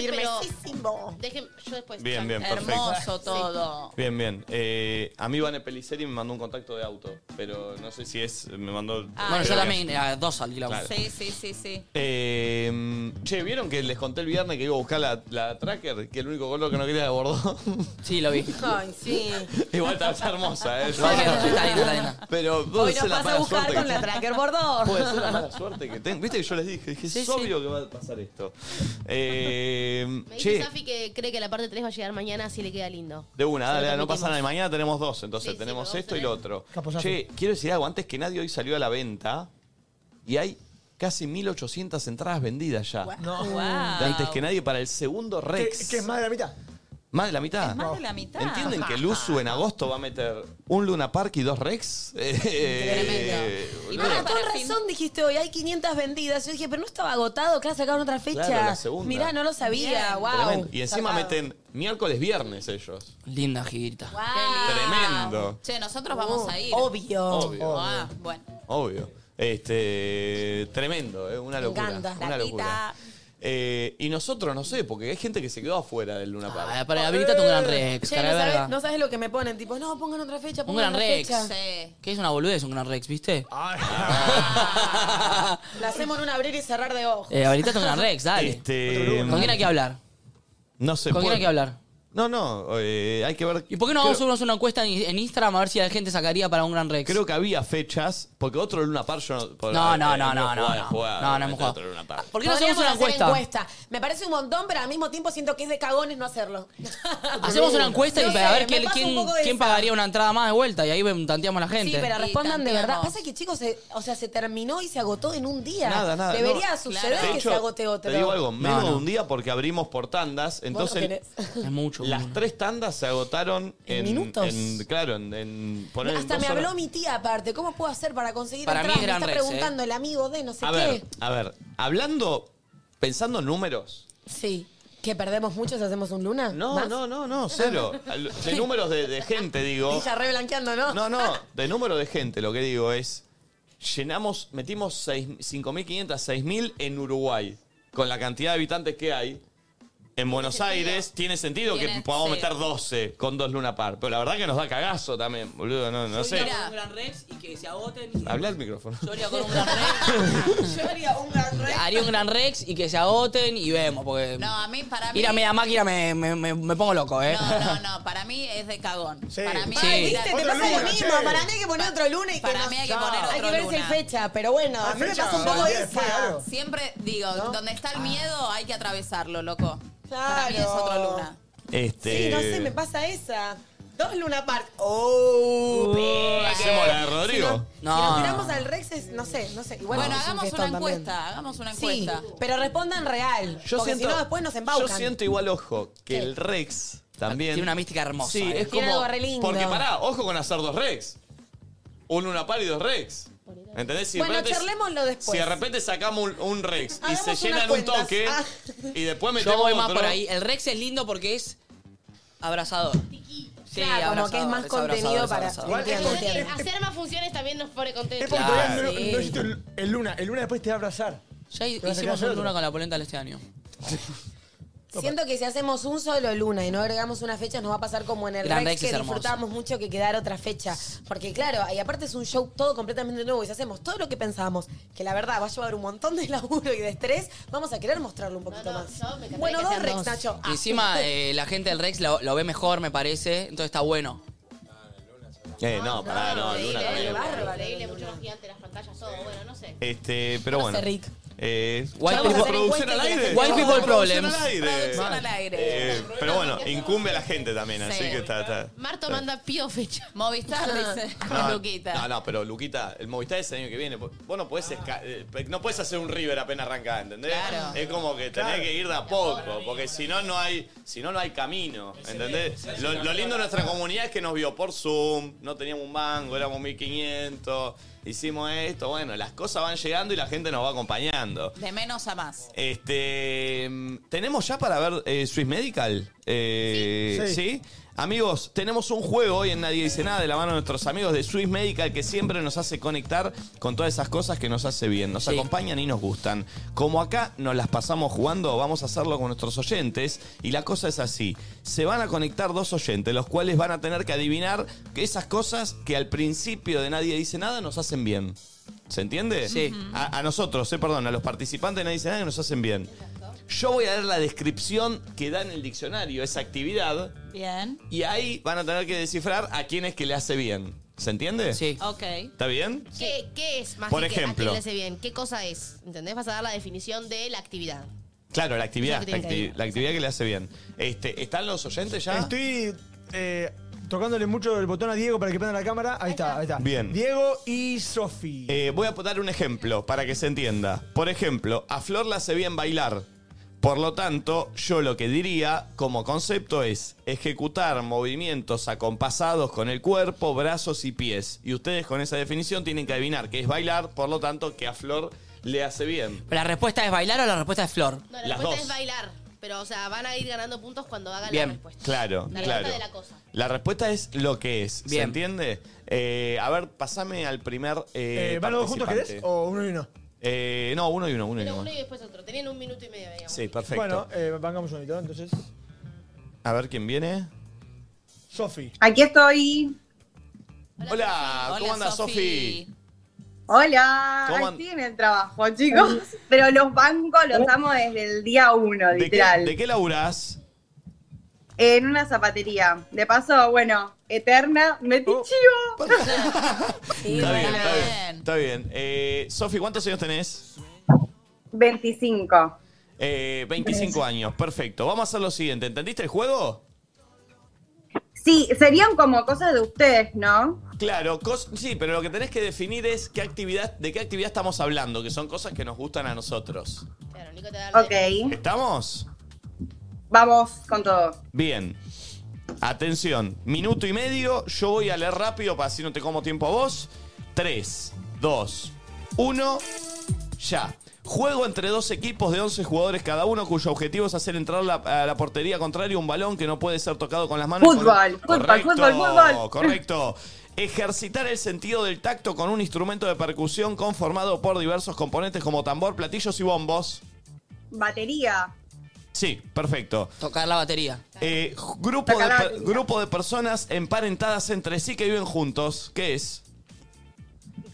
Speaker 3: pero.
Speaker 7: Dejen, yo después.
Speaker 1: Bien, bien, perfecto.
Speaker 5: Hermoso todo.
Speaker 1: Bien, bien. Eh, a mí Vane Peliceri me mandó un contacto de auto, pero no sé si es. Me mandó.
Speaker 7: Ah,
Speaker 4: Bueno, yo
Speaker 1: pero
Speaker 4: también,
Speaker 1: bien.
Speaker 4: a dos alquilamos.
Speaker 1: Claro.
Speaker 5: Sí, sí, sí, sí.
Speaker 1: Eh, che, ¿vieron que les conté el viernes que iba a buscar la, la tracker? Que el único color que no quería era Bordeaux.
Speaker 4: Sí, lo vi.
Speaker 3: Ay, sí.
Speaker 1: Igual está, está hermosa, ¿eh?
Speaker 4: Está linda, está linda, está linda.
Speaker 1: Pero
Speaker 3: Hoy
Speaker 1: puede
Speaker 3: nos
Speaker 1: ser la
Speaker 3: vas a
Speaker 1: mala
Speaker 3: buscar
Speaker 1: suerte
Speaker 3: con
Speaker 1: que
Speaker 3: la tracker bordeaux.
Speaker 1: Puede ser la mala suerte que tengo. Viste que yo les dije, dije, es
Speaker 4: Sí, sí.
Speaker 1: obvio que va a pasar esto. Eh,
Speaker 7: Me dice
Speaker 1: che,
Speaker 7: Safi que cree que la parte 3 va a llegar mañana, así le queda lindo.
Speaker 1: de una, dale, dale, no pasa
Speaker 7: permitimos.
Speaker 1: nada. Y Mañana tenemos dos, entonces tenemos esto y lo otro. Che, quiero decir algo, antes que nadie hoy salió a la venta y hay casi 1800 entradas vendidas ya.
Speaker 6: No.
Speaker 1: De antes que nadie para el segundo
Speaker 6: ¿Qué,
Speaker 1: Rex.
Speaker 6: qué es más de la mitad?
Speaker 1: Más de la mitad.
Speaker 5: Más de la mitad.
Speaker 1: ¿Entienden que Luzu en agosto va a meter un Luna Park y dos Rex? Eh,
Speaker 3: Y para con razón dijiste hoy, hay 500 vendidas. Yo dije, pero no estaba agotado, que sacaron otra fecha.
Speaker 1: Claro, la segunda.
Speaker 3: Mirá, no lo sabía, wow.
Speaker 1: Tremendo. Y encima meten miércoles, viernes ellos.
Speaker 4: Linda girita.
Speaker 1: Tremendo.
Speaker 5: Che, nosotros vamos a ir.
Speaker 3: Oh, Obvio.
Speaker 1: Obvio.
Speaker 5: Ah, bueno.
Speaker 1: Obvio. Este, tremendo, ¿eh? una
Speaker 5: Me
Speaker 1: locura.
Speaker 5: encanta.
Speaker 1: Una
Speaker 5: La
Speaker 1: locura.
Speaker 5: tita.
Speaker 1: Eh, y nosotros, no sé, porque hay gente que se quedó afuera del Luna Park.
Speaker 4: Ah, para la virita tu gran Rex,
Speaker 3: Che,
Speaker 4: cara
Speaker 3: no
Speaker 4: de
Speaker 3: sabes,
Speaker 4: verga.
Speaker 3: no sabes lo que me ponen, tipo, no, pongan otra fecha,
Speaker 4: Un
Speaker 3: pongan
Speaker 4: gran
Speaker 3: otra
Speaker 4: Rex.
Speaker 3: fecha.
Speaker 4: ¿Qué es una boludez un gran Rex, viste?
Speaker 1: Ah,
Speaker 3: La hacemos en un abrir y cerrar de ojos.
Speaker 4: Eh, habilitate un gran Rex, dale.
Speaker 1: Este,
Speaker 4: Eh, ¿Con quién hay que hablar?
Speaker 1: No sé.
Speaker 4: ¿Con quién
Speaker 1: puede-
Speaker 4: hay que hablar?
Speaker 1: No, no, eh, hay que ver.
Speaker 4: ¿Y por qué no
Speaker 1: creo,
Speaker 4: vamos a hacer una encuesta en en Instagram a ver si la gente sacaría para un gran Rex?
Speaker 1: creo que había fechas, porque otro Luna Park yo no. por-
Speaker 4: No, no,
Speaker 1: eh,
Speaker 4: no, no,
Speaker 1: he
Speaker 4: no,
Speaker 1: jugado, he
Speaker 4: no.
Speaker 1: jugado,
Speaker 4: No, no hemos jugado.
Speaker 1: Otro Luna Park.
Speaker 4: ¿Por qué no hacemos una
Speaker 3: Podríamos hacer
Speaker 4: encuesta?
Speaker 3: Me parece un montón, pero al mismo tiempo siento que es de cagones no hacerlo.
Speaker 4: Hacemos una encuesta y
Speaker 3: No
Speaker 4: para
Speaker 3: sé,
Speaker 4: ver
Speaker 3: me
Speaker 4: quién,
Speaker 3: pasa un
Speaker 4: quién-
Speaker 3: poco de
Speaker 4: quién
Speaker 3: esa.
Speaker 4: pagaría una entrada más de vuelta y ahí ven- tanteamos a la
Speaker 3: Sí,
Speaker 4: gente.
Speaker 3: pero respondan de
Speaker 5: tanteamos.
Speaker 3: verdad. Pasa que, chicos, se- o sea, se terminó y se agotó en un día.
Speaker 1: Nada, nada.
Speaker 3: Debería
Speaker 1: no.
Speaker 3: suceder
Speaker 1: De
Speaker 3: que
Speaker 1: hecho,
Speaker 3: se agote otro.
Speaker 1: Te digo algo, menos
Speaker 4: no.
Speaker 1: de un día porque abrimos por tandas. Entonces,
Speaker 4: Es mucho.
Speaker 1: las tres tandas se agotaron en.
Speaker 3: minutos?
Speaker 1: en- claro, en. en poner en
Speaker 3: Hasta
Speaker 1: dos
Speaker 3: me
Speaker 1: horas.
Speaker 3: habló mi tía aparte. ¿Cómo puedo hacer para conseguir
Speaker 4: Para
Speaker 3: entradas?
Speaker 4: mí
Speaker 3: Me
Speaker 4: Gran
Speaker 3: está
Speaker 4: Rex,
Speaker 5: ¿eh?
Speaker 3: preguntando el amigo de no sé
Speaker 1: A
Speaker 3: qué.
Speaker 1: ver, a ver. Hablando, pensando en números.
Speaker 3: Sí. ¿Que perdemos mucho si hacemos un luna?
Speaker 1: No, no, no, no, cero. Al- De números de, de gente, digo.
Speaker 3: Ella re blanqueando, ¿no?
Speaker 1: No, no, de número de gente, lo que digo es. Llenamos, metimos seis- 5.500, 6.000 en Uruguay. Con la cantidad de habitantes que hay. En Buenos Aires tiene sentido que
Speaker 5: Tiene-
Speaker 1: podamos
Speaker 5: sí.
Speaker 1: meter 12 con dos Luna Par. Pero la verdad que nos da cagazo también, boludo. No, no sé.
Speaker 5: Mira.
Speaker 4: un gran Rex y que se agoten.
Speaker 1: Habla al micrófono.
Speaker 4: Yo haría con un gran Rex.
Speaker 3: Yo haría un gran Rex.
Speaker 4: Haría un gran Rex y que se agoten y vemos, porque.
Speaker 5: No, a mí, para mí.
Speaker 4: Ir a media máquina me, me- me- me pongo loco, ¿eh?
Speaker 5: No, no, no. Para mí es de cagón. Para mí.
Speaker 4: Ay,
Speaker 3: ¿Viste? Te
Speaker 6: Otro
Speaker 3: pasa lo
Speaker 6: luna,
Speaker 3: mismo.
Speaker 6: che.
Speaker 3: Para mí hay que poner otro luna y
Speaker 5: Para
Speaker 3: que nos-
Speaker 5: mí hay que poner otro
Speaker 3: Hay que ver si hay
Speaker 5: luna.
Speaker 3: fecha, pero bueno,
Speaker 1: Ah,
Speaker 3: a mí me
Speaker 6: fecha,
Speaker 3: pasa un poco
Speaker 6: el día después,
Speaker 3: esa.
Speaker 6: claro.
Speaker 5: Siempre digo, donde está el miedo hay que atravesarlo, loco. Para mí es
Speaker 3: Claro.
Speaker 5: otro luna.
Speaker 1: Este...
Speaker 3: Sí, no sé, me pasa esa. Dos Luna Park. ¡Oh! bien.
Speaker 1: Hacemos la de Rodrigo.
Speaker 4: No.
Speaker 3: Si nos tiramos al Rex, es- no sé, no sé. Igual
Speaker 5: Bueno,
Speaker 3: es un
Speaker 5: hagamos una
Speaker 3: fiestón también.
Speaker 5: encuesta, hagamos una
Speaker 3: Sí,
Speaker 5: encuesta.
Speaker 3: pero respondan real.
Speaker 1: Yo
Speaker 3: porque
Speaker 1: siento,
Speaker 3: si no, después nos
Speaker 1: yo
Speaker 3: embaucan.
Speaker 1: siento igual, ojo, que
Speaker 3: ¿Qué?
Speaker 1: el Rex también.
Speaker 4: Tiene una mística hermosa,
Speaker 1: Sí,
Speaker 4: eh.
Speaker 1: es
Speaker 3: Tiene
Speaker 1: como.
Speaker 3: algo re lindo.
Speaker 1: Porque pará, ojo con hacer dos Rex. Un Luna Par y dos Rex. ¿Entendés? Si de
Speaker 3: bueno,
Speaker 1: repente-
Speaker 3: charlémoslo después.
Speaker 1: Si de repente sacamos un, un Rex y
Speaker 3: Hagamos
Speaker 1: se
Speaker 3: unas
Speaker 1: llenan un
Speaker 3: cuentas.
Speaker 1: toque
Speaker 3: Ah.
Speaker 1: y después metemos
Speaker 4: Yo voy más
Speaker 1: otro.
Speaker 4: por ahí. El Rex es lindo porque es abrazador. Sí,
Speaker 3: Claro, como que es más
Speaker 4: abrazador,
Speaker 3: contenido
Speaker 4: es
Speaker 3: para-
Speaker 4: abrazador.
Speaker 6: Igual es
Speaker 3: Entiendo,
Speaker 6: porque-
Speaker 3: entiendo.
Speaker 6: es-
Speaker 7: Hacer más funciones también nos pone
Speaker 6: es
Speaker 7: contentos.
Speaker 6: porque todavía no,
Speaker 3: sí.
Speaker 6: no existe el, el luna. El luna después te va a abrazar.
Speaker 4: Ya hi-
Speaker 3: ¿Te vas a
Speaker 4: hicimos
Speaker 3: quedar
Speaker 4: un luna
Speaker 3: solo?
Speaker 4: con la polenta este año.
Speaker 3: Siento que si hacemos un solo luna y no agregamos una fecha, nos va a pasar como en el
Speaker 4: Gran
Speaker 3: Rex,
Speaker 4: Rex es
Speaker 3: que
Speaker 4: hermoso.
Speaker 3: disfrutábamos mucho que quedar otra fecha. Porque claro, y aparte es un show todo completamente nuevo. Y si hacemos todo lo que pensábamos, que la verdad va a llevar un montón de laburo y de estrés, vamos a querer mostrarlo un poquito más. bueno,
Speaker 7: que
Speaker 3: dos
Speaker 7: sean
Speaker 3: Rex,
Speaker 7: dos.
Speaker 3: Nacho.
Speaker 4: Y
Speaker 3: Ah.
Speaker 4: encima, eh, la gente del Rex lo, lo ve mejor, me parece, entonces está bueno.
Speaker 1: Eh,
Speaker 3: Ah,
Speaker 1: no, pará, no, Luna también.
Speaker 7: Increíble, mucho más gigante las pantallas, todo. Bueno, no sé.
Speaker 1: Este, pero
Speaker 7: No
Speaker 1: bueno.
Speaker 7: sé, Rick.
Speaker 1: Eh,
Speaker 4: White
Speaker 1: vamos a
Speaker 4: people-
Speaker 1: hacer producción al
Speaker 4: encuesta y
Speaker 1: aire.
Speaker 4: la gente- White people
Speaker 1: Producción
Speaker 4: problems.
Speaker 1: al aire.
Speaker 4: Producción
Speaker 5: al aire.
Speaker 1: Eh, pero bueno, incumbe a la gente también, así
Speaker 5: Sí.
Speaker 1: que está. está-
Speaker 7: Marto
Speaker 1: está-
Speaker 7: manda pío fecha.
Speaker 5: Movistar, dice.
Speaker 1: No,
Speaker 5: Luquita.
Speaker 1: No, no, pero Luquita, el Movistar es el año que viene. pues, Vos no podés, esca- eh, no podés hacer un River apenas arrancada, ¿entendés?
Speaker 5: Claro.
Speaker 1: Es como que tenés
Speaker 5: Claro.
Speaker 1: que ir de a poco, porque si no, no hay, si no, no hay camino, ¿entendés? Lo, lo lindo de nuestra comunidad es que nos vio por Zoom, no teníamos un mango, éramos 1500, hicimos esto, bueno, las cosas van llegando y la gente nos va acompañando.
Speaker 5: De menos a más.
Speaker 1: Este, mm, tenemos ya para ver eh, Swiss Medical. Eh,
Speaker 5: Sí.
Speaker 1: sí. Amigos, tenemos un juego hoy en Nadie Dice Nada de la mano de nuestros amigos de Swiss Medical que siempre nos hace conectar con todas esas cosas que nos hace bien, nos acompañan y nos gustan. Como acá nos las pasamos jugando, vamos a hacerlo con nuestros oyentes y la cosa es así. Se van a conectar dos oyentes, los cuales van a tener que adivinar que esas cosas que al principio de Nadie Dice Nada nos hacen bien. ¿Se entiende?
Speaker 4: Sí.
Speaker 1: A, a nosotros, eh, perdón, a los participantes de Nadie Dice Nada que nos hacen bien. Yo voy a leer la descripción que da en el diccionario esa actividad
Speaker 5: Bien.
Speaker 1: y ahí van a tener que descifrar a quién es que le hace bien. ¿Se entiende? Sí.
Speaker 5: Ok.
Speaker 1: ¿Está bien?
Speaker 7: ¿Qué, ¿Qué es más
Speaker 1: Por
Speaker 7: que a quién
Speaker 1: ejemplo.
Speaker 7: le hace bien? ¿Qué cosa es? ¿Entendés? Vas a dar la definición de la actividad.
Speaker 1: Claro, la actividad.
Speaker 7: Eso que
Speaker 1: La,
Speaker 7: tienen que
Speaker 1: acti-
Speaker 7: adivinar.
Speaker 1: la actividad que le hace bien. Este, ¿Están los oyentes ya?
Speaker 15: Estoy eh, tocándole mucho el botón a Diego para que prenda la cámara. Ahí está, ahí está.
Speaker 1: Bien.
Speaker 15: Diego y Sofi.
Speaker 1: Eh, voy a dar un ejemplo para que se entienda. Por ejemplo, a Flor la hace bien bailar. Por lo tanto, yo lo que diría como concepto es ejecutar movimientos acompasados con el cuerpo, brazos y pies. Y ustedes con esa definición tienen que adivinar que es bailar, por lo tanto, que a Flor le hace bien.
Speaker 4: ¿Pero la respuesta es bailar o la respuesta es flor?
Speaker 7: No, la
Speaker 1: Las
Speaker 7: respuesta
Speaker 1: dos.
Speaker 7: es bailar. Pero, o sea, van a ir ganando puntos cuando hagan la
Speaker 1: Bien,
Speaker 7: respuesta.
Speaker 1: claro,
Speaker 7: La
Speaker 1: claro.
Speaker 7: respuesta de la cosa.
Speaker 1: La respuesta es lo que es, ¿se
Speaker 15: Bien.
Speaker 1: entiende? Eh, a ver, pasame al primer eh,
Speaker 15: Eh, ¿Van los dos juntos,
Speaker 1: participante.
Speaker 15: querés? ¿O uno y uno?
Speaker 1: Eh, no, uno y uno, uno y
Speaker 7: Pero
Speaker 1: uno.
Speaker 7: uno y después otro. Tenían un minuto y medio, digamos.
Speaker 1: Sí, perfecto.
Speaker 15: Bueno, eh, vengamos un hito, entonces.
Speaker 1: A ver quién viene.
Speaker 15: Sofi.
Speaker 12: Aquí estoy.
Speaker 1: Hola, ¿cómo andas, Sofi?
Speaker 12: Hola.
Speaker 1: ¿Cómo
Speaker 12: Aquí
Speaker 1: an-
Speaker 12: en el trabajo, chicos. ¿Eh? Pero los bancos los amo desde el día uno,
Speaker 1: ¿De qué,
Speaker 12: literal.
Speaker 1: ¿De qué laburás?
Speaker 12: En una zapatería. De paso, bueno, eterna, metí
Speaker 1: Oh.
Speaker 12: chivo.
Speaker 1: está, bien, está bien, está bien. Eh, Sofi, ¿cuántos años tenés?
Speaker 12: 25.
Speaker 1: Eh, 25 años, perfecto. Vamos a hacer lo siguiente. ¿Entendiste el juego?
Speaker 12: Sí, serían como cosas de ustedes, ¿no?
Speaker 1: Claro, cos- sí, pero lo que tenés que definir es qué actividad, de qué actividad estamos hablando, que son cosas que nos gustan a nosotros.
Speaker 12: Ok.
Speaker 1: ¿Estamos?
Speaker 12: Vamos con todo.
Speaker 1: Bien. Atención, minuto y medio. Yo voy a leer rápido para así no te como tiempo a vos. 3, 2, 1, ya. Juego entre dos equipos de 11 jugadores cada uno, cuyo objetivo es hacer entrar la- a la portería contraria un balón que no puede ser tocado con las manos.
Speaker 12: Fútbol,
Speaker 1: Con-
Speaker 12: fútbol,
Speaker 1: Correcto,
Speaker 12: fútbol, fútbol.
Speaker 1: Correcto. Ejercitar el sentido del tacto con un instrumento de percusión conformado por diversos componentes como tambor, platillos y bombos.
Speaker 12: Batería.
Speaker 1: Sí, perfecto.
Speaker 4: Tocar la batería.
Speaker 1: Eh, grupo, de, per- grupo de personas emparentadas entre sí que viven juntos. ¿Qué es?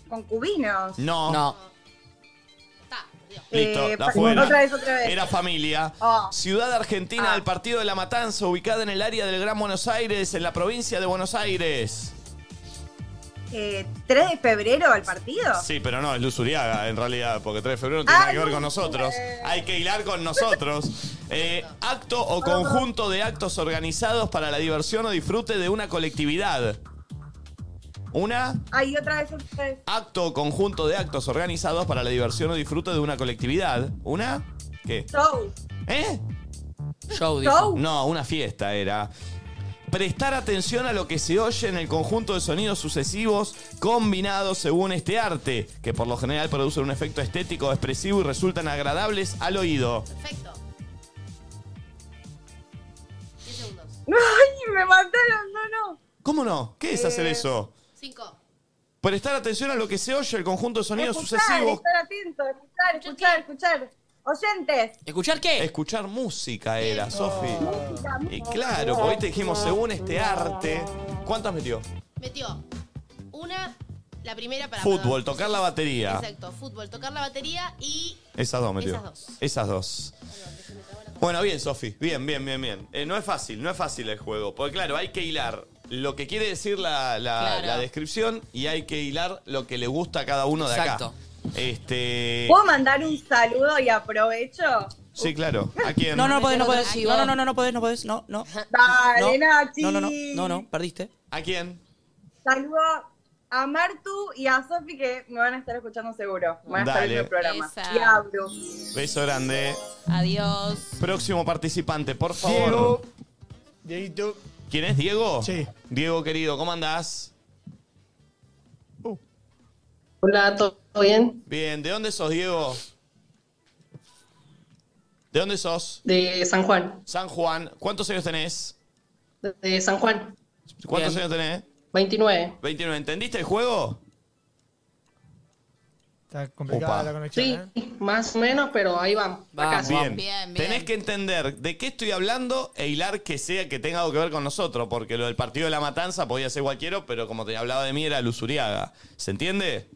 Speaker 12: Concubinos.
Speaker 1: No. No.
Speaker 12: Eh,
Speaker 1: Listo, está
Speaker 12: pa-
Speaker 1: fuera.
Speaker 12: Otra vez, otra vez.
Speaker 1: Era familia.
Speaker 12: Ah.
Speaker 1: Ciudad Argentina del Partido de la Matanza, ubicada en el área del Gran Buenos Aires, en la provincia de Buenos Aires.
Speaker 12: Eh, ¿3 de febrero el partido?
Speaker 1: Sí, pero no, es Luz Uriaga, en realidad, porque 3 de febrero no tiene nada que ver con nosotros. Hay que hilar con nosotros. Eh, acto o conjunto de actos organizados para la diversión o disfrute de una colectividad. Una.
Speaker 12: Ay, otra vez, otra vez.
Speaker 1: acto o conjunto de actos organizados para la diversión o disfrute de una colectividad. ¿Una? ¿Qué?
Speaker 12: Show.
Speaker 1: ¿Eh? Show,
Speaker 12: dijo. Show.
Speaker 1: No, una fiesta era. Prestar atención a lo que se oye en el conjunto de sonidos sucesivos combinados según este arte, que por lo general producen un efecto estético expresivo y resultan agradables al oído.
Speaker 12: Ay, me mataron, no, no.
Speaker 1: ¿Cómo no? ¿Qué es hacer
Speaker 12: Eh,
Speaker 1: eso?
Speaker 7: Cinco.
Speaker 1: Prestar atención a lo que se oye, el conjunto de sonidos
Speaker 12: Escuchar,
Speaker 1: sucesivos.
Speaker 12: estar atento, escuchar, escuchar, escuchar. Oyentes.
Speaker 4: ¿Escuchar qué?
Speaker 1: Escuchar música era, Sofi. Y claro, porque hoy te dijimos, según este arte. ¿Cuántas metió?
Speaker 7: Metió una, la primera para.
Speaker 1: Fútbol, tocar la batería.
Speaker 7: Exacto, fútbol, tocar la batería y.
Speaker 1: Esas dos metió.
Speaker 7: Esas dos.
Speaker 1: Esas dos. Bueno, bien, Sofi. Bien, bien, bien, bien. Eh, no es fácil, no es fácil el juego. Porque claro, hay que hilar lo que quiere decir la, la-
Speaker 29: Claro.
Speaker 1: la descripción y hay que hilar lo que le gusta a cada uno de
Speaker 29: Exacto.
Speaker 1: acá. Este.
Speaker 12: ¿Puedo mandar un saludo y aprovecho?
Speaker 1: Sí, claro. ¿A quién?
Speaker 4: No, no, no podés, no podés.
Speaker 12: Ay,
Speaker 4: No, no,
Speaker 12: vos.
Speaker 4: no, no, no podés, no podés. No, no.
Speaker 12: Dale,
Speaker 4: no,
Speaker 12: Nachi.
Speaker 4: No, no, no, no, no, perdiste.
Speaker 1: ¿A quién?
Speaker 12: Saludo a Martu y a Sofi que me van a estar escuchando seguro. Van a estar
Speaker 1: Dale.
Speaker 12: viendo el programa.
Speaker 5: Esa.
Speaker 12: Y abro.
Speaker 1: Beso grande.
Speaker 5: Adiós.
Speaker 1: Próximo participante, por favor.
Speaker 15: Diego. Dieguito.
Speaker 1: ¿Quién es Diego? Sí. Diego querido, ¿cómo andás?
Speaker 16: Hola, ¿todo bien?
Speaker 1: Bien, ¿de dónde sos, Diego? ¿De dónde sos?
Speaker 16: De San Juan.
Speaker 1: San Juan. ¿Cuántos años tenés?
Speaker 16: De San Juan,
Speaker 1: ¿Cuántos años tenés?
Speaker 16: 29.
Speaker 1: 29. ¿Entendiste el juego?
Speaker 15: Está complicada la conexión,
Speaker 16: Sí,
Speaker 15: ¿eh?
Speaker 16: más o menos, pero ahí vamos. Acá.
Speaker 1: bien. Tenés que entender de qué estoy hablando e hilar que sea que tenga algo que ver con nosotros, porque lo del partido de la matanza podía ser cualquiera, pero como te hablaba de mí era Luzuriaga. ¿Se entiende?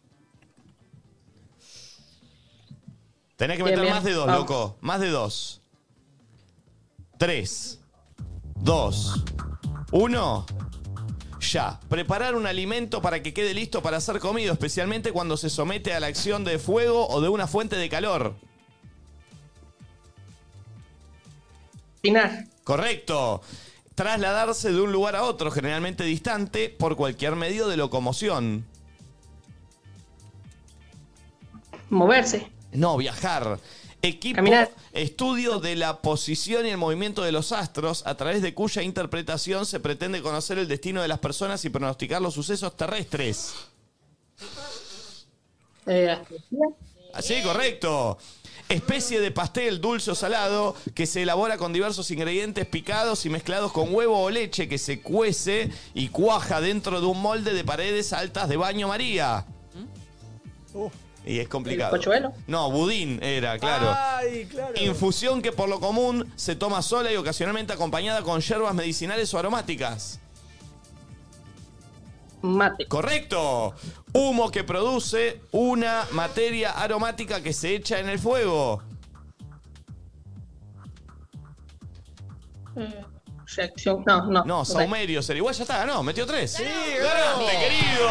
Speaker 1: Tenés que
Speaker 29: Bien,
Speaker 1: meter
Speaker 29: bien.
Speaker 1: más de dos,
Speaker 29: Vamos.
Speaker 1: loco. Más de dos. Tres. Dos. Uno. Ya, preparar un alimento para que quede listo para ser comido, especialmente cuando se somete a la acción de fuego o de una fuente de calor.
Speaker 16: Cocinar.
Speaker 1: Correcto. Trasladarse de un lugar a otro, generalmente distante, por cualquier medio de locomoción.
Speaker 16: Moverse.
Speaker 1: No, viajar. Equipo,
Speaker 16: Caminar.
Speaker 1: estudio de la posición y el movimiento de los astros, a través de cuya interpretación se pretende conocer el destino de las personas y pronosticar los sucesos terrestres.
Speaker 16: Eh, astrología.
Speaker 1: Así, correcto. Especie de pastel dulce o salado que se elabora con diversos ingredientes picados y mezclados con huevo o leche que se cuece y cuaja dentro de un molde de paredes altas de baño María.
Speaker 15: Uh.
Speaker 1: Y es complicado.
Speaker 15: ¿El pochuelo?
Speaker 1: No, budín era, claro.
Speaker 15: Ay, claro.
Speaker 1: Infusión que por lo común se toma sola y ocasionalmente acompañada con hierbas medicinales o aromáticas.
Speaker 16: Mate.
Speaker 1: Correcto. Humo que produce una materia aromática que se echa en el fuego.
Speaker 16: Eh, reacción. No, no.
Speaker 1: No,
Speaker 16: sé.
Speaker 1: Saumerio sería. Igual ya está, ganó, metió tres. Sí,
Speaker 16: ganamos.
Speaker 1: querido!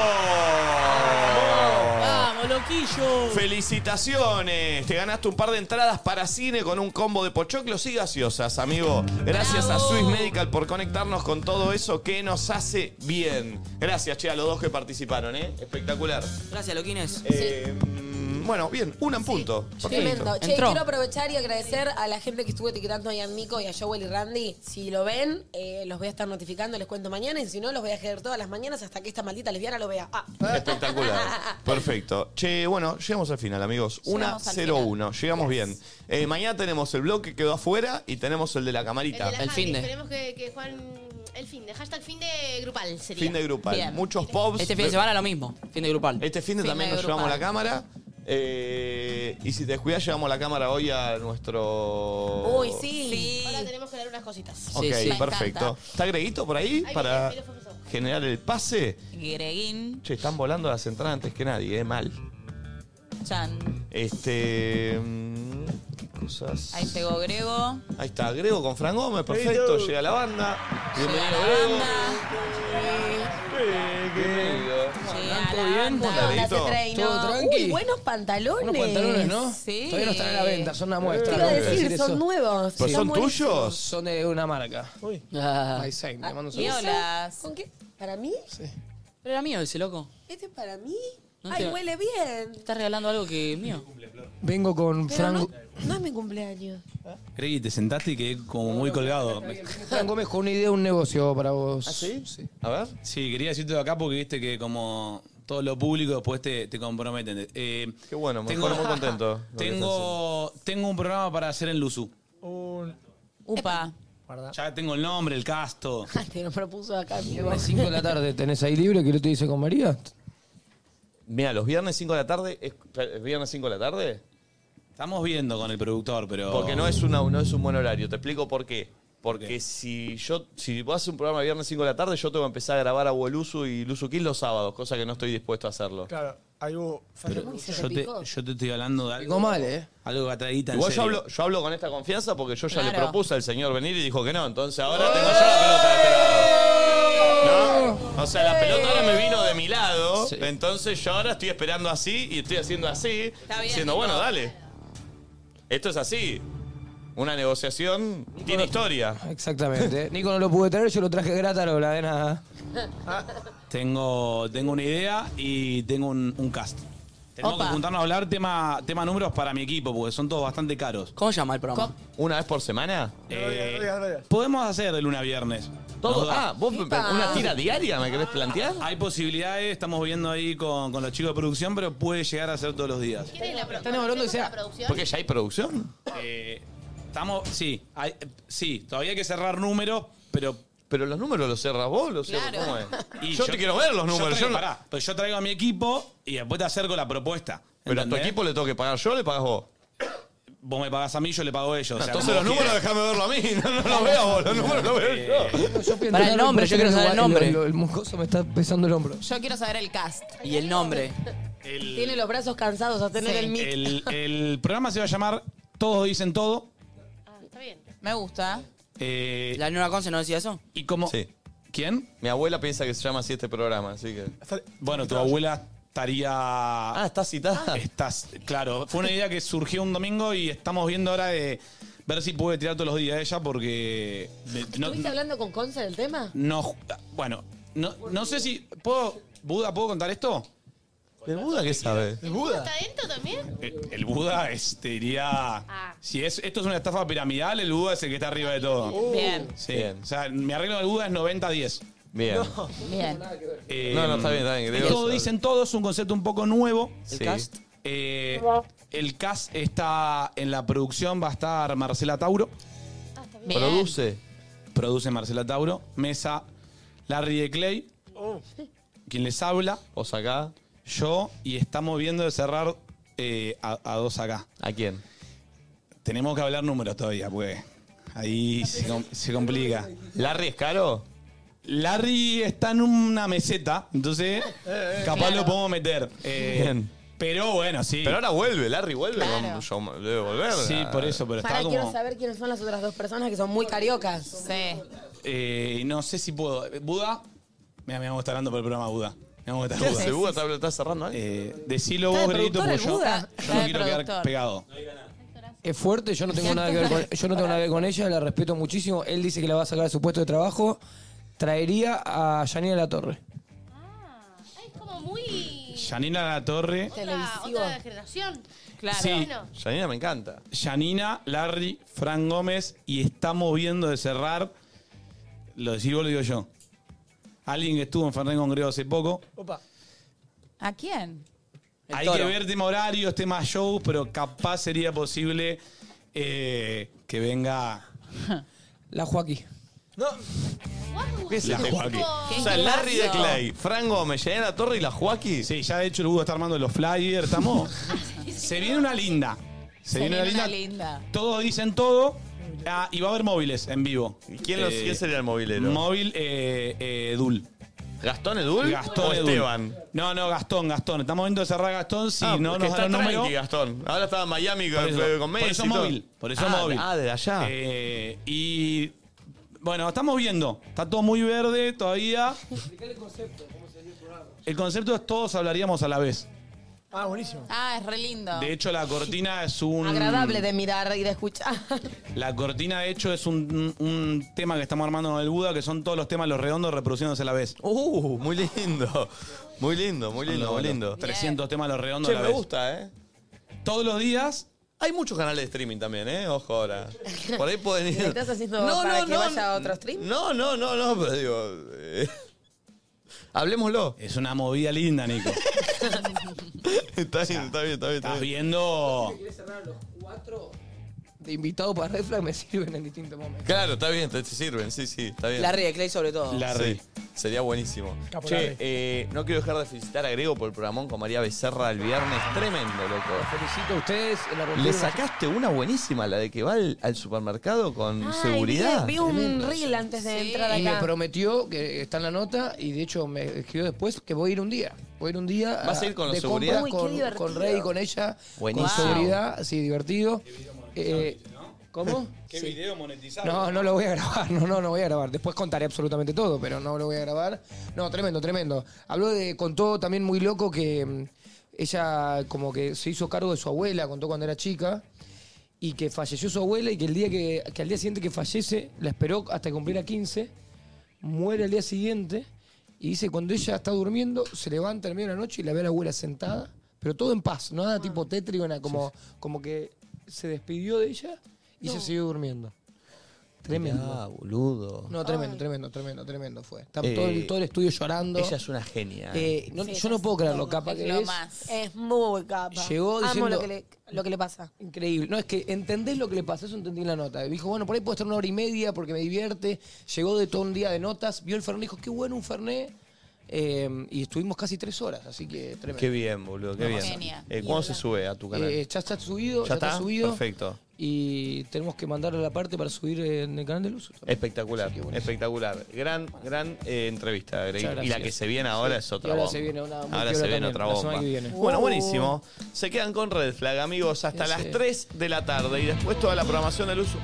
Speaker 4: ¡Vamos, loquillo!
Speaker 1: ¡Felicitaciones! Te ganaste un par de entradas para cine con un combo de pochoclos y gaseosas, amigo. Gracias a Swiss Medical por conectarnos con todo eso que nos hace bien. Gracias, che, a los dos que participaron, ¿eh? Espectacular.
Speaker 4: Gracias, Loquines.
Speaker 1: Mm, Bueno, bien, una en punto.
Speaker 3: Tremendo.
Speaker 1: Perfecto.
Speaker 3: Che, quiero aprovechar y agradecer a la gente que estuvo etiquetando ahí a Nico y a Joel y Randy. Si lo ven, eh, los voy a estar notificando, les cuento mañana. Y si no, los voy a hacer todas las mañanas hasta que esta maldita lesbiana lo vea. Ah.
Speaker 1: Espectacular. Perfecto. Che, bueno, llegamos al final, amigos. Una
Speaker 3: Llegamos al
Speaker 1: 0-1. Llegamos bien. Eh, mañana tenemos el blog que quedó afuera y tenemos el de la
Speaker 7: de la
Speaker 1: camarita.
Speaker 7: Harley. Esperemos que, que Juan. El fin de. Hashtag fin de grupal sería.
Speaker 1: Fin de grupal. Muchos pops.
Speaker 4: Este fin de semana lo mismo. Fin de grupal.
Speaker 1: Este fin de
Speaker 4: Fin
Speaker 1: también
Speaker 4: de
Speaker 1: nos
Speaker 4: grupal.
Speaker 1: llevamos la cámara. eh, y si te descuidas, llevamos la cámara hoy a nuestro.
Speaker 7: Uy, sí. Ahora tenemos que dar unas cositas.
Speaker 1: Ok, perfecto. ¿Está Greguito por ahí?
Speaker 7: Ahí
Speaker 1: para
Speaker 7: viene, ahí lo
Speaker 1: generar el pase.
Speaker 5: Greguín.
Speaker 1: Che, están volando las entradas antes que nadie, eh, mal.
Speaker 5: Chan.
Speaker 1: Este. mm, ¿Qué cosas?
Speaker 5: Ahí llegó Grego.
Speaker 1: Ahí está, Grego con Fran Gómez, perfecto. Llega la banda. Bienvenido, Grego. Bienvenido.
Speaker 5: ¿Todo
Speaker 1: bien? ¿Cómo andás, Leito?
Speaker 10: ¿Todo tranqui?
Speaker 3: Uy, buenos pantalones.
Speaker 10: Unos pantalones, ¿no?
Speaker 3: Sí.
Speaker 10: Todavía no están a la venta, son una
Speaker 3: Te iba
Speaker 10: muestra.
Speaker 3: a
Speaker 10: ¿no? Voy a
Speaker 3: decir,
Speaker 10: decir
Speaker 3: son
Speaker 10: eso.
Speaker 3: nuevos.
Speaker 10: Sí.
Speaker 3: Son buenísimos.
Speaker 10: Son de una marca. Uy.
Speaker 4: Ah.
Speaker 10: Maisei, te mando un
Speaker 3: ¿Y
Speaker 10: saludo.
Speaker 3: eso? ¿Con qué? Ah, ¿Para mí?
Speaker 4: Pero era mío ese loco.
Speaker 3: ¿Este es para mí?
Speaker 4: No
Speaker 3: Ay,
Speaker 4: te-
Speaker 3: huele bien.
Speaker 4: Estás regalando algo que es mío.
Speaker 10: Vengo con
Speaker 3: Pero
Speaker 10: Frank,
Speaker 3: no, no es mi cumpleaños.
Speaker 18: Greg, te sentaste y quedé como muy colgado.
Speaker 10: Frank Gómez con una idea, un negocio para vos.
Speaker 18: ¿Ah, sí?
Speaker 10: Sí.
Speaker 1: A ver.
Speaker 18: Sí, quería decirte de acá porque viste que como todo lo público después te, te comprometen. Eh,
Speaker 1: Qué bueno, me pone muy contento.
Speaker 18: Tengo, tengo un programa para hacer en Luzu.
Speaker 5: Upa.
Speaker 18: Ya tengo el nombre, el casto.
Speaker 3: Te lo propuso acá, amigo.
Speaker 10: Viernes 5 de la tarde, ¿tenés ahí libre que lo te hice con María?
Speaker 1: Mira, los viernes 5 de la tarde. ¿Es es viernes 5 de la tarde?
Speaker 18: Estamos viendo con el productor, pero.
Speaker 1: Porque no es, una, no es un buen horario. Te explico por qué. Porque si yo, si vos haces un programa viernes 5 de la tarde, yo tengo que empezar a grabar a Wolusu y Luzu King los sábados, cosa que no estoy dispuesto a hacerlo.
Speaker 15: Claro, ahí hubo falla producción.
Speaker 18: Yo te, yo te estoy hablando de algo.
Speaker 15: Picó mal, ¿eh?
Speaker 18: Algo gatadita en
Speaker 1: Igual yo
Speaker 18: serio.
Speaker 1: hablo, yo hablo con esta confianza porque yo ya le
Speaker 18: Claro.
Speaker 1: propuse al señor venir y dijo que no. Entonces
Speaker 5: ¡Oh!
Speaker 1: ahora tengo yo la pelota de este lado. ¿No? O sea, la pelota ahora me vino de mi lado. Entonces yo ahora estoy esperando así y estoy haciendo así.
Speaker 5: bien,
Speaker 1: diciendo,
Speaker 5: Nico.
Speaker 1: bueno, dale. Esto es así. Una negociación tiene historia.
Speaker 10: Exactamente. Nico no lo pude traer, yo lo traje grátalo, la de nada.
Speaker 18: Tengo, tengo una idea y tengo un, un cast. Tenemos
Speaker 1: Opa.
Speaker 18: que juntarnos a hablar tema, tema números para mi equipo, porque son todos bastante caros.
Speaker 26: ¿Cómo se llama el programa?
Speaker 1: ¿Una vez por semana?
Speaker 18: Eh, podemos hacer de lunes a viernes.
Speaker 1: Todo-
Speaker 18: Los dos.
Speaker 1: ah, vos Epa. una tira diaria me querés plantear.
Speaker 18: Hay posibilidades, estamos viendo ahí con, con los chicos de producción, pero puede llegar a ser todos los días.
Speaker 7: ¿Quién es la producción?
Speaker 10: Están hablando de
Speaker 7: ¿Tenemos
Speaker 10: sea-
Speaker 7: una producción?
Speaker 1: Porque ya hay producción.
Speaker 18: Eh, estamos, sí, hay- sí, todavía hay que cerrar números, pero.
Speaker 1: Pero los números los cerras vos, los cerras- Claro. ¿cómo es? Yo te quiero ver los números,
Speaker 18: Yo
Speaker 1: yo
Speaker 18: traigo,
Speaker 1: no-
Speaker 18: pará, pero yo traigo a mi equipo y después te acerco la propuesta.
Speaker 1: Pero a tu
Speaker 18: ¿entendés?
Speaker 1: equipo le tengo que pagar yo, o le pagas vos.
Speaker 18: Vos me pagás a mí, yo le pago a ellos. o sea,
Speaker 1: Entonces los
Speaker 18: como
Speaker 1: números
Speaker 18: quieras.
Speaker 1: déjame verlo a mí. No, no los veo vos, los números los veo yo.
Speaker 26: Para el nombre, yo quiero saber el nombre.
Speaker 10: El, el moscoso me está pesando el hombro.
Speaker 9: Yo quiero saber el cast.
Speaker 26: Y el nombre.
Speaker 3: Tiene los brazos cansados a tener el mic.
Speaker 18: El, el programa se va a llamar Todos dicen todo.
Speaker 5: Me gusta.
Speaker 18: ¿La
Speaker 26: Nora Conce no decía eso?
Speaker 18: Eh, ¿Y cómo? ¿Quién?
Speaker 1: Mi abuela piensa que se llama así este programa, así que.
Speaker 18: Bueno, tu abuela estaría. Ah,
Speaker 1: está citada.
Speaker 18: Estás, claro, fue una idea que surgió un domingo y estamos viendo ahora de ver si puede tirar todos los días ella porque. de- no,
Speaker 6: ¿Estuviste hablando con Conce del tema?
Speaker 18: no- bueno, no, no sé si. ¿Puedo, Buda, ¿puedo contar esto?
Speaker 1: ¿El Buda qué sabe?
Speaker 18: ¿El Buda?
Speaker 7: ¿Está adentro también?
Speaker 18: El, Buda es, te diría. Si es, esto es una estafa piramidal, el Buda es el que está arriba de todo.
Speaker 5: Bien.
Speaker 18: Sí. O sea, mi arreglo del Buda es 90-10.
Speaker 1: Bien.
Speaker 5: Bien.
Speaker 18: Eh,
Speaker 1: No, no, está bien, está bien,
Speaker 18: y
Speaker 1: digo-
Speaker 18: Todo dicen todos, un concepto un poco nuevo. El
Speaker 1: Sí.
Speaker 18: cast. Eh, el cast está en la producción, va a estar Marcela Tauro.
Speaker 5: Bien.
Speaker 1: Produce.
Speaker 18: Produce Marcela Tauro. Mesa Larry de Clay.
Speaker 1: Oh.
Speaker 18: Quien les habla.
Speaker 1: Vos acá.
Speaker 18: Yo. Y estamos viendo de cerrar eh, a, a dos acá.
Speaker 1: ¿A quién?
Speaker 18: Tenemos que hablar números todavía, pues. Ahí se, com- se complica.
Speaker 1: ¿Larry es caro?
Speaker 18: Larry está en una meseta, entonces
Speaker 1: eh,
Speaker 18: capaz
Speaker 1: claro.
Speaker 18: lo podemos meter. Eh,
Speaker 1: Bien.
Speaker 18: Pero bueno, sí.
Speaker 1: Pero ahora vuelve, Larry vuelve. con- Yo debe volver.
Speaker 18: Sí, por eso, pero
Speaker 6: Para,
Speaker 18: estaba
Speaker 6: quiero
Speaker 18: como.
Speaker 6: saber quiénes son las otras dos personas que son muy cariocas.
Speaker 5: Sí.
Speaker 18: eh, no sé si puedo. Eh, ¿Buda? Mira, me vamos a estar hablando por el programa Buda. Me vamos a estar
Speaker 1: ¿Qué hace Buda? ¿Está, está cerrando ahí?
Speaker 18: Eh, decilo
Speaker 1: Está
Speaker 18: vos,
Speaker 1: de
Speaker 18: Gredito,
Speaker 1: productor
Speaker 18: porque
Speaker 1: el
Speaker 18: yo,
Speaker 1: Buda.
Speaker 18: yo
Speaker 1: Está
Speaker 18: no
Speaker 1: de
Speaker 18: quiero quedar
Speaker 1: productor.
Speaker 18: pegado.
Speaker 10: Es fuerte, yo no tengo nada que ver con, yo no tengo nada que ver con ella, la respeto muchísimo. Él dice que la va a sacar de su puesto de trabajo. Traería a Yanina La Torre.
Speaker 7: Como muy...
Speaker 18: Janina La Torre.
Speaker 7: Otra, otra generación.
Speaker 18: Sí.
Speaker 7: Bueno.
Speaker 1: Yanina me encanta.
Speaker 18: Yanina, Larry, Fran Gómez y estamos viendo de cerrar. Lo decís vos, lo digo yo. Alguien que estuvo en Fernández Congrego hace poco.
Speaker 5: ¿A quién?
Speaker 18: Hay
Speaker 5: toro.
Speaker 18: que ver tema horarios, tema shows, pero capaz sería posible eh, que venga.
Speaker 10: La Joaquín.
Speaker 18: ¿Qué es
Speaker 1: la
Speaker 18: esto?
Speaker 1: Joaquín?
Speaker 18: Qué
Speaker 1: O sea, Larry de
Speaker 18: gracioso.
Speaker 1: Clay, Fran Gómez, Yanina Torre y la Joaquín.
Speaker 18: Sí, ya de hecho el Hugo está armando los flyers, estamos. Se viene una linda. Se, viene una linda. Todos dicen todo. Ah, y va a haber móviles en vivo. ¿Y
Speaker 1: quién los- quién sería el movilero?
Speaker 18: Eh, Móvil eh, eh, Edul.
Speaker 1: ¿Gastón Edul?
Speaker 18: Gastón
Speaker 1: ¿O
Speaker 18: Edul.
Speaker 1: Esteban?
Speaker 18: No, no, Gastón, Gastón. Estamos viendo de cerrar Gastón. Si
Speaker 1: Ah,
Speaker 18: no
Speaker 1: porque
Speaker 18: nos
Speaker 1: está
Speaker 18: dan un número.
Speaker 1: tranqui, Gastón. Ahora estaba en Miami
Speaker 18: Por
Speaker 1: con,
Speaker 18: eso,
Speaker 1: con Messi.
Speaker 18: por eso
Speaker 1: y todo.
Speaker 18: móvil. Por eso
Speaker 1: Ah,
Speaker 18: móvil.
Speaker 1: Ah, de allá.
Speaker 18: Eh, y bueno, estamos viendo. Está todo muy verde todavía. El concepto es todos hablaríamos a la vez.
Speaker 10: Ah, buenísimo.
Speaker 5: Ah, es re lindo.
Speaker 18: De hecho, la cortina es un.
Speaker 6: Agradable de mirar y de escuchar.
Speaker 18: La cortina, de hecho, es un, un tema que estamos armando con el Buda, que son todos los temas los redondos reproduciéndose a la vez.
Speaker 1: Uh, muy lindo. Muy lindo, muy lindo, muy lindo.
Speaker 18: 300 temas los redondos
Speaker 1: Che,
Speaker 18: a la
Speaker 1: me
Speaker 18: vez.
Speaker 1: gusta, ¿eh?
Speaker 18: Todos los días.
Speaker 1: Hay muchos canales de streaming también, ¿eh? Ojo ahora. Por ahí pueden ir.
Speaker 6: ¿Le estás haciendo para que vaya a otro stream?
Speaker 1: No, no, no, no, pero digo. eh, Hablemoslo.
Speaker 18: Es una movida linda, Nico.
Speaker 1: está, bien, está bien, está bien, está
Speaker 18: Estás
Speaker 1: bien.
Speaker 18: viendo.
Speaker 13: de invitado para Red Flag me sirven en distintos momentos.
Speaker 1: Claro, está bien, te, te sirven, sí, sí, está bien.
Speaker 13: La re de Clay sobre todo.
Speaker 1: La
Speaker 13: Sí.
Speaker 1: re. Sería buenísimo.
Speaker 13: Capo, la
Speaker 1: Che,
Speaker 13: re.
Speaker 1: eh, no quiero dejar de felicitar a Grego por el programón con María Becerra el viernes. Tremendo, loco.
Speaker 13: Felicito a ustedes. la
Speaker 1: Le
Speaker 13: rompieron.
Speaker 1: sacaste una buenísima, la de que va al, al supermercado con
Speaker 13: Ay,
Speaker 1: seguridad.
Speaker 13: vi- vi un Tremendo.
Speaker 6: reel antes de entrar
Speaker 13: Y me
Speaker 6: acá.
Speaker 13: prometió que está en la nota y de hecho me escribió después que voy a ir un día. Voy a ir un día.
Speaker 1: ¿Vas a ir con la
Speaker 13: de
Speaker 1: seguridad?
Speaker 13: compras
Speaker 1: Uy, qué
Speaker 13: Con, con Rey, con ella.
Speaker 1: Buenísimo.
Speaker 13: Con seguridad, sí, divertido. Eh, ¿Cómo?
Speaker 18: ¿Qué video monetizado?
Speaker 13: No, no lo voy a grabar, no, no, no voy a grabar. Después contaré absolutamente todo, pero no lo voy a grabar. No, tremendo, tremendo. Habló de, contó también muy loco que mm, ella como que se hizo cargo de su abuela, contó cuando era chica, y que falleció su abuela y que el día que, que al día siguiente que fallece, la esperó hasta que cumpliera 15, muere al día siguiente, y dice cuando ella está durmiendo, se levanta en medio de la noche y la ve a la abuela sentada, pero todo en paz, no
Speaker 1: Ah.
Speaker 13: nada tipo tétrico, nada, como, como que se despidió de ella y se siguió durmiendo. Tremendo.
Speaker 1: Ah, boludo.
Speaker 13: No, tremendo, tremendo, tremendo, tremendo fue. Está
Speaker 1: Eh,
Speaker 13: todo, el, todo el estudio llorando.
Speaker 1: Ella es una genia.
Speaker 13: Eh, no- yo no puedo creerlo, capaz que es
Speaker 6: Es muy capa.
Speaker 13: Llegó
Speaker 6: Amo
Speaker 13: diciendo-
Speaker 6: lo que, le, lo que le pasa.
Speaker 13: increíble. No, es que entendés lo que le pasó, eso entendí en la nota. Dijo, bueno, por ahí puedo estar una hora y media porque me divierte. Llegó de todo un día de notas, vio el Fernet, dijo, qué bueno un Fernet. Eh, y estuvimos casi tres horas, así que tremendo.
Speaker 1: Qué bien, boludo, qué
Speaker 13: No,
Speaker 1: bien.
Speaker 13: genia.
Speaker 1: Eh, ¿Cuándo se sube a tu canal?
Speaker 13: Eh, ya está subido,
Speaker 1: ¿Ya
Speaker 13: ya, está?
Speaker 1: está?
Speaker 13: subido.
Speaker 1: Perfecto.
Speaker 13: Y tenemos que mandarle la parte para subir en el canal de Luz.
Speaker 1: Espectacular, espectacular. Gran, gran eh, entrevista, Greg.
Speaker 13: Muchas
Speaker 1: Y la
Speaker 13: gracias.
Speaker 1: que se viene ahora es otra
Speaker 13: Y ahora
Speaker 1: bomba.
Speaker 13: se viene una muy
Speaker 1: Ahora
Speaker 13: piola
Speaker 1: se viene
Speaker 13: también,
Speaker 1: otra
Speaker 13: la semana
Speaker 1: bomba.
Speaker 13: que viene.
Speaker 1: Bueno,
Speaker 13: Uh.
Speaker 1: buenísimo. Se quedan con Red Flag, amigos, hasta
Speaker 13: Ya
Speaker 1: las
Speaker 13: sé.
Speaker 1: 3 de la tarde y después toda la programación del uso.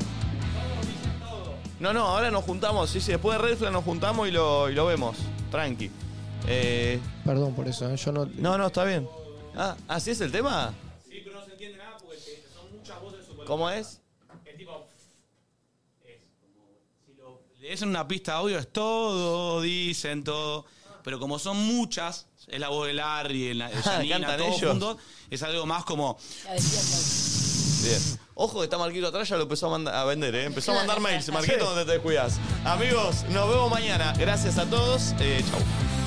Speaker 1: No, no, ahora nos juntamos. Sí, sí, después de Red Flag nos juntamos y lo, y lo vemos. Tranqui. Eh,
Speaker 13: Perdón por eso, ¿eh? yo no...
Speaker 1: no, no, está bien. Ah, ¿así es el tema?
Speaker 18: Sí, pero no se entiende nada porque son muchas voces super.
Speaker 1: ¿Cómo es?
Speaker 18: El tipo. Es como. Si lo lees en una pista de audio, es todo, dicen todo. Pero como son muchas, es la voz de Larry, en la, de Janina,
Speaker 1: Ah, ¿Cantan
Speaker 18: todos
Speaker 1: ellos?
Speaker 18: juntos, es algo más como.
Speaker 1: Bien. Ojo que está Marquito atrás, ya lo empezó a, manda- a vender, ¿eh? Empezó a mandar mails. Marquito,
Speaker 18: Sí.
Speaker 1: donde te descuidas. Amigos, nos vemos mañana. Gracias a todos. Eh, chau.